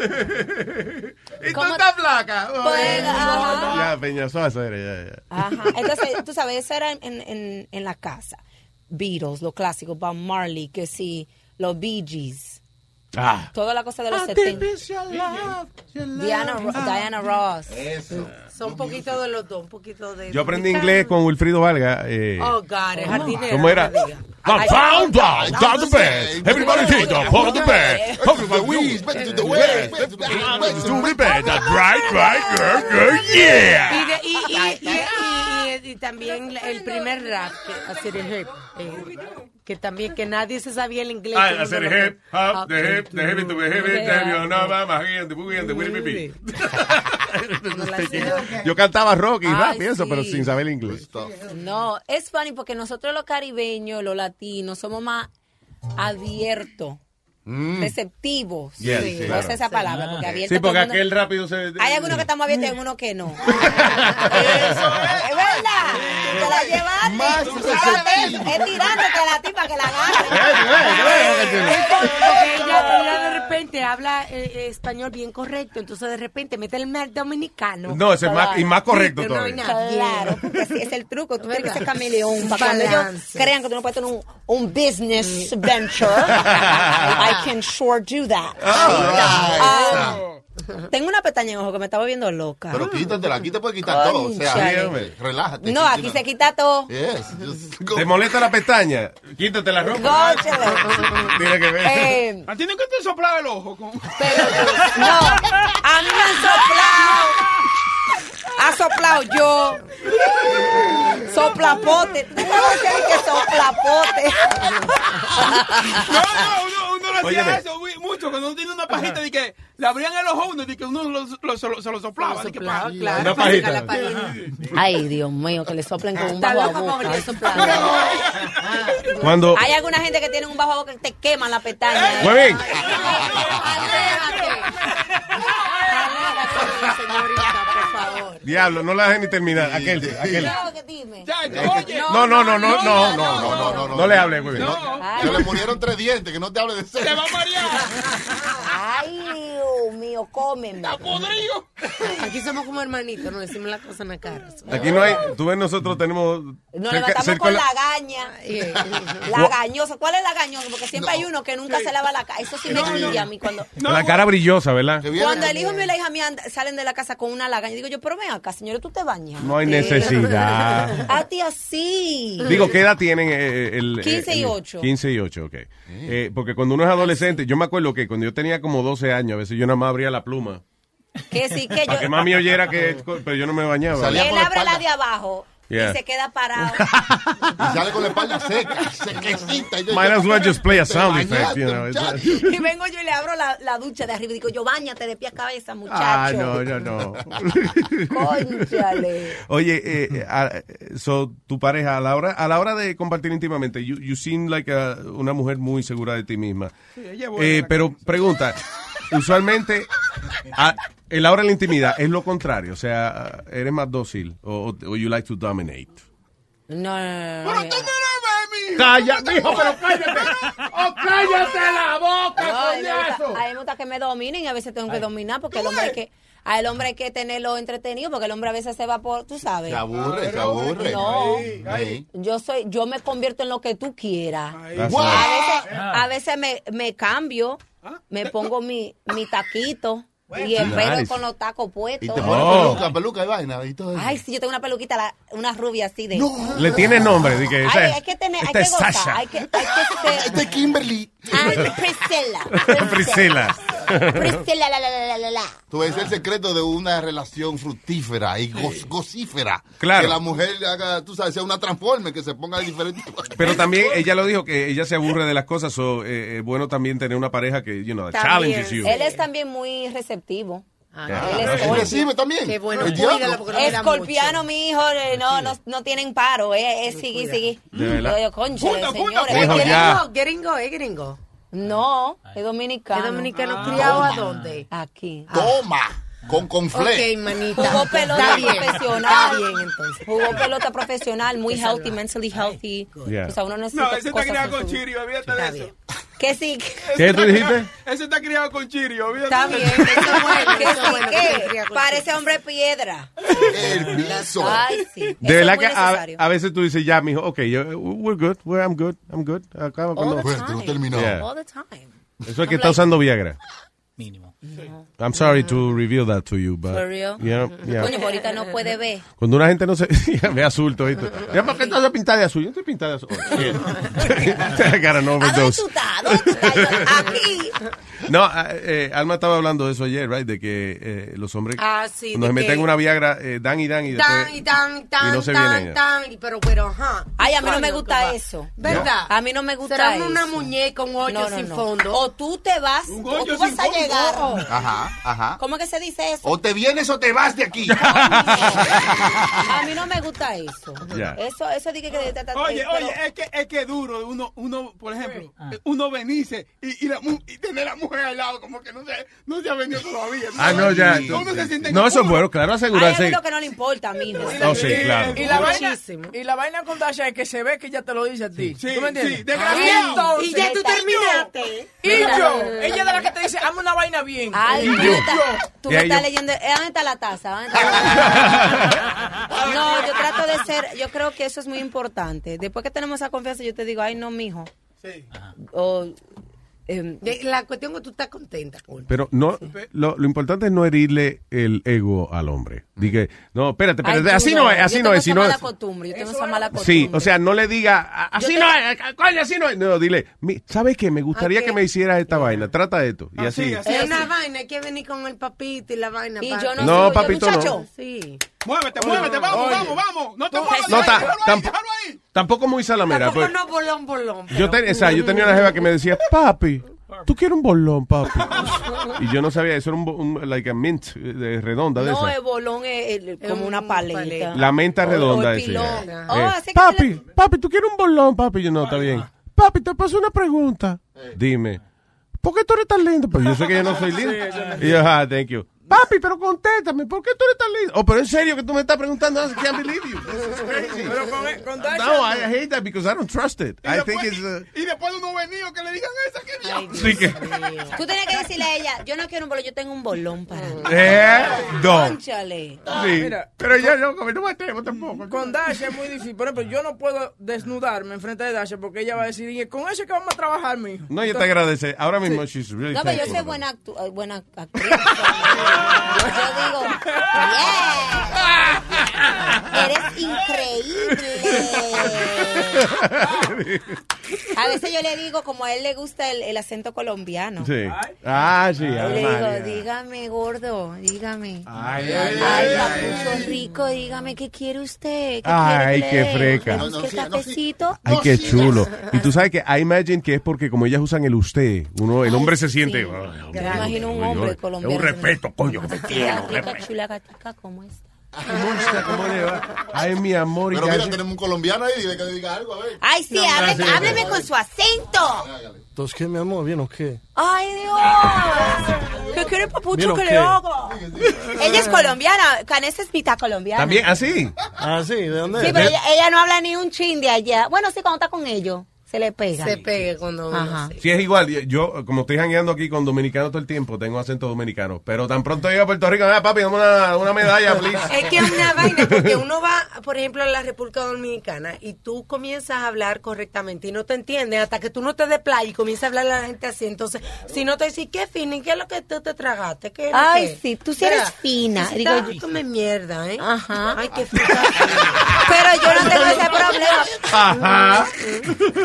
Speaker 20: Eh,
Speaker 8: ¿Y
Speaker 20: ¿cómo-
Speaker 8: flaca?
Speaker 20: Pues, ajá.
Speaker 8: Ya, Peñasosa era, ya, ya.
Speaker 20: Ajá. Entonces, tú sabes, eso era en, en- en- en la casa. Beatles, los clásicos, Bob Marley, que sí, los Bee Gees,
Speaker 15: Ah.
Speaker 20: toda la cosa de los
Speaker 16: Ah,
Speaker 20: 70.
Speaker 16: Diana,
Speaker 20: Diana, Ro- Diana Ross.
Speaker 16: Eso. Son un poquito de los dos, un poquito de.
Speaker 8: Yo aprendí inglés con Wilfrido Valga. eh,
Speaker 16: Oh, God, el jardinero.
Speaker 8: ¿Cómo era?
Speaker 15: I found out that the best. Everybody did the for the best. Everybody wins. Back
Speaker 8: Eh,
Speaker 15: to the west. Back to the west. To the best. That's right, right, girl, girl,
Speaker 8: eh,
Speaker 15: yeah.
Speaker 16: Y, de- y, y, y- y- y- y también la- el primer rap, que, hacer el hip, eh, que también que nadie se sabía el inglés.
Speaker 8: Ah,
Speaker 16: todo el
Speaker 8: hacer
Speaker 16: mundo lo-
Speaker 8: hip, hop, the hip, the hip, the hip, the hip, no, va, más bien, the boogie, and the witty, bibi.
Speaker 9: Yo cantaba rock y
Speaker 20: Ay,
Speaker 9: rap y eso,
Speaker 20: sí. Pues,
Speaker 9: pero sin saber inglés.
Speaker 20: No, es funny porque nosotros los caribeños, los latinos, somos más abiertos,
Speaker 8: Mm.
Speaker 20: receptivos.
Speaker 8: Yes,
Speaker 20: Sí,
Speaker 8: sí,
Speaker 20: no
Speaker 8: claro.
Speaker 20: sé esa palabra, porque abierto
Speaker 8: Sí, porque
Speaker 20: todo el mundo-
Speaker 8: aquel rápido se...
Speaker 20: Hay algunos que estamos abiertos y algunos que no. Eso es. Es verdad. Te
Speaker 8: Eh,
Speaker 20: la llevaste.
Speaker 9: Más
Speaker 20: Tú sabes,
Speaker 9: receptivo.
Speaker 20: es tirándote a la tipa que la agarre.
Speaker 16: Porque ella, ella de repente habla eh, eh, español bien correcto, entonces de repente mete el mer dominicano.
Speaker 8: No, ese es más- y más correcto
Speaker 16: Sí, pero
Speaker 8: todavía.
Speaker 16: no hay nada.
Speaker 20: Claro, porque así es el truco. Tú tienes que ser camaleón. Para cuando ellos
Speaker 16: Balance.
Speaker 20: crean que tú no puedes tener un, un business venture, I can sure do that.
Speaker 8: Oh,
Speaker 20: Ah, tengo una pestaña en ojo que me estaba viendo loca.
Speaker 7: Pero quítatela, aquí te puedes quitar todo. O sea,
Speaker 20: Cónchale.
Speaker 7: dígame, relájate.
Speaker 20: No, aquí se quita todo.
Speaker 7: Yes.
Speaker 8: ¿Te molesta la pestaña? Quítate la ropa.
Speaker 20: Góchale.
Speaker 8: Tiene que ver.
Speaker 20: Eh,
Speaker 14: A ti nunca te soplaba el ojo. Con...
Speaker 20: No, a mí me han soplado. Ha soplado yo. Soplapote. ¿Tú sabes qué es que soplapote?
Speaker 14: No, no, uno, uno lo hacía
Speaker 8: Óyeme.
Speaker 14: eso muy- mucho. Cuando uno tiene una pajita, de que le abrían el ojo a uno, de que uno lo- lo- se lo- se lo soplaba. de que pa-
Speaker 8: Una pajita.
Speaker 20: Ay, Dios mío, que le soplen con un
Speaker 16: Ah, Está
Speaker 20: bajo a
Speaker 16: loco pa'
Speaker 20: boca.
Speaker 16: volver
Speaker 8: Cuando-
Speaker 20: Hay alguna gente que tiene un bajo a boca que te queman la pestaña. ¿eh?
Speaker 8: Muy bien.
Speaker 16: Señorita, por favor.
Speaker 8: Diablo, no la dejes ni terminar. Aquel, aquel.
Speaker 20: Claro que dime.
Speaker 8: No, no, no, no, no, no, no, no, no, le hables, güey.
Speaker 7: Se le murieron tres dientes, que no te hable de eso. Te va a
Speaker 20: Ay, Dios mío, cómeme. Está
Speaker 14: podrido.
Speaker 16: Aquí somos como hermanitos, nos decimos las cosas en la cara.
Speaker 8: Aquí no hay, tú ves, nosotros tenemos...
Speaker 20: Nos
Speaker 8: cerca-
Speaker 20: levantamos
Speaker 8: cerca
Speaker 20: con
Speaker 8: la-
Speaker 20: la, gaña. La
Speaker 8: Gua-
Speaker 20: gañosa. ¿Cuál es la gañosa? Porque siempre hay uno que nunca se lava la cara. Eso sí me chilla a mí cuando.
Speaker 8: la cara brillosa, ¿verdad?
Speaker 20: Cuando el hijo mío y la hija mía and- salen de la casa con una lagaña, digo yo, pero ven acá, señores, tú te bañas.
Speaker 8: No hay necesidad.
Speaker 20: A ti así.
Speaker 8: Digo, ¿qué edad tienen eh, eh, el...
Speaker 20: 15 y
Speaker 8: el-
Speaker 20: 8.
Speaker 8: 15 y 8, ok. Eh, porque cuando uno es adolescente, yo me acuerdo que cuando yo tenía como 12 años, a veces yo nada más abría la pluma.
Speaker 20: Que sí, que yo.
Speaker 8: Para que mami oyera que... Pero yo no me bañaba.
Speaker 20: Él abre la de abajo
Speaker 8: Yeah.
Speaker 20: y se queda parado.
Speaker 7: Y sale con la espalda seca, sequecita. Y yo-
Speaker 8: Might as well just play a sound
Speaker 7: Te
Speaker 8: effect, you know.
Speaker 7: bañaste,
Speaker 8: it's-
Speaker 20: Y vengo yo y le abro la, la ducha de arriba y digo, yo bañate de pie a cabeza,
Speaker 8: Ah,
Speaker 20: muchacho.
Speaker 8: no, no, no.
Speaker 20: Cónchale.
Speaker 8: Oye, eh, eh, a- so, tu pareja, a la hora, a la hora de compartir íntimamente, you, you seem like a- una mujer muy segura de ti misma.
Speaker 14: Sí, ella es buena
Speaker 8: Eh,
Speaker 14: en la
Speaker 8: pero pregunta, usualmente, a, en la hora de la intimidad, es lo contrario, o sea, eres más dócil o, o you like to dominate.
Speaker 20: No, no,
Speaker 15: Pero tú
Speaker 8: Cállate, hijo, pero cállate.
Speaker 15: ¡Oh, cállate la boca,
Speaker 20: No, a mí me gusta-
Speaker 15: coñazo!
Speaker 20: A mí me gusta que me dominen y a veces tengo que dominar porque el hombre hay que, al hombre hay que tenerlo entretenido porque el hombre a veces se va por, tú sabes.
Speaker 7: Se aburre, se aburre.
Speaker 20: No.
Speaker 7: Ahí.
Speaker 20: Yo soy, yo me convierto en lo que tú quieras.
Speaker 7: That's right.
Speaker 20: A veces,
Speaker 15: Ah.
Speaker 20: a veces me, me cambio, me pongo mi, mi taquito y el
Speaker 7: Nice.
Speaker 20: pelo con los tacos
Speaker 7: Y
Speaker 20: puestos.
Speaker 7: te pones peluca, peluca y vaina y todo eso.
Speaker 20: Ay, sí, yo tengo una peluquita, la- una rubia así de.
Speaker 8: Le tiene nombre, de que
Speaker 20: Ay,
Speaker 8: esa es-
Speaker 20: hay que tener, hay
Speaker 8: esta
Speaker 20: que
Speaker 8: es
Speaker 20: gozar,
Speaker 8: Sasha.
Speaker 20: hay que, hay que ser.
Speaker 7: Este Kimberly.
Speaker 20: Ay, Priscilla.
Speaker 8: Priscila.
Speaker 20: Priscilla, la, la, la, la, la, la.
Speaker 7: Tú ves el secreto de una relación fructífera y go- gocífera.
Speaker 8: Claro.
Speaker 7: Que la mujer le haga, tú sabes, sea una transforme, que se ponga de diferente.
Speaker 8: Pero también ella lo dijo que ella se aburre de las eh, cosas, o es bueno también tener una pareja que, you know, that
Speaker 20: También.
Speaker 8: challenges you.
Speaker 20: Él es también muy receptivo.
Speaker 7: Ah,
Speaker 20: él es
Speaker 7: él
Speaker 20: Scorpio.
Speaker 7: recibe también.
Speaker 20: Qué bueno.
Speaker 8: Pues
Speaker 7: El diablo.
Speaker 20: Cuídala porque no mira Escorpiano, mi hijo, eh, no, no, no tienen paro, eh, eh, sigue, sigue.
Speaker 8: De verdad.
Speaker 20: Yo digo, concha,
Speaker 16: Punta, punta,
Speaker 20: señores.
Speaker 8: punta. Dijo ya.
Speaker 20: gringo, es gringo. No, es dominicano.
Speaker 16: ¿Es dominicano
Speaker 8: Ah.
Speaker 16: criado a dónde?
Speaker 20: Aquí.
Speaker 7: Toma. Con
Speaker 20: Ah.
Speaker 7: confle.
Speaker 16: Ok, manita.
Speaker 20: Jugó pelota
Speaker 16: Está bien,
Speaker 20: profesional.
Speaker 16: Está bien, entonces.
Speaker 20: Jugó pelota profesional, muy healthy, mentally healthy.
Speaker 8: Yeah.
Speaker 20: O sea, uno necesita
Speaker 14: No, ese está
Speaker 20: cosas
Speaker 14: criado
Speaker 20: para
Speaker 14: con
Speaker 20: su-
Speaker 14: Chirio, olvídate de eso.
Speaker 20: Que sí.
Speaker 8: ¿Qué tú dijiste?
Speaker 14: Ese está criado con Chirio, olvídate
Speaker 20: Está
Speaker 14: de
Speaker 20: bien,
Speaker 14: eso.
Speaker 20: eso es bueno, que
Speaker 16: eso es
Speaker 20: sí,
Speaker 16: bueno,
Speaker 20: que
Speaker 16: que cría con
Speaker 20: Parece hombre piedra.
Speaker 7: El piso.
Speaker 20: Ay, sí.
Speaker 8: De
Speaker 20: Eso
Speaker 8: verdad
Speaker 20: es
Speaker 8: que
Speaker 20: muy
Speaker 8: a,
Speaker 20: necesario.
Speaker 8: a veces tú dices, ya, mijo, ok, yo, we're good, we're, I'm good, I'm good. Acaba cuando...
Speaker 20: All the time.
Speaker 8: Yeah.
Speaker 20: All the time.
Speaker 8: Eso es que está
Speaker 20: Oh, I'm like,
Speaker 8: usando Viagra. Mínimo. I'm sorry to reveal that to you, but...
Speaker 20: Mm. For real. Mm-hmm.
Speaker 8: Yeah, yeah.
Speaker 20: Coño, pues- ahorita no puede ver.
Speaker 8: Cuando una gente no se... ve azul todo esto. Ya, ¿para qué estás pintada de azul? Yo estoy pintada de azul. Oh, shit. I got an overdose.
Speaker 20: Aquí.
Speaker 8: No, ah, eh, Alma estaba hablando de eso ayer, right? De que eh, los hombres
Speaker 16: Ah, sí,
Speaker 8: cuando
Speaker 16: de
Speaker 8: se meten
Speaker 16: que-
Speaker 8: una Viagra, eh, dan y dan
Speaker 16: Tan, y
Speaker 8: y después...
Speaker 16: tan, y tan,
Speaker 8: y no se
Speaker 16: tan,
Speaker 8: vienen ya.
Speaker 16: tan, y- pero, pero, ajá.
Speaker 20: Ay, a mí no me
Speaker 16: Coño,
Speaker 20: gusta
Speaker 16: que va.
Speaker 20: eso.
Speaker 16: ¿Verdad?
Speaker 20: A mí no me gusta
Speaker 16: Será
Speaker 20: eso.
Speaker 16: una muñeca, un hoyo
Speaker 20: No, no,
Speaker 16: sin
Speaker 20: no.
Speaker 16: fondo.
Speaker 20: O tú te vas, o tú vas a llegar.
Speaker 7: Ajá, ajá.
Speaker 20: ¿Cómo que se dice eso?
Speaker 7: O te vienes o te vas de aquí.
Speaker 20: A mí no me gusta eso.
Speaker 7: Ya.
Speaker 20: Eso, eso dije que...
Speaker 14: Oye,
Speaker 20: pero- ah.
Speaker 14: oye, es que es que es duro uno uno, por ejemplo, uno venirse y, y, la mu- y tener a la mujer al lado como que no se no se ha venido todavía.
Speaker 8: Ah, no, ya.
Speaker 14: Uno se siente
Speaker 8: No, eso es
Speaker 14: incómodo.
Speaker 8: bueno, claro,
Speaker 20: Hay
Speaker 8: asegurarse.
Speaker 20: algo que no le importa, mijo.
Speaker 8: No, sí, claro.
Speaker 10: Y la, vaina, y la vaina con Dasha es que se ve que ya te lo dice a ti. ¿Tú me entiendes?
Speaker 14: sí, desgraciado.
Speaker 10: Y entonces-
Speaker 16: Y ya tú terminaste.
Speaker 10: Y yo, ella es de la que te dice, hazme una vaina bien.
Speaker 20: Ay,
Speaker 10: Y
Speaker 20: tú
Speaker 10: yo.
Speaker 20: me estás, tú me
Speaker 10: Ya,
Speaker 20: estás
Speaker 10: yo-
Speaker 20: leyendo. eh, ¿Dónde está la taza? ¿Dónde está la taza? No, yo trato de ser. Yo creo que eso es muy importante. Después que tenemos esa confianza, yo te digo, ay, no, mijo.
Speaker 14: Sí.
Speaker 20: O, em,
Speaker 16: De- La cuestión es que tú estás contenta con
Speaker 8: Pero no, lo, lo importante es no herirle el ego al hombre. Dije, no, espérate,
Speaker 20: ay,
Speaker 8: espérate, así
Speaker 20: duro.
Speaker 8: no es, así
Speaker 20: yo
Speaker 8: no
Speaker 20: tengo
Speaker 8: es, si
Speaker 20: esa
Speaker 8: no
Speaker 20: mala
Speaker 8: es-
Speaker 20: costumbre, yo tengo esa mala costumbre.
Speaker 8: Sí, o sea, no le diga, "A- así no es, a- coño, así no es. No, dile, "Mi- ¿sabes qué? Me gustaría
Speaker 16: Ok.
Speaker 8: que me hicieras esta vaina, trata esto. Y así.
Speaker 16: Es una vaina, hay que venir con el papito y la vaina.
Speaker 20: Y
Speaker 16: papi.
Speaker 20: yo
Speaker 8: no No, soy- yo, papito, no. muchacho.
Speaker 16: Sí.
Speaker 14: Muévete, muévete, vamos,
Speaker 16: Oye.
Speaker 14: vamos, vamos. No te
Speaker 16: No,
Speaker 14: muevas.
Speaker 8: No, ta-
Speaker 14: déjalo ahí,
Speaker 8: tampo-
Speaker 14: déjalo ahí.
Speaker 8: tampoco muy salamera.
Speaker 16: Tampoco
Speaker 8: pues.
Speaker 16: no bolón, bolón.
Speaker 8: yo, ten- o sea, yo tenía una jeva que me decía, papi, tú quieres un bolón, papi. Y yo no sabía, eso era un, bo- un- like a mint, eh, de- redonda de
Speaker 20: no,
Speaker 8: esa.
Speaker 20: el bolón es, el- como una paleta.
Speaker 8: La menta redonda
Speaker 20: el
Speaker 8: esa.
Speaker 20: pilón.
Speaker 8: Eh,
Speaker 20: Oh, así que
Speaker 8: papi, papi, tú quieres un bolón, papi. Yo no, está bien. Papi, te paso una pregunta. Dime, ¿por qué tú eres tan lindo? Pues yo sé que yo no soy lindo. Y yo, ah, thank you. Papi, pero conténtame, ¿por qué tú eres tan lindo? Oh, pero en serio que tú me estás preguntando, I can't believe you.
Speaker 10: Pero con, con Dasha
Speaker 8: No, I hate that because I don't trust it. I think it's... uh,
Speaker 14: Y después uno venido que le digan esa que
Speaker 8: sí que-
Speaker 20: Tú tienes que decirle a ella, yo no quiero un bolón, yo tengo un bolón para mí.
Speaker 8: Eh, no.
Speaker 20: Cónchale.
Speaker 8: Sí,
Speaker 10: Ah, Mira,
Speaker 8: pero yo no, no me atrevo tampoco.
Speaker 10: Con Dasha es muy difícil. Por ejemplo, yo no puedo desnudarme enfrente de Dasha porque ella va a decir, "Y con eso es que vamos a trabajar, mijo.
Speaker 8: No, yo te agradezco. Ahora mismo, she's really
Speaker 20: No, pero yo
Speaker 8: thankful.
Speaker 20: soy buena, actu- eh, buena actriz. yo digo, yeah, eres increíble. A veces yo le digo, como a él le gusta el, el acento colombiano.
Speaker 8: Sí. Ah, sí.
Speaker 20: Yo
Speaker 8: Ave
Speaker 20: le digo,
Speaker 8: María.
Speaker 20: dígame gordo, dígame.
Speaker 8: Ay,
Speaker 20: Ay,
Speaker 8: ay, ay,
Speaker 20: papucho rico, dígame, ¿qué quiere usted? ¿Qué
Speaker 8: Ay,
Speaker 20: quiere que
Speaker 8: qué
Speaker 20: le-
Speaker 8: freca.
Speaker 20: ¿Le busque el cafecito?
Speaker 8: Ay, qué chulo. Y tú sabes que I imagine que es porque como ellas usan el usted, uno, el hombre se siente. "Ay,
Speaker 20: Yo me imagino un
Speaker 8: hombre,
Speaker 20: hombre
Speaker 8: es
Speaker 20: colombiano.
Speaker 8: un respeto, coño, que te quiero,
Speaker 20: Gatica,
Speaker 8: respeto.
Speaker 20: chula gatica, ¿cómo está?
Speaker 8: ¿Cómo le va? Ay, mi amor. y
Speaker 7: Pero
Speaker 8: ya
Speaker 7: mira,
Speaker 8: yo-
Speaker 7: tenemos un colombiano ahí, dile que le diga algo, a ver.
Speaker 20: Ay, sí, hable-
Speaker 7: sí,
Speaker 20: hábleme, con su acento.
Speaker 13: Entonces, ¿qué, mi amor? ¿Bien o qué?
Speaker 20: Ay, Dios. ¿Qué quiere
Speaker 13: Mira,
Speaker 20: papucho que
Speaker 13: ¿qué?
Speaker 20: le hago? Ella es colombiana. Canessa es mitad colombiana.
Speaker 13: ¿También?
Speaker 8: ¿Así?
Speaker 13: ¿Así? ¿De dónde
Speaker 20: ¿ah,
Speaker 7: Eh,
Speaker 20: Sí,
Speaker 13: es?
Speaker 20: pero ella, ella no habla ni un chin de allá. Bueno, sí, cuando está con ellos, se le pega.
Speaker 16: Se pega cuando uno
Speaker 20: Ajá.
Speaker 8: Sí, es igual. Yo- Yo, como estoy jangueando aquí con dominicanos todo el tiempo, tengo acento dominicano. Pero tan pronto llego a Puerto Rico, ah, papi, dame una, una medalla, please.
Speaker 16: Es que es una vaina, porque uno va, por ejemplo, a la República Dominicana y tú comienzas a hablar correctamente y no te entienden hasta que tú no te desplayas y comienzas a hablar a la gente así. Entonces, si no te dicen, ¿qué fina? ¿Y qué es lo que tú te tragaste? ¿Qué es lo
Speaker 20: Ay,
Speaker 16: que?
Speaker 20: sí, tú sí eres
Speaker 16: Mira,
Speaker 20: fina.
Speaker 16: tú sí
Speaker 20: Digo,
Speaker 16: estás-
Speaker 20: yo-
Speaker 16: tú me mierda, ¿eh?
Speaker 20: Ajá.
Speaker 16: Ay, qué fruta.
Speaker 20: Pero yo no tengo ese problema.
Speaker 8: Ajá.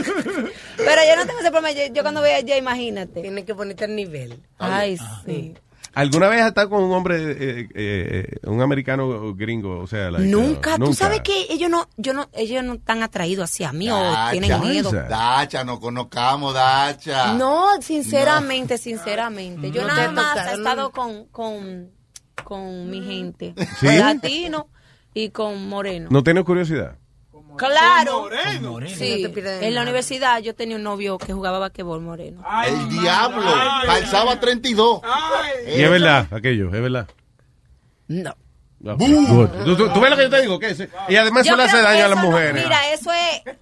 Speaker 20: Pero yo no tengo ese problema. Yo, yo cuando voy allá, imagínate.
Speaker 16: Tienes que ponerte al nivel.
Speaker 20: Ay, sí.
Speaker 8: ¿Alguna vez has estado con un hombre, eh, eh, eh, un americano gringo? O sea, like,
Speaker 20: Nunca,
Speaker 8: uh,
Speaker 20: tú sabes que ellos no, yo no, ellos no están atraídos hacia mí o tienen miedo.
Speaker 7: Dacha, no conozcamos, Dacha.
Speaker 20: No, sinceramente, sinceramente. Yo
Speaker 16: No
Speaker 20: nada
Speaker 16: te
Speaker 20: más he
Speaker 16: tocaron.
Speaker 20: estado con, con con mi gente.
Speaker 8: ¿Sí?
Speaker 20: Con latino y con moreno.
Speaker 8: ¿No tienes curiosidad?
Speaker 20: Claro.
Speaker 8: moreno.
Speaker 20: Sí.
Speaker 8: No te pierdes
Speaker 20: en la universidad yo tenía un novio que jugaba basquetbol moreno.
Speaker 7: El diablo. Calzaba 32. Eh,
Speaker 8: Y es verdad, aquello, es verdad.
Speaker 20: No.
Speaker 8: Good. ¿Tú, tú- tú ves lo que yo te digo? que es- Y además
Speaker 20: Yo
Speaker 8: eso le hace
Speaker 20: creo que
Speaker 8: daño a las
Speaker 20: eso no-
Speaker 8: mujeres.
Speaker 20: mira, eso es.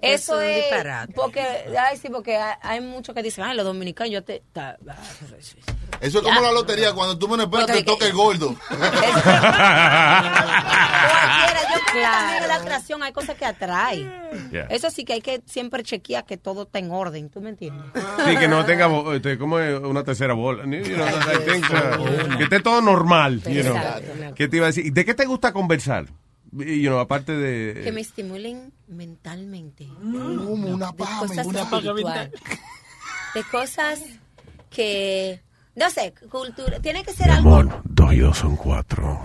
Speaker 20: Eso
Speaker 16: Eso es un
Speaker 20: es.
Speaker 16: disparate.
Speaker 20: Porque, ay, sí, porque hay- hay muchos que dicen, ay, los dominicanos, yo te. ta- ah,
Speaker 7: Eso es como la lotería. Cuando tú menos esperas, te toca el gordo.
Speaker 20: Mira, yo creo que también la atracción, hay cosas que atraen.
Speaker 8: Yeah.
Speaker 20: Eso sí que hay que siempre chequear que todo está en orden, ¿tú me entiendes?
Speaker 8: Sí, que no tenga bo- este, como es una tercera bola. You know, I think, uh, que esté todo normal. You know.
Speaker 20: Exacto.
Speaker 8: ¿Qué te iba a decir? ¿De qué te gusta conversar? You know, aparte de...
Speaker 20: Que me estimulen mentalmente.
Speaker 7: Eh, Como una
Speaker 20: paja, cosas
Speaker 7: Mm. una
Speaker 20: espiritual,
Speaker 7: paja mental.
Speaker 20: De cosas que. No sé, cultura. Tiene que ser algo.
Speaker 15: Amor, 2 y 2 son 4.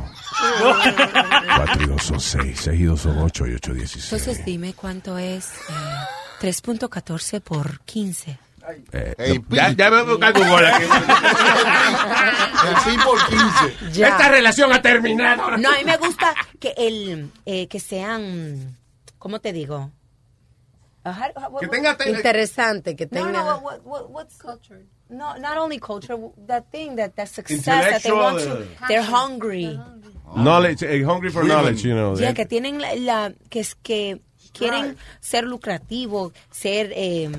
Speaker 15: 4 y 2 son 6. 6 y 2 son 8 y 8 16.
Speaker 20: Entonces dime cuánto es eh, 3.14 por 15.
Speaker 15: Eh,
Speaker 8: Ey, ya, ya me voy a buscar tu bola.
Speaker 7: El pi por 15.
Speaker 20: Ya.
Speaker 8: Esta relación ha terminado.
Speaker 20: No, a mí me gusta que el eh, que sean, ¿cómo te digo? Ajá, what-
Speaker 16: Que
Speaker 20: what-
Speaker 16: tenga- tenga- Interesante, que
Speaker 20: No,
Speaker 16: tenga-
Speaker 20: no, what- what- what- what's cultured? No, not only culture, that thing that that success that they
Speaker 8: Intellectual,
Speaker 20: want
Speaker 8: eh.
Speaker 20: to, they're hungry.
Speaker 8: Knowledge, eh, hungry for knowledge, you know.
Speaker 20: Ya que tienen la, la- que es que quieren ser lucrativos, ser eh,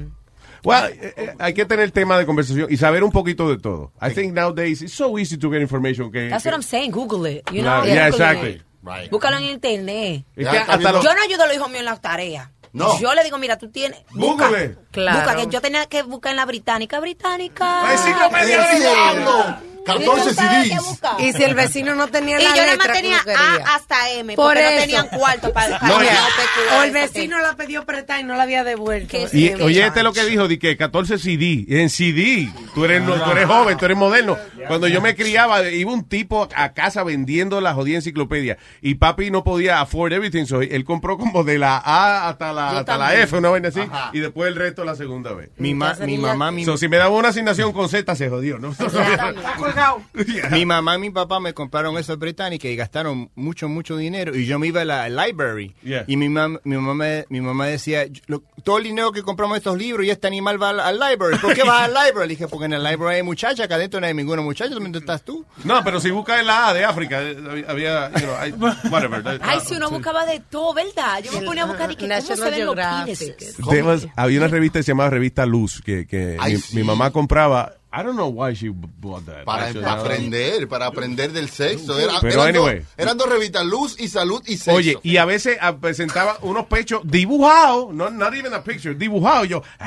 Speaker 8: Well, eh, eh, hay que tener tema de conversación y saber un poquito de todo. I think nowadays it's so easy to get information que...
Speaker 20: That's what I'm saying, Google it, you
Speaker 8: Claro,
Speaker 20: know.
Speaker 8: yeah,
Speaker 20: Google it.
Speaker 8: exactly. Right.
Speaker 20: Búscalo en internet.
Speaker 8: Es que hasta los-
Speaker 20: Yo no ayudo a los hijos míos en las tareas.
Speaker 8: No.
Speaker 20: Yo le digo, mira, tú tienes. Busca,
Speaker 8: Google.
Speaker 20: Busca, que yo tenía que buscar en la británica, británica.
Speaker 16: La enciclopedia
Speaker 20: Sí.
Speaker 16: británica.
Speaker 20: Y tú
Speaker 16: 14
Speaker 20: sabes qué
Speaker 16: CDs.
Speaker 20: buscar.
Speaker 16: Y si el vecino no tenía la
Speaker 20: Y yo nada más
Speaker 16: letra que
Speaker 20: tenía
Speaker 16: uno quería.
Speaker 20: A hasta M,
Speaker 16: Por
Speaker 20: porque no
Speaker 16: eso.
Speaker 20: tenían cuarto para, para
Speaker 8: No,
Speaker 20: el
Speaker 8: ya.
Speaker 20: OPQ,
Speaker 16: O el
Speaker 20: eso,
Speaker 16: vecino la pidió prestada y no la había devuelto.
Speaker 8: Y oye, este lo que dijo, di que 14 CD, en CD, tú eres, no- tú eres joven, tú eres moderno. Cuando yo me criaba, iba un tipo a casa vendiendo la jodida enciclopedia y papi no podía afford everything, so él compró como de la A hasta la,
Speaker 18: Yo
Speaker 8: hasta la
Speaker 18: también.
Speaker 8: F, una vaina así,
Speaker 18: Ajá.
Speaker 8: y después el resto la segunda vez.
Speaker 18: Mi ma- mi mamá, mi-
Speaker 8: So, si me daba una asignación con Z, se jodió, ¿no?
Speaker 18: Mi mamá y mi papá me compraron eso británica y gastaron mucho, mucho dinero. Y yo me iba a la library.
Speaker 8: Yeah.
Speaker 18: Y mi, mam- mi, mamá, me- mi mamá decía, "Lo- todo el dinero que compramos estos libros y este animal va al, al library. ¿Por qué va al library? Le dije, porque en el library hay muchachas, acá adentro no hay ninguna muchacha, ¿dónde estás tú?
Speaker 8: No, pero si buscas en la A de África, eh, había, you know, I- whatever.
Speaker 20: Ay,
Speaker 7: Ah,
Speaker 20: si uno buscaba de todo, ¿verdad? Yo me ponía a buscar de que cómo se
Speaker 16: National
Speaker 20: ven los
Speaker 16: Geographic.
Speaker 20: penises.
Speaker 8: There was- había una revista que se llamaba Revista Luz, que, que
Speaker 7: Ay,
Speaker 8: mi,
Speaker 7: sí.
Speaker 8: mi mamá compraba. I don't know why she bought that.
Speaker 7: Para,
Speaker 8: actually,
Speaker 7: para
Speaker 8: no.
Speaker 7: aprender, para aprender del sexo. Era-
Speaker 8: Pero
Speaker 7: eran,
Speaker 8: anyway.
Speaker 7: dos, eran dos revistas, luz y salud y sexo.
Speaker 8: Oye, y a veces ah, presentaba unos pechos dibujados, no, not even a picture, dibujados. Yo,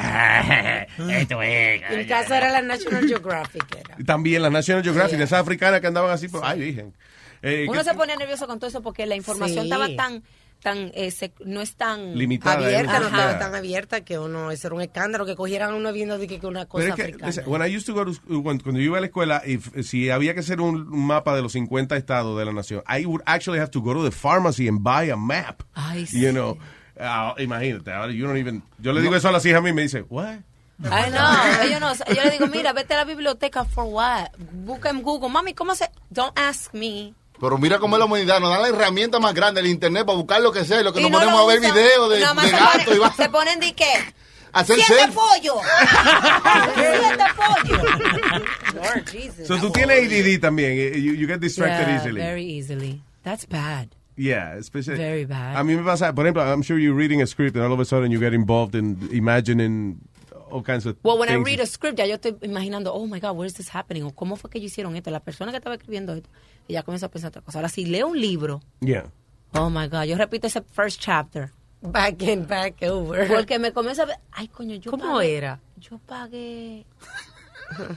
Speaker 8: esto es.
Speaker 16: En casa era la National Geographic. era.
Speaker 8: También las National Geographic, esas africanas que andaban así, pero, ay, virgen. Eh,
Speaker 20: Uno
Speaker 8: que-
Speaker 20: se ponía nervioso con todo eso porque la información
Speaker 16: Sí.
Speaker 20: estaba tan, tan eh, sec- no es tan
Speaker 8: Limitada, ¿eh?
Speaker 16: abierta,
Speaker 8: era
Speaker 16: no
Speaker 8: limitada.
Speaker 16: estaba tan abierta que uno, eso era un escándalo, que cogieran a uno viendo de que, que una cosa
Speaker 8: Pero es que,
Speaker 16: africana.
Speaker 8: listen, when I used to go to school, cuando, cuando yo iba a la escuela, if- si había que hacer un mapa de los 50 estados de la nación, I would actually have to go to the pharmacy and buy a map.
Speaker 20: Ay,
Speaker 8: you know, Ah, imagínate, ahora you don't even, yo le digo eso a las hijas a mí y me dice, what?
Speaker 20: Ay, no, ellos no. Yo le digo, mira, vete a la biblioteca for what? Busca en Google. Mami, ¿cómo se...? Don't ask me.
Speaker 7: Pero mira cómo es la humanidad, nos dan la herramienta más grande, el internet, para buscar lo que sea, y lo que
Speaker 20: Y
Speaker 7: nos
Speaker 20: no
Speaker 7: ponemos
Speaker 20: lo
Speaker 7: a ver
Speaker 20: usan.
Speaker 7: videos de,
Speaker 20: Nada más
Speaker 7: de
Speaker 20: se
Speaker 7: gato
Speaker 20: ponen-
Speaker 7: y va
Speaker 20: Se ponen de qué?
Speaker 7: a hacer
Speaker 20: ¡Siete
Speaker 7: selfie.
Speaker 20: pollos! ¡Siete pollos! Lord Jesus.
Speaker 8: So tú tienes ADD también, eh, you, you get distracted
Speaker 20: Yeah,
Speaker 8: easily.
Speaker 20: Very easily. That's bad.
Speaker 8: Yeah, especially.
Speaker 20: Very bad.
Speaker 8: A mí me pasa, por ejemplo, I'm sure you're reading a script and all of a sudden you get involved in imagining all kinds of
Speaker 20: Well, when I
Speaker 8: things.
Speaker 20: read a script, ya yo estoy imaginando, oh my God, where is this happening? O cómo fue que ellos hicieron esto. La persona que estaba escribiendo esto, y ya comienzo a pensar otra cosa. Ahora, si leo un libro,
Speaker 8: Yeah.
Speaker 20: oh my God, yo repito ese first chapter.
Speaker 16: Back and back over.
Speaker 20: Porque me comienza a ver, ay coño, yo
Speaker 16: ¿Cómo
Speaker 20: pagué-
Speaker 16: era?
Speaker 20: Yo pagué.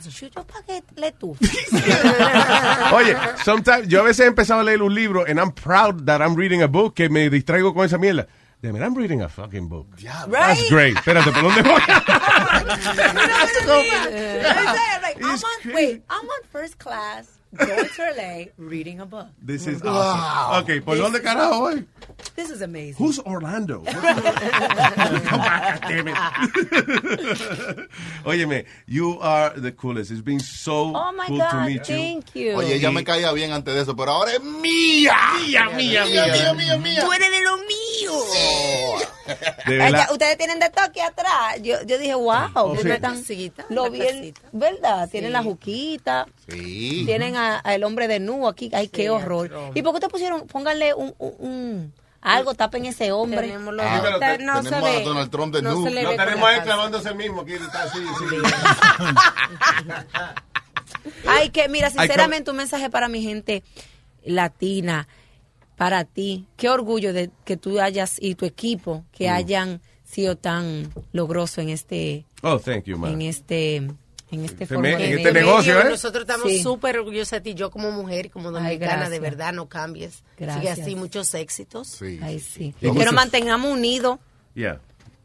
Speaker 20: Yo, yo pagué la estufa.
Speaker 8: Oye, sometimes, yo a veces he empezado a leer un libro and I'm proud that I'm reading a book que me distraigo con esa mierda. Damn it, I'm reading a fucking book. That's great. Espérate, ¿por dónde voy? Eh.
Speaker 20: You know what I mean? Like, I'm on, wait, I'm on first class.
Speaker 16: Tortolé reading a book.
Speaker 8: This is
Speaker 16: Wow.
Speaker 8: awesome. Ok, ¿por
Speaker 16: This-
Speaker 8: dónde carajo voy?
Speaker 16: This is amazing.
Speaker 8: Who's Orlando? Óyeme, you are the coolest. It's been so
Speaker 20: Oh, my
Speaker 8: cool to
Speaker 20: God,
Speaker 8: meet you.
Speaker 20: thank you.
Speaker 7: Oye, ella me caía bien antes de eso, pero ahora es mía.
Speaker 8: Mía, mía, mía.
Speaker 5: Tú eres de lo mío.
Speaker 8: De
Speaker 5: Ay,
Speaker 8: verdad.
Speaker 5: ya, Ustedes tienen de toque atrás. Yo, yo dije, wow.
Speaker 8: sí.
Speaker 5: ustedes están- lo vi, en- ¿verdad? Tienen la juquita.
Speaker 7: Sí.
Speaker 20: Tienen a- al hombre de nu aquí. Ay, qué horror. ¿Y por qué ustedes pusieron, pónganle un, un- un- algo, tapen ese hombre?
Speaker 7: Ah, te- tenemos a Donald Trump de nu.
Speaker 8: Lo tenemos ahí clavándose el mismo. Aquí está así,
Speaker 20: Ay, que mira,
Speaker 8: creo-
Speaker 20: sinceramente un mensaje para mi gente latina, para ti. Qué orgullo de que tú hayas y tu equipo que
Speaker 8: Mm.
Speaker 20: hayan sido tan logroso en este
Speaker 8: Oh, thank you,
Speaker 20: en
Speaker 8: man.
Speaker 20: este en este,
Speaker 8: Este
Speaker 20: forma
Speaker 8: me-
Speaker 20: de
Speaker 8: en este
Speaker 20: medio.
Speaker 8: negocio, ¿eh?
Speaker 5: Nosotros estamos
Speaker 20: Sí.
Speaker 5: súper orgullosos de ti. Yo como mujer, como dominicana,
Speaker 20: gracias.
Speaker 5: de verdad, no cambies. Sigue
Speaker 20: Gracias.
Speaker 5: así, muchos éxitos.
Speaker 7: Sí.
Speaker 20: Ay, sí.
Speaker 8: Y
Speaker 20: Que nos
Speaker 8: muchos-
Speaker 20: mantengamos unidos,
Speaker 8: Yeah.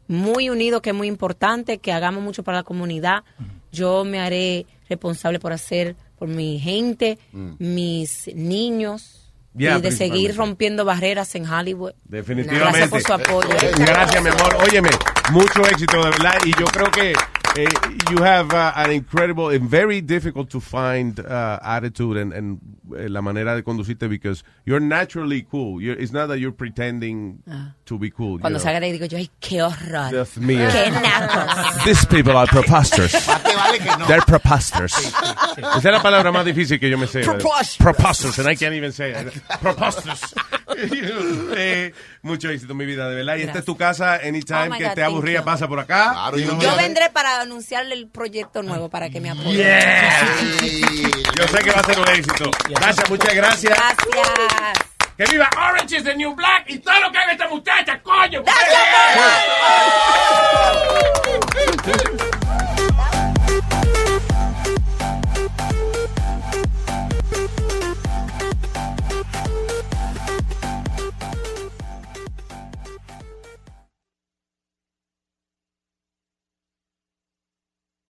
Speaker 20: muy unidos, que es muy importante, que hagamos mucho para la comunidad. Yo me haré responsable por hacer por mi gente,
Speaker 8: Mm.
Speaker 20: mis niños.
Speaker 8: Yeah,
Speaker 20: y de
Speaker 8: principalmente.
Speaker 20: seguir rompiendo barreras en Hollywood.
Speaker 8: Definitivamente. Eh,
Speaker 20: Gracias por su apoyo.
Speaker 8: Gracias, mi amor. Óyeme, mucho éxito, de verdad. Y yo creo que eh, you have uh, an incredible and very difficult to find uh, attitude and, and eh, la manera de conducirte because you're naturally cool. You're- it's not that you're pretending
Speaker 20: Ah.
Speaker 8: to be cool.
Speaker 20: Cuando
Speaker 8: you know.
Speaker 20: salga de ahí digo yo, ay, qué horror.
Speaker 8: Dios mío.
Speaker 20: Qué nacos.
Speaker 8: These people are preposterous.
Speaker 20: vale que no.
Speaker 8: They're preposterous. Esa es la palabra más difícil que yo me sé.
Speaker 15: Preposterous.
Speaker 8: Preposterous, and I can't even say it. Preposterous. Eh, mucho éxito, mi vida, de verdad. Y esta es tu casa. Anytime
Speaker 20: Oh, my
Speaker 8: que
Speaker 20: God,
Speaker 8: te
Speaker 20: thank
Speaker 8: aburría,
Speaker 20: you.
Speaker 8: pasa por acá. Y nos
Speaker 20: Yo
Speaker 8: vemos.
Speaker 20: vendré para anunciarle el proyecto nuevo para que me apoyen.
Speaker 8: Yeah. Yo sé que va a ser un éxito. Gracias, muchas gracias.
Speaker 20: Gracias.
Speaker 8: Que viva Orange is the New Black y todo lo que haga esta muchacha, coño.
Speaker 15: Gracias,